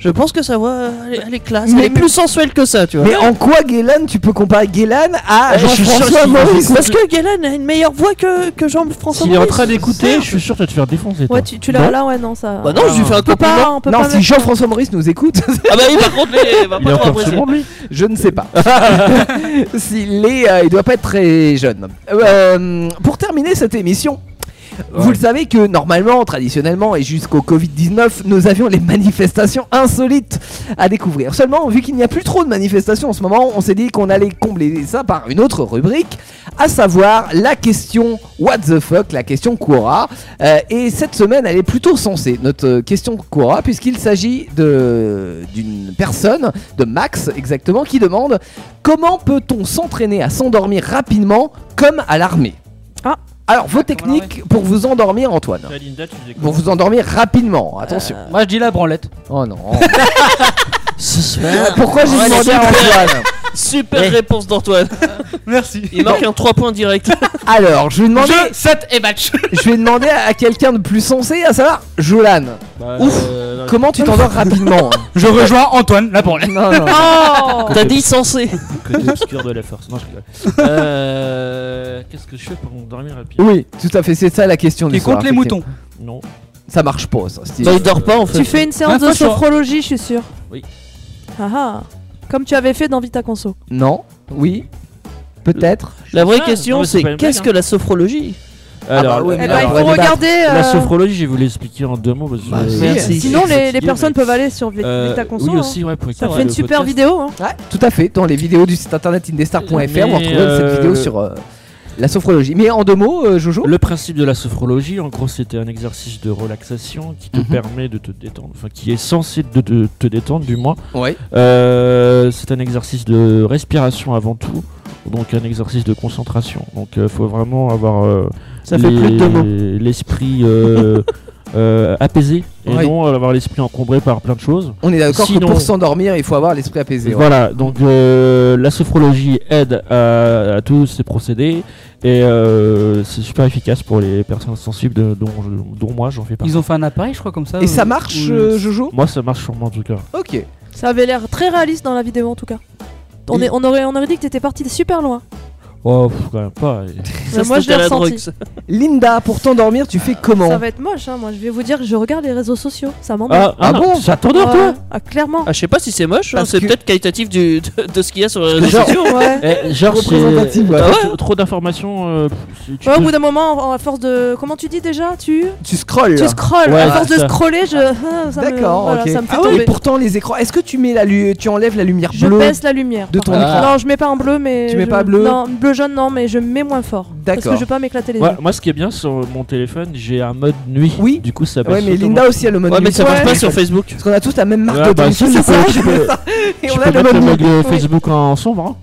Speaker 7: Je pense que sa voix, euh, elle, est- elle est
Speaker 4: Ah,
Speaker 7: classe.
Speaker 3: Mais-
Speaker 7: elle est plus sensuelle que ça, tu vois.
Speaker 3: mais en quoi Guélan tu peux comparer Guélan à
Speaker 7: Ah, je suis sûr
Speaker 3: Jean-François
Speaker 7: qu'il-
Speaker 3: Maurice
Speaker 7: Parce que Gélan a une meilleure voix que, que Jean-François
Speaker 8: S'il est en
Speaker 7: Maurice.
Speaker 8: train d'écouter, je suis sûr que tu vas te faire défoncer. toi.
Speaker 4: Ouais, tu, tu l'as
Speaker 8: Non
Speaker 4: là, ouais, non, ça.
Speaker 7: Bah non, je lui fais un
Speaker 4: on peut
Speaker 7: compliment.
Speaker 4: pas, on peut
Speaker 3: non
Speaker 4: pas.
Speaker 3: si Jean-François Maurice nous [laughs] écoute
Speaker 7: Ah bah oui, par contre, [laughs] les- va
Speaker 8: Il
Speaker 7: pas
Speaker 8: est
Speaker 7: trop
Speaker 8: encore
Speaker 7: apprécier.
Speaker 8: second lui.
Speaker 3: je ne
Speaker 7: [laughs]
Speaker 3: sais pas s'il est euh, il doit pas être très jeune Euh, pour terminer cette émission Vous le savez que normalement, traditionnellement et jusqu'au Covid-19, nous avions les manifestations insolites à découvrir. Seulement, vu qu'il n'y a plus trop de manifestations en ce moment, on s'est dit qu'on allait combler ça par une autre rubrique, à savoir la question What the fuck, la question Quora. Euh, et cette semaine, elle est plutôt sensée, notre euh, question Quora, puisqu'il s'agit de- d'une personne, de Max exactement, qui demande comment peut-on s'entraîner à s'endormir rapidement comme à l'armée
Speaker 4: Ah.
Speaker 3: alors, vos techniques pour vous endormir, Antoine.
Speaker 8: Toi, Linda, tu faisais quoi
Speaker 3: Pour vous endormir rapidement, attention.
Speaker 9: Euh, Moi je dis la branlette.
Speaker 3: Oh non. [laughs]
Speaker 8: [laughs]
Speaker 7: Ce soir.
Speaker 3: Pourquoi j'ai
Speaker 7: Ouais,
Speaker 3: demandé à
Speaker 7: super-
Speaker 3: Antoine
Speaker 7: Super
Speaker 9: Eh.
Speaker 7: réponse d'Antoine.
Speaker 9: Merci.
Speaker 7: Il marque un 3 points direct.
Speaker 3: Alors, je vais demander,
Speaker 9: Jeu, 7
Speaker 8: eh
Speaker 9: et
Speaker 8: ben,
Speaker 9: match.
Speaker 3: je vais demander à quelqu'un de plus sensé, à savoir Jolan.
Speaker 9: Bah,
Speaker 3: Ouf,
Speaker 9: euh,
Speaker 3: comment tu t'endors rapidement hein
Speaker 9: [laughs] Je rejoins Antoine, la branlette.
Speaker 3: Non, non.
Speaker 4: Oh
Speaker 7: T'as dit censé.
Speaker 8: Côté obscur de la force. Non, je rigole. Euh, Qu'est-ce que je fais pour m'endormir rapidement
Speaker 3: Oui, tout à fait, c'est ça la question du
Speaker 9: Qui
Speaker 3: soir,
Speaker 9: compte les
Speaker 3: effectivement.
Speaker 9: moutons.
Speaker 8: Non.
Speaker 3: Ça marche pas, ça. Steve.
Speaker 7: Bah, il dort pas en fait.
Speaker 4: Tu fais une séance
Speaker 9: Bah,
Speaker 4: de
Speaker 9: faut choix.
Speaker 4: sophrologie, je suis sûr.
Speaker 8: Ah, Oui.
Speaker 4: Ah ah. Comme tu avais fait dans Vita Conso.
Speaker 3: Non, oui, peut-être.
Speaker 7: La vraie
Speaker 8: Ah, non,
Speaker 7: question
Speaker 8: Ah, mais c'est
Speaker 7: c'est
Speaker 8: pas une
Speaker 7: qu'est-ce
Speaker 8: blague,
Speaker 7: que la sophrologie
Speaker 8: Alors,
Speaker 4: bah ouais,
Speaker 8: la-
Speaker 4: mais là,
Speaker 8: alors,
Speaker 4: il faut
Speaker 8: la-
Speaker 4: regarder,
Speaker 8: La
Speaker 4: euh,
Speaker 8: sophrologie, j'ai voulu expliquer en deux mots. parce que-
Speaker 4: Bah, si. Merci. Sinon, les- les personnes peuvent aller sur Vita-
Speaker 8: Euh,
Speaker 4: Vita Conso,
Speaker 8: Oui, aussi,
Speaker 4: hein.
Speaker 8: ouais, pour
Speaker 4: Ça
Speaker 8: écouter
Speaker 4: fait une
Speaker 8: le
Speaker 4: super
Speaker 8: podcast.
Speaker 4: vidéo. Hein.
Speaker 3: Tout à fait, dans les vidéos du site internet indestar.fr, vous
Speaker 8: Mais,
Speaker 3: retrouverez
Speaker 8: euh,
Speaker 3: cette vidéo sur euh, la sophrologie. Mais en deux mots, euh, Jojo
Speaker 8: Le principe de la sophrologie, en gros, c'était un exercice de relaxation qui te
Speaker 3: Mhm.
Speaker 8: permet de te détendre, enfin qui est censé de, de- te détendre du moins.
Speaker 3: Ouais.
Speaker 8: Euh, c'est un exercice de respiration avant tout, donc un exercice de concentration. Donc il faut vraiment avoir euh,
Speaker 7: Ça fait plus de deux mots.
Speaker 8: l'esprit euh, [laughs] euh, apaisé et
Speaker 3: Ouais.
Speaker 8: non avoir l'esprit encombré par plein de choses.
Speaker 3: On est d'accord que
Speaker 8: Sinon-
Speaker 3: pour s'endormir, il faut avoir l'esprit apaisé. ouais.
Speaker 8: voilà, donc euh, la sophrologie aide à, à tous ces procédés et euh, c'est super efficace pour les personnes sensibles de- dont, je- dont moi j'en fais partie.
Speaker 17: Ils ont fait un appareil, je crois, comme ça.
Speaker 4: Et ça marche, euh, Jojo
Speaker 8: Moi ça marche sûrement en tout cas.
Speaker 3: Ok.
Speaker 4: Ça avait l'air très réaliste dans la vidéo en tout cas. On, est- on aurait, on aurait dit que t'étais parti de super loin.
Speaker 8: Oh, pff, quand
Speaker 3: [laughs]
Speaker 8: même pas.
Speaker 4: Ça, moi, je c'était l'ai la ressenti. drogue, ça.
Speaker 3: Linda, pour t'endormir, tu fais comment
Speaker 4: Ça va être moche, hein. moi je vais vous dire que je regarde les réseaux sociaux. Ça
Speaker 7: Ah,
Speaker 4: m'emmerde.
Speaker 7: ah bon Ça t'endort, toi
Speaker 4: Ouais. Ah, clairement.
Speaker 7: Ah, je sais pas si c'est moche, hein,
Speaker 4: Parce
Speaker 7: c'est
Speaker 4: que-
Speaker 7: peut-être qualitatif du, de, de ce qu'il y a sur les réseaux
Speaker 8: Genre-
Speaker 7: sociaux.
Speaker 8: Eh, genre, c'est-
Speaker 7: Représentative, ouais.
Speaker 8: trop-
Speaker 7: Ah ouais
Speaker 8: trop, d'informations. euh, pff, c'est- tu
Speaker 4: Ouais, au
Speaker 8: peux-
Speaker 4: bout d'un moment, en- en- à force de. Comment tu dis déjà Tu.
Speaker 3: Tu scrolles.
Speaker 4: Tu scrolles.
Speaker 3: Ouais,
Speaker 4: à force
Speaker 3: c'est
Speaker 4: de
Speaker 3: ça.
Speaker 4: scroller, je. ah, ça me-
Speaker 3: D'accord,
Speaker 4: voilà,
Speaker 3: ok.
Speaker 4: ça me fait
Speaker 3: Ah ouais,
Speaker 4: tomber.
Speaker 3: et pourtant les écrans. Est-ce que tu mets la lu- tu enlèves la lumière
Speaker 4: Je
Speaker 3: bleue
Speaker 4: baisse la lumière.
Speaker 3: de
Speaker 4: par
Speaker 3: ton
Speaker 4: contre.
Speaker 7: Ah.
Speaker 3: écran.
Speaker 4: Non, je mets pas un bleu, mais.
Speaker 3: Tu mets
Speaker 4: je-
Speaker 3: pas bleu
Speaker 4: Non, bleu jaune, non, mais je mets moins fort. Parce que
Speaker 8: D'accord.
Speaker 4: je veux pas m'éclater les
Speaker 8: Ouais,
Speaker 4: yeux.
Speaker 8: moi, ce qui est bien sur mon téléphone, j'ai un mode nuit.
Speaker 3: Oui.
Speaker 8: Du coup, ça passe.
Speaker 3: Ouais, mais
Speaker 8: autrement.
Speaker 3: Linda aussi a le mode nuit.
Speaker 8: Facebook.
Speaker 3: Parce qu'on a tous la même marque
Speaker 8: Ouais,
Speaker 3: de
Speaker 8: bah,
Speaker 3: truc,
Speaker 8: si,
Speaker 3: c'est
Speaker 8: tu
Speaker 3: ça.
Speaker 8: peux- tu peux-
Speaker 3: Et
Speaker 8: tu
Speaker 3: on
Speaker 8: peux
Speaker 3: a le
Speaker 8: mettre
Speaker 3: mode
Speaker 8: le mode
Speaker 3: nuit.
Speaker 8: euh,
Speaker 3: Oui.
Speaker 8: Facebook en sombre. hein.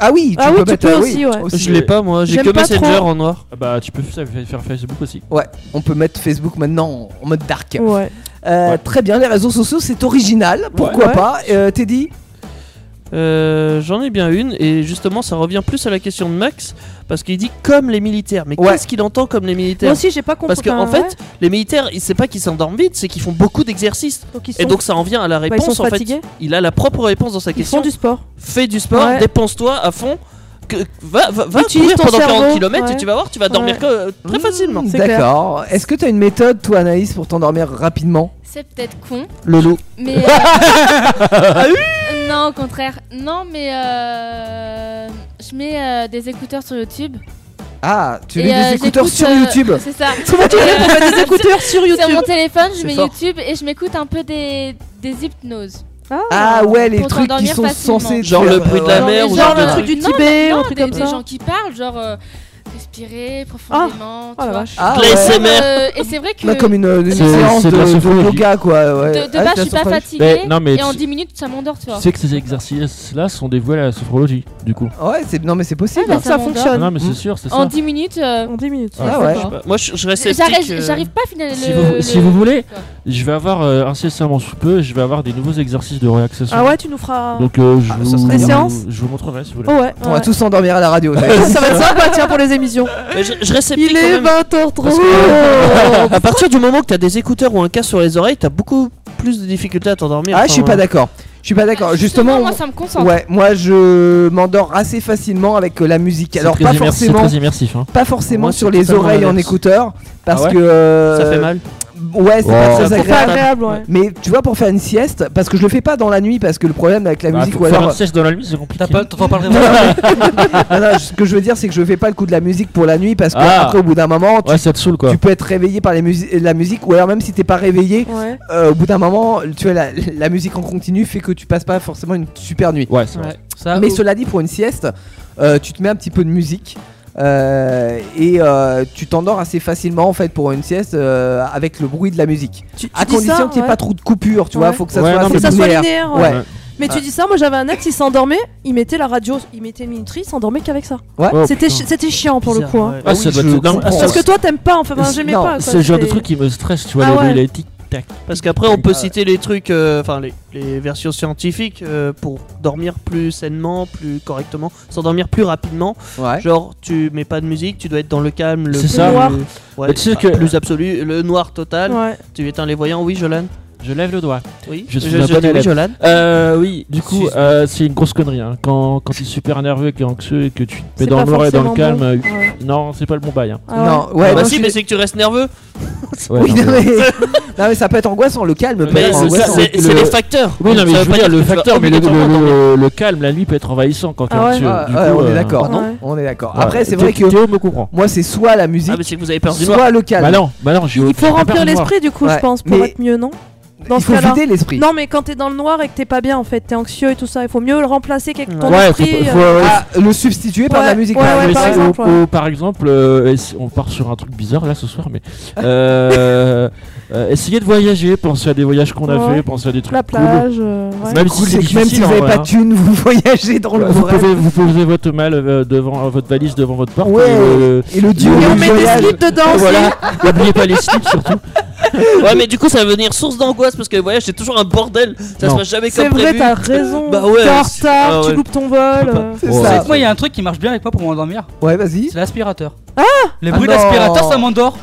Speaker 3: Ah oui, tu
Speaker 4: Ah
Speaker 3: peux
Speaker 4: oui, tu
Speaker 3: mettre
Speaker 4: peux
Speaker 3: ah
Speaker 4: aussi, ouais.
Speaker 7: Je l'ai pas, moi, j'ai J'aime que pas Messenger trop. en noir.
Speaker 8: Ah Bah, tu peux fa- faire Facebook aussi.
Speaker 3: Ouais, on peut mettre Facebook maintenant en mode dark.
Speaker 4: Ouais.
Speaker 3: Euh,
Speaker 8: Ouais.
Speaker 3: Très bien, les réseaux sociaux, c'est original. Pourquoi
Speaker 7: Ouais.
Speaker 3: pas Euh, Teddy
Speaker 7: Euh, J'en ai bien une, et justement, ça revient plus à la question de Max, parce qu'il dit comme les militaires. Mais
Speaker 3: Ouais.
Speaker 7: qu'est-ce qu'il entend comme les militaires
Speaker 4: Moi aussi, j'ai pas compris.
Speaker 7: Parce qu'en
Speaker 4: Enfin,
Speaker 7: fait,
Speaker 4: ouais.
Speaker 7: les militaires, ils- c'est pas qu'ils s'endorment vite, c'est qu'ils font beaucoup d'exercices.
Speaker 4: Donc, ils
Speaker 7: Et
Speaker 4: sont-
Speaker 7: donc ça en vient à la
Speaker 4: Bah, ils
Speaker 7: réponse.
Speaker 4: sont
Speaker 7: en fait,
Speaker 4: fatigués.
Speaker 7: il a la propre réponse dans sa question.
Speaker 4: font du sport.
Speaker 7: Fais du sport,
Speaker 4: Ouais.
Speaker 7: dépense-toi à fond. Que, va va, va
Speaker 4: Utilise
Speaker 7: courir
Speaker 4: ton
Speaker 7: pendant
Speaker 4: cerveau,
Speaker 7: 40 km
Speaker 4: ouais.
Speaker 7: et tu vas voir, tu vas dormir
Speaker 4: Ouais.
Speaker 7: que, euh, très facilement.
Speaker 3: Mmh, D'accord. Est-ce que tu as une méthode, toi, Anaïs, pour t'endormir rapidement
Speaker 6: C'est peut-être con.
Speaker 3: Lolo.
Speaker 6: Mais. euh,
Speaker 3: [laughs]
Speaker 6: non, au contraire. Non, mais. euh, Je mets euh, des écouteurs sur YouTube.
Speaker 3: Ah, tu
Speaker 6: Et,
Speaker 3: mets
Speaker 6: euh,
Speaker 3: des écouteurs
Speaker 6: j'écoute,
Speaker 3: sur
Speaker 6: euh,
Speaker 3: YouTube.
Speaker 6: C'est ça.
Speaker 4: Comment tu
Speaker 6: Et,
Speaker 4: fais pour
Speaker 6: euh,
Speaker 4: mettre
Speaker 6: [laughs]
Speaker 4: des écouteurs sur
Speaker 6: Sur
Speaker 4: YouTube
Speaker 6: mon téléphone, je
Speaker 4: C'est
Speaker 6: mets
Speaker 4: fort.
Speaker 6: YouTube et je m'écoute un peu des, des hypnoses.
Speaker 3: Ah ouais, les
Speaker 6: Pour
Speaker 3: trucs qui
Speaker 6: t'endormir
Speaker 3: sont
Speaker 6: facilement.
Speaker 3: censés. euh,
Speaker 7: Genre le bruit de la mer ou
Speaker 4: genre
Speaker 7: des
Speaker 4: le
Speaker 7: trucs
Speaker 4: truc du
Speaker 6: Non,
Speaker 4: Tibet
Speaker 6: mais
Speaker 4: ou
Speaker 6: non,
Speaker 4: un truc
Speaker 6: des-
Speaker 4: comme ça.
Speaker 6: Des gens qui parlent, genre euh, respirer profondément. tu
Speaker 4: la
Speaker 6: vois.
Speaker 4: vache.
Speaker 3: Ah
Speaker 6: Comme,
Speaker 3: ouais.
Speaker 6: euh, et c'est vrai que.
Speaker 3: Bah, comme une, une
Speaker 8: C'est-
Speaker 3: séance
Speaker 8: c'est
Speaker 3: de,
Speaker 8: de la
Speaker 3: de
Speaker 8: sophrologie.
Speaker 3: yoga, quoi. Ouais.
Speaker 6: De, de
Speaker 3: Ah,
Speaker 6: base,
Speaker 3: c'est
Speaker 6: je suis
Speaker 3: la
Speaker 6: pas
Speaker 3: sophrologie.
Speaker 6: fatiguée.
Speaker 8: Mais non, mais
Speaker 6: et en
Speaker 8: tu-
Speaker 6: 10 minutes, ça m'endort, tu vois.
Speaker 8: Tu sais que ces exercices-là sont dévoilés à la sophrologie, du coup.
Speaker 3: Ouais, c'est non mais c'est possible.
Speaker 6: Ah, bah, ça Ça m'endort. fonctionne.
Speaker 8: Non, mais c'est sûr, c'est
Speaker 6: En
Speaker 8: ça.
Speaker 6: 10 minutes. En
Speaker 4: 10 minutes.
Speaker 8: Ah ouais.
Speaker 7: Je sais pas. Moi, je, je reste sceptique,
Speaker 6: J'arrive
Speaker 7: euh,
Speaker 6: j'arrive pas à finaliser
Speaker 8: Si,
Speaker 6: le.
Speaker 8: vous,
Speaker 6: le-
Speaker 8: si
Speaker 6: [laughs]
Speaker 8: vous voulez, je vais avoir euh, incessamment sous peu, je vais avoir des nouveaux exercices de relaxation.
Speaker 4: Ah ouais, tu nous feras-
Speaker 8: Donc euh, je,
Speaker 4: Ah, ça
Speaker 8: vous,
Speaker 4: serait Des bien. séances
Speaker 8: je vous montrerai si vous voulez.
Speaker 4: Oh ouais.
Speaker 3: On va tous s'endormir à la radio.
Speaker 4: [laughs] Ça
Speaker 3: [laughs]
Speaker 4: va être sympa, tiens, pour les émissions.
Speaker 7: Mais je, je reste sceptique
Speaker 4: Il
Speaker 7: quand
Speaker 4: est
Speaker 7: même.
Speaker 4: 20h30.
Speaker 7: à partir du moment que [laughs] t'as des écouteurs ou un casque sur les oreilles, t'as beaucoup plus de difficultés à t'endormir.
Speaker 3: Ah, je suis
Speaker 7: Enfin,
Speaker 3: pas d'accord. Je suis pas d'accord. Justement,
Speaker 7: Ah, moi,
Speaker 3: on-
Speaker 7: ça me concentre.
Speaker 3: Ouais, moi je m'endors assez facilement avec euh, la musique.
Speaker 8: C'est
Speaker 3: Alors
Speaker 8: très
Speaker 3: pas
Speaker 8: immersif, c'est
Speaker 3: forcément,
Speaker 8: très immersif, hein.
Speaker 3: pas forcément
Speaker 8: Moi, c'est
Speaker 3: sur les
Speaker 8: totalement
Speaker 3: oreilles en
Speaker 8: l'inverse.
Speaker 3: écouteurs, parce
Speaker 8: Ah ouais
Speaker 3: que euh,
Speaker 8: Ça fait mal
Speaker 3: Ouais, c'est
Speaker 8: Oh.
Speaker 3: pas
Speaker 8: C'est
Speaker 3: très
Speaker 8: pas
Speaker 3: agréable.
Speaker 8: agréable, ouais.
Speaker 3: Mais tu vois, pour faire une sieste, parce que je le fais pas dans la nuit, parce que le problème avec la
Speaker 8: Bah,
Speaker 3: musique
Speaker 8: faut
Speaker 3: ou
Speaker 8: faire
Speaker 3: alors
Speaker 8: une sieste dans la nuit, c'est compliqué. [laughs]
Speaker 3: hein. [laughs] non, non, ce que je veux dire, c'est que je fais pas le coup de la musique pour la nuit parce que
Speaker 8: Ah.
Speaker 3: après, au bout d'un moment, tu,
Speaker 8: Ouais, ça te saoule quoi.
Speaker 3: tu peux être réveillé par les musi- euh, la musique ou alors même si t'es pas réveillé, euh, au bout d'un moment, tu vois, la, la musique en continu fait que tu passes pas forcément une super nuit.
Speaker 8: Ouais, c'est vrai. Ouais,
Speaker 3: Mais cela dit, pour une sieste, euh, tu te mets un petit peu de musique. euh, et euh, tu t'endors assez facilement en fait pour une sieste euh, avec le bruit de la musique. à
Speaker 4: dis
Speaker 3: condition
Speaker 4: ça,
Speaker 3: qu'il n'y ait
Speaker 4: ouais.
Speaker 3: pas trop de coupure, tu vois, faut que ça
Speaker 8: Ouais,
Speaker 3: soit
Speaker 8: non,
Speaker 3: assez
Speaker 8: mais
Speaker 4: que ça soit
Speaker 3: linéaire.
Speaker 4: linéaire.
Speaker 3: Ouais.
Speaker 4: ouais. Mais tu
Speaker 3: Ouais.
Speaker 4: dis ça, moi j'avais un ex, il s'endormait, il mettait la radio, il mettait le minuterie, il s'endormait qu'avec ça.
Speaker 3: Ouais. Oh,
Speaker 4: c'était,
Speaker 3: putain.
Speaker 4: chi- c'était chiant pour le coup. hein.
Speaker 8: Ah, ça doit être- non, ah, ça-
Speaker 4: Parce que toi t'aimes pas, enfin
Speaker 8: C'est-
Speaker 4: j'aimais
Speaker 8: non,
Speaker 4: pas. quoi,
Speaker 8: C'est le genre de
Speaker 4: c'était-
Speaker 8: truc qui me stresse, tu vois,
Speaker 4: Ah
Speaker 8: les
Speaker 4: ouais.
Speaker 8: bruits, les tic-tac.
Speaker 7: Parce qu'après, on peut
Speaker 8: Ah ouais.
Speaker 7: citer les trucs, euh, enfin les, les versions scientifiques euh, pour dormir plus sainement, plus correctement, s'endormir plus rapidement. Genre, tu mets pas de musique, tu dois être dans le calme, le
Speaker 8: C'est
Speaker 3: Bah,
Speaker 8: ça.
Speaker 7: plus- euh,
Speaker 8: Noir.
Speaker 7: ouais,
Speaker 8: Mais tu sais
Speaker 7: ah,
Speaker 8: que-
Speaker 7: plus absolu, le noir total.
Speaker 4: Ouais.
Speaker 7: Tu éteins les voyants, oui, Jolan
Speaker 8: Je lève le doigt.
Speaker 7: Oui.
Speaker 8: je suis
Speaker 7: Je-
Speaker 8: un
Speaker 7: je
Speaker 8: bon
Speaker 7: t'ai vu,
Speaker 8: élève.
Speaker 7: Jolan
Speaker 8: Euh, oui, du coup,
Speaker 7: Suce-moi.
Speaker 8: euh, c'est une grosse connerie. hein. Quand, quand t'es super nerveux et que t'es anxieux et que tu te
Speaker 7: C'est
Speaker 8: mets dans
Speaker 7: pas
Speaker 8: le noir et dans le
Speaker 7: forcément
Speaker 8: calme,
Speaker 7: bon.
Speaker 8: euh,
Speaker 7: Ouais.
Speaker 8: non, c'est pas le bon bail. hein.
Speaker 3: Non, ouais,
Speaker 7: bah
Speaker 3: non,
Speaker 7: si,
Speaker 3: je
Speaker 7: mais
Speaker 3: suis-
Speaker 7: c'est que tu restes nerveux.
Speaker 8: Ouais,
Speaker 3: [laughs] oui,
Speaker 8: non,
Speaker 3: non,
Speaker 8: mais-
Speaker 7: [laughs]
Speaker 3: mais... non, mais ça peut être angoissant, le calme peut
Speaker 7: Mais
Speaker 3: être
Speaker 7: c'est-
Speaker 3: angoissant.
Speaker 7: c'est- c'est les facteurs.
Speaker 8: Oui, non,
Speaker 7: Ça
Speaker 8: mais je
Speaker 7: veut pas
Speaker 8: veux
Speaker 7: dire
Speaker 8: dire le
Speaker 7: que tu
Speaker 8: facteur,
Speaker 7: vas
Speaker 8: mais le, le-
Speaker 7: obligatoirement
Speaker 8: le- le calme, la nuit peut être envahissant quand t'es
Speaker 7: Ah ouais.
Speaker 8: hein. anxieux.
Speaker 7: Ah,
Speaker 8: Du
Speaker 3: Ouais,
Speaker 8: coup,
Speaker 3: on
Speaker 8: euh,
Speaker 3: est d'accord,
Speaker 8: pardon
Speaker 3: on est d'accord.
Speaker 8: Ouais.
Speaker 3: Après, c'est
Speaker 8: Théo-
Speaker 3: vrai que
Speaker 8: Théo me comprend.
Speaker 3: moi, c'est soit la musique,
Speaker 7: Ah, mais c'est que vous avez peur du
Speaker 3: soit
Speaker 7: noir.
Speaker 3: le calme.
Speaker 8: Bah non, bah non, j'ai
Speaker 3: Il
Speaker 8: aucun-
Speaker 4: Faut
Speaker 8: j'ai pas peur
Speaker 4: remplir
Speaker 8: du noir.
Speaker 4: l'esprit du coup,
Speaker 3: Ouais,
Speaker 4: je pense, pour
Speaker 3: mais-
Speaker 4: être mieux, non
Speaker 3: Il faut
Speaker 4: cas-là.
Speaker 3: vider l'esprit.
Speaker 4: Non, mais quand t'es dans le noir et que t'es pas bien, en fait, t'es anxieux et tout ça, il faut mieux le remplacer qu'avec ton
Speaker 8: Ouais, faut-
Speaker 4: esprit.
Speaker 8: faut-
Speaker 4: euh,
Speaker 3: Ah, le substituer par
Speaker 4: Ouais,
Speaker 3: la musique.
Speaker 4: ouais, ouais,
Speaker 8: Ah, Mais
Speaker 4: par
Speaker 8: si-
Speaker 4: exemple,
Speaker 8: ou-
Speaker 4: ouais.
Speaker 8: ou par exemple, euh, ess- on part sur un truc bizarre là ce soir,
Speaker 4: [laughs]
Speaker 8: mais euh, euh, essayez de voyager, pensez à des voyages qu'on a
Speaker 4: Ouais.
Speaker 8: fait, pensez à des trucs
Speaker 4: La
Speaker 8: cool.
Speaker 4: plage, euh, ouais.
Speaker 8: Même si c'est
Speaker 3: c'est que même si
Speaker 8: difficile,
Speaker 3: vous
Speaker 8: en
Speaker 3: avez
Speaker 8: vrai,
Speaker 3: pas
Speaker 8: hein. Bah,
Speaker 3: de thunes,
Speaker 8: [laughs]
Speaker 3: vous voyagez dans le
Speaker 8: Vous
Speaker 3: vrai.
Speaker 8: posez, vous posez votre mal euh, devant euh, votre valise devant votre porte. hein,
Speaker 3: Ouais, et le dieu
Speaker 8: Et
Speaker 3: du voyage.
Speaker 7: [laughs] aussi.
Speaker 8: Voilà. [laughs] N'oubliez pas les slips surtout.
Speaker 7: ouais, mais du coup, ça va devenir source d'angoisse parce que le voyage c'est toujours un bordel. Ça
Speaker 8: Non.
Speaker 7: se passe jamais
Speaker 4: C'est
Speaker 7: comme
Speaker 4: vrai,
Speaker 7: prévu.
Speaker 4: t'as raison.
Speaker 7: bah ouais.
Speaker 4: T'es en
Speaker 7: c'est-
Speaker 4: retard,
Speaker 7: ah
Speaker 4: tu
Speaker 7: ouais.
Speaker 4: loupes ton vol. euh.
Speaker 7: C'est
Speaker 9: Vous
Speaker 7: ça.
Speaker 9: savez que moi, il y a un truc qui marche bien avec moi pour m'endormir.
Speaker 3: Ouais, vas-y.
Speaker 9: C'est l'aspirateur.
Speaker 4: Ah
Speaker 9: Les bruits
Speaker 3: Ah non.
Speaker 9: d'aspirateur, ça m'endort.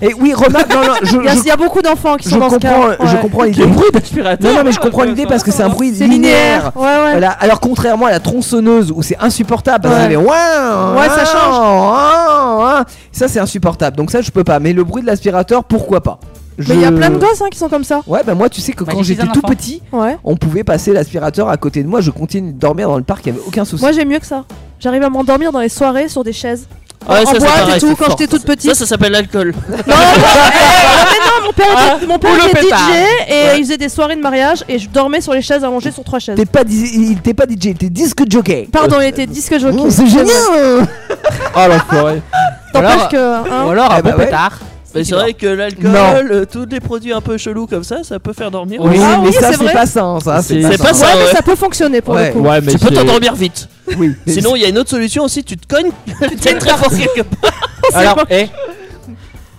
Speaker 3: Et oui, remarque, non, non, je,
Speaker 4: Il y, a-
Speaker 3: je-
Speaker 4: il y a beaucoup d'enfants qui
Speaker 3: je
Speaker 4: sont dans ce
Speaker 3: comprends,
Speaker 4: cas.
Speaker 3: je
Speaker 4: ouais.
Speaker 3: comprends l'idée. Non, non, mais je comprends l'idée parce que c'est un bruit
Speaker 4: C'est
Speaker 3: linéaire.
Speaker 4: linéaire, ouais, ouais.
Speaker 3: Voilà. Alors contrairement à la tronçonneuse où c'est insupportable, parce
Speaker 4: Ouais.
Speaker 3: que les ouin,
Speaker 4: Ouais, ça
Speaker 3: ouin,
Speaker 4: change.
Speaker 3: ouin, ouin, ça c'est insupportable. Donc ça je peux pas. Mais le bruit de l'aspirateur, pourquoi pas
Speaker 4: Mais il y a
Speaker 3: Je-
Speaker 4: plein de gosses hein, qui sont comme ça.
Speaker 3: Ouais, bah moi tu sais que
Speaker 4: Bah,
Speaker 3: quand
Speaker 4: j'ai
Speaker 3: j'étais
Speaker 4: des
Speaker 3: tout
Speaker 4: enfants.
Speaker 3: petit,
Speaker 4: Ouais.
Speaker 3: on pouvait passer l'aspirateur à côté de moi. Je continue de dormir dans le parc, il y avait aucun souci.
Speaker 4: Moi, j'aime mieux que ça. J'arrive à m'endormir dans les soirées sur des chaises.
Speaker 7: Ah ouais,
Speaker 4: en
Speaker 7: ça, c'est
Speaker 4: boîte
Speaker 7: pareil,
Speaker 4: et tout,
Speaker 7: c'est
Speaker 4: quand
Speaker 7: fort.
Speaker 4: j'étais toute petite. Ah,
Speaker 7: Ça,
Speaker 4: [laughs]
Speaker 7: ça s'appelle l'alcool.
Speaker 4: Non, mon père, était, mon père
Speaker 7: Ou le
Speaker 4: était
Speaker 7: Ah, pétard.
Speaker 4: DJ et il faisait des soirées de mariage et je dormais sur les chaises allongées sur trois chaises.
Speaker 3: T'es pas, dis- il était pas DJ, il était disque jockey.
Speaker 4: Pardon, il était disque jockey.
Speaker 3: Oh, c'est génial. [laughs]
Speaker 8: Ah l'enfoiré.
Speaker 4: T'empêches
Speaker 7: Alors-
Speaker 4: que. hein.
Speaker 7: alors un
Speaker 3: Eh bah
Speaker 7: bon
Speaker 3: ouais.
Speaker 7: pétard. Mais Ah, c'est vrai que
Speaker 3: Non.
Speaker 7: l'alcool, euh, tous les produits un peu chelous comme ça, ça peut faire dormir.
Speaker 3: Eh Oui,
Speaker 7: Ah,
Speaker 3: mais
Speaker 4: oui, c'est
Speaker 3: ça c'est
Speaker 4: vrai.
Speaker 3: pas ça, hein, ça
Speaker 7: C'est-
Speaker 3: c'est pas
Speaker 7: c'est
Speaker 3: ça.
Speaker 7: pas ça,
Speaker 4: Ouais, mais
Speaker 7: ouais.
Speaker 4: ça peut fonctionner pour
Speaker 3: Ouais.
Speaker 4: le coup.
Speaker 8: Ouais, mais
Speaker 7: tu peux
Speaker 8: c'est-
Speaker 7: t'endormir vite.
Speaker 3: Oui.
Speaker 7: Sinon, il y a une autre solution aussi, tu te cognes, t'es très fort quelque
Speaker 3: [laughs]
Speaker 7: part.
Speaker 8: Alors, eh,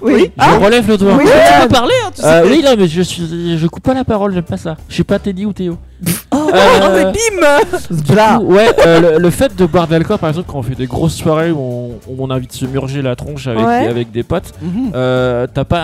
Speaker 3: Oui.
Speaker 8: je relève le doigt.
Speaker 3: Oui,
Speaker 7: Tu
Speaker 3: Jolan.
Speaker 7: peux parler, hein, tu
Speaker 8: Ah. Euh,
Speaker 7: sais.
Speaker 8: oui, non, mais je suis, je coupe pas la parole, j'aime pas ça. Je suis pas Teddy ou Théo.
Speaker 3: mais
Speaker 8: Euh,
Speaker 3: bim Bla.
Speaker 8: ouais, euh, le, le fait de boire de l'alcool, par exemple, quand on fait des grosses soirées où on, où on a envie de se murger la tronche avec,
Speaker 4: Ouais.
Speaker 8: avec des potes,
Speaker 3: Mhm.
Speaker 8: euh, t'as pas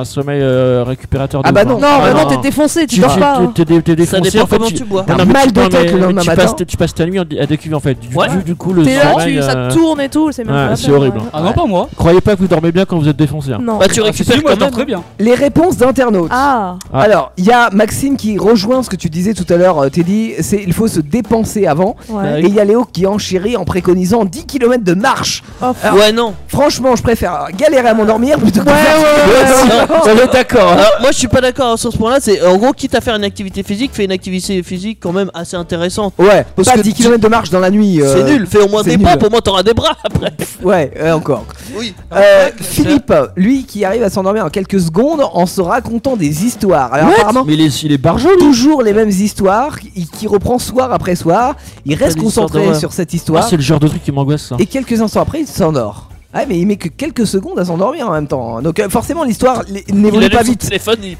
Speaker 8: un sommeil euh, récupérateur de
Speaker 3: Ah bah
Speaker 8: ouf,
Speaker 3: non.
Speaker 8: hein.
Speaker 4: Non, bah non,
Speaker 8: non.
Speaker 4: t'es défoncé, tu
Speaker 8: Tu
Speaker 4: dors pas. hein.
Speaker 8: tu- t'es- t'es
Speaker 7: Ça
Speaker 8: défoncé,
Speaker 7: dépend
Speaker 8: en fait,
Speaker 7: comment
Speaker 8: tu-
Speaker 7: tu bois.
Speaker 3: T'as
Speaker 8: non, mais
Speaker 3: mal
Speaker 8: tu-
Speaker 3: de
Speaker 8: non,
Speaker 3: tête
Speaker 8: mais
Speaker 3: le lendemain
Speaker 8: tu
Speaker 3: matin.
Speaker 8: passes- tu passes ta nuit en- à décuver en fait. Du,
Speaker 7: Ouais.
Speaker 8: du- du coup, le
Speaker 4: T'es là,
Speaker 8: sommeil.
Speaker 4: tu, ça
Speaker 8: euh,
Speaker 4: te tourne et tout, c'est même
Speaker 8: ouais,
Speaker 4: pas la
Speaker 8: c'est
Speaker 4: peine,
Speaker 8: horrible.
Speaker 4: ouais.
Speaker 9: hein. Ah non, pas moi.
Speaker 8: Croyez pas que vous dormez bien quand vous êtes défoncé. hein.
Speaker 4: Non.
Speaker 7: Bah,
Speaker 9: Ah,
Speaker 7: tu
Speaker 9: si, si,
Speaker 7: récupères
Speaker 9: moi,
Speaker 7: quand
Speaker 9: je dors
Speaker 7: même.
Speaker 9: très bien.
Speaker 3: Les réponses d'internautes.
Speaker 4: Ah,
Speaker 8: Ah.
Speaker 3: Alors, il y a Maxime qui rejoint ce que tu disais tout à l'heure, euh, Teddy, c'est il faut se dépenser avant.
Speaker 4: ouais.
Speaker 3: Et il y a Léo qui enchérit en préconisant 10 km de marche.
Speaker 4: Oh,
Speaker 3: Alors,
Speaker 7: Ouais, non.
Speaker 3: Franchement, je préfère galérer à m'endormir plutôt que de
Speaker 4: Ouais,
Speaker 3: faire-
Speaker 7: ouais,
Speaker 3: Non,
Speaker 7: ouais.
Speaker 3: hein.
Speaker 7: d'accord. moi, je suis pas d'accord sur ce point-là. C'est en gros, quitte à faire une activité physique, fais une activité physique quand même assez intéressante.
Speaker 3: Ouais,
Speaker 7: Parce
Speaker 3: pas
Speaker 7: que
Speaker 3: 10
Speaker 7: tu-
Speaker 3: km de marche dans la nuit. euh,
Speaker 7: c'est nul. Fais au moins
Speaker 3: c'est
Speaker 7: des pompes,
Speaker 3: nul.
Speaker 7: au moins t'auras des bras après.
Speaker 3: Ouais, euh, encore.
Speaker 7: Oui.
Speaker 3: Euh, Philippe, lui qui arrive à s'endormir en quelques secondes en se racontant des histoires. Alors apparemment,
Speaker 8: Mais il est, il est barjot, lui.
Speaker 3: toujours les mêmes histoires qui, qui reprend soir après soir. Il reste
Speaker 7: Quelle histoire
Speaker 3: concentré
Speaker 7: d'horreur.
Speaker 3: sur cette
Speaker 8: Ah,
Speaker 3: histoire
Speaker 8: c'est le genre de truc qui m'angoisse ça.
Speaker 3: et quelques instants après, il s'endort. Ah mais il met que quelques secondes à s'endormir en même temps. hein. Donc euh, forcément l'histoire l-
Speaker 7: Il
Speaker 3: n'évolue
Speaker 7: allume
Speaker 3: pas
Speaker 7: son
Speaker 3: vite.
Speaker 7: téléphone, il-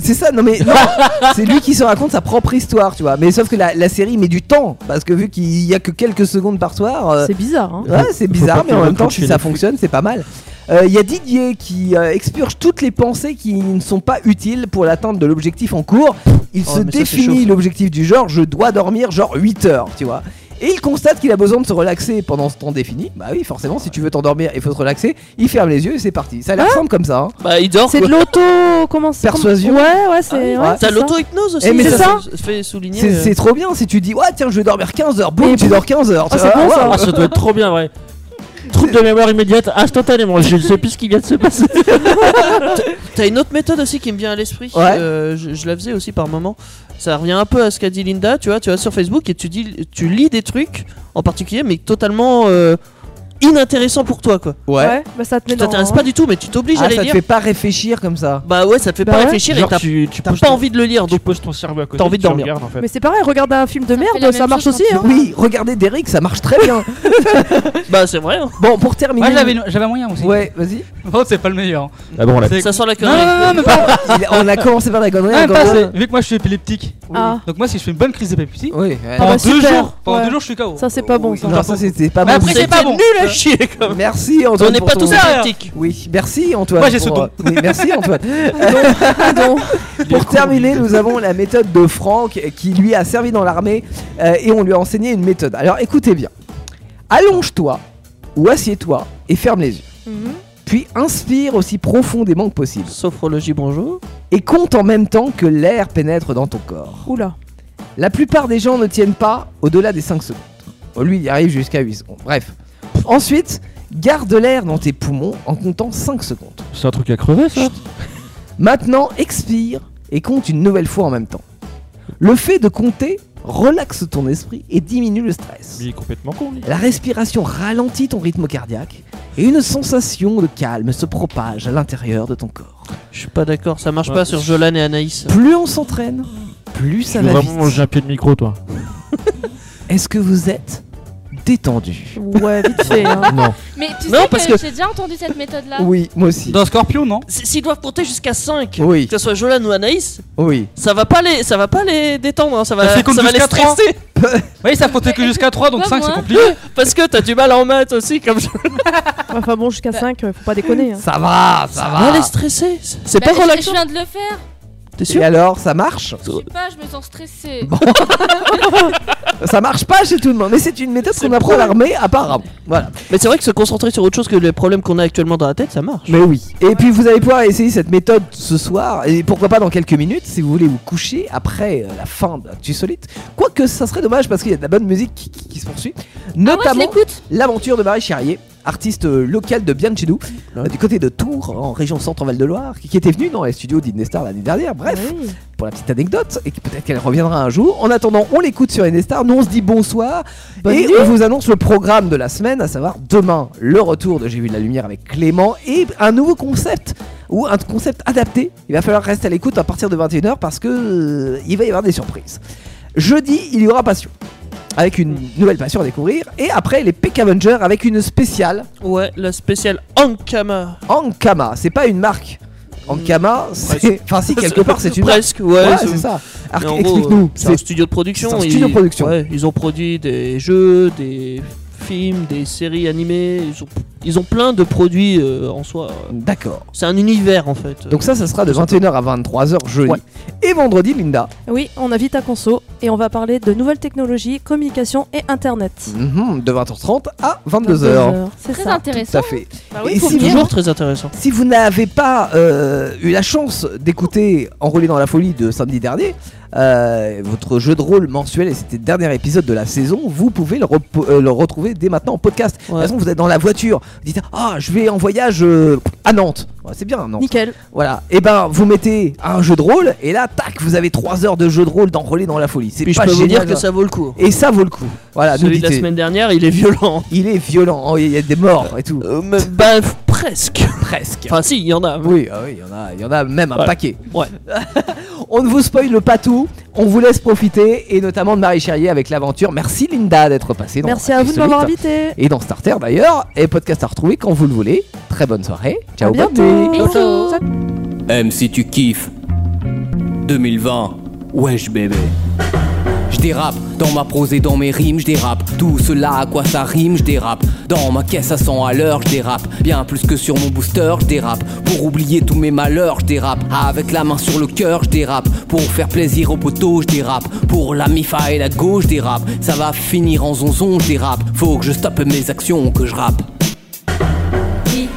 Speaker 3: C'est ça, non mais
Speaker 4: [laughs]
Speaker 3: non, c'est lui qui se raconte sa propre histoire, tu vois. Mais sauf que la, la série met du temps parce que vu qu'il y a que quelques secondes par soir, euh,
Speaker 4: c'est bizarre. Hein.
Speaker 3: Ouais, c'est bizarre,
Speaker 8: pas
Speaker 3: mais
Speaker 8: qu'il
Speaker 3: en même
Speaker 8: recrute
Speaker 3: temps, si
Speaker 8: chez
Speaker 3: ça
Speaker 8: Netflix.
Speaker 3: fonctionne, c'est pas mal. Euh, Il y a Didier qui euh, expurge toutes les pensées qui ne sont pas utiles pour l'atteinte de l'objectif en cours. Il
Speaker 7: Oh,
Speaker 3: se
Speaker 7: mais ça, c'est
Speaker 3: définit
Speaker 7: chaud.
Speaker 3: l'objectif du genre je dois dormir genre 8 heures, tu vois. Et il constate qu'il a besoin de se relaxer pendant ce temps défini. Bah oui, forcément, si tu veux t'endormir, il faut se relaxer. Il ferme les yeux et c'est parti. Ça a
Speaker 4: Ah
Speaker 3: l'air simple comme ça. hein.
Speaker 7: Bah, il dort.
Speaker 4: C'est de
Speaker 7: quoi.
Speaker 4: l'auto. Comment c'est comment-
Speaker 3: Persuasion.
Speaker 4: Ouais, ouais, c'est.
Speaker 3: Ah oui,
Speaker 4: ouais,
Speaker 3: ouais.
Speaker 4: c'est
Speaker 7: T'as
Speaker 4: ça.
Speaker 7: l'auto-hypnose aussi.
Speaker 3: Eh, mais
Speaker 7: ça,
Speaker 4: c'est ça.
Speaker 7: se- se fait souligner.
Speaker 3: C'est
Speaker 7: euh,
Speaker 3: c'est trop bien si tu dis ouais, tiens, je vais dormir 15 heures. Boum,
Speaker 4: Et
Speaker 3: tu dors 15 heures.
Speaker 4: Ah,
Speaker 3: tu
Speaker 4: c'est
Speaker 3: vois.
Speaker 4: bon, ça.
Speaker 8: Ah, ça doit être trop bien, ouais. Trouble de mémoire immédiate instantanément. Je ne sais plus ce qui vient de se passer.
Speaker 7: T'as une autre méthode aussi qui me vient à l'esprit.
Speaker 3: Ouais.
Speaker 7: Euh, je, je la faisais aussi par moment. Ça revient un peu à ce qu'a dit Linda. Tu vois, tu vas sur Facebook et tu dis, tu lis des trucs en particulier, mais totalement euh, inintéressants pour toi, quoi.
Speaker 3: Ouais.
Speaker 4: Ouais, bah ça te met
Speaker 7: Tu t'intéresses
Speaker 4: dans-
Speaker 7: pas du tout, mais tu t'obliges
Speaker 3: Ah,
Speaker 7: à les
Speaker 3: ça te
Speaker 7: lire.
Speaker 3: fait [laughs] pas réfléchir comme ça.
Speaker 7: Bah ouais, ça te fait
Speaker 4: Bah
Speaker 7: pas
Speaker 4: ouais.
Speaker 7: réfléchir
Speaker 8: Genre,
Speaker 7: et t'as-
Speaker 8: tu, tu
Speaker 7: t'as
Speaker 8: poses
Speaker 7: pas
Speaker 8: ton-
Speaker 7: envie de le lire.
Speaker 8: Tu
Speaker 7: Donc
Speaker 8: poses ton cerveau à côté.
Speaker 7: T'as envie de
Speaker 8: tu
Speaker 7: dormir.
Speaker 8: regardes, en fait.
Speaker 4: Mais c'est pareil, regarde un film
Speaker 6: Ça
Speaker 4: de
Speaker 6: fait
Speaker 4: merde,
Speaker 6: la
Speaker 4: ça
Speaker 6: même
Speaker 4: marche
Speaker 6: chose
Speaker 4: aussi. Hein.
Speaker 3: Oui, regardez Derek, ça marche très
Speaker 7: [laughs]
Speaker 3: bien.
Speaker 7: bah c'est vrai. hein.
Speaker 3: Bon, pour terminer.
Speaker 9: Moi, j'avais une- j'avais un moyen aussi.
Speaker 3: Ouais, vas-y.
Speaker 9: Par contre, c'est pas le meilleur. hein.
Speaker 8: Ah bon, là.
Speaker 9: C'est-
Speaker 7: Ça sent
Speaker 9: Non,
Speaker 7: la
Speaker 9: non,
Speaker 7: connerie.
Speaker 9: non, non, mais pas.
Speaker 3: [laughs]
Speaker 9: Ah,
Speaker 3: Il- on a commencé par la connerie.
Speaker 9: même
Speaker 3: on
Speaker 9: pas,
Speaker 3: commence-
Speaker 9: c'est- Vu que moi, je suis épileptique.
Speaker 4: Ah.
Speaker 9: Donc, moi, si je fais une bonne crise d'épilepsie,
Speaker 3: Oui. ouais.
Speaker 4: Ah bah
Speaker 9: pendant deux
Speaker 4: super.
Speaker 9: jours, pendant
Speaker 4: Ouais.
Speaker 9: deux jours, je suis KO.
Speaker 4: Ça, c'est pas bon ça.
Speaker 3: Non, ça c'était pas
Speaker 9: Mais
Speaker 3: bon.
Speaker 9: après, c'est
Speaker 7: C'était
Speaker 9: pas bon.
Speaker 7: nul à
Speaker 9: Euh,
Speaker 7: chier quand même.
Speaker 3: Merci Antoine.
Speaker 7: On n'est
Speaker 3: pour
Speaker 7: pas
Speaker 3: ton-
Speaker 7: tous athlétiques.
Speaker 3: Oui, merci Antoine.
Speaker 7: Moi, j'ai
Speaker 3: pour,
Speaker 7: ce don.
Speaker 3: euh, oui, merci Antoine. [laughs] Pour terminer, nous avons la méthode de Franck qui lui a servi dans l'armée euh, et on lui a enseigné une méthode. Alors écoutez bien. Allonge-toi ou assieds-toi et ferme les yeux. Puis inspire aussi profondément que possible.
Speaker 7: Sophrologie, bonjour.
Speaker 3: Et compte en même temps que l'air pénètre dans ton corps.
Speaker 4: Oula.
Speaker 3: La plupart des gens ne tiennent pas au-delà des 5 secondes. Bon, lui, il y arrive jusqu'à 8 secondes. Bref. Ensuite, garde l'air dans tes poumons en comptant 5 secondes.
Speaker 8: C'est un truc à crever ça
Speaker 3: Maintenant, expire et compte une nouvelle fois en même temps. Le fait de compter relaxe ton esprit et diminue le stress.
Speaker 8: Il est complètement con lui.
Speaker 3: La respiration ralentit ton rythme cardiaque et une sensation de calme se propage à l'intérieur de ton corps.
Speaker 7: Je suis pas d'accord, ça marche
Speaker 3: Ouais.
Speaker 7: pas sur Jolan et Anaïs.
Speaker 3: Plus on s'entraîne, plus ça
Speaker 8: Tu veux
Speaker 3: va
Speaker 8: vraiment
Speaker 3: vite.
Speaker 8: manger un pied de micro toi
Speaker 3: [laughs] Est-ce que vous êtes détendu
Speaker 4: Ouais, vite
Speaker 7: fait, hein.
Speaker 8: [laughs] Non.
Speaker 6: Mais tu
Speaker 7: Non,
Speaker 6: sais
Speaker 7: parce
Speaker 6: que,
Speaker 7: que-
Speaker 6: j'ai déjà entendu cette méthode-là.
Speaker 3: Oui, moi aussi.
Speaker 9: Dans Scorpion, non
Speaker 7: S- S'ils doivent compter jusqu'à 5,
Speaker 3: Oui.
Speaker 7: que ce soit Jolan ou Anaïs,
Speaker 3: Oui.
Speaker 7: ça va pas les, ça va pas les détendre, hein, ça va,
Speaker 9: Ça fait compte
Speaker 7: ça va les
Speaker 9: jusqu'à trois.
Speaker 7: stresser. Bah,
Speaker 9: Oui, ça comptait que jusqu'à 3, donc 5 c'est compliqué.
Speaker 7: [laughs] Parce que t'as du mal en maths aussi, comme je...
Speaker 4: Enfin bon, jusqu'à 5, faut pas déconner. hein.
Speaker 3: Ça va, ça va.
Speaker 7: les stresser. C'est
Speaker 6: Bah,
Speaker 7: pas
Speaker 6: je-
Speaker 7: relaxant.
Speaker 6: Je viens de le faire.
Speaker 3: T'es sûr Et alors, ça marche
Speaker 6: Je sais pas, je me sens stressée.
Speaker 3: Ça marche pas chez tout le monde, mais c'est une méthode qu'on apprend à l'armée apparemment. Voilà.
Speaker 7: Mais c'est vrai que se concentrer sur autre chose que les problèmes qu'on a actuellement dans la tête, ça marche.
Speaker 3: Mais oui. Et puis vous allez pouvoir essayer cette méthode ce soir, et pourquoi pas dans quelques minutes, si vous voulez vous coucher après euh, la fin de l'Actu Solite. Quoique ça serait dommage parce qu'il y a de la bonne musique qui, qui- qui se
Speaker 7: Ah,
Speaker 3: poursuit. Notamment l'aventure de Marie Charrier, artiste euh, locale de bien de chez nous, euh, du côté de Tours, en région centre-val-de-Loire, qui, qui était venue dans les studios d'Innestar l'année dernière. Bref,
Speaker 7: Ah
Speaker 3: pour la petite anecdote, et qui peut-être qu'elle reviendra un jour. En attendant, on l'écoute sur Innestar, nous on se dit bonsoir,
Speaker 7: Bonne
Speaker 3: et
Speaker 7: nuit.
Speaker 3: on vous annonce le programme de la semaine, à savoir demain, le retour de J'ai vu de la lumière avec Clément, et un nouveau concept, ou un concept adapté. Il va falloir rester à l'écoute à partir de 21h parce que euh, il va y avoir des surprises. Jeudi, il y aura Passion. Avec une nouvelle passion à découvrir. Et après, les Peck Avengers avec une spéciale.
Speaker 7: Ouais, la spéciale Ankama.
Speaker 3: Ankama, c'est pas une marque. Ankama, c'est.
Speaker 7: Presque.
Speaker 3: Enfin, si,
Speaker 7: [laughs]
Speaker 3: quelque part, c'est une. marque.
Speaker 7: Presque, ouais.
Speaker 3: c'est ça. Arc-
Speaker 7: Mais en gros, euh,
Speaker 3: Explique-nous.
Speaker 7: C'est un studio de production.
Speaker 3: C'est un
Speaker 7: ils-
Speaker 3: studio de production.
Speaker 7: ouais, ils ont produit des jeux, des films, des séries animées. Ils ont, ils ont plein de produits euh, en soi.
Speaker 3: D'accord.
Speaker 7: C'est un univers en fait.
Speaker 3: Donc, ça, ça sera de 21h à 23h jeudi.
Speaker 7: Ouais.
Speaker 3: Et vendredi, Linda.
Speaker 4: Oui, on invite à Conso et on va parler de nouvelles technologies, communication et internet.
Speaker 3: Mhm, de 20h30 à 22h.
Speaker 4: 22h, c'est Très ça.
Speaker 3: Tout
Speaker 4: intéressant.
Speaker 3: à fait.
Speaker 4: Bah oui,
Speaker 3: Et
Speaker 4: faut
Speaker 3: si
Speaker 4: venir,
Speaker 3: vous-
Speaker 4: hein.
Speaker 7: Très intéressant.
Speaker 3: Si vous n'avez pas euh, eu la chance d'écouter Enrôlé dans la folie de samedi dernier, euh, votre jeu de rôle mensuel, et c'était le dernier épisode de la saison, vous pouvez le, repo- euh, le retrouver dès maintenant en podcast. De toute façon, vous êtes dans la voiture, vous dites Ah, je vais en voyage euh, à Nantes. Ouais, c'est bien, Nantes.
Speaker 4: Nickel.
Speaker 3: Voilà. Et ben, vous mettez un jeu de rôle, et là, tac, vous avez 3 heures de jeu de rôle d'Enrôlé dans la folie. C'est
Speaker 7: Puis je
Speaker 3: pas
Speaker 7: peux vous
Speaker 3: génial,
Speaker 7: dire que ça vaut le coup.
Speaker 3: Et ça vaut le coup. Voilà, nous
Speaker 7: Celui de la
Speaker 3: dites-
Speaker 7: semaine dernière, il est violent.
Speaker 3: Il est violent, Oh, il y a des morts et tout. ben,
Speaker 7: bah, f- presque.
Speaker 3: Presque.
Speaker 7: Enfin, si, il y en a.
Speaker 3: Oui, ah oui, il y en a, il y en a même un
Speaker 7: Voilà.
Speaker 3: paquet.
Speaker 7: Ouais.
Speaker 3: On ne vous spoil le pas tout, on vous laisse profiter et notamment de Marie Charrier avec l'aventure. Merci Linda d'être passée. Dans
Speaker 4: Merci à vous de
Speaker 3: Absolute.
Speaker 4: m'avoir invité.
Speaker 3: Et dans Starter d'ailleurs, et podcast à retrouver quand vous le voulez. Très bonne soirée. Ciao, bonne nuit.
Speaker 18: Aime si tu kiffes. 2020, wesh bébé. Je dérape dans ma prose et dans mes rimes, je dérape. Tout cela à quoi ça rime, je dérape. Dans ma caisse à 100 à l'heure, je dérape. Bien plus que sur mon booster, je dérape. Pour oublier tous mes malheurs, je dérape. Avec la main sur le cœur, je dérape. Pour faire plaisir aux poteaux, je dérape. Pour la mifa et la gauche, je dérape. Ça va finir en zonzon, je dérape. Faut que je stoppe mes actions, que je rappe.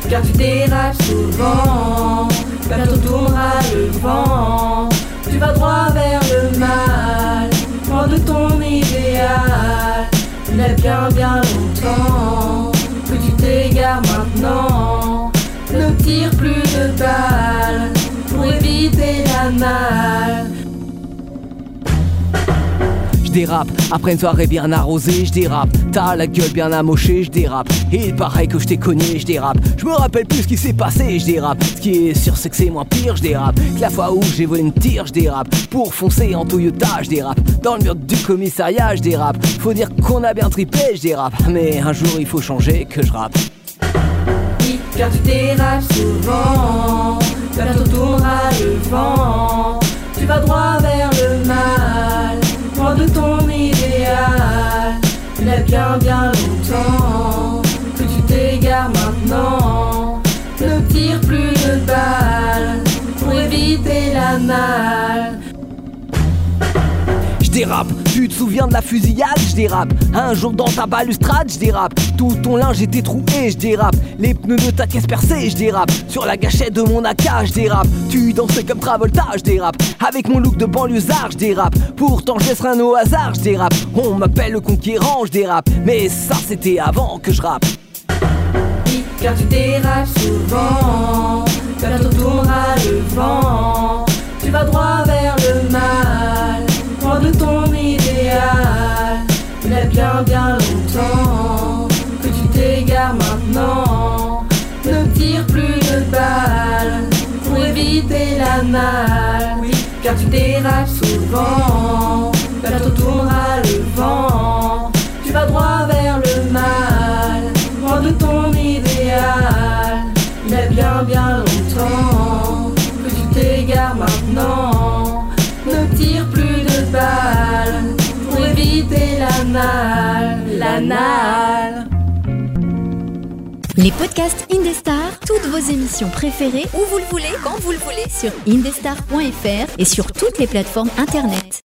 Speaker 10: Car tu dérapes souvent, bientôt tournera le vent. Tu vas droit vers le mal, loin de ton idéal. Il y a bien, bien longtemps que tu t'égares maintenant. Ne tire plus de balles pour éviter la malle.
Speaker 18: Je dérape, après une soirée bien arrosée, je dérape. T'as la gueule bien amochée, je dérape. Il paraît que je t'ai cogné, je dérape. Je me rappelle plus ce qui s'est passé, je dérape. Ce qui est sûr, c'est que c'est moins pire, je dérape. Que la fois où j'ai volé une tire, je dérape. Pour foncer en Toyota, je dérape. Dans le mur du commissariat, je dérape. Faut dire qu'on a bien tripé, je dérape. Mais un jour, il faut changer que je rappe.
Speaker 10: car tu dérapes souvent. Bientôt tournera le vent, tu vas droit vers le mal, loin de ton idéal. Il y a bien, bien longtemps que tu t'es fait la malle.
Speaker 3: Je dérape, tu te souviens de la fusillade, je dérape. Un jour dans ta balustrade, je dérape. Tout ton linge était troué, je dérape. Les pneus de ta caisse percés, je dérape. Sur la gâchette de mon AK, je dérape. Tu dansais comme Travolta, je dérape. Avec mon look de banlieusard, je dérape. Pourtant, je laisse rien au hasard, je dérape. On m'appelle le conquérant, je dérape. Mais ça, c'était avant que je rappe.
Speaker 10: Car tu dérapes souvent, car tu tourneras le vent. Tu vas droit vers le mal, loin de ton idéal. Il y a bien, bien longtemps que tu t'égares maintenant. Ne tire plus de balles pour éviter la malle. Oui, car tu dérapes souvent, car tu tourneras le vent. Tu vas droit vers le mal, loin de ton idéal. Il y a bien, bien longtemps que tu t'égares maintenant. Ne tire plus de balles pour éviter la malle, la malle.
Speaker 14: Les podcasts Indestar, toutes vos émissions préférées, où vous le voulez, quand vous le voulez, sur indestar.fr et sur toutes les plateformes internet.